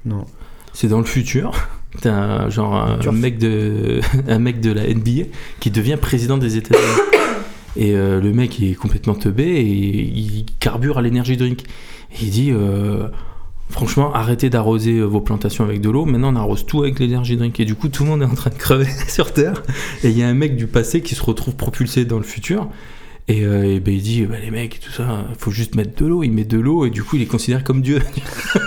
Speaker 3: Non.
Speaker 1: C'est dans le futur. T'as un- genre un,
Speaker 3: Futur.
Speaker 1: mec de un mec de la NBA qui devient président des États-Unis. Et euh, le mec il est complètement teubé et il carbure à l'énergie drink. Et il dit euh, franchement arrêtez d'arroser euh, vos plantations avec de l'eau. Maintenant on arrose tout avec l'énergie drink. Et du coup tout le monde est en train de crever sur Terre. Et il y a un mec du passé qui se retrouve propulsé dans le futur. Et, euh, et ben, il dit, bah, les mecs, tout ça, faut juste mettre de l'eau. Il met de l'eau et du coup, il est considéré comme Dieu.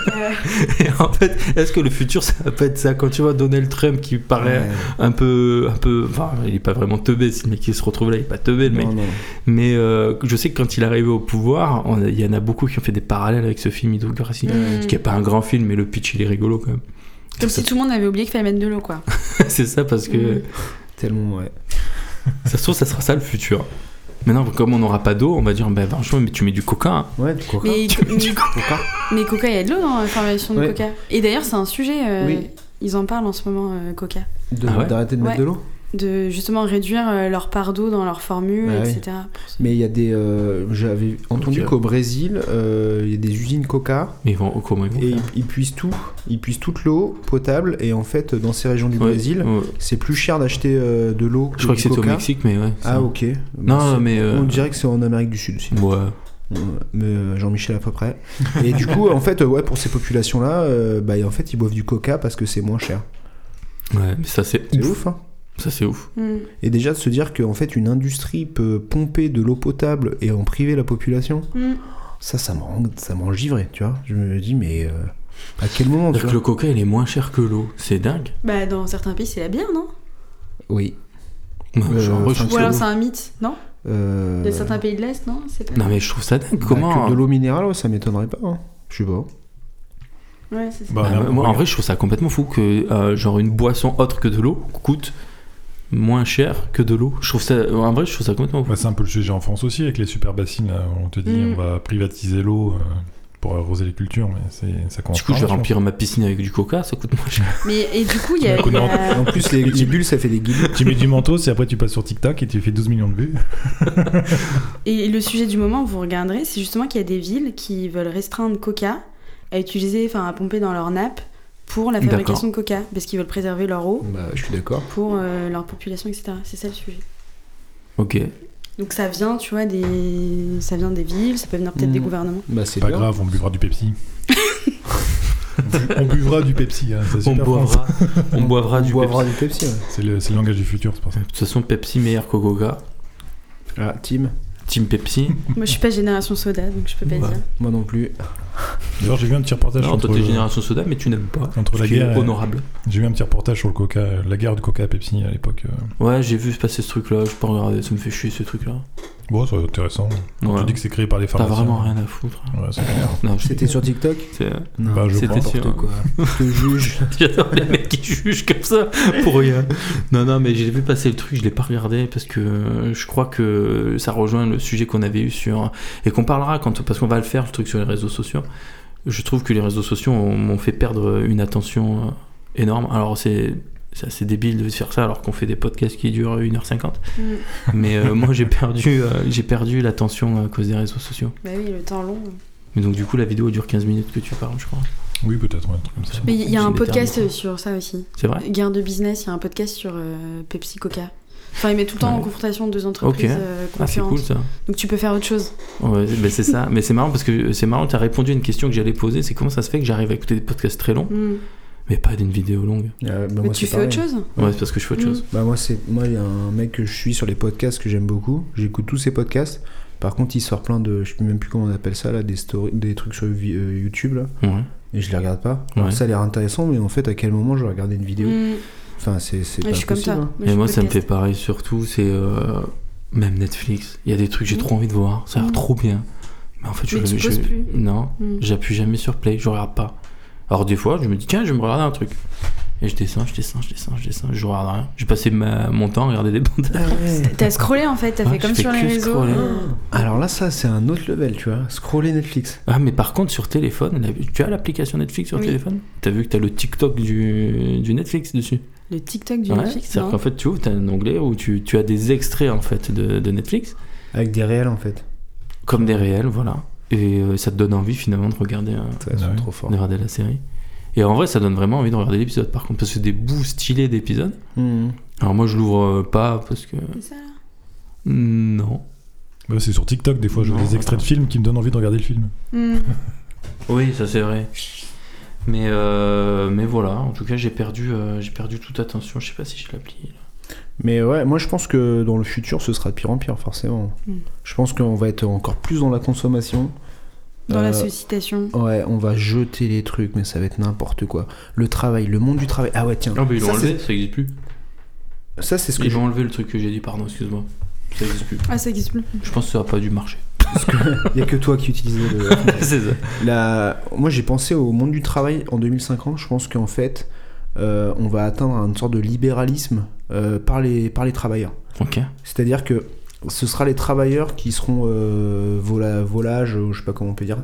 Speaker 1: Et en fait, est-ce que le futur, ça va pas être ça Quand tu vois Donald Trump qui paraît
Speaker 3: Ouais.
Speaker 1: un peu. un peu Enfin, il est pas vraiment teubé, si le mec qui se retrouve là, il est pas teubé, le mec.
Speaker 3: Non, non.
Speaker 1: Mais euh, je sais que quand il est arrivé au pouvoir, on a- il y en a beaucoup qui ont fait des parallèles avec ce film Idiocratie.
Speaker 3: Mm.
Speaker 2: Hmm.
Speaker 1: Ce qui est pas un grand film, mais le pitch, il est rigolo quand même.
Speaker 2: Comme si tout le monde avait oublié qu'il fallait mettre de l'eau quoi.
Speaker 1: C'est ça, parce que
Speaker 2: Mm.
Speaker 3: Tellement, ouais.
Speaker 1: ça se trouve, ça sera ça le futur. Maintenant, comme on n'aura pas d'eau, on va dire, ben franchement, mais tu mets du coca. hein.
Speaker 3: Ouais, du coca.
Speaker 2: Mais, mais,
Speaker 3: Coca.
Speaker 2: mais Coca, il y a de l'eau dans la formulation de
Speaker 3: Ouais.
Speaker 2: Coca. Et d'ailleurs, c'est un sujet. euh,
Speaker 3: Oui.
Speaker 2: Ils en parlent en ce moment, euh, Coca.
Speaker 3: De-
Speaker 1: Ah ouais
Speaker 3: D'arrêter de mettre
Speaker 2: Ouais.
Speaker 3: de l'eau.
Speaker 2: De justement réduire euh, leur part d'eau dans leur formule,
Speaker 3: Ah oui.
Speaker 2: etc. Pour se-
Speaker 3: Mais il y a des. euh, J'avais entendu
Speaker 1: Ok.
Speaker 3: qu'au Brésil, euh, il y a des usines coca
Speaker 1: Mais ils vont au comment ils vont
Speaker 3: et
Speaker 1: faire
Speaker 3: ils, ils puisent tout. Ils puisent toute l'eau potable et en fait, dans ces régions du
Speaker 1: Ouais,
Speaker 3: Brésil,
Speaker 1: ouais.
Speaker 3: c'est plus cher d'acheter euh, de l'eau.
Speaker 1: Je crois que
Speaker 3: du
Speaker 1: c'était au
Speaker 3: Coca.
Speaker 1: Mexique, mais ouais. c'est-
Speaker 3: Ah, ok. Bah,
Speaker 1: Non,
Speaker 3: c'est-
Speaker 1: mais. euh,
Speaker 3: On dirait que c'est en Amérique du Sud aussi.
Speaker 1: Ouais.
Speaker 3: Ouais, mais, euh, Jean-Michel à peu près. Et du coup, en fait, euh, ouais, pour ces populations-là, euh, bah, en fait, ils boivent du coca parce que c'est moins cher.
Speaker 1: Ouais, mais ça c'est
Speaker 3: C'est
Speaker 1: ouf.
Speaker 3: ouf, hein.
Speaker 1: Ça c'est ouf.
Speaker 2: Mm.
Speaker 3: Et déjà de se dire qu'en fait, une industrie peut pomper de l'eau potable et en priver la population,
Speaker 2: Mm.
Speaker 3: ça, ça me rend, ça me rend givré, tu vois. Je me dis, mais euh, à quel moment, tu
Speaker 1: C'est-à-dire que
Speaker 3: vois
Speaker 1: le coca il est moins cher que l'eau, c'est dingue.
Speaker 2: Bah, dans certains pays, c'est la bière, non
Speaker 3: Oui.
Speaker 1: Non, genre,
Speaker 3: enfin,
Speaker 1: je trouve-
Speaker 2: Ou alors
Speaker 3: l'eau.
Speaker 2: c'est un mythe, non
Speaker 3: Euh,
Speaker 2: De certains pays de l'Est, non C'est pas.
Speaker 1: non mais je trouve ça dingue.
Speaker 3: bah,
Speaker 1: Comment hein
Speaker 3: que De l'eau minérale, ouais, ça m'étonnerait pas. hein. Je sais pas.
Speaker 2: Ouais, c'est ça.
Speaker 1: Bah,
Speaker 4: Bah, regarde,
Speaker 1: moi, en
Speaker 4: regarde.
Speaker 1: vrai, je trouve ça complètement fou que euh, genre une boisson autre que de l'eau coûte moins cher que de l'eau. Je trouve ça. En vrai, je trouve ça complètement fou.
Speaker 4: Bah, c'est un peu le sujet en France aussi, avec les super bassines. là. On te dit,
Speaker 2: Mm.
Speaker 4: on va privatiser l'eau euh, pour arroser les cultures, mais c'est- ça commence
Speaker 1: Du coup, je vais
Speaker 4: par là,
Speaker 1: remplir ma piscine avec du coca, ça coûte moins cher.
Speaker 2: Mais et du coup, il y a.
Speaker 4: Mais comment-
Speaker 2: il y a-
Speaker 3: En plus, les, les bulles, ça fait des guillemets.
Speaker 4: je pense. Tu mets du mentos et après tu passes sur TikTok et tu fais 12 millions de vues.
Speaker 2: Et le sujet du moment, vous regarderez, c'est justement qu'il y a des villes qui veulent restreindre Coca à utiliser, enfin à pomper dans leur nappe pour la fabrication de Coca, parce qu'ils veulent préserver leur eau
Speaker 3: Bah, je suis d'accord.
Speaker 2: pour euh, leur population, etc. C'est ça le sujet.
Speaker 1: Ok.
Speaker 2: Donc ça vient, tu vois, des, ça vient des villes, ça peut venir peut-être
Speaker 3: Mhm.
Speaker 2: des gouvernements.
Speaker 3: Bah, c'est
Speaker 4: Pas
Speaker 3: bien.
Speaker 4: grave, on buvra du Pepsi. on buvra du Pepsi, hein, c'est
Speaker 1: On
Speaker 4: super français.
Speaker 1: boivra, on boivra du
Speaker 3: boivra
Speaker 1: Pepsi.
Speaker 3: du Pepsi. ouais.
Speaker 4: C'est le, c'est le langage du futur, c'est pour ça.
Speaker 1: De toute façon, Pepsi meilleur que coca.
Speaker 3: Ah, Tim,
Speaker 1: Team Pepsi.
Speaker 2: Moi, je suis pas génération soda, donc je peux pas
Speaker 1: Ouais.
Speaker 2: dire.
Speaker 3: moi non plus.
Speaker 4: D'ailleurs, j'ai vu un petit reportage
Speaker 1: Non,
Speaker 4: entre
Speaker 1: toi t'es
Speaker 4: le-
Speaker 1: génération soda, mais tu n'aimes pas.
Speaker 4: Entre
Speaker 1: Ce
Speaker 4: la
Speaker 1: qui est
Speaker 4: guerre et-
Speaker 1: honorable.
Speaker 4: J'ai vu un petit reportage sur le Coca, euh, la guerre du Coca à Pepsi à l'époque. euh.
Speaker 1: Ouais, j'ai vu se passer ce truc-là. Je peux regarder, ça me fait chier ce truc-là.
Speaker 4: Bon, c'est intéressant.
Speaker 1: Ouais.
Speaker 4: Tu dis que c'est créé par les
Speaker 1: T'as
Speaker 4: pharmaciens.
Speaker 1: vraiment rien à foutre. hein.
Speaker 4: Ouais, c'est clair.
Speaker 1: Non, je-
Speaker 3: C'était sur TikTok
Speaker 1: c'est- euh,
Speaker 3: Non,
Speaker 4: Bah, je
Speaker 1: C'était
Speaker 4: crois.
Speaker 1: sûr.
Speaker 3: n'importe quoi. Je te juge.
Speaker 1: J'adore les mecs qui jugent comme ça pour rien. Non, non, mais j'ai vu passer le truc, je l'ai pas regardé parce que euh, je crois que ça rejoint le sujet qu'on avait eu sur. Et qu'on parlera quand. Parce qu'on va le faire, le truc sur les réseaux sociaux. Je trouve que les réseaux sociaux ont- m'ont fait perdre une attention euh, énorme. Alors, c'est. C'est assez débile de faire ça alors qu'on fait des podcasts qui durent 1h50.
Speaker 2: Mhm.
Speaker 1: Mais euh, moi, j'ai perdu, euh, j'ai perdu l'attention à cause des réseaux sociaux.
Speaker 2: Bah oui, le temps long.
Speaker 1: Mais donc, du coup, la vidéo dure 15 minutes que tu parles, je crois.
Speaker 4: Oui, peut-être, ouais, un truc comme ça.
Speaker 2: Mais il y a
Speaker 1: J'ai
Speaker 2: un
Speaker 1: des
Speaker 2: podcast
Speaker 1: termes.
Speaker 2: sur ça aussi.
Speaker 1: C'est vrai
Speaker 2: Guerre de business, il y a un podcast sur euh, Pepsi Coca. Enfin, il met tout le temps
Speaker 1: Ouais.
Speaker 2: en confrontation deux entreprises
Speaker 1: Ok.
Speaker 2: euh,
Speaker 1: Ah, c'est
Speaker 2: concurrentes.
Speaker 1: cool ça.
Speaker 2: Donc tu peux faire autre chose.
Speaker 1: Ouais, ben, c'est ça. Mais c'est marrant parce que c'est marrant, tu as répondu à une question que j'allais poser c'est comment ça se fait que j'arrive à écouter des podcasts très longs,
Speaker 2: Mm.
Speaker 1: mais pas d'une vidéo longue
Speaker 3: Euh, bah,
Speaker 2: Mais
Speaker 3: moi,
Speaker 2: tu
Speaker 3: c'est
Speaker 2: fais autre
Speaker 3: pareil.
Speaker 2: chose
Speaker 1: Ouais, c'est parce que je fais autre
Speaker 2: Mm.
Speaker 1: chose.
Speaker 3: Bah moi c'est moi il y a un mec que je suis sur les podcasts que j'aime beaucoup. J'écoute tous ses podcasts. Par contre, il sort plein de je sais même plus comment on appelle ça là des stories des trucs sur vi- euh, YouTube là
Speaker 1: Ouais.
Speaker 3: et je les regarde pas. Alors,
Speaker 1: Ouais.
Speaker 3: ça a l'air intéressant mais en fait à quel moment je vais regarder une vidéo
Speaker 2: Mm.
Speaker 3: Enfin c'est c'est
Speaker 2: Ouais,
Speaker 3: pas
Speaker 2: je suis comme
Speaker 3: possible,
Speaker 2: toi.
Speaker 3: hein.
Speaker 2: je
Speaker 1: Et
Speaker 2: suis
Speaker 1: moi, ça me fait
Speaker 2: podcast.
Speaker 1: pareil surtout, c'est euh, même Netflix. Il y a des trucs que j'ai
Speaker 2: Mm.
Speaker 1: trop envie de voir, ça a l'air
Speaker 2: Mm.
Speaker 1: trop bien. Mais en fait, je,
Speaker 2: Mais tu
Speaker 1: je-
Speaker 2: poses plus.
Speaker 1: non,
Speaker 2: Mm.
Speaker 1: j'appuie jamais sur play, je regarde pas. Alors des fois, je me dis tiens, je vais me regarder un truc. Et je descends, je descends, je descends, je descends, je regarde rien. J'ai passé ma- mon temps à regarder des
Speaker 3: hein.
Speaker 1: bandes.
Speaker 2: T'as scrollé en fait, t'as
Speaker 1: Ouais,
Speaker 2: fait comme
Speaker 1: je fais
Speaker 2: sur les
Speaker 1: que
Speaker 2: réseaux.
Speaker 1: scroller.
Speaker 2: euh,
Speaker 3: Ah Alors là ça c'est un autre level, tu vois, scroller Netflix.
Speaker 1: Ah mais par contre sur téléphone, la- tu as l'application Netflix sur
Speaker 2: Oui.
Speaker 1: téléphone T'as vu que t'as le TikTok du, du Netflix dessus
Speaker 2: Le TikTok du
Speaker 1: Ouais,
Speaker 2: Netflix,
Speaker 1: C'est-à-dire qu'en
Speaker 2: non
Speaker 1: fait tu ouvres, t'as un onglet où tu, tu as des extraits en fait de, de Netflix,
Speaker 3: avec des réels en fait.
Speaker 1: comme des réels, voilà. Et euh, ça te donne envie finalement de regarder, un-
Speaker 3: Ça, ils
Speaker 4: Ah
Speaker 3: sont
Speaker 4: oui.
Speaker 3: trop forts.
Speaker 1: de regarder la série. Et en vrai ça donne vraiment envie de regarder l'épisode par contre, parce que c'est des bouts stylés d'épisodes.
Speaker 3: Mhm.
Speaker 1: Alors moi je l'ouvre euh, pas parce que... mm,
Speaker 2: C'est ça, là
Speaker 1: Non.
Speaker 4: Bah, c'est sur TikTok, des fois, je vois
Speaker 1: Non.
Speaker 4: des extraits de films qui me donnent envie de regarder le film.
Speaker 2: Mm.
Speaker 1: Oui, ça c'est vrai. Mais, euh, mais voilà, en tout cas j'ai perdu, euh, j'ai perdu toute attention. Je sais pas si je l'appli. là.
Speaker 3: Mais ouais, moi je pense que dans le futur, ce sera de pire en pire, forcément.
Speaker 2: Mm.
Speaker 3: Je pense qu'on va être encore plus dans la consommation.
Speaker 2: Dans
Speaker 3: Euh,
Speaker 2: la sollicitation.
Speaker 3: Ouais, on va jeter les trucs, mais ça va être n'importe quoi. Le travail, le monde du travail. Ah ouais, tiens.
Speaker 1: Ah bah ils l'ont
Speaker 3: ça,
Speaker 1: enlevé, ça existe plus.
Speaker 3: c'est- ça, c'est ce que
Speaker 1: Ils
Speaker 3: je-
Speaker 1: ont enlevé le truc que j'ai dit, pardon, excuse-moi. Ça existe plus.
Speaker 2: Ah, ça existe plus.
Speaker 1: Je pense que ça a pas dû marcher.
Speaker 3: Il y a que toi qui utilisais le.
Speaker 1: c'est ça.
Speaker 3: La- Moi, j'ai pensé au monde du travail en 2050. Je pense qu'en fait, euh, on va atteindre une sorte de libéralisme euh, par, les... par les travailleurs.
Speaker 1: Ok.
Speaker 3: C'est-à-dire que ce sera les travailleurs qui seront euh, vola- volage, ou je sais pas comment on peut dire.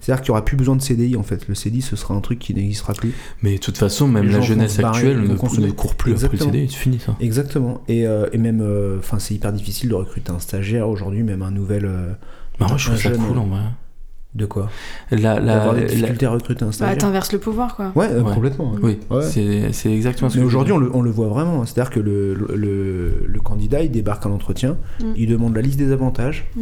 Speaker 3: C'est-à-dire qu'il n'y aura plus besoin de CDI en fait. Le CDI, ce sera un truc qui n'existera plus.
Speaker 1: Mais de toute façon, même
Speaker 3: Les
Speaker 1: la
Speaker 3: gens vont
Speaker 1: jeunesse
Speaker 3: se barrer,
Speaker 1: actuelle
Speaker 3: ils
Speaker 1: ne,
Speaker 3: vont consommer.
Speaker 1: ne court plus après le
Speaker 3: Exactement.
Speaker 1: CD, c'est fini ça.
Speaker 3: Exactement. Et, euh, et même, enfin, c'est hyper difficile de recruter un stagiaire aujourd'hui, même un nouvel. euh,
Speaker 1: Bah moi je
Speaker 3: un
Speaker 1: trouve ça
Speaker 3: jeune,
Speaker 1: cool
Speaker 3: euh,
Speaker 1: en vrai.
Speaker 3: De quoi
Speaker 1: La, la,
Speaker 3: D'avoir des
Speaker 1: la-
Speaker 3: difficultés à recruter un
Speaker 2: Bah,
Speaker 3: stagiaire.
Speaker 2: t'inverses le pouvoir, quoi.
Speaker 3: ouais, euh,
Speaker 1: Ouais.
Speaker 3: complètement. ouais.
Speaker 1: Oui,
Speaker 3: Ouais.
Speaker 1: c'est c'est exactement ce que
Speaker 3: Mais
Speaker 1: je
Speaker 3: aujourd'hui,
Speaker 1: veux
Speaker 3: on le, on le voit vraiment. hein. C'est-à-dire que le, le- le candidat, il débarque à l'entretien,
Speaker 2: Mm.
Speaker 3: il demande la liste des avantages,
Speaker 2: Mm.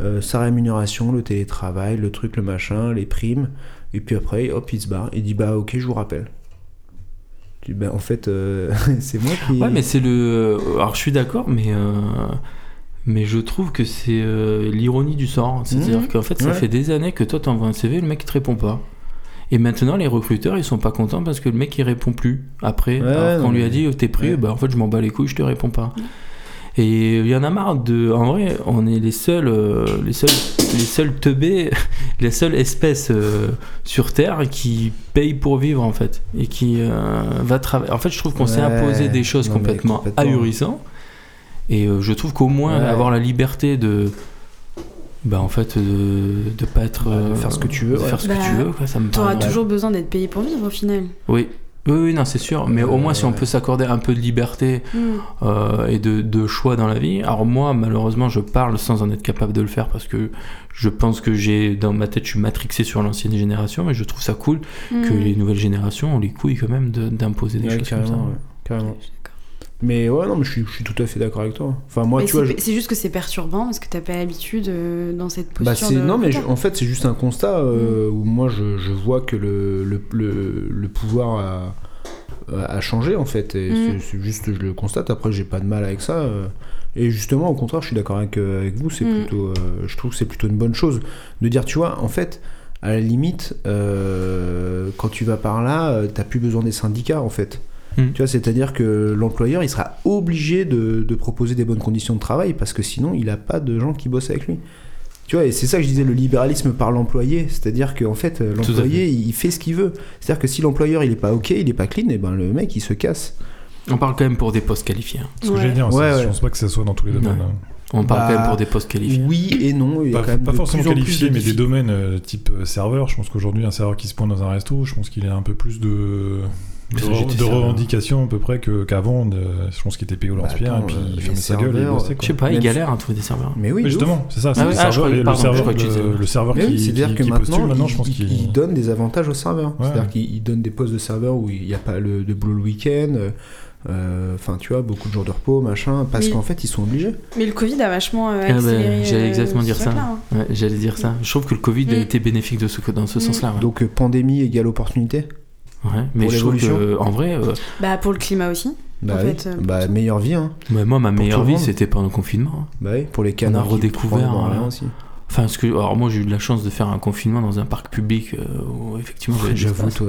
Speaker 3: euh, sa rémunération, le télétravail, le truc, le machin, les primes. Et puis après, hop, il se barre. Il dit Bah, ok, je vous rappelle. Tu dis, bah, en fait, euh, c'est moi qui.
Speaker 1: dire. Ouais, mais c'est le. Alors je suis d'accord, mais. euh, Mais je trouve que c'est euh, l'ironie du sort. C'est-à-dire
Speaker 3: Mhm.
Speaker 1: qu'en fait, ça
Speaker 3: Ouais.
Speaker 1: fait des années que toi, t'envoies un CV, le mec, il te répond pas. Et maintenant, les recruteurs, ils sont pas contents parce que le mec, il répond plus. Après,
Speaker 3: Ouais,
Speaker 1: alors qu'on
Speaker 3: non,
Speaker 1: lui a
Speaker 3: mais-
Speaker 1: dit, oh, t'es pris,
Speaker 3: Ouais.
Speaker 1: bah en fait, je m'en bats les couilles, je te réponds pas. Et il y en a marre de. En vrai, on est les seuls, euh, les seuls, les seuls teubés, les seules espèces euh, sur Terre qui payent pour vivre en fait et qui euh, va travailler. En fait, je trouve qu'on s'est
Speaker 3: Ouais.
Speaker 1: imposé des choses
Speaker 3: Non, mais
Speaker 1: complètement,
Speaker 3: complètement.
Speaker 1: ahurissantes. Et euh, je trouve qu'au moins
Speaker 3: Ouais.
Speaker 1: avoir la liberté de, bah en fait, de, de pas être,
Speaker 3: Bah, de faire
Speaker 1: euh,
Speaker 3: ce que tu veux,
Speaker 1: de
Speaker 3: ouais.
Speaker 1: faire ce
Speaker 2: Bah,
Speaker 1: que tu veux, quoi, ça me
Speaker 2: T'auras
Speaker 1: paraît-
Speaker 2: toujours besoin d'être payé pour vivre, au final.
Speaker 1: Oui. Oui, oui, non, c'est sûr. Mais au moins, si on
Speaker 3: Ouais.
Speaker 1: peut s'accorder un peu de liberté
Speaker 2: Mm.
Speaker 1: euh, et de, de choix dans la vie. Alors moi, malheureusement, je parle sans en être capable de le faire parce que je pense que j'ai dans ma tête, je suis matrixé sur l'ancienne génération, mais je trouve ça cool que
Speaker 2: Mm.
Speaker 1: les nouvelles générations ont les couilles quand même de- d'imposer des
Speaker 3: Ouais,
Speaker 1: choses comme ça.
Speaker 3: carrément, ouais, carrément.
Speaker 2: Je suis d'accord.
Speaker 3: Mais ouais, non, mais je suis, je suis tout à fait d'accord avec toi. Enfin, moi,
Speaker 2: Mais
Speaker 3: tu vois.
Speaker 2: c'est
Speaker 3: je-
Speaker 2: c'est juste que c'est perturbant parce que t'as pas l'habitude euh, dans cette posture.
Speaker 3: Bah, c'est-
Speaker 2: de Mm.
Speaker 3: non, mais je-
Speaker 2: recruteur.
Speaker 3: en fait, c'est juste un constat euh, où moi, je, je vois que le, le, le- le pouvoir a, a changé, en fait. Et
Speaker 2: Mm.
Speaker 3: c'est- c'est juste, je le constate. Après, j'ai pas de mal avec ça. euh. Et justement, au contraire, je suis d'accord avec, euh, avec vous. C'est
Speaker 2: Mm.
Speaker 3: plutôt, euh, je trouve que c'est plutôt une bonne chose de dire, tu vois, en fait, à la limite, euh, quand tu vas par là, euh, t'as plus besoin des syndicats, en fait.
Speaker 1: Mm.
Speaker 3: Tu vois, c'est-à-dire que l'employeur, il sera obligé de, de proposer des bonnes conditions de travail parce que sinon, il n'a pas de gens qui bossent avec lui. Tu vois, et c'est ça que je disais, le libéralisme par l'employé, c'est-à-dire qu'en fait, euh,
Speaker 1: à fait.
Speaker 3: l'employé, il fait ce qu'il veut. C'est-à-dire que si l'employeur, il n'est pas OK, il n'est pas clean, et ben le mec, il se casse.
Speaker 1: On parle quand même pour des postes qualifiés. hein.
Speaker 4: Ce que
Speaker 2: Ouais.
Speaker 4: j'allais
Speaker 3: Ouais,
Speaker 4: dire, c'est-
Speaker 3: ouais.
Speaker 4: je pense pas que ça soit dans tous les domaines.
Speaker 1: Ouais.
Speaker 4: hein.
Speaker 1: On parle
Speaker 3: Bah,
Speaker 1: quand même pour des postes qualifiés.
Speaker 3: Oui et non, il y a
Speaker 4: Pas,
Speaker 3: quand même
Speaker 4: pas
Speaker 3: de
Speaker 4: forcément
Speaker 3: plus en plus de
Speaker 4: qualifié, mais des
Speaker 3: difficultés.
Speaker 4: domaines euh, type euh, serveur. Je pense qu'aujourd'hui, un serveur qui se pointe dans un resto, je pense qu'il a un peu plus de, de,
Speaker 1: Parce que j'étais
Speaker 4: de
Speaker 1: serveur.
Speaker 4: revendications à peu près que- qu'avant. de- je pense qu'il était payé au
Speaker 3: Bah,
Speaker 4: lance-pierre et
Speaker 3: attends,
Speaker 4: puis
Speaker 3: euh,
Speaker 4: il
Speaker 3: les
Speaker 4: fermait sa gueule et il
Speaker 3: serveurs,
Speaker 4: bossait.
Speaker 1: Je
Speaker 4: Quoi.
Speaker 1: sais pas, ils
Speaker 3: Même-
Speaker 1: galèrent à trouver des serveurs.
Speaker 3: Mais oui,
Speaker 4: Mais
Speaker 3: de ouf.
Speaker 4: justement, c'est ça. c'est
Speaker 1: Ah
Speaker 4: le
Speaker 1: oui, ah, je
Speaker 4: serveur,
Speaker 1: croyais-
Speaker 4: le
Speaker 1: pardon, je
Speaker 4: serveur,
Speaker 1: croyais que tu disais-
Speaker 4: le, le serveur
Speaker 3: Mais oui,
Speaker 4: qui,
Speaker 3: c'est-à-dire
Speaker 4: qui-
Speaker 3: que
Speaker 4: qui
Speaker 3: maintenant,
Speaker 4: postule maintenant,
Speaker 3: il,
Speaker 4: je pense qu'il.
Speaker 3: il donne des avantages aux serveurs.
Speaker 4: Ouais.
Speaker 3: C'est-à-dire qu'il il donne des postes de serveurs où il n'y a pas le, de boulot le week-end, euh, euh, Enfin, tu vois, beaucoup de jours de repos, machin, parce
Speaker 2: Oui.
Speaker 3: qu'en fait, ils sont obligés.
Speaker 2: Mais le Covid a vachement euh,
Speaker 1: Ah ben,
Speaker 2: accéléré.
Speaker 1: j'allais
Speaker 2: euh,
Speaker 1: exactement
Speaker 2: ce
Speaker 1: dire ça.
Speaker 2: truc-là, hein.
Speaker 1: Ouais, J'allais dire ça. Je trouve que le Covid a
Speaker 2: Mm.
Speaker 1: été bénéfique de ce, dans ce
Speaker 2: Mm.
Speaker 1: sens-là. ouais.
Speaker 3: Donc, euh, pandémie égale opportunité.
Speaker 1: Ouais, Mais
Speaker 3: Pour
Speaker 1: je trouve que,
Speaker 3: l'évolution.
Speaker 1: en vrai, euh,
Speaker 2: Bah, pour le climat aussi.
Speaker 3: Bah,
Speaker 2: En
Speaker 3: oui.
Speaker 2: fait, euh,
Speaker 3: bah
Speaker 2: plutôt.
Speaker 3: meilleure vie, hein.
Speaker 1: bah, moi, ma meilleure
Speaker 3: tout le
Speaker 1: vie,
Speaker 3: monde.
Speaker 1: c'était pendant le confinement. hein.
Speaker 3: Bah oui, pour les canards. qui
Speaker 1: redécouvert,
Speaker 3: prennent dans
Speaker 1: hein,
Speaker 3: rien
Speaker 1: là.
Speaker 3: aussi.
Speaker 1: Enfin, parce que, alors moi, j'ai eu de la chance de faire un confinement dans un parc public euh, où, effectivement, j'avais de
Speaker 3: J'avoue,
Speaker 1: l'espace.
Speaker 3: toi,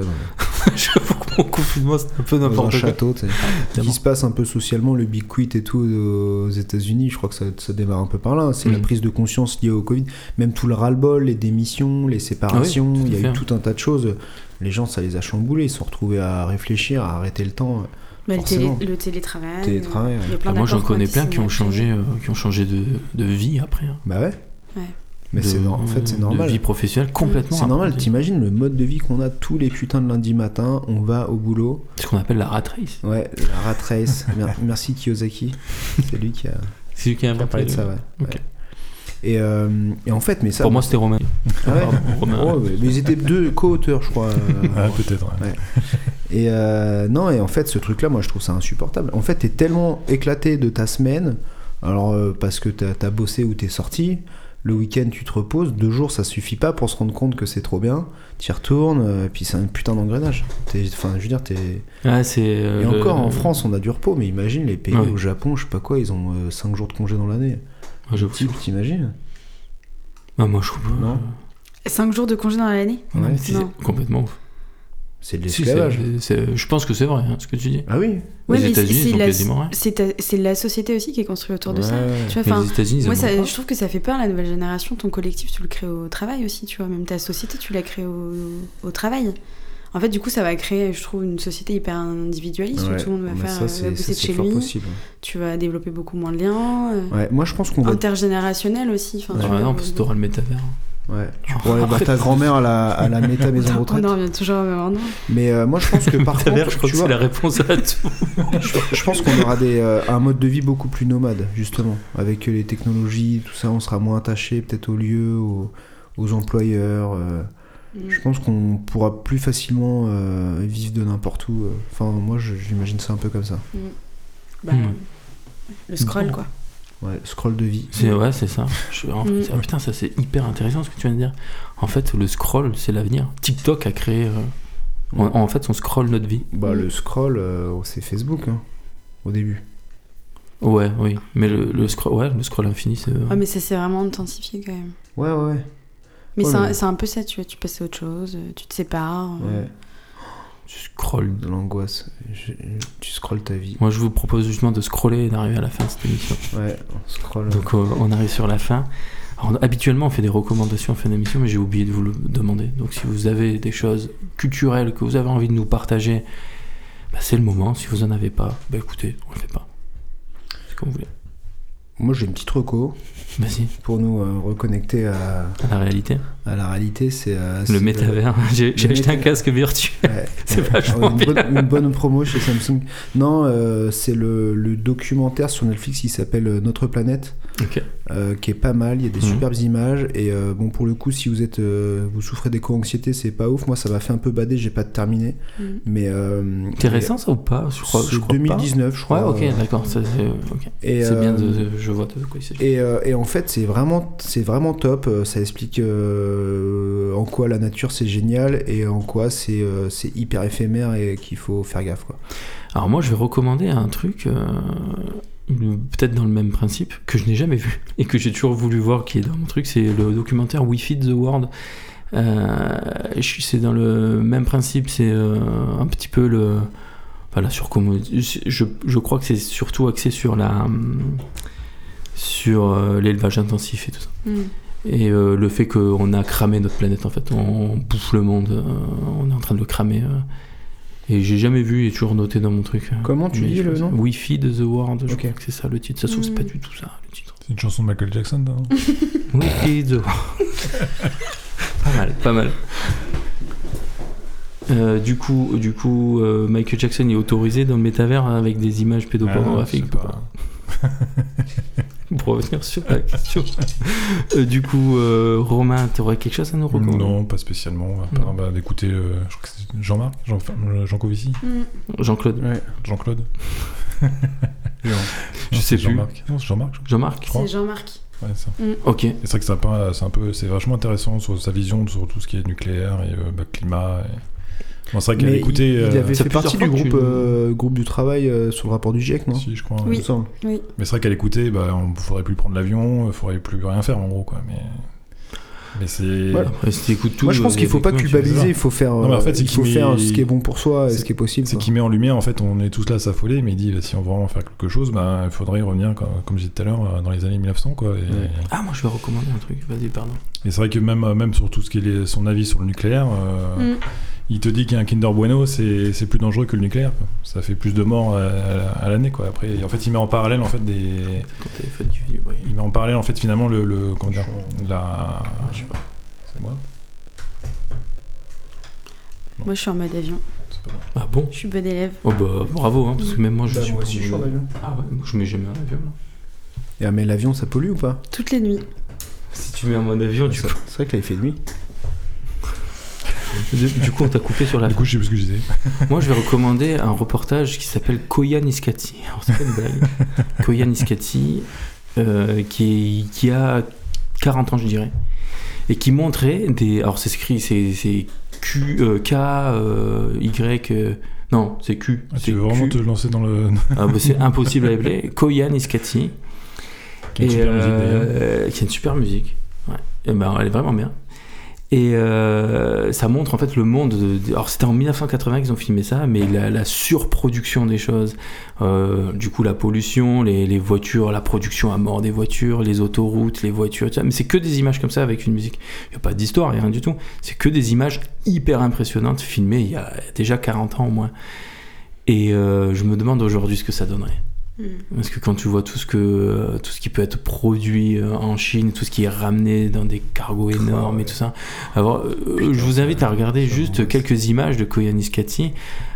Speaker 3: dans-
Speaker 1: J'avoue que mon confinement, c'était un peu
Speaker 3: dans un
Speaker 1: n'importe quoi.
Speaker 3: château, tu sais. Ce qui se passe un peu socialement, le big quit et tout euh, aux États-Unis, je crois que ça, ça démarre un peu par là. C'est la
Speaker 1: Mm.
Speaker 3: prise de conscience liée au Covid, même tout le ras-le-bol, les démissions, les séparations,
Speaker 1: Ah oui, tout à
Speaker 3: il y a eu
Speaker 1: fait.
Speaker 3: tout un tas de choses. Les gens, ça les a chamboulés, ils se sont retrouvés à réfléchir, à arrêter le temps.
Speaker 1: Ah
Speaker 2: Bah, le, télé-
Speaker 3: forcément.
Speaker 2: le télétravail.
Speaker 3: Télétravail,
Speaker 2: euh, il y a
Speaker 3: ouais.
Speaker 2: plein
Speaker 1: Bah, moi, j'en
Speaker 2: d'accords
Speaker 1: connais plein
Speaker 2: sont
Speaker 1: qui ont
Speaker 2: signés.
Speaker 1: changé, euh, qui ont changé de, de vie après. hein.
Speaker 3: Bah ouais.
Speaker 2: Ouais.
Speaker 3: Mais
Speaker 1: De-
Speaker 3: c'est nor- en fait, c'est
Speaker 1: De vie
Speaker 3: normal.
Speaker 1: professionnelle complètement.
Speaker 3: C'est normal,
Speaker 1: apprenti.
Speaker 3: t'imagines le mode de vie qu'on a tous les putains de lundi matin, on va au boulot.
Speaker 1: Ce qu'on appelle la rat race.
Speaker 3: Ouais, la rat race. Mer- Merci Kiyosaki. C'est lui qui a,
Speaker 1: C'est lui qui a
Speaker 3: qui a parlé de ça, ouais.
Speaker 1: Ok.
Speaker 3: Ouais. Et, euh, et en fait, mais ça.
Speaker 1: Pour moi, c'était Romain.
Speaker 3: Ah ouais.
Speaker 1: Pardon, hein. Romain.
Speaker 3: Ouais, ouais, mais ils étaient deux co-auteurs, je crois. euh,
Speaker 4: Ah, peut-être. ouais.
Speaker 3: et euh, non, et en fait, ce truc-là, moi, je trouve ça insupportable. En fait, t'es tellement éclaté de ta semaine, alors euh, parce que t'as as bossé ou t'es sorti. Le week-end, tu te reposes. Deux jours, ça suffit pas pour se rendre compte que c'est trop bien. T'y retournes, euh, puis c'est un putain d'engrenage. T'es- Enfin, je veux dire, t'es.
Speaker 1: Ah, c'est, euh,
Speaker 3: Et
Speaker 1: le-
Speaker 3: encore, en France, on a du repos, mais imagine les pays
Speaker 1: Ouais.
Speaker 3: au Japon, je sais pas quoi, ils ont 5 jours de congé dans l'année.
Speaker 1: Ah, je-
Speaker 3: Type, T'imagines
Speaker 1: Ah, moi, je trouve.
Speaker 3: Non.
Speaker 2: Cinq jours de congé dans l'année
Speaker 1: Non, mais
Speaker 3: Ouais.
Speaker 1: c'est
Speaker 2: Non.
Speaker 1: complètement ouf.
Speaker 3: C'est de
Speaker 1: Si,
Speaker 3: l'esclavage.
Speaker 1: c'est- c'est- je pense que c'est vrai, hein, ce que tu dis.
Speaker 3: ah oui
Speaker 1: Les
Speaker 2: mais
Speaker 1: États-Unis,
Speaker 2: c'est
Speaker 1: ils ont
Speaker 2: la-
Speaker 1: quasiment rien.
Speaker 2: C'est ta- c'est la société aussi qui est construite autour de ça.
Speaker 3: Ouais.
Speaker 2: Tu vois,
Speaker 1: Mais
Speaker 2: enfin,
Speaker 1: les États-Unis, ils
Speaker 2: Moi,
Speaker 1: aiment
Speaker 2: ça-
Speaker 1: beaucoup.
Speaker 2: je trouve que ça fait peur la nouvelle génération. Ton collectif, tu le crées au travail aussi, tu vois. Même ta société, tu la crées au, au travail. En fait, du coup, ça va créer, je trouve, une société hyper individualiste où
Speaker 3: Ouais.
Speaker 2: tout le monde va
Speaker 3: Mais
Speaker 2: faire,
Speaker 3: ça,
Speaker 2: euh,
Speaker 3: c'est-
Speaker 2: va
Speaker 3: ça,
Speaker 2: bosser de
Speaker 3: c'est
Speaker 2: chez
Speaker 3: fort
Speaker 2: lui.
Speaker 3: possible.
Speaker 2: Tu vas développer beaucoup moins de liens. euh,
Speaker 3: Ouais, moi je pense qu'on va.
Speaker 2: Intergénérationnel aussi. Enfin,
Speaker 1: Ah,
Speaker 2: tu
Speaker 1: bah
Speaker 2: vois,
Speaker 1: non, parce que t'auras le métavers.
Speaker 3: Ouais. Tu pourrais voir ta grand-mère à la, à la méta maison de retraite.
Speaker 2: on en revient toujours au même endroit.
Speaker 3: Mais euh, moi je pense que
Speaker 1: Le
Speaker 3: par
Speaker 1: métavers,
Speaker 3: contre,
Speaker 1: je crois
Speaker 3: tu
Speaker 1: que c'est
Speaker 3: vois,
Speaker 1: la réponse à tout.
Speaker 3: je, je pense qu'on aura des, euh, un mode de vie beaucoup plus nomade, justement. Avec euh, les technologies, tout ça, on sera moins attaché peut-être aux lieux, aux, aux employeurs. euh.
Speaker 2: Mm.
Speaker 3: Je pense qu'on pourra plus facilement euh, vivre de n'importe où. euh. Enfin, moi je- j'imagine ça un peu comme ça.
Speaker 2: Bah,
Speaker 1: Mm.
Speaker 2: Le scroll,
Speaker 1: Bon.
Speaker 2: quoi.
Speaker 3: Ouais, scroll de vie.
Speaker 1: C'est ouais, c'est ça. Je- en fait,
Speaker 2: Mm.
Speaker 1: ah, putain, ça c'est hyper intéressant ce que tu viens de dire. En fait, le scroll, c'est l'avenir. TikTok a créé. euh, on- en fait, on scroll notre vie.
Speaker 3: Bah,
Speaker 2: Mm.
Speaker 3: le scroll, euh, c'est Facebook, hein, au début.
Speaker 1: Ouais, oui. Mais le, le scroll, ouais, le scroll infini, c'est. euh,
Speaker 2: Ouais, mais ça s'est vraiment intensifié quand même.
Speaker 3: Ouais, ouais, ouais.
Speaker 2: Mais
Speaker 3: Ouais,
Speaker 2: c'est un-
Speaker 3: mais-
Speaker 2: c'est un, peu ça, tu vois. Tu passes à autre chose, euh, tu te sépares. euh,
Speaker 3: ouais.
Speaker 1: Tu scrolles.
Speaker 3: De l'angoisse. Je- Tu scrolles ta vie.
Speaker 1: Moi, je vous propose justement de scroller et d'arriver à la fin de cette émission.
Speaker 3: Ouais, on scroll.
Speaker 1: Donc, euh, on arrive sur la fin. Alors, on- habituellement, on fait des recommandations en fin d'émission, mais j'ai oublié de vous le demander. Donc, si vous avez des choses culturelles que vous avez envie de nous partager, bah, c'est le moment. Si vous en avez pas, bah, écoutez, on le fait pas. C'est comme vous voulez.
Speaker 3: Moi, j'ai une petite reco
Speaker 1: Vas-y,
Speaker 3: pour nous euh, reconnecter à,
Speaker 1: la réalité.
Speaker 3: à la réalité. C'est euh, c'est
Speaker 1: Le
Speaker 3: de-
Speaker 1: métavers. J'ai j'ai
Speaker 3: le
Speaker 1: acheté un
Speaker 3: métavers.
Speaker 1: casque virtuel.
Speaker 3: Ouais,
Speaker 1: C'est
Speaker 3: ouais,
Speaker 1: vachement
Speaker 3: une bonne,
Speaker 1: bien.
Speaker 3: une bonne promo chez Samsung. Non, euh, c'est le, le documentaire sur Netflix qui s'appelle euh, Notre planète,
Speaker 1: Ok.
Speaker 3: euh, qui est pas mal. Il y a des
Speaker 1: Mhm.
Speaker 3: superbes images. Et euh, bon, pour le coup, si vous êtes, euh, vous souffrez d'éco-anxiété, c'est pas ouf. Moi, ça m'a fait un peu bader. J'ai pas terminé,
Speaker 2: Mhm.
Speaker 3: mais euh,
Speaker 1: Intéressant ça ou pas Je crois,
Speaker 3: c'est
Speaker 1: je crois
Speaker 3: 2019, je
Speaker 1: pas.
Speaker 3: crois.
Speaker 1: Ouais,
Speaker 3: euh,
Speaker 1: ok, d'accord. ça, C'est ok.
Speaker 3: et,
Speaker 1: C'est bien,
Speaker 3: euh,
Speaker 1: de, de- je vois de quoi il s'agit.
Speaker 3: Et, euh, et en fait, c'est vraiment, c'est vraiment top. Euh, Ça explique euh, en quoi la nature c'est génial et en quoi c'est euh, c'est hyper éphémère et qu'il faut faire gaffe. Quoi.
Speaker 1: Alors moi, je vais recommander un truc, euh, le- peut-être dans le même principe, que je n'ai jamais vu et que j'ai toujours voulu voir, qui est dans mon truc, c'est le documentaire We Feed the World. Euh, je suis- c'est dans le même principe, c'est euh, un petit peu le... Voilà, sur comment... Je, je crois que c'est surtout axé sur la... hum, sur euh, l'élevage intensif et tout ça.
Speaker 2: Mm.
Speaker 1: Et euh, le fait qu'on a cramé notre planète, en fait, on bouffe le monde, euh, on est en train de le cramer. euh. et j'ai jamais vu, et toujours noté dans mon truc. euh.
Speaker 3: Comment tu
Speaker 1: Mais
Speaker 3: dis
Speaker 1: je
Speaker 3: le
Speaker 1: pense-
Speaker 3: nom
Speaker 1: We Feed the World, je
Speaker 3: Ok.
Speaker 1: crois que c'est ça le titre. Ça se trouve, c'est
Speaker 2: Mm.
Speaker 1: pas du tout ça le titre.
Speaker 4: C'est une chanson de Michael Jackson, non Ah,
Speaker 1: We Feed the World. pas mal, pas mal. Euh, du coup, du coup euh, Michael Jackson
Speaker 3: Ah
Speaker 1: est autorisé dans le métavers avec des images pédopornographiques.
Speaker 4: Ah, c'est pas-
Speaker 1: Bon, pour revenir sur la question. Euh, du coup, euh, Romain, tu aurais quelque chose à nous recommander
Speaker 4: Non, pas spécialement. À
Speaker 3: Hmm.
Speaker 4: part bah, d'écouter, euh, je crois que c'est Jean-Marc, Jean, enfin, euh, Jean Covici,
Speaker 2: Mm.
Speaker 1: Jean-Claude
Speaker 4: Jean-Claude.
Speaker 1: Je
Speaker 4: Non,
Speaker 1: sais
Speaker 4: c'est
Speaker 1: plus.
Speaker 4: Jean-Marc. Non, c'est Jean-Marc. je
Speaker 1: Jean-Marc
Speaker 4: Trois.
Speaker 2: C'est Jean-Marc.
Speaker 4: crois. Ouais, ça.
Speaker 1: Ok.
Speaker 4: Et C'est vrai que ça parle- c'est un peu, c'est vachement intéressant sur sa vision sur tout ce qui est nucléaire et euh, bah, climat. et- Bon, c'est vrai qu'elle
Speaker 3: Mais
Speaker 4: écoutait. euh,
Speaker 3: il, il avait
Speaker 1: ça
Speaker 3: fait
Speaker 1: fait plusieurs
Speaker 3: partie du
Speaker 1: fois que
Speaker 3: groupe,
Speaker 1: tu-
Speaker 3: euh, groupe du travail euh, sur le rapport du GIEC, non
Speaker 4: Si, je crois.
Speaker 3: Il
Speaker 4: ouais.
Speaker 3: me semble.
Speaker 2: Oui.
Speaker 4: Mais c'est vrai qu'elle écoutait, bah, on faudrait plus prendre l'avion, il faudrait plus rien faire en gros quoi. Mais, mais c'est.
Speaker 3: Voilà.
Speaker 1: Après, si t'écoutes tout,
Speaker 3: Moi, je pense
Speaker 1: euh, y
Speaker 3: qu'il
Speaker 1: a
Speaker 3: faut
Speaker 1: des
Speaker 3: pas
Speaker 1: coins qui-
Speaker 4: bizarre.
Speaker 3: culpabiliser, il faut faire,
Speaker 4: Non, mais en fait,
Speaker 3: euh,
Speaker 4: c'est
Speaker 3: il faut
Speaker 4: qu'il
Speaker 3: faire
Speaker 4: met-
Speaker 3: ce qui est bon pour soi et
Speaker 4: c'est-
Speaker 3: ce qui est possible.
Speaker 4: C'est
Speaker 3: quoi.
Speaker 4: qui met en lumière, en fait, on est tous là affolés, mais il dit, bah, si on veut vraiment faire quelque chose, bah, il faudrait y revenir, comme, comme je disais tout à l'heure, euh, dans les années 1900. Quoi, et,
Speaker 3: Ouais.
Speaker 1: Ah, moi je vais recommander un truc. Vas-y, pardon.
Speaker 4: et c'est vrai que même, euh, même sur tout ce qui est les- son avis sur le nucléaire, euh,
Speaker 2: Mm.
Speaker 4: il te dit qu'un Kinder Bueno, c'est c'est plus dangereux que le nucléaire. quoi. Ça fait plus de morts euh, à, à- à l'année. quoi. Après, et en fait, il met en parallèle, en fait, des...
Speaker 1: Ton téléphone qui fait du bruit.
Speaker 4: Il met en parallèle, en fait, finalement, le... le comment dire La...
Speaker 1: Je sais pas.
Speaker 4: C'est moi
Speaker 2: Moi, je suis en mode avion.
Speaker 4: C'est pas moi.
Speaker 1: Ah bon
Speaker 2: Je suis bon élève.
Speaker 1: Oh bah bravo, hein, parce que même moi je
Speaker 3: Bah,
Speaker 1: suis
Speaker 3: moi
Speaker 1: pas
Speaker 3: aussi,
Speaker 1: en
Speaker 3: je suis en
Speaker 1: mode-
Speaker 3: avion.
Speaker 1: Ah ouais, moi je mets jamais un avion. moi.
Speaker 3: Et, ah, mais l'avion, ça pollue ou pas
Speaker 2: Toutes les nuits.
Speaker 1: Si tu mets un mode avion, du
Speaker 3: C'est
Speaker 1: coup,
Speaker 3: vrai que là, il fait nuit.
Speaker 1: du, du coup on t'a coupé sur la
Speaker 4: Du coup, je sais plus ce que je disais.
Speaker 1: Moi, je vais recommander un reportage qui s'appelle Koya Niskati. Alors, c'est pas une blague. Koya Niskati, euh, qui, est- qui a 40 ans, je dirais, et qui montrait des. Alors, c'est écrit, c'est c'est Q, euh, K, euh, Y. euh, non, c'est Q.
Speaker 4: Ah,
Speaker 1: c'est
Speaker 4: tu veux vraiment
Speaker 1: Q.
Speaker 4: te lancer dans le...
Speaker 1: Ah, bah, c'est impossible à appeler. Koya Niskati.
Speaker 4: Qui est une
Speaker 1: Et,
Speaker 4: super musique,
Speaker 1: euh,
Speaker 4: d'ailleurs.
Speaker 1: qui a une super musique. Ouais. Et ben, elle est vraiment bien. Et euh, ça montre en fait le monde. de- de- alors c'était en 1980 qu'ils ont filmé ça, mais la, la surproduction des choses, euh, du coup la pollution, les, les voitures, la production à mort des voitures, les autoroutes, les voitures, tout ça. mais c'est que des images comme ça avec une musique. Il n'y a pas d'histoire, il n'y a rien du tout. C'est que des images hyper impressionnantes filmées il y a déjà 40 ans au moins. Et euh, je me demande aujourd'hui ce que ça donnerait.
Speaker 2: Mm.
Speaker 1: Parce que quand tu vois tout ce, que, euh, tout ce qui peut être produit euh, en Chine, tout ce qui est ramené dans des cargos énormes et tout ça, alors, euh, je vous invite à regarder juste quelques images de Koyaanisqatsi.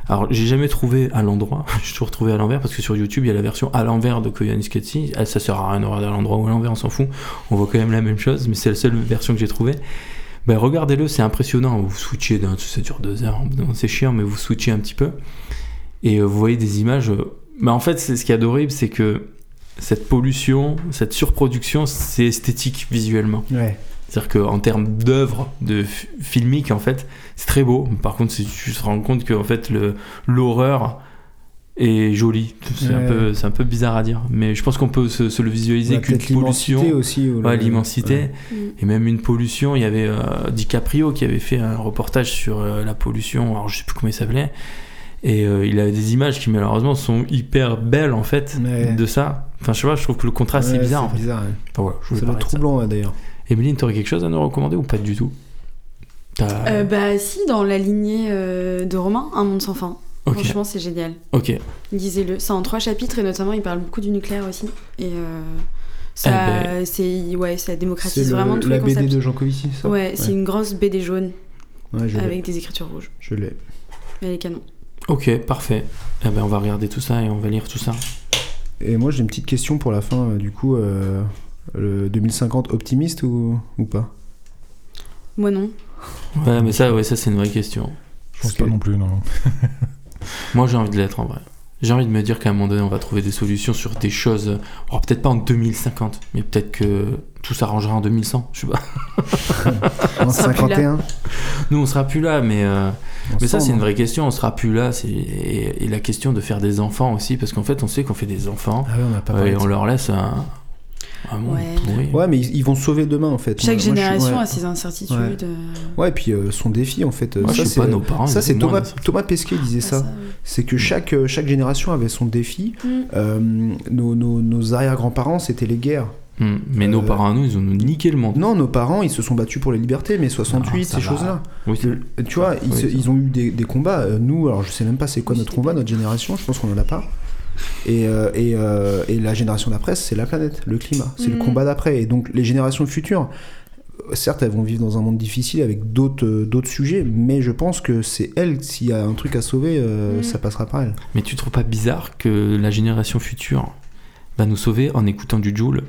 Speaker 1: Alors, j'ai jamais trouvé à l'endroit, j'ai toujours trouvé à l'envers, parce que sur YouTube, il y a la version à l'envers de Koyaanisqatsi. Ah, Ça sert à rien de regarder à l'endroit ou à l'envers, on s'en fout. On voit quand même la même chose, mais c'est la seule version que j'ai trouvée. Ben, regardez-le, c'est impressionnant. Vous switchez, d'un- ça dure deux heures, Non, c'est chiant, mais vous switchez un petit peu. Et euh, vous voyez des images. euh, bah en fait, c'est ce qui est horrible, c'est que cette pollution, cette surproduction, c'est esthétique visuellement.
Speaker 3: Ouais.
Speaker 1: C'est-à-dire qu'en termes d'œuvre de f- filmique, en fait, c'est très beau. Par contre, c'est- tu te rends compte que en fait, le- l'horreur est jolie. C'est un
Speaker 3: Ouais.
Speaker 1: peu, c'est un peu bizarre à dire, mais je pense qu'on peut se, se le visualiser
Speaker 3: Bah,
Speaker 1: qu'une
Speaker 3: Peut-être l'immensité
Speaker 1: pollution.
Speaker 3: aussi. ou le-
Speaker 1: Ouais, l'immensité.
Speaker 3: Ouais.
Speaker 2: Mm.
Speaker 1: Et même une pollution, il y avait euh, DiCaprio qui avait fait un reportage sur euh, la pollution, alors je sais plus comment il s'appelait, et euh, il avait des images qui malheureusement sont hyper belles en fait
Speaker 3: Ouais.
Speaker 1: de ça. Enfin je sais pas, je trouve que le contraste
Speaker 3: Ouais,
Speaker 1: est bizarre en
Speaker 3: C'est
Speaker 1: fait.
Speaker 3: bizarre. ouais.
Speaker 1: Enfin, voilà, je voulais
Speaker 3: Ça doit être
Speaker 1: parler de ça.
Speaker 3: troublant, ouais, d'ailleurs.
Speaker 1: Emeline, t'aurais quelque chose à nous recommander ou pas du tout T'as-
Speaker 2: Euh, bah, si, dans la lignée euh, de Romain, Un monde sans fin.
Speaker 1: Ok,
Speaker 2: Franchement, c'est génial.
Speaker 1: ok.
Speaker 2: Lisez-le. C'est en trois chapitres et notamment il parle beaucoup du nucléaire aussi. Et euh,
Speaker 1: Eh
Speaker 2: ça,
Speaker 1: ben.
Speaker 2: c'est ouais, ça
Speaker 3: Ah, C'est
Speaker 2: démocratise
Speaker 3: le-
Speaker 2: vraiment tous
Speaker 3: la
Speaker 2: les
Speaker 3: BD
Speaker 2: concepts.
Speaker 3: de Jean Covici, ça
Speaker 2: Ouais, c'est une grosse BD jaune
Speaker 3: Ouais, je l'ai.
Speaker 2: avec des écritures rouges.
Speaker 3: Je l'ai.
Speaker 2: Elle est canon.
Speaker 1: Ok, parfait. Eh ben on va regarder tout ça et on va lire tout ça.
Speaker 3: Et moi, j'ai une petite question pour la fin, euh, du coup. euh, Le 2050 optimiste ou, ou pas
Speaker 2: Moi non.
Speaker 1: Ouais, mais ça, ouais, ça c'est une vraie question.
Speaker 4: Je pense
Speaker 3: Parce que-
Speaker 4: pas non plus, non.
Speaker 1: Moi, j'ai envie de l'être en vrai. J'ai envie de me dire qu'à un moment donné, on va trouver des solutions sur des choses. Alors, peut-être pas en 2050, mais peut-être que tout s'arrangera en 2100. Je sais pas.
Speaker 3: En
Speaker 2: sera plus là.
Speaker 3: 51
Speaker 1: Nous, on sera plus là, mais, euh, mais ça, c'est une
Speaker 3: Ensemble.
Speaker 1: vraie question. On sera plus là. c'est- Et, et la question de faire des enfants aussi, parce qu'en fait, on sait qu'on fait des enfants
Speaker 3: Ah ouais, on n'a pas
Speaker 1: euh,
Speaker 3: parlé
Speaker 1: et
Speaker 3: de
Speaker 1: on leur laisse un, un monde
Speaker 2: Ouais.
Speaker 1: pourri.
Speaker 3: Ouais, mais ils, ils vont sauver demain en fait.
Speaker 2: Chaque
Speaker 3: Moi, moi, je suis-
Speaker 2: génération
Speaker 3: ouais.
Speaker 2: a ses incertitudes.
Speaker 3: Ouais. Ouais, et puis euh, son défi en fait. euh,
Speaker 1: Moi,
Speaker 3: ça,
Speaker 1: je sais pas,
Speaker 3: c'est-
Speaker 1: nos parents.
Speaker 3: ça,
Speaker 1: ils
Speaker 3: c'est
Speaker 1: étaient moins
Speaker 3: Thomas,
Speaker 1: dans ça.
Speaker 3: Thomas Pesquet disait
Speaker 2: Ah,
Speaker 3: ça. C'est que chaque, euh, chaque génération avait son défi.
Speaker 2: Mm.
Speaker 3: Euh, nos nos- nos arrière-grands-parents, c'était les guerres.
Speaker 1: Hum, Mais nos
Speaker 3: Euh,
Speaker 1: parents, à nous, ils ont niqué le monde.
Speaker 3: Non, nos parents, ils se sont battus pour les libertés, mais 68,
Speaker 1: Ah, ça
Speaker 3: ces
Speaker 1: va.
Speaker 3: choses-là.
Speaker 1: Oui, c'est-
Speaker 3: Le- Tu vois, ils,
Speaker 1: Oui,
Speaker 3: se-
Speaker 1: ça.
Speaker 3: ils ont eu des, des combats. Euh, Nous, alors je sais même pas c'est quoi notre combat, notre génération, je pense qu'on en a pas. Et, euh, et, euh, et la génération d'après, c'est la planète, le climat, c'est le
Speaker 2: Mhm.
Speaker 3: combat d'après. Et donc les générations futures, euh, certes, elles vont vivre dans un monde difficile avec d'autres euh, d'autres sujets, mais je pense que c'est elles, s'il y a un truc à sauver, euh,
Speaker 2: Mhm.
Speaker 3: ça passera par elles.
Speaker 1: Mais tu trouves pas bizarre que la génération future va nous sauver en écoutant du Joule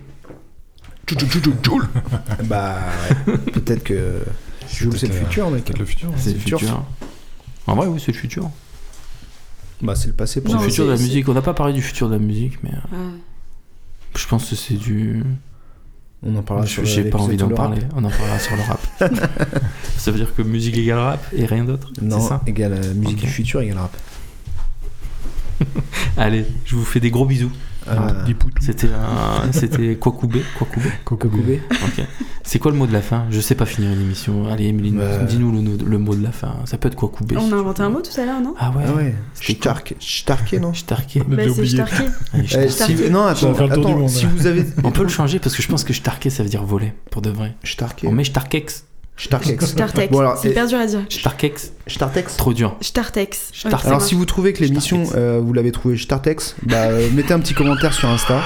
Speaker 3: Tchou, tchou, tchou, tchou, tchou. bah, ouais. peut-être que Joule, c'est le
Speaker 4: peut-être, euh,
Speaker 3: futur, mec.
Speaker 4: Peut-être le
Speaker 2: Bah,
Speaker 4: futur. ouais.
Speaker 3: Ah, C'est
Speaker 1: C'est
Speaker 3: le
Speaker 1: le
Speaker 3: futur.
Speaker 1: futur. En vrai, oui, c'est le futur.
Speaker 3: Bah, c'est le passé pour
Speaker 1: C'est
Speaker 2: Non,
Speaker 1: le
Speaker 3: moi.
Speaker 1: futur de la
Speaker 2: c'est-
Speaker 1: musique. On n'a pas parlé du futur de la musique, mais
Speaker 2: Ouais.
Speaker 1: je pense que c'est du.
Speaker 3: On en parlera sur
Speaker 1: J'ai pas
Speaker 3: l'épisode
Speaker 1: envie
Speaker 3: sur
Speaker 1: d'en
Speaker 3: le rap.
Speaker 1: parler. On en parlera sur le rap. ça veut dire que musique égale rap et rien d'autre
Speaker 3: Non,
Speaker 1: C'est ça
Speaker 3: égale euh, musique
Speaker 1: Ok.
Speaker 3: du futur, égale rap.
Speaker 1: Allez, je vous fais des gros bisous.
Speaker 3: Ah,
Speaker 4: Des poutous.
Speaker 1: C'était un... c'était Kwakubé. Kwakubé.
Speaker 3: Kokobé.
Speaker 1: Ok. C'est quoi le mot de la fin Je sais pas finir une émission. Allez, Emeline,
Speaker 3: Ouais.
Speaker 1: dis-nous le, le mot de la fin. Ça peut être Kwakubé. si
Speaker 2: On
Speaker 1: tu
Speaker 2: a
Speaker 1: veux.
Speaker 2: inventé un mot tout à l'heure, non
Speaker 1: Ah ouais.
Speaker 3: Ah ouais.
Speaker 1: C'était
Speaker 3: Stark. Starké, non
Speaker 1: Starké.
Speaker 4: On avait
Speaker 2: Bah, c'est
Speaker 4: oublié.
Speaker 2: Starkey.
Speaker 1: Allez,
Speaker 3: Eh,
Speaker 1: Starké.
Speaker 3: si-
Speaker 2: Starké.
Speaker 3: Non,
Speaker 4: Ça
Speaker 3: attends,
Speaker 4: va faire le tour du
Speaker 3: attends
Speaker 4: monde.
Speaker 3: si vous avez.
Speaker 1: On peut le changer parce que je pense que Starké ça veut dire voler pour de vrai.
Speaker 3: Starké.
Speaker 1: On met Starkex.
Speaker 3: Starkex.
Speaker 2: Startex.
Speaker 3: Bon, alors,
Speaker 2: c'est
Speaker 3: et-
Speaker 2: hyper dur à dire.
Speaker 1: Starkex,
Speaker 3: Startex.
Speaker 1: trop dur.
Speaker 2: Startex. Ouais,
Speaker 1: Startex.
Speaker 2: c'est
Speaker 3: Alors
Speaker 2: bon.
Speaker 3: si vous trouvez que l'émission
Speaker 1: Startex.
Speaker 3: euh, vous l'avez trouvée Startex, bah euh, mettez un petit commentaire sur Insta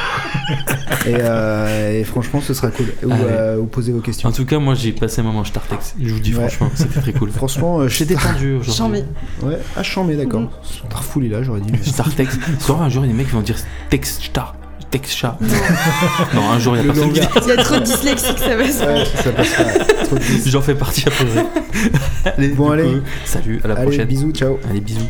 Speaker 3: et, euh, et franchement ce sera cool. Ou,
Speaker 1: Allez.
Speaker 3: euh, ou posez vos questions.
Speaker 1: En tout cas, moi j'ai passé un moment Startex. Je vous dis
Speaker 3: Ouais.
Speaker 1: franchement, c'était très cool.
Speaker 3: Franchement, euh,
Speaker 1: J'ai
Speaker 3: Star-
Speaker 1: détendu aujourd'hui.
Speaker 2: Chambé.
Speaker 3: Ouais, ah chambé d'accord. Starfouli là j'aurais dit.
Speaker 1: Startex. Soit un jour, il y a des mecs qui vont dire Tex Star. Tex Chat. Non, un jour, il y a
Speaker 3: Le
Speaker 1: personne qui
Speaker 3: manga.
Speaker 2: Il y a trop de dyslexique, ça va ça.
Speaker 3: Ouais, ça passe pas. Trop de bisous.
Speaker 1: dit. J'en fais partie après.
Speaker 3: Bon,
Speaker 1: du
Speaker 3: allez.
Speaker 1: coup, Salut, à la
Speaker 3: Allez,
Speaker 1: prochaine.
Speaker 3: bisous, ciao.
Speaker 1: Allez, bisous.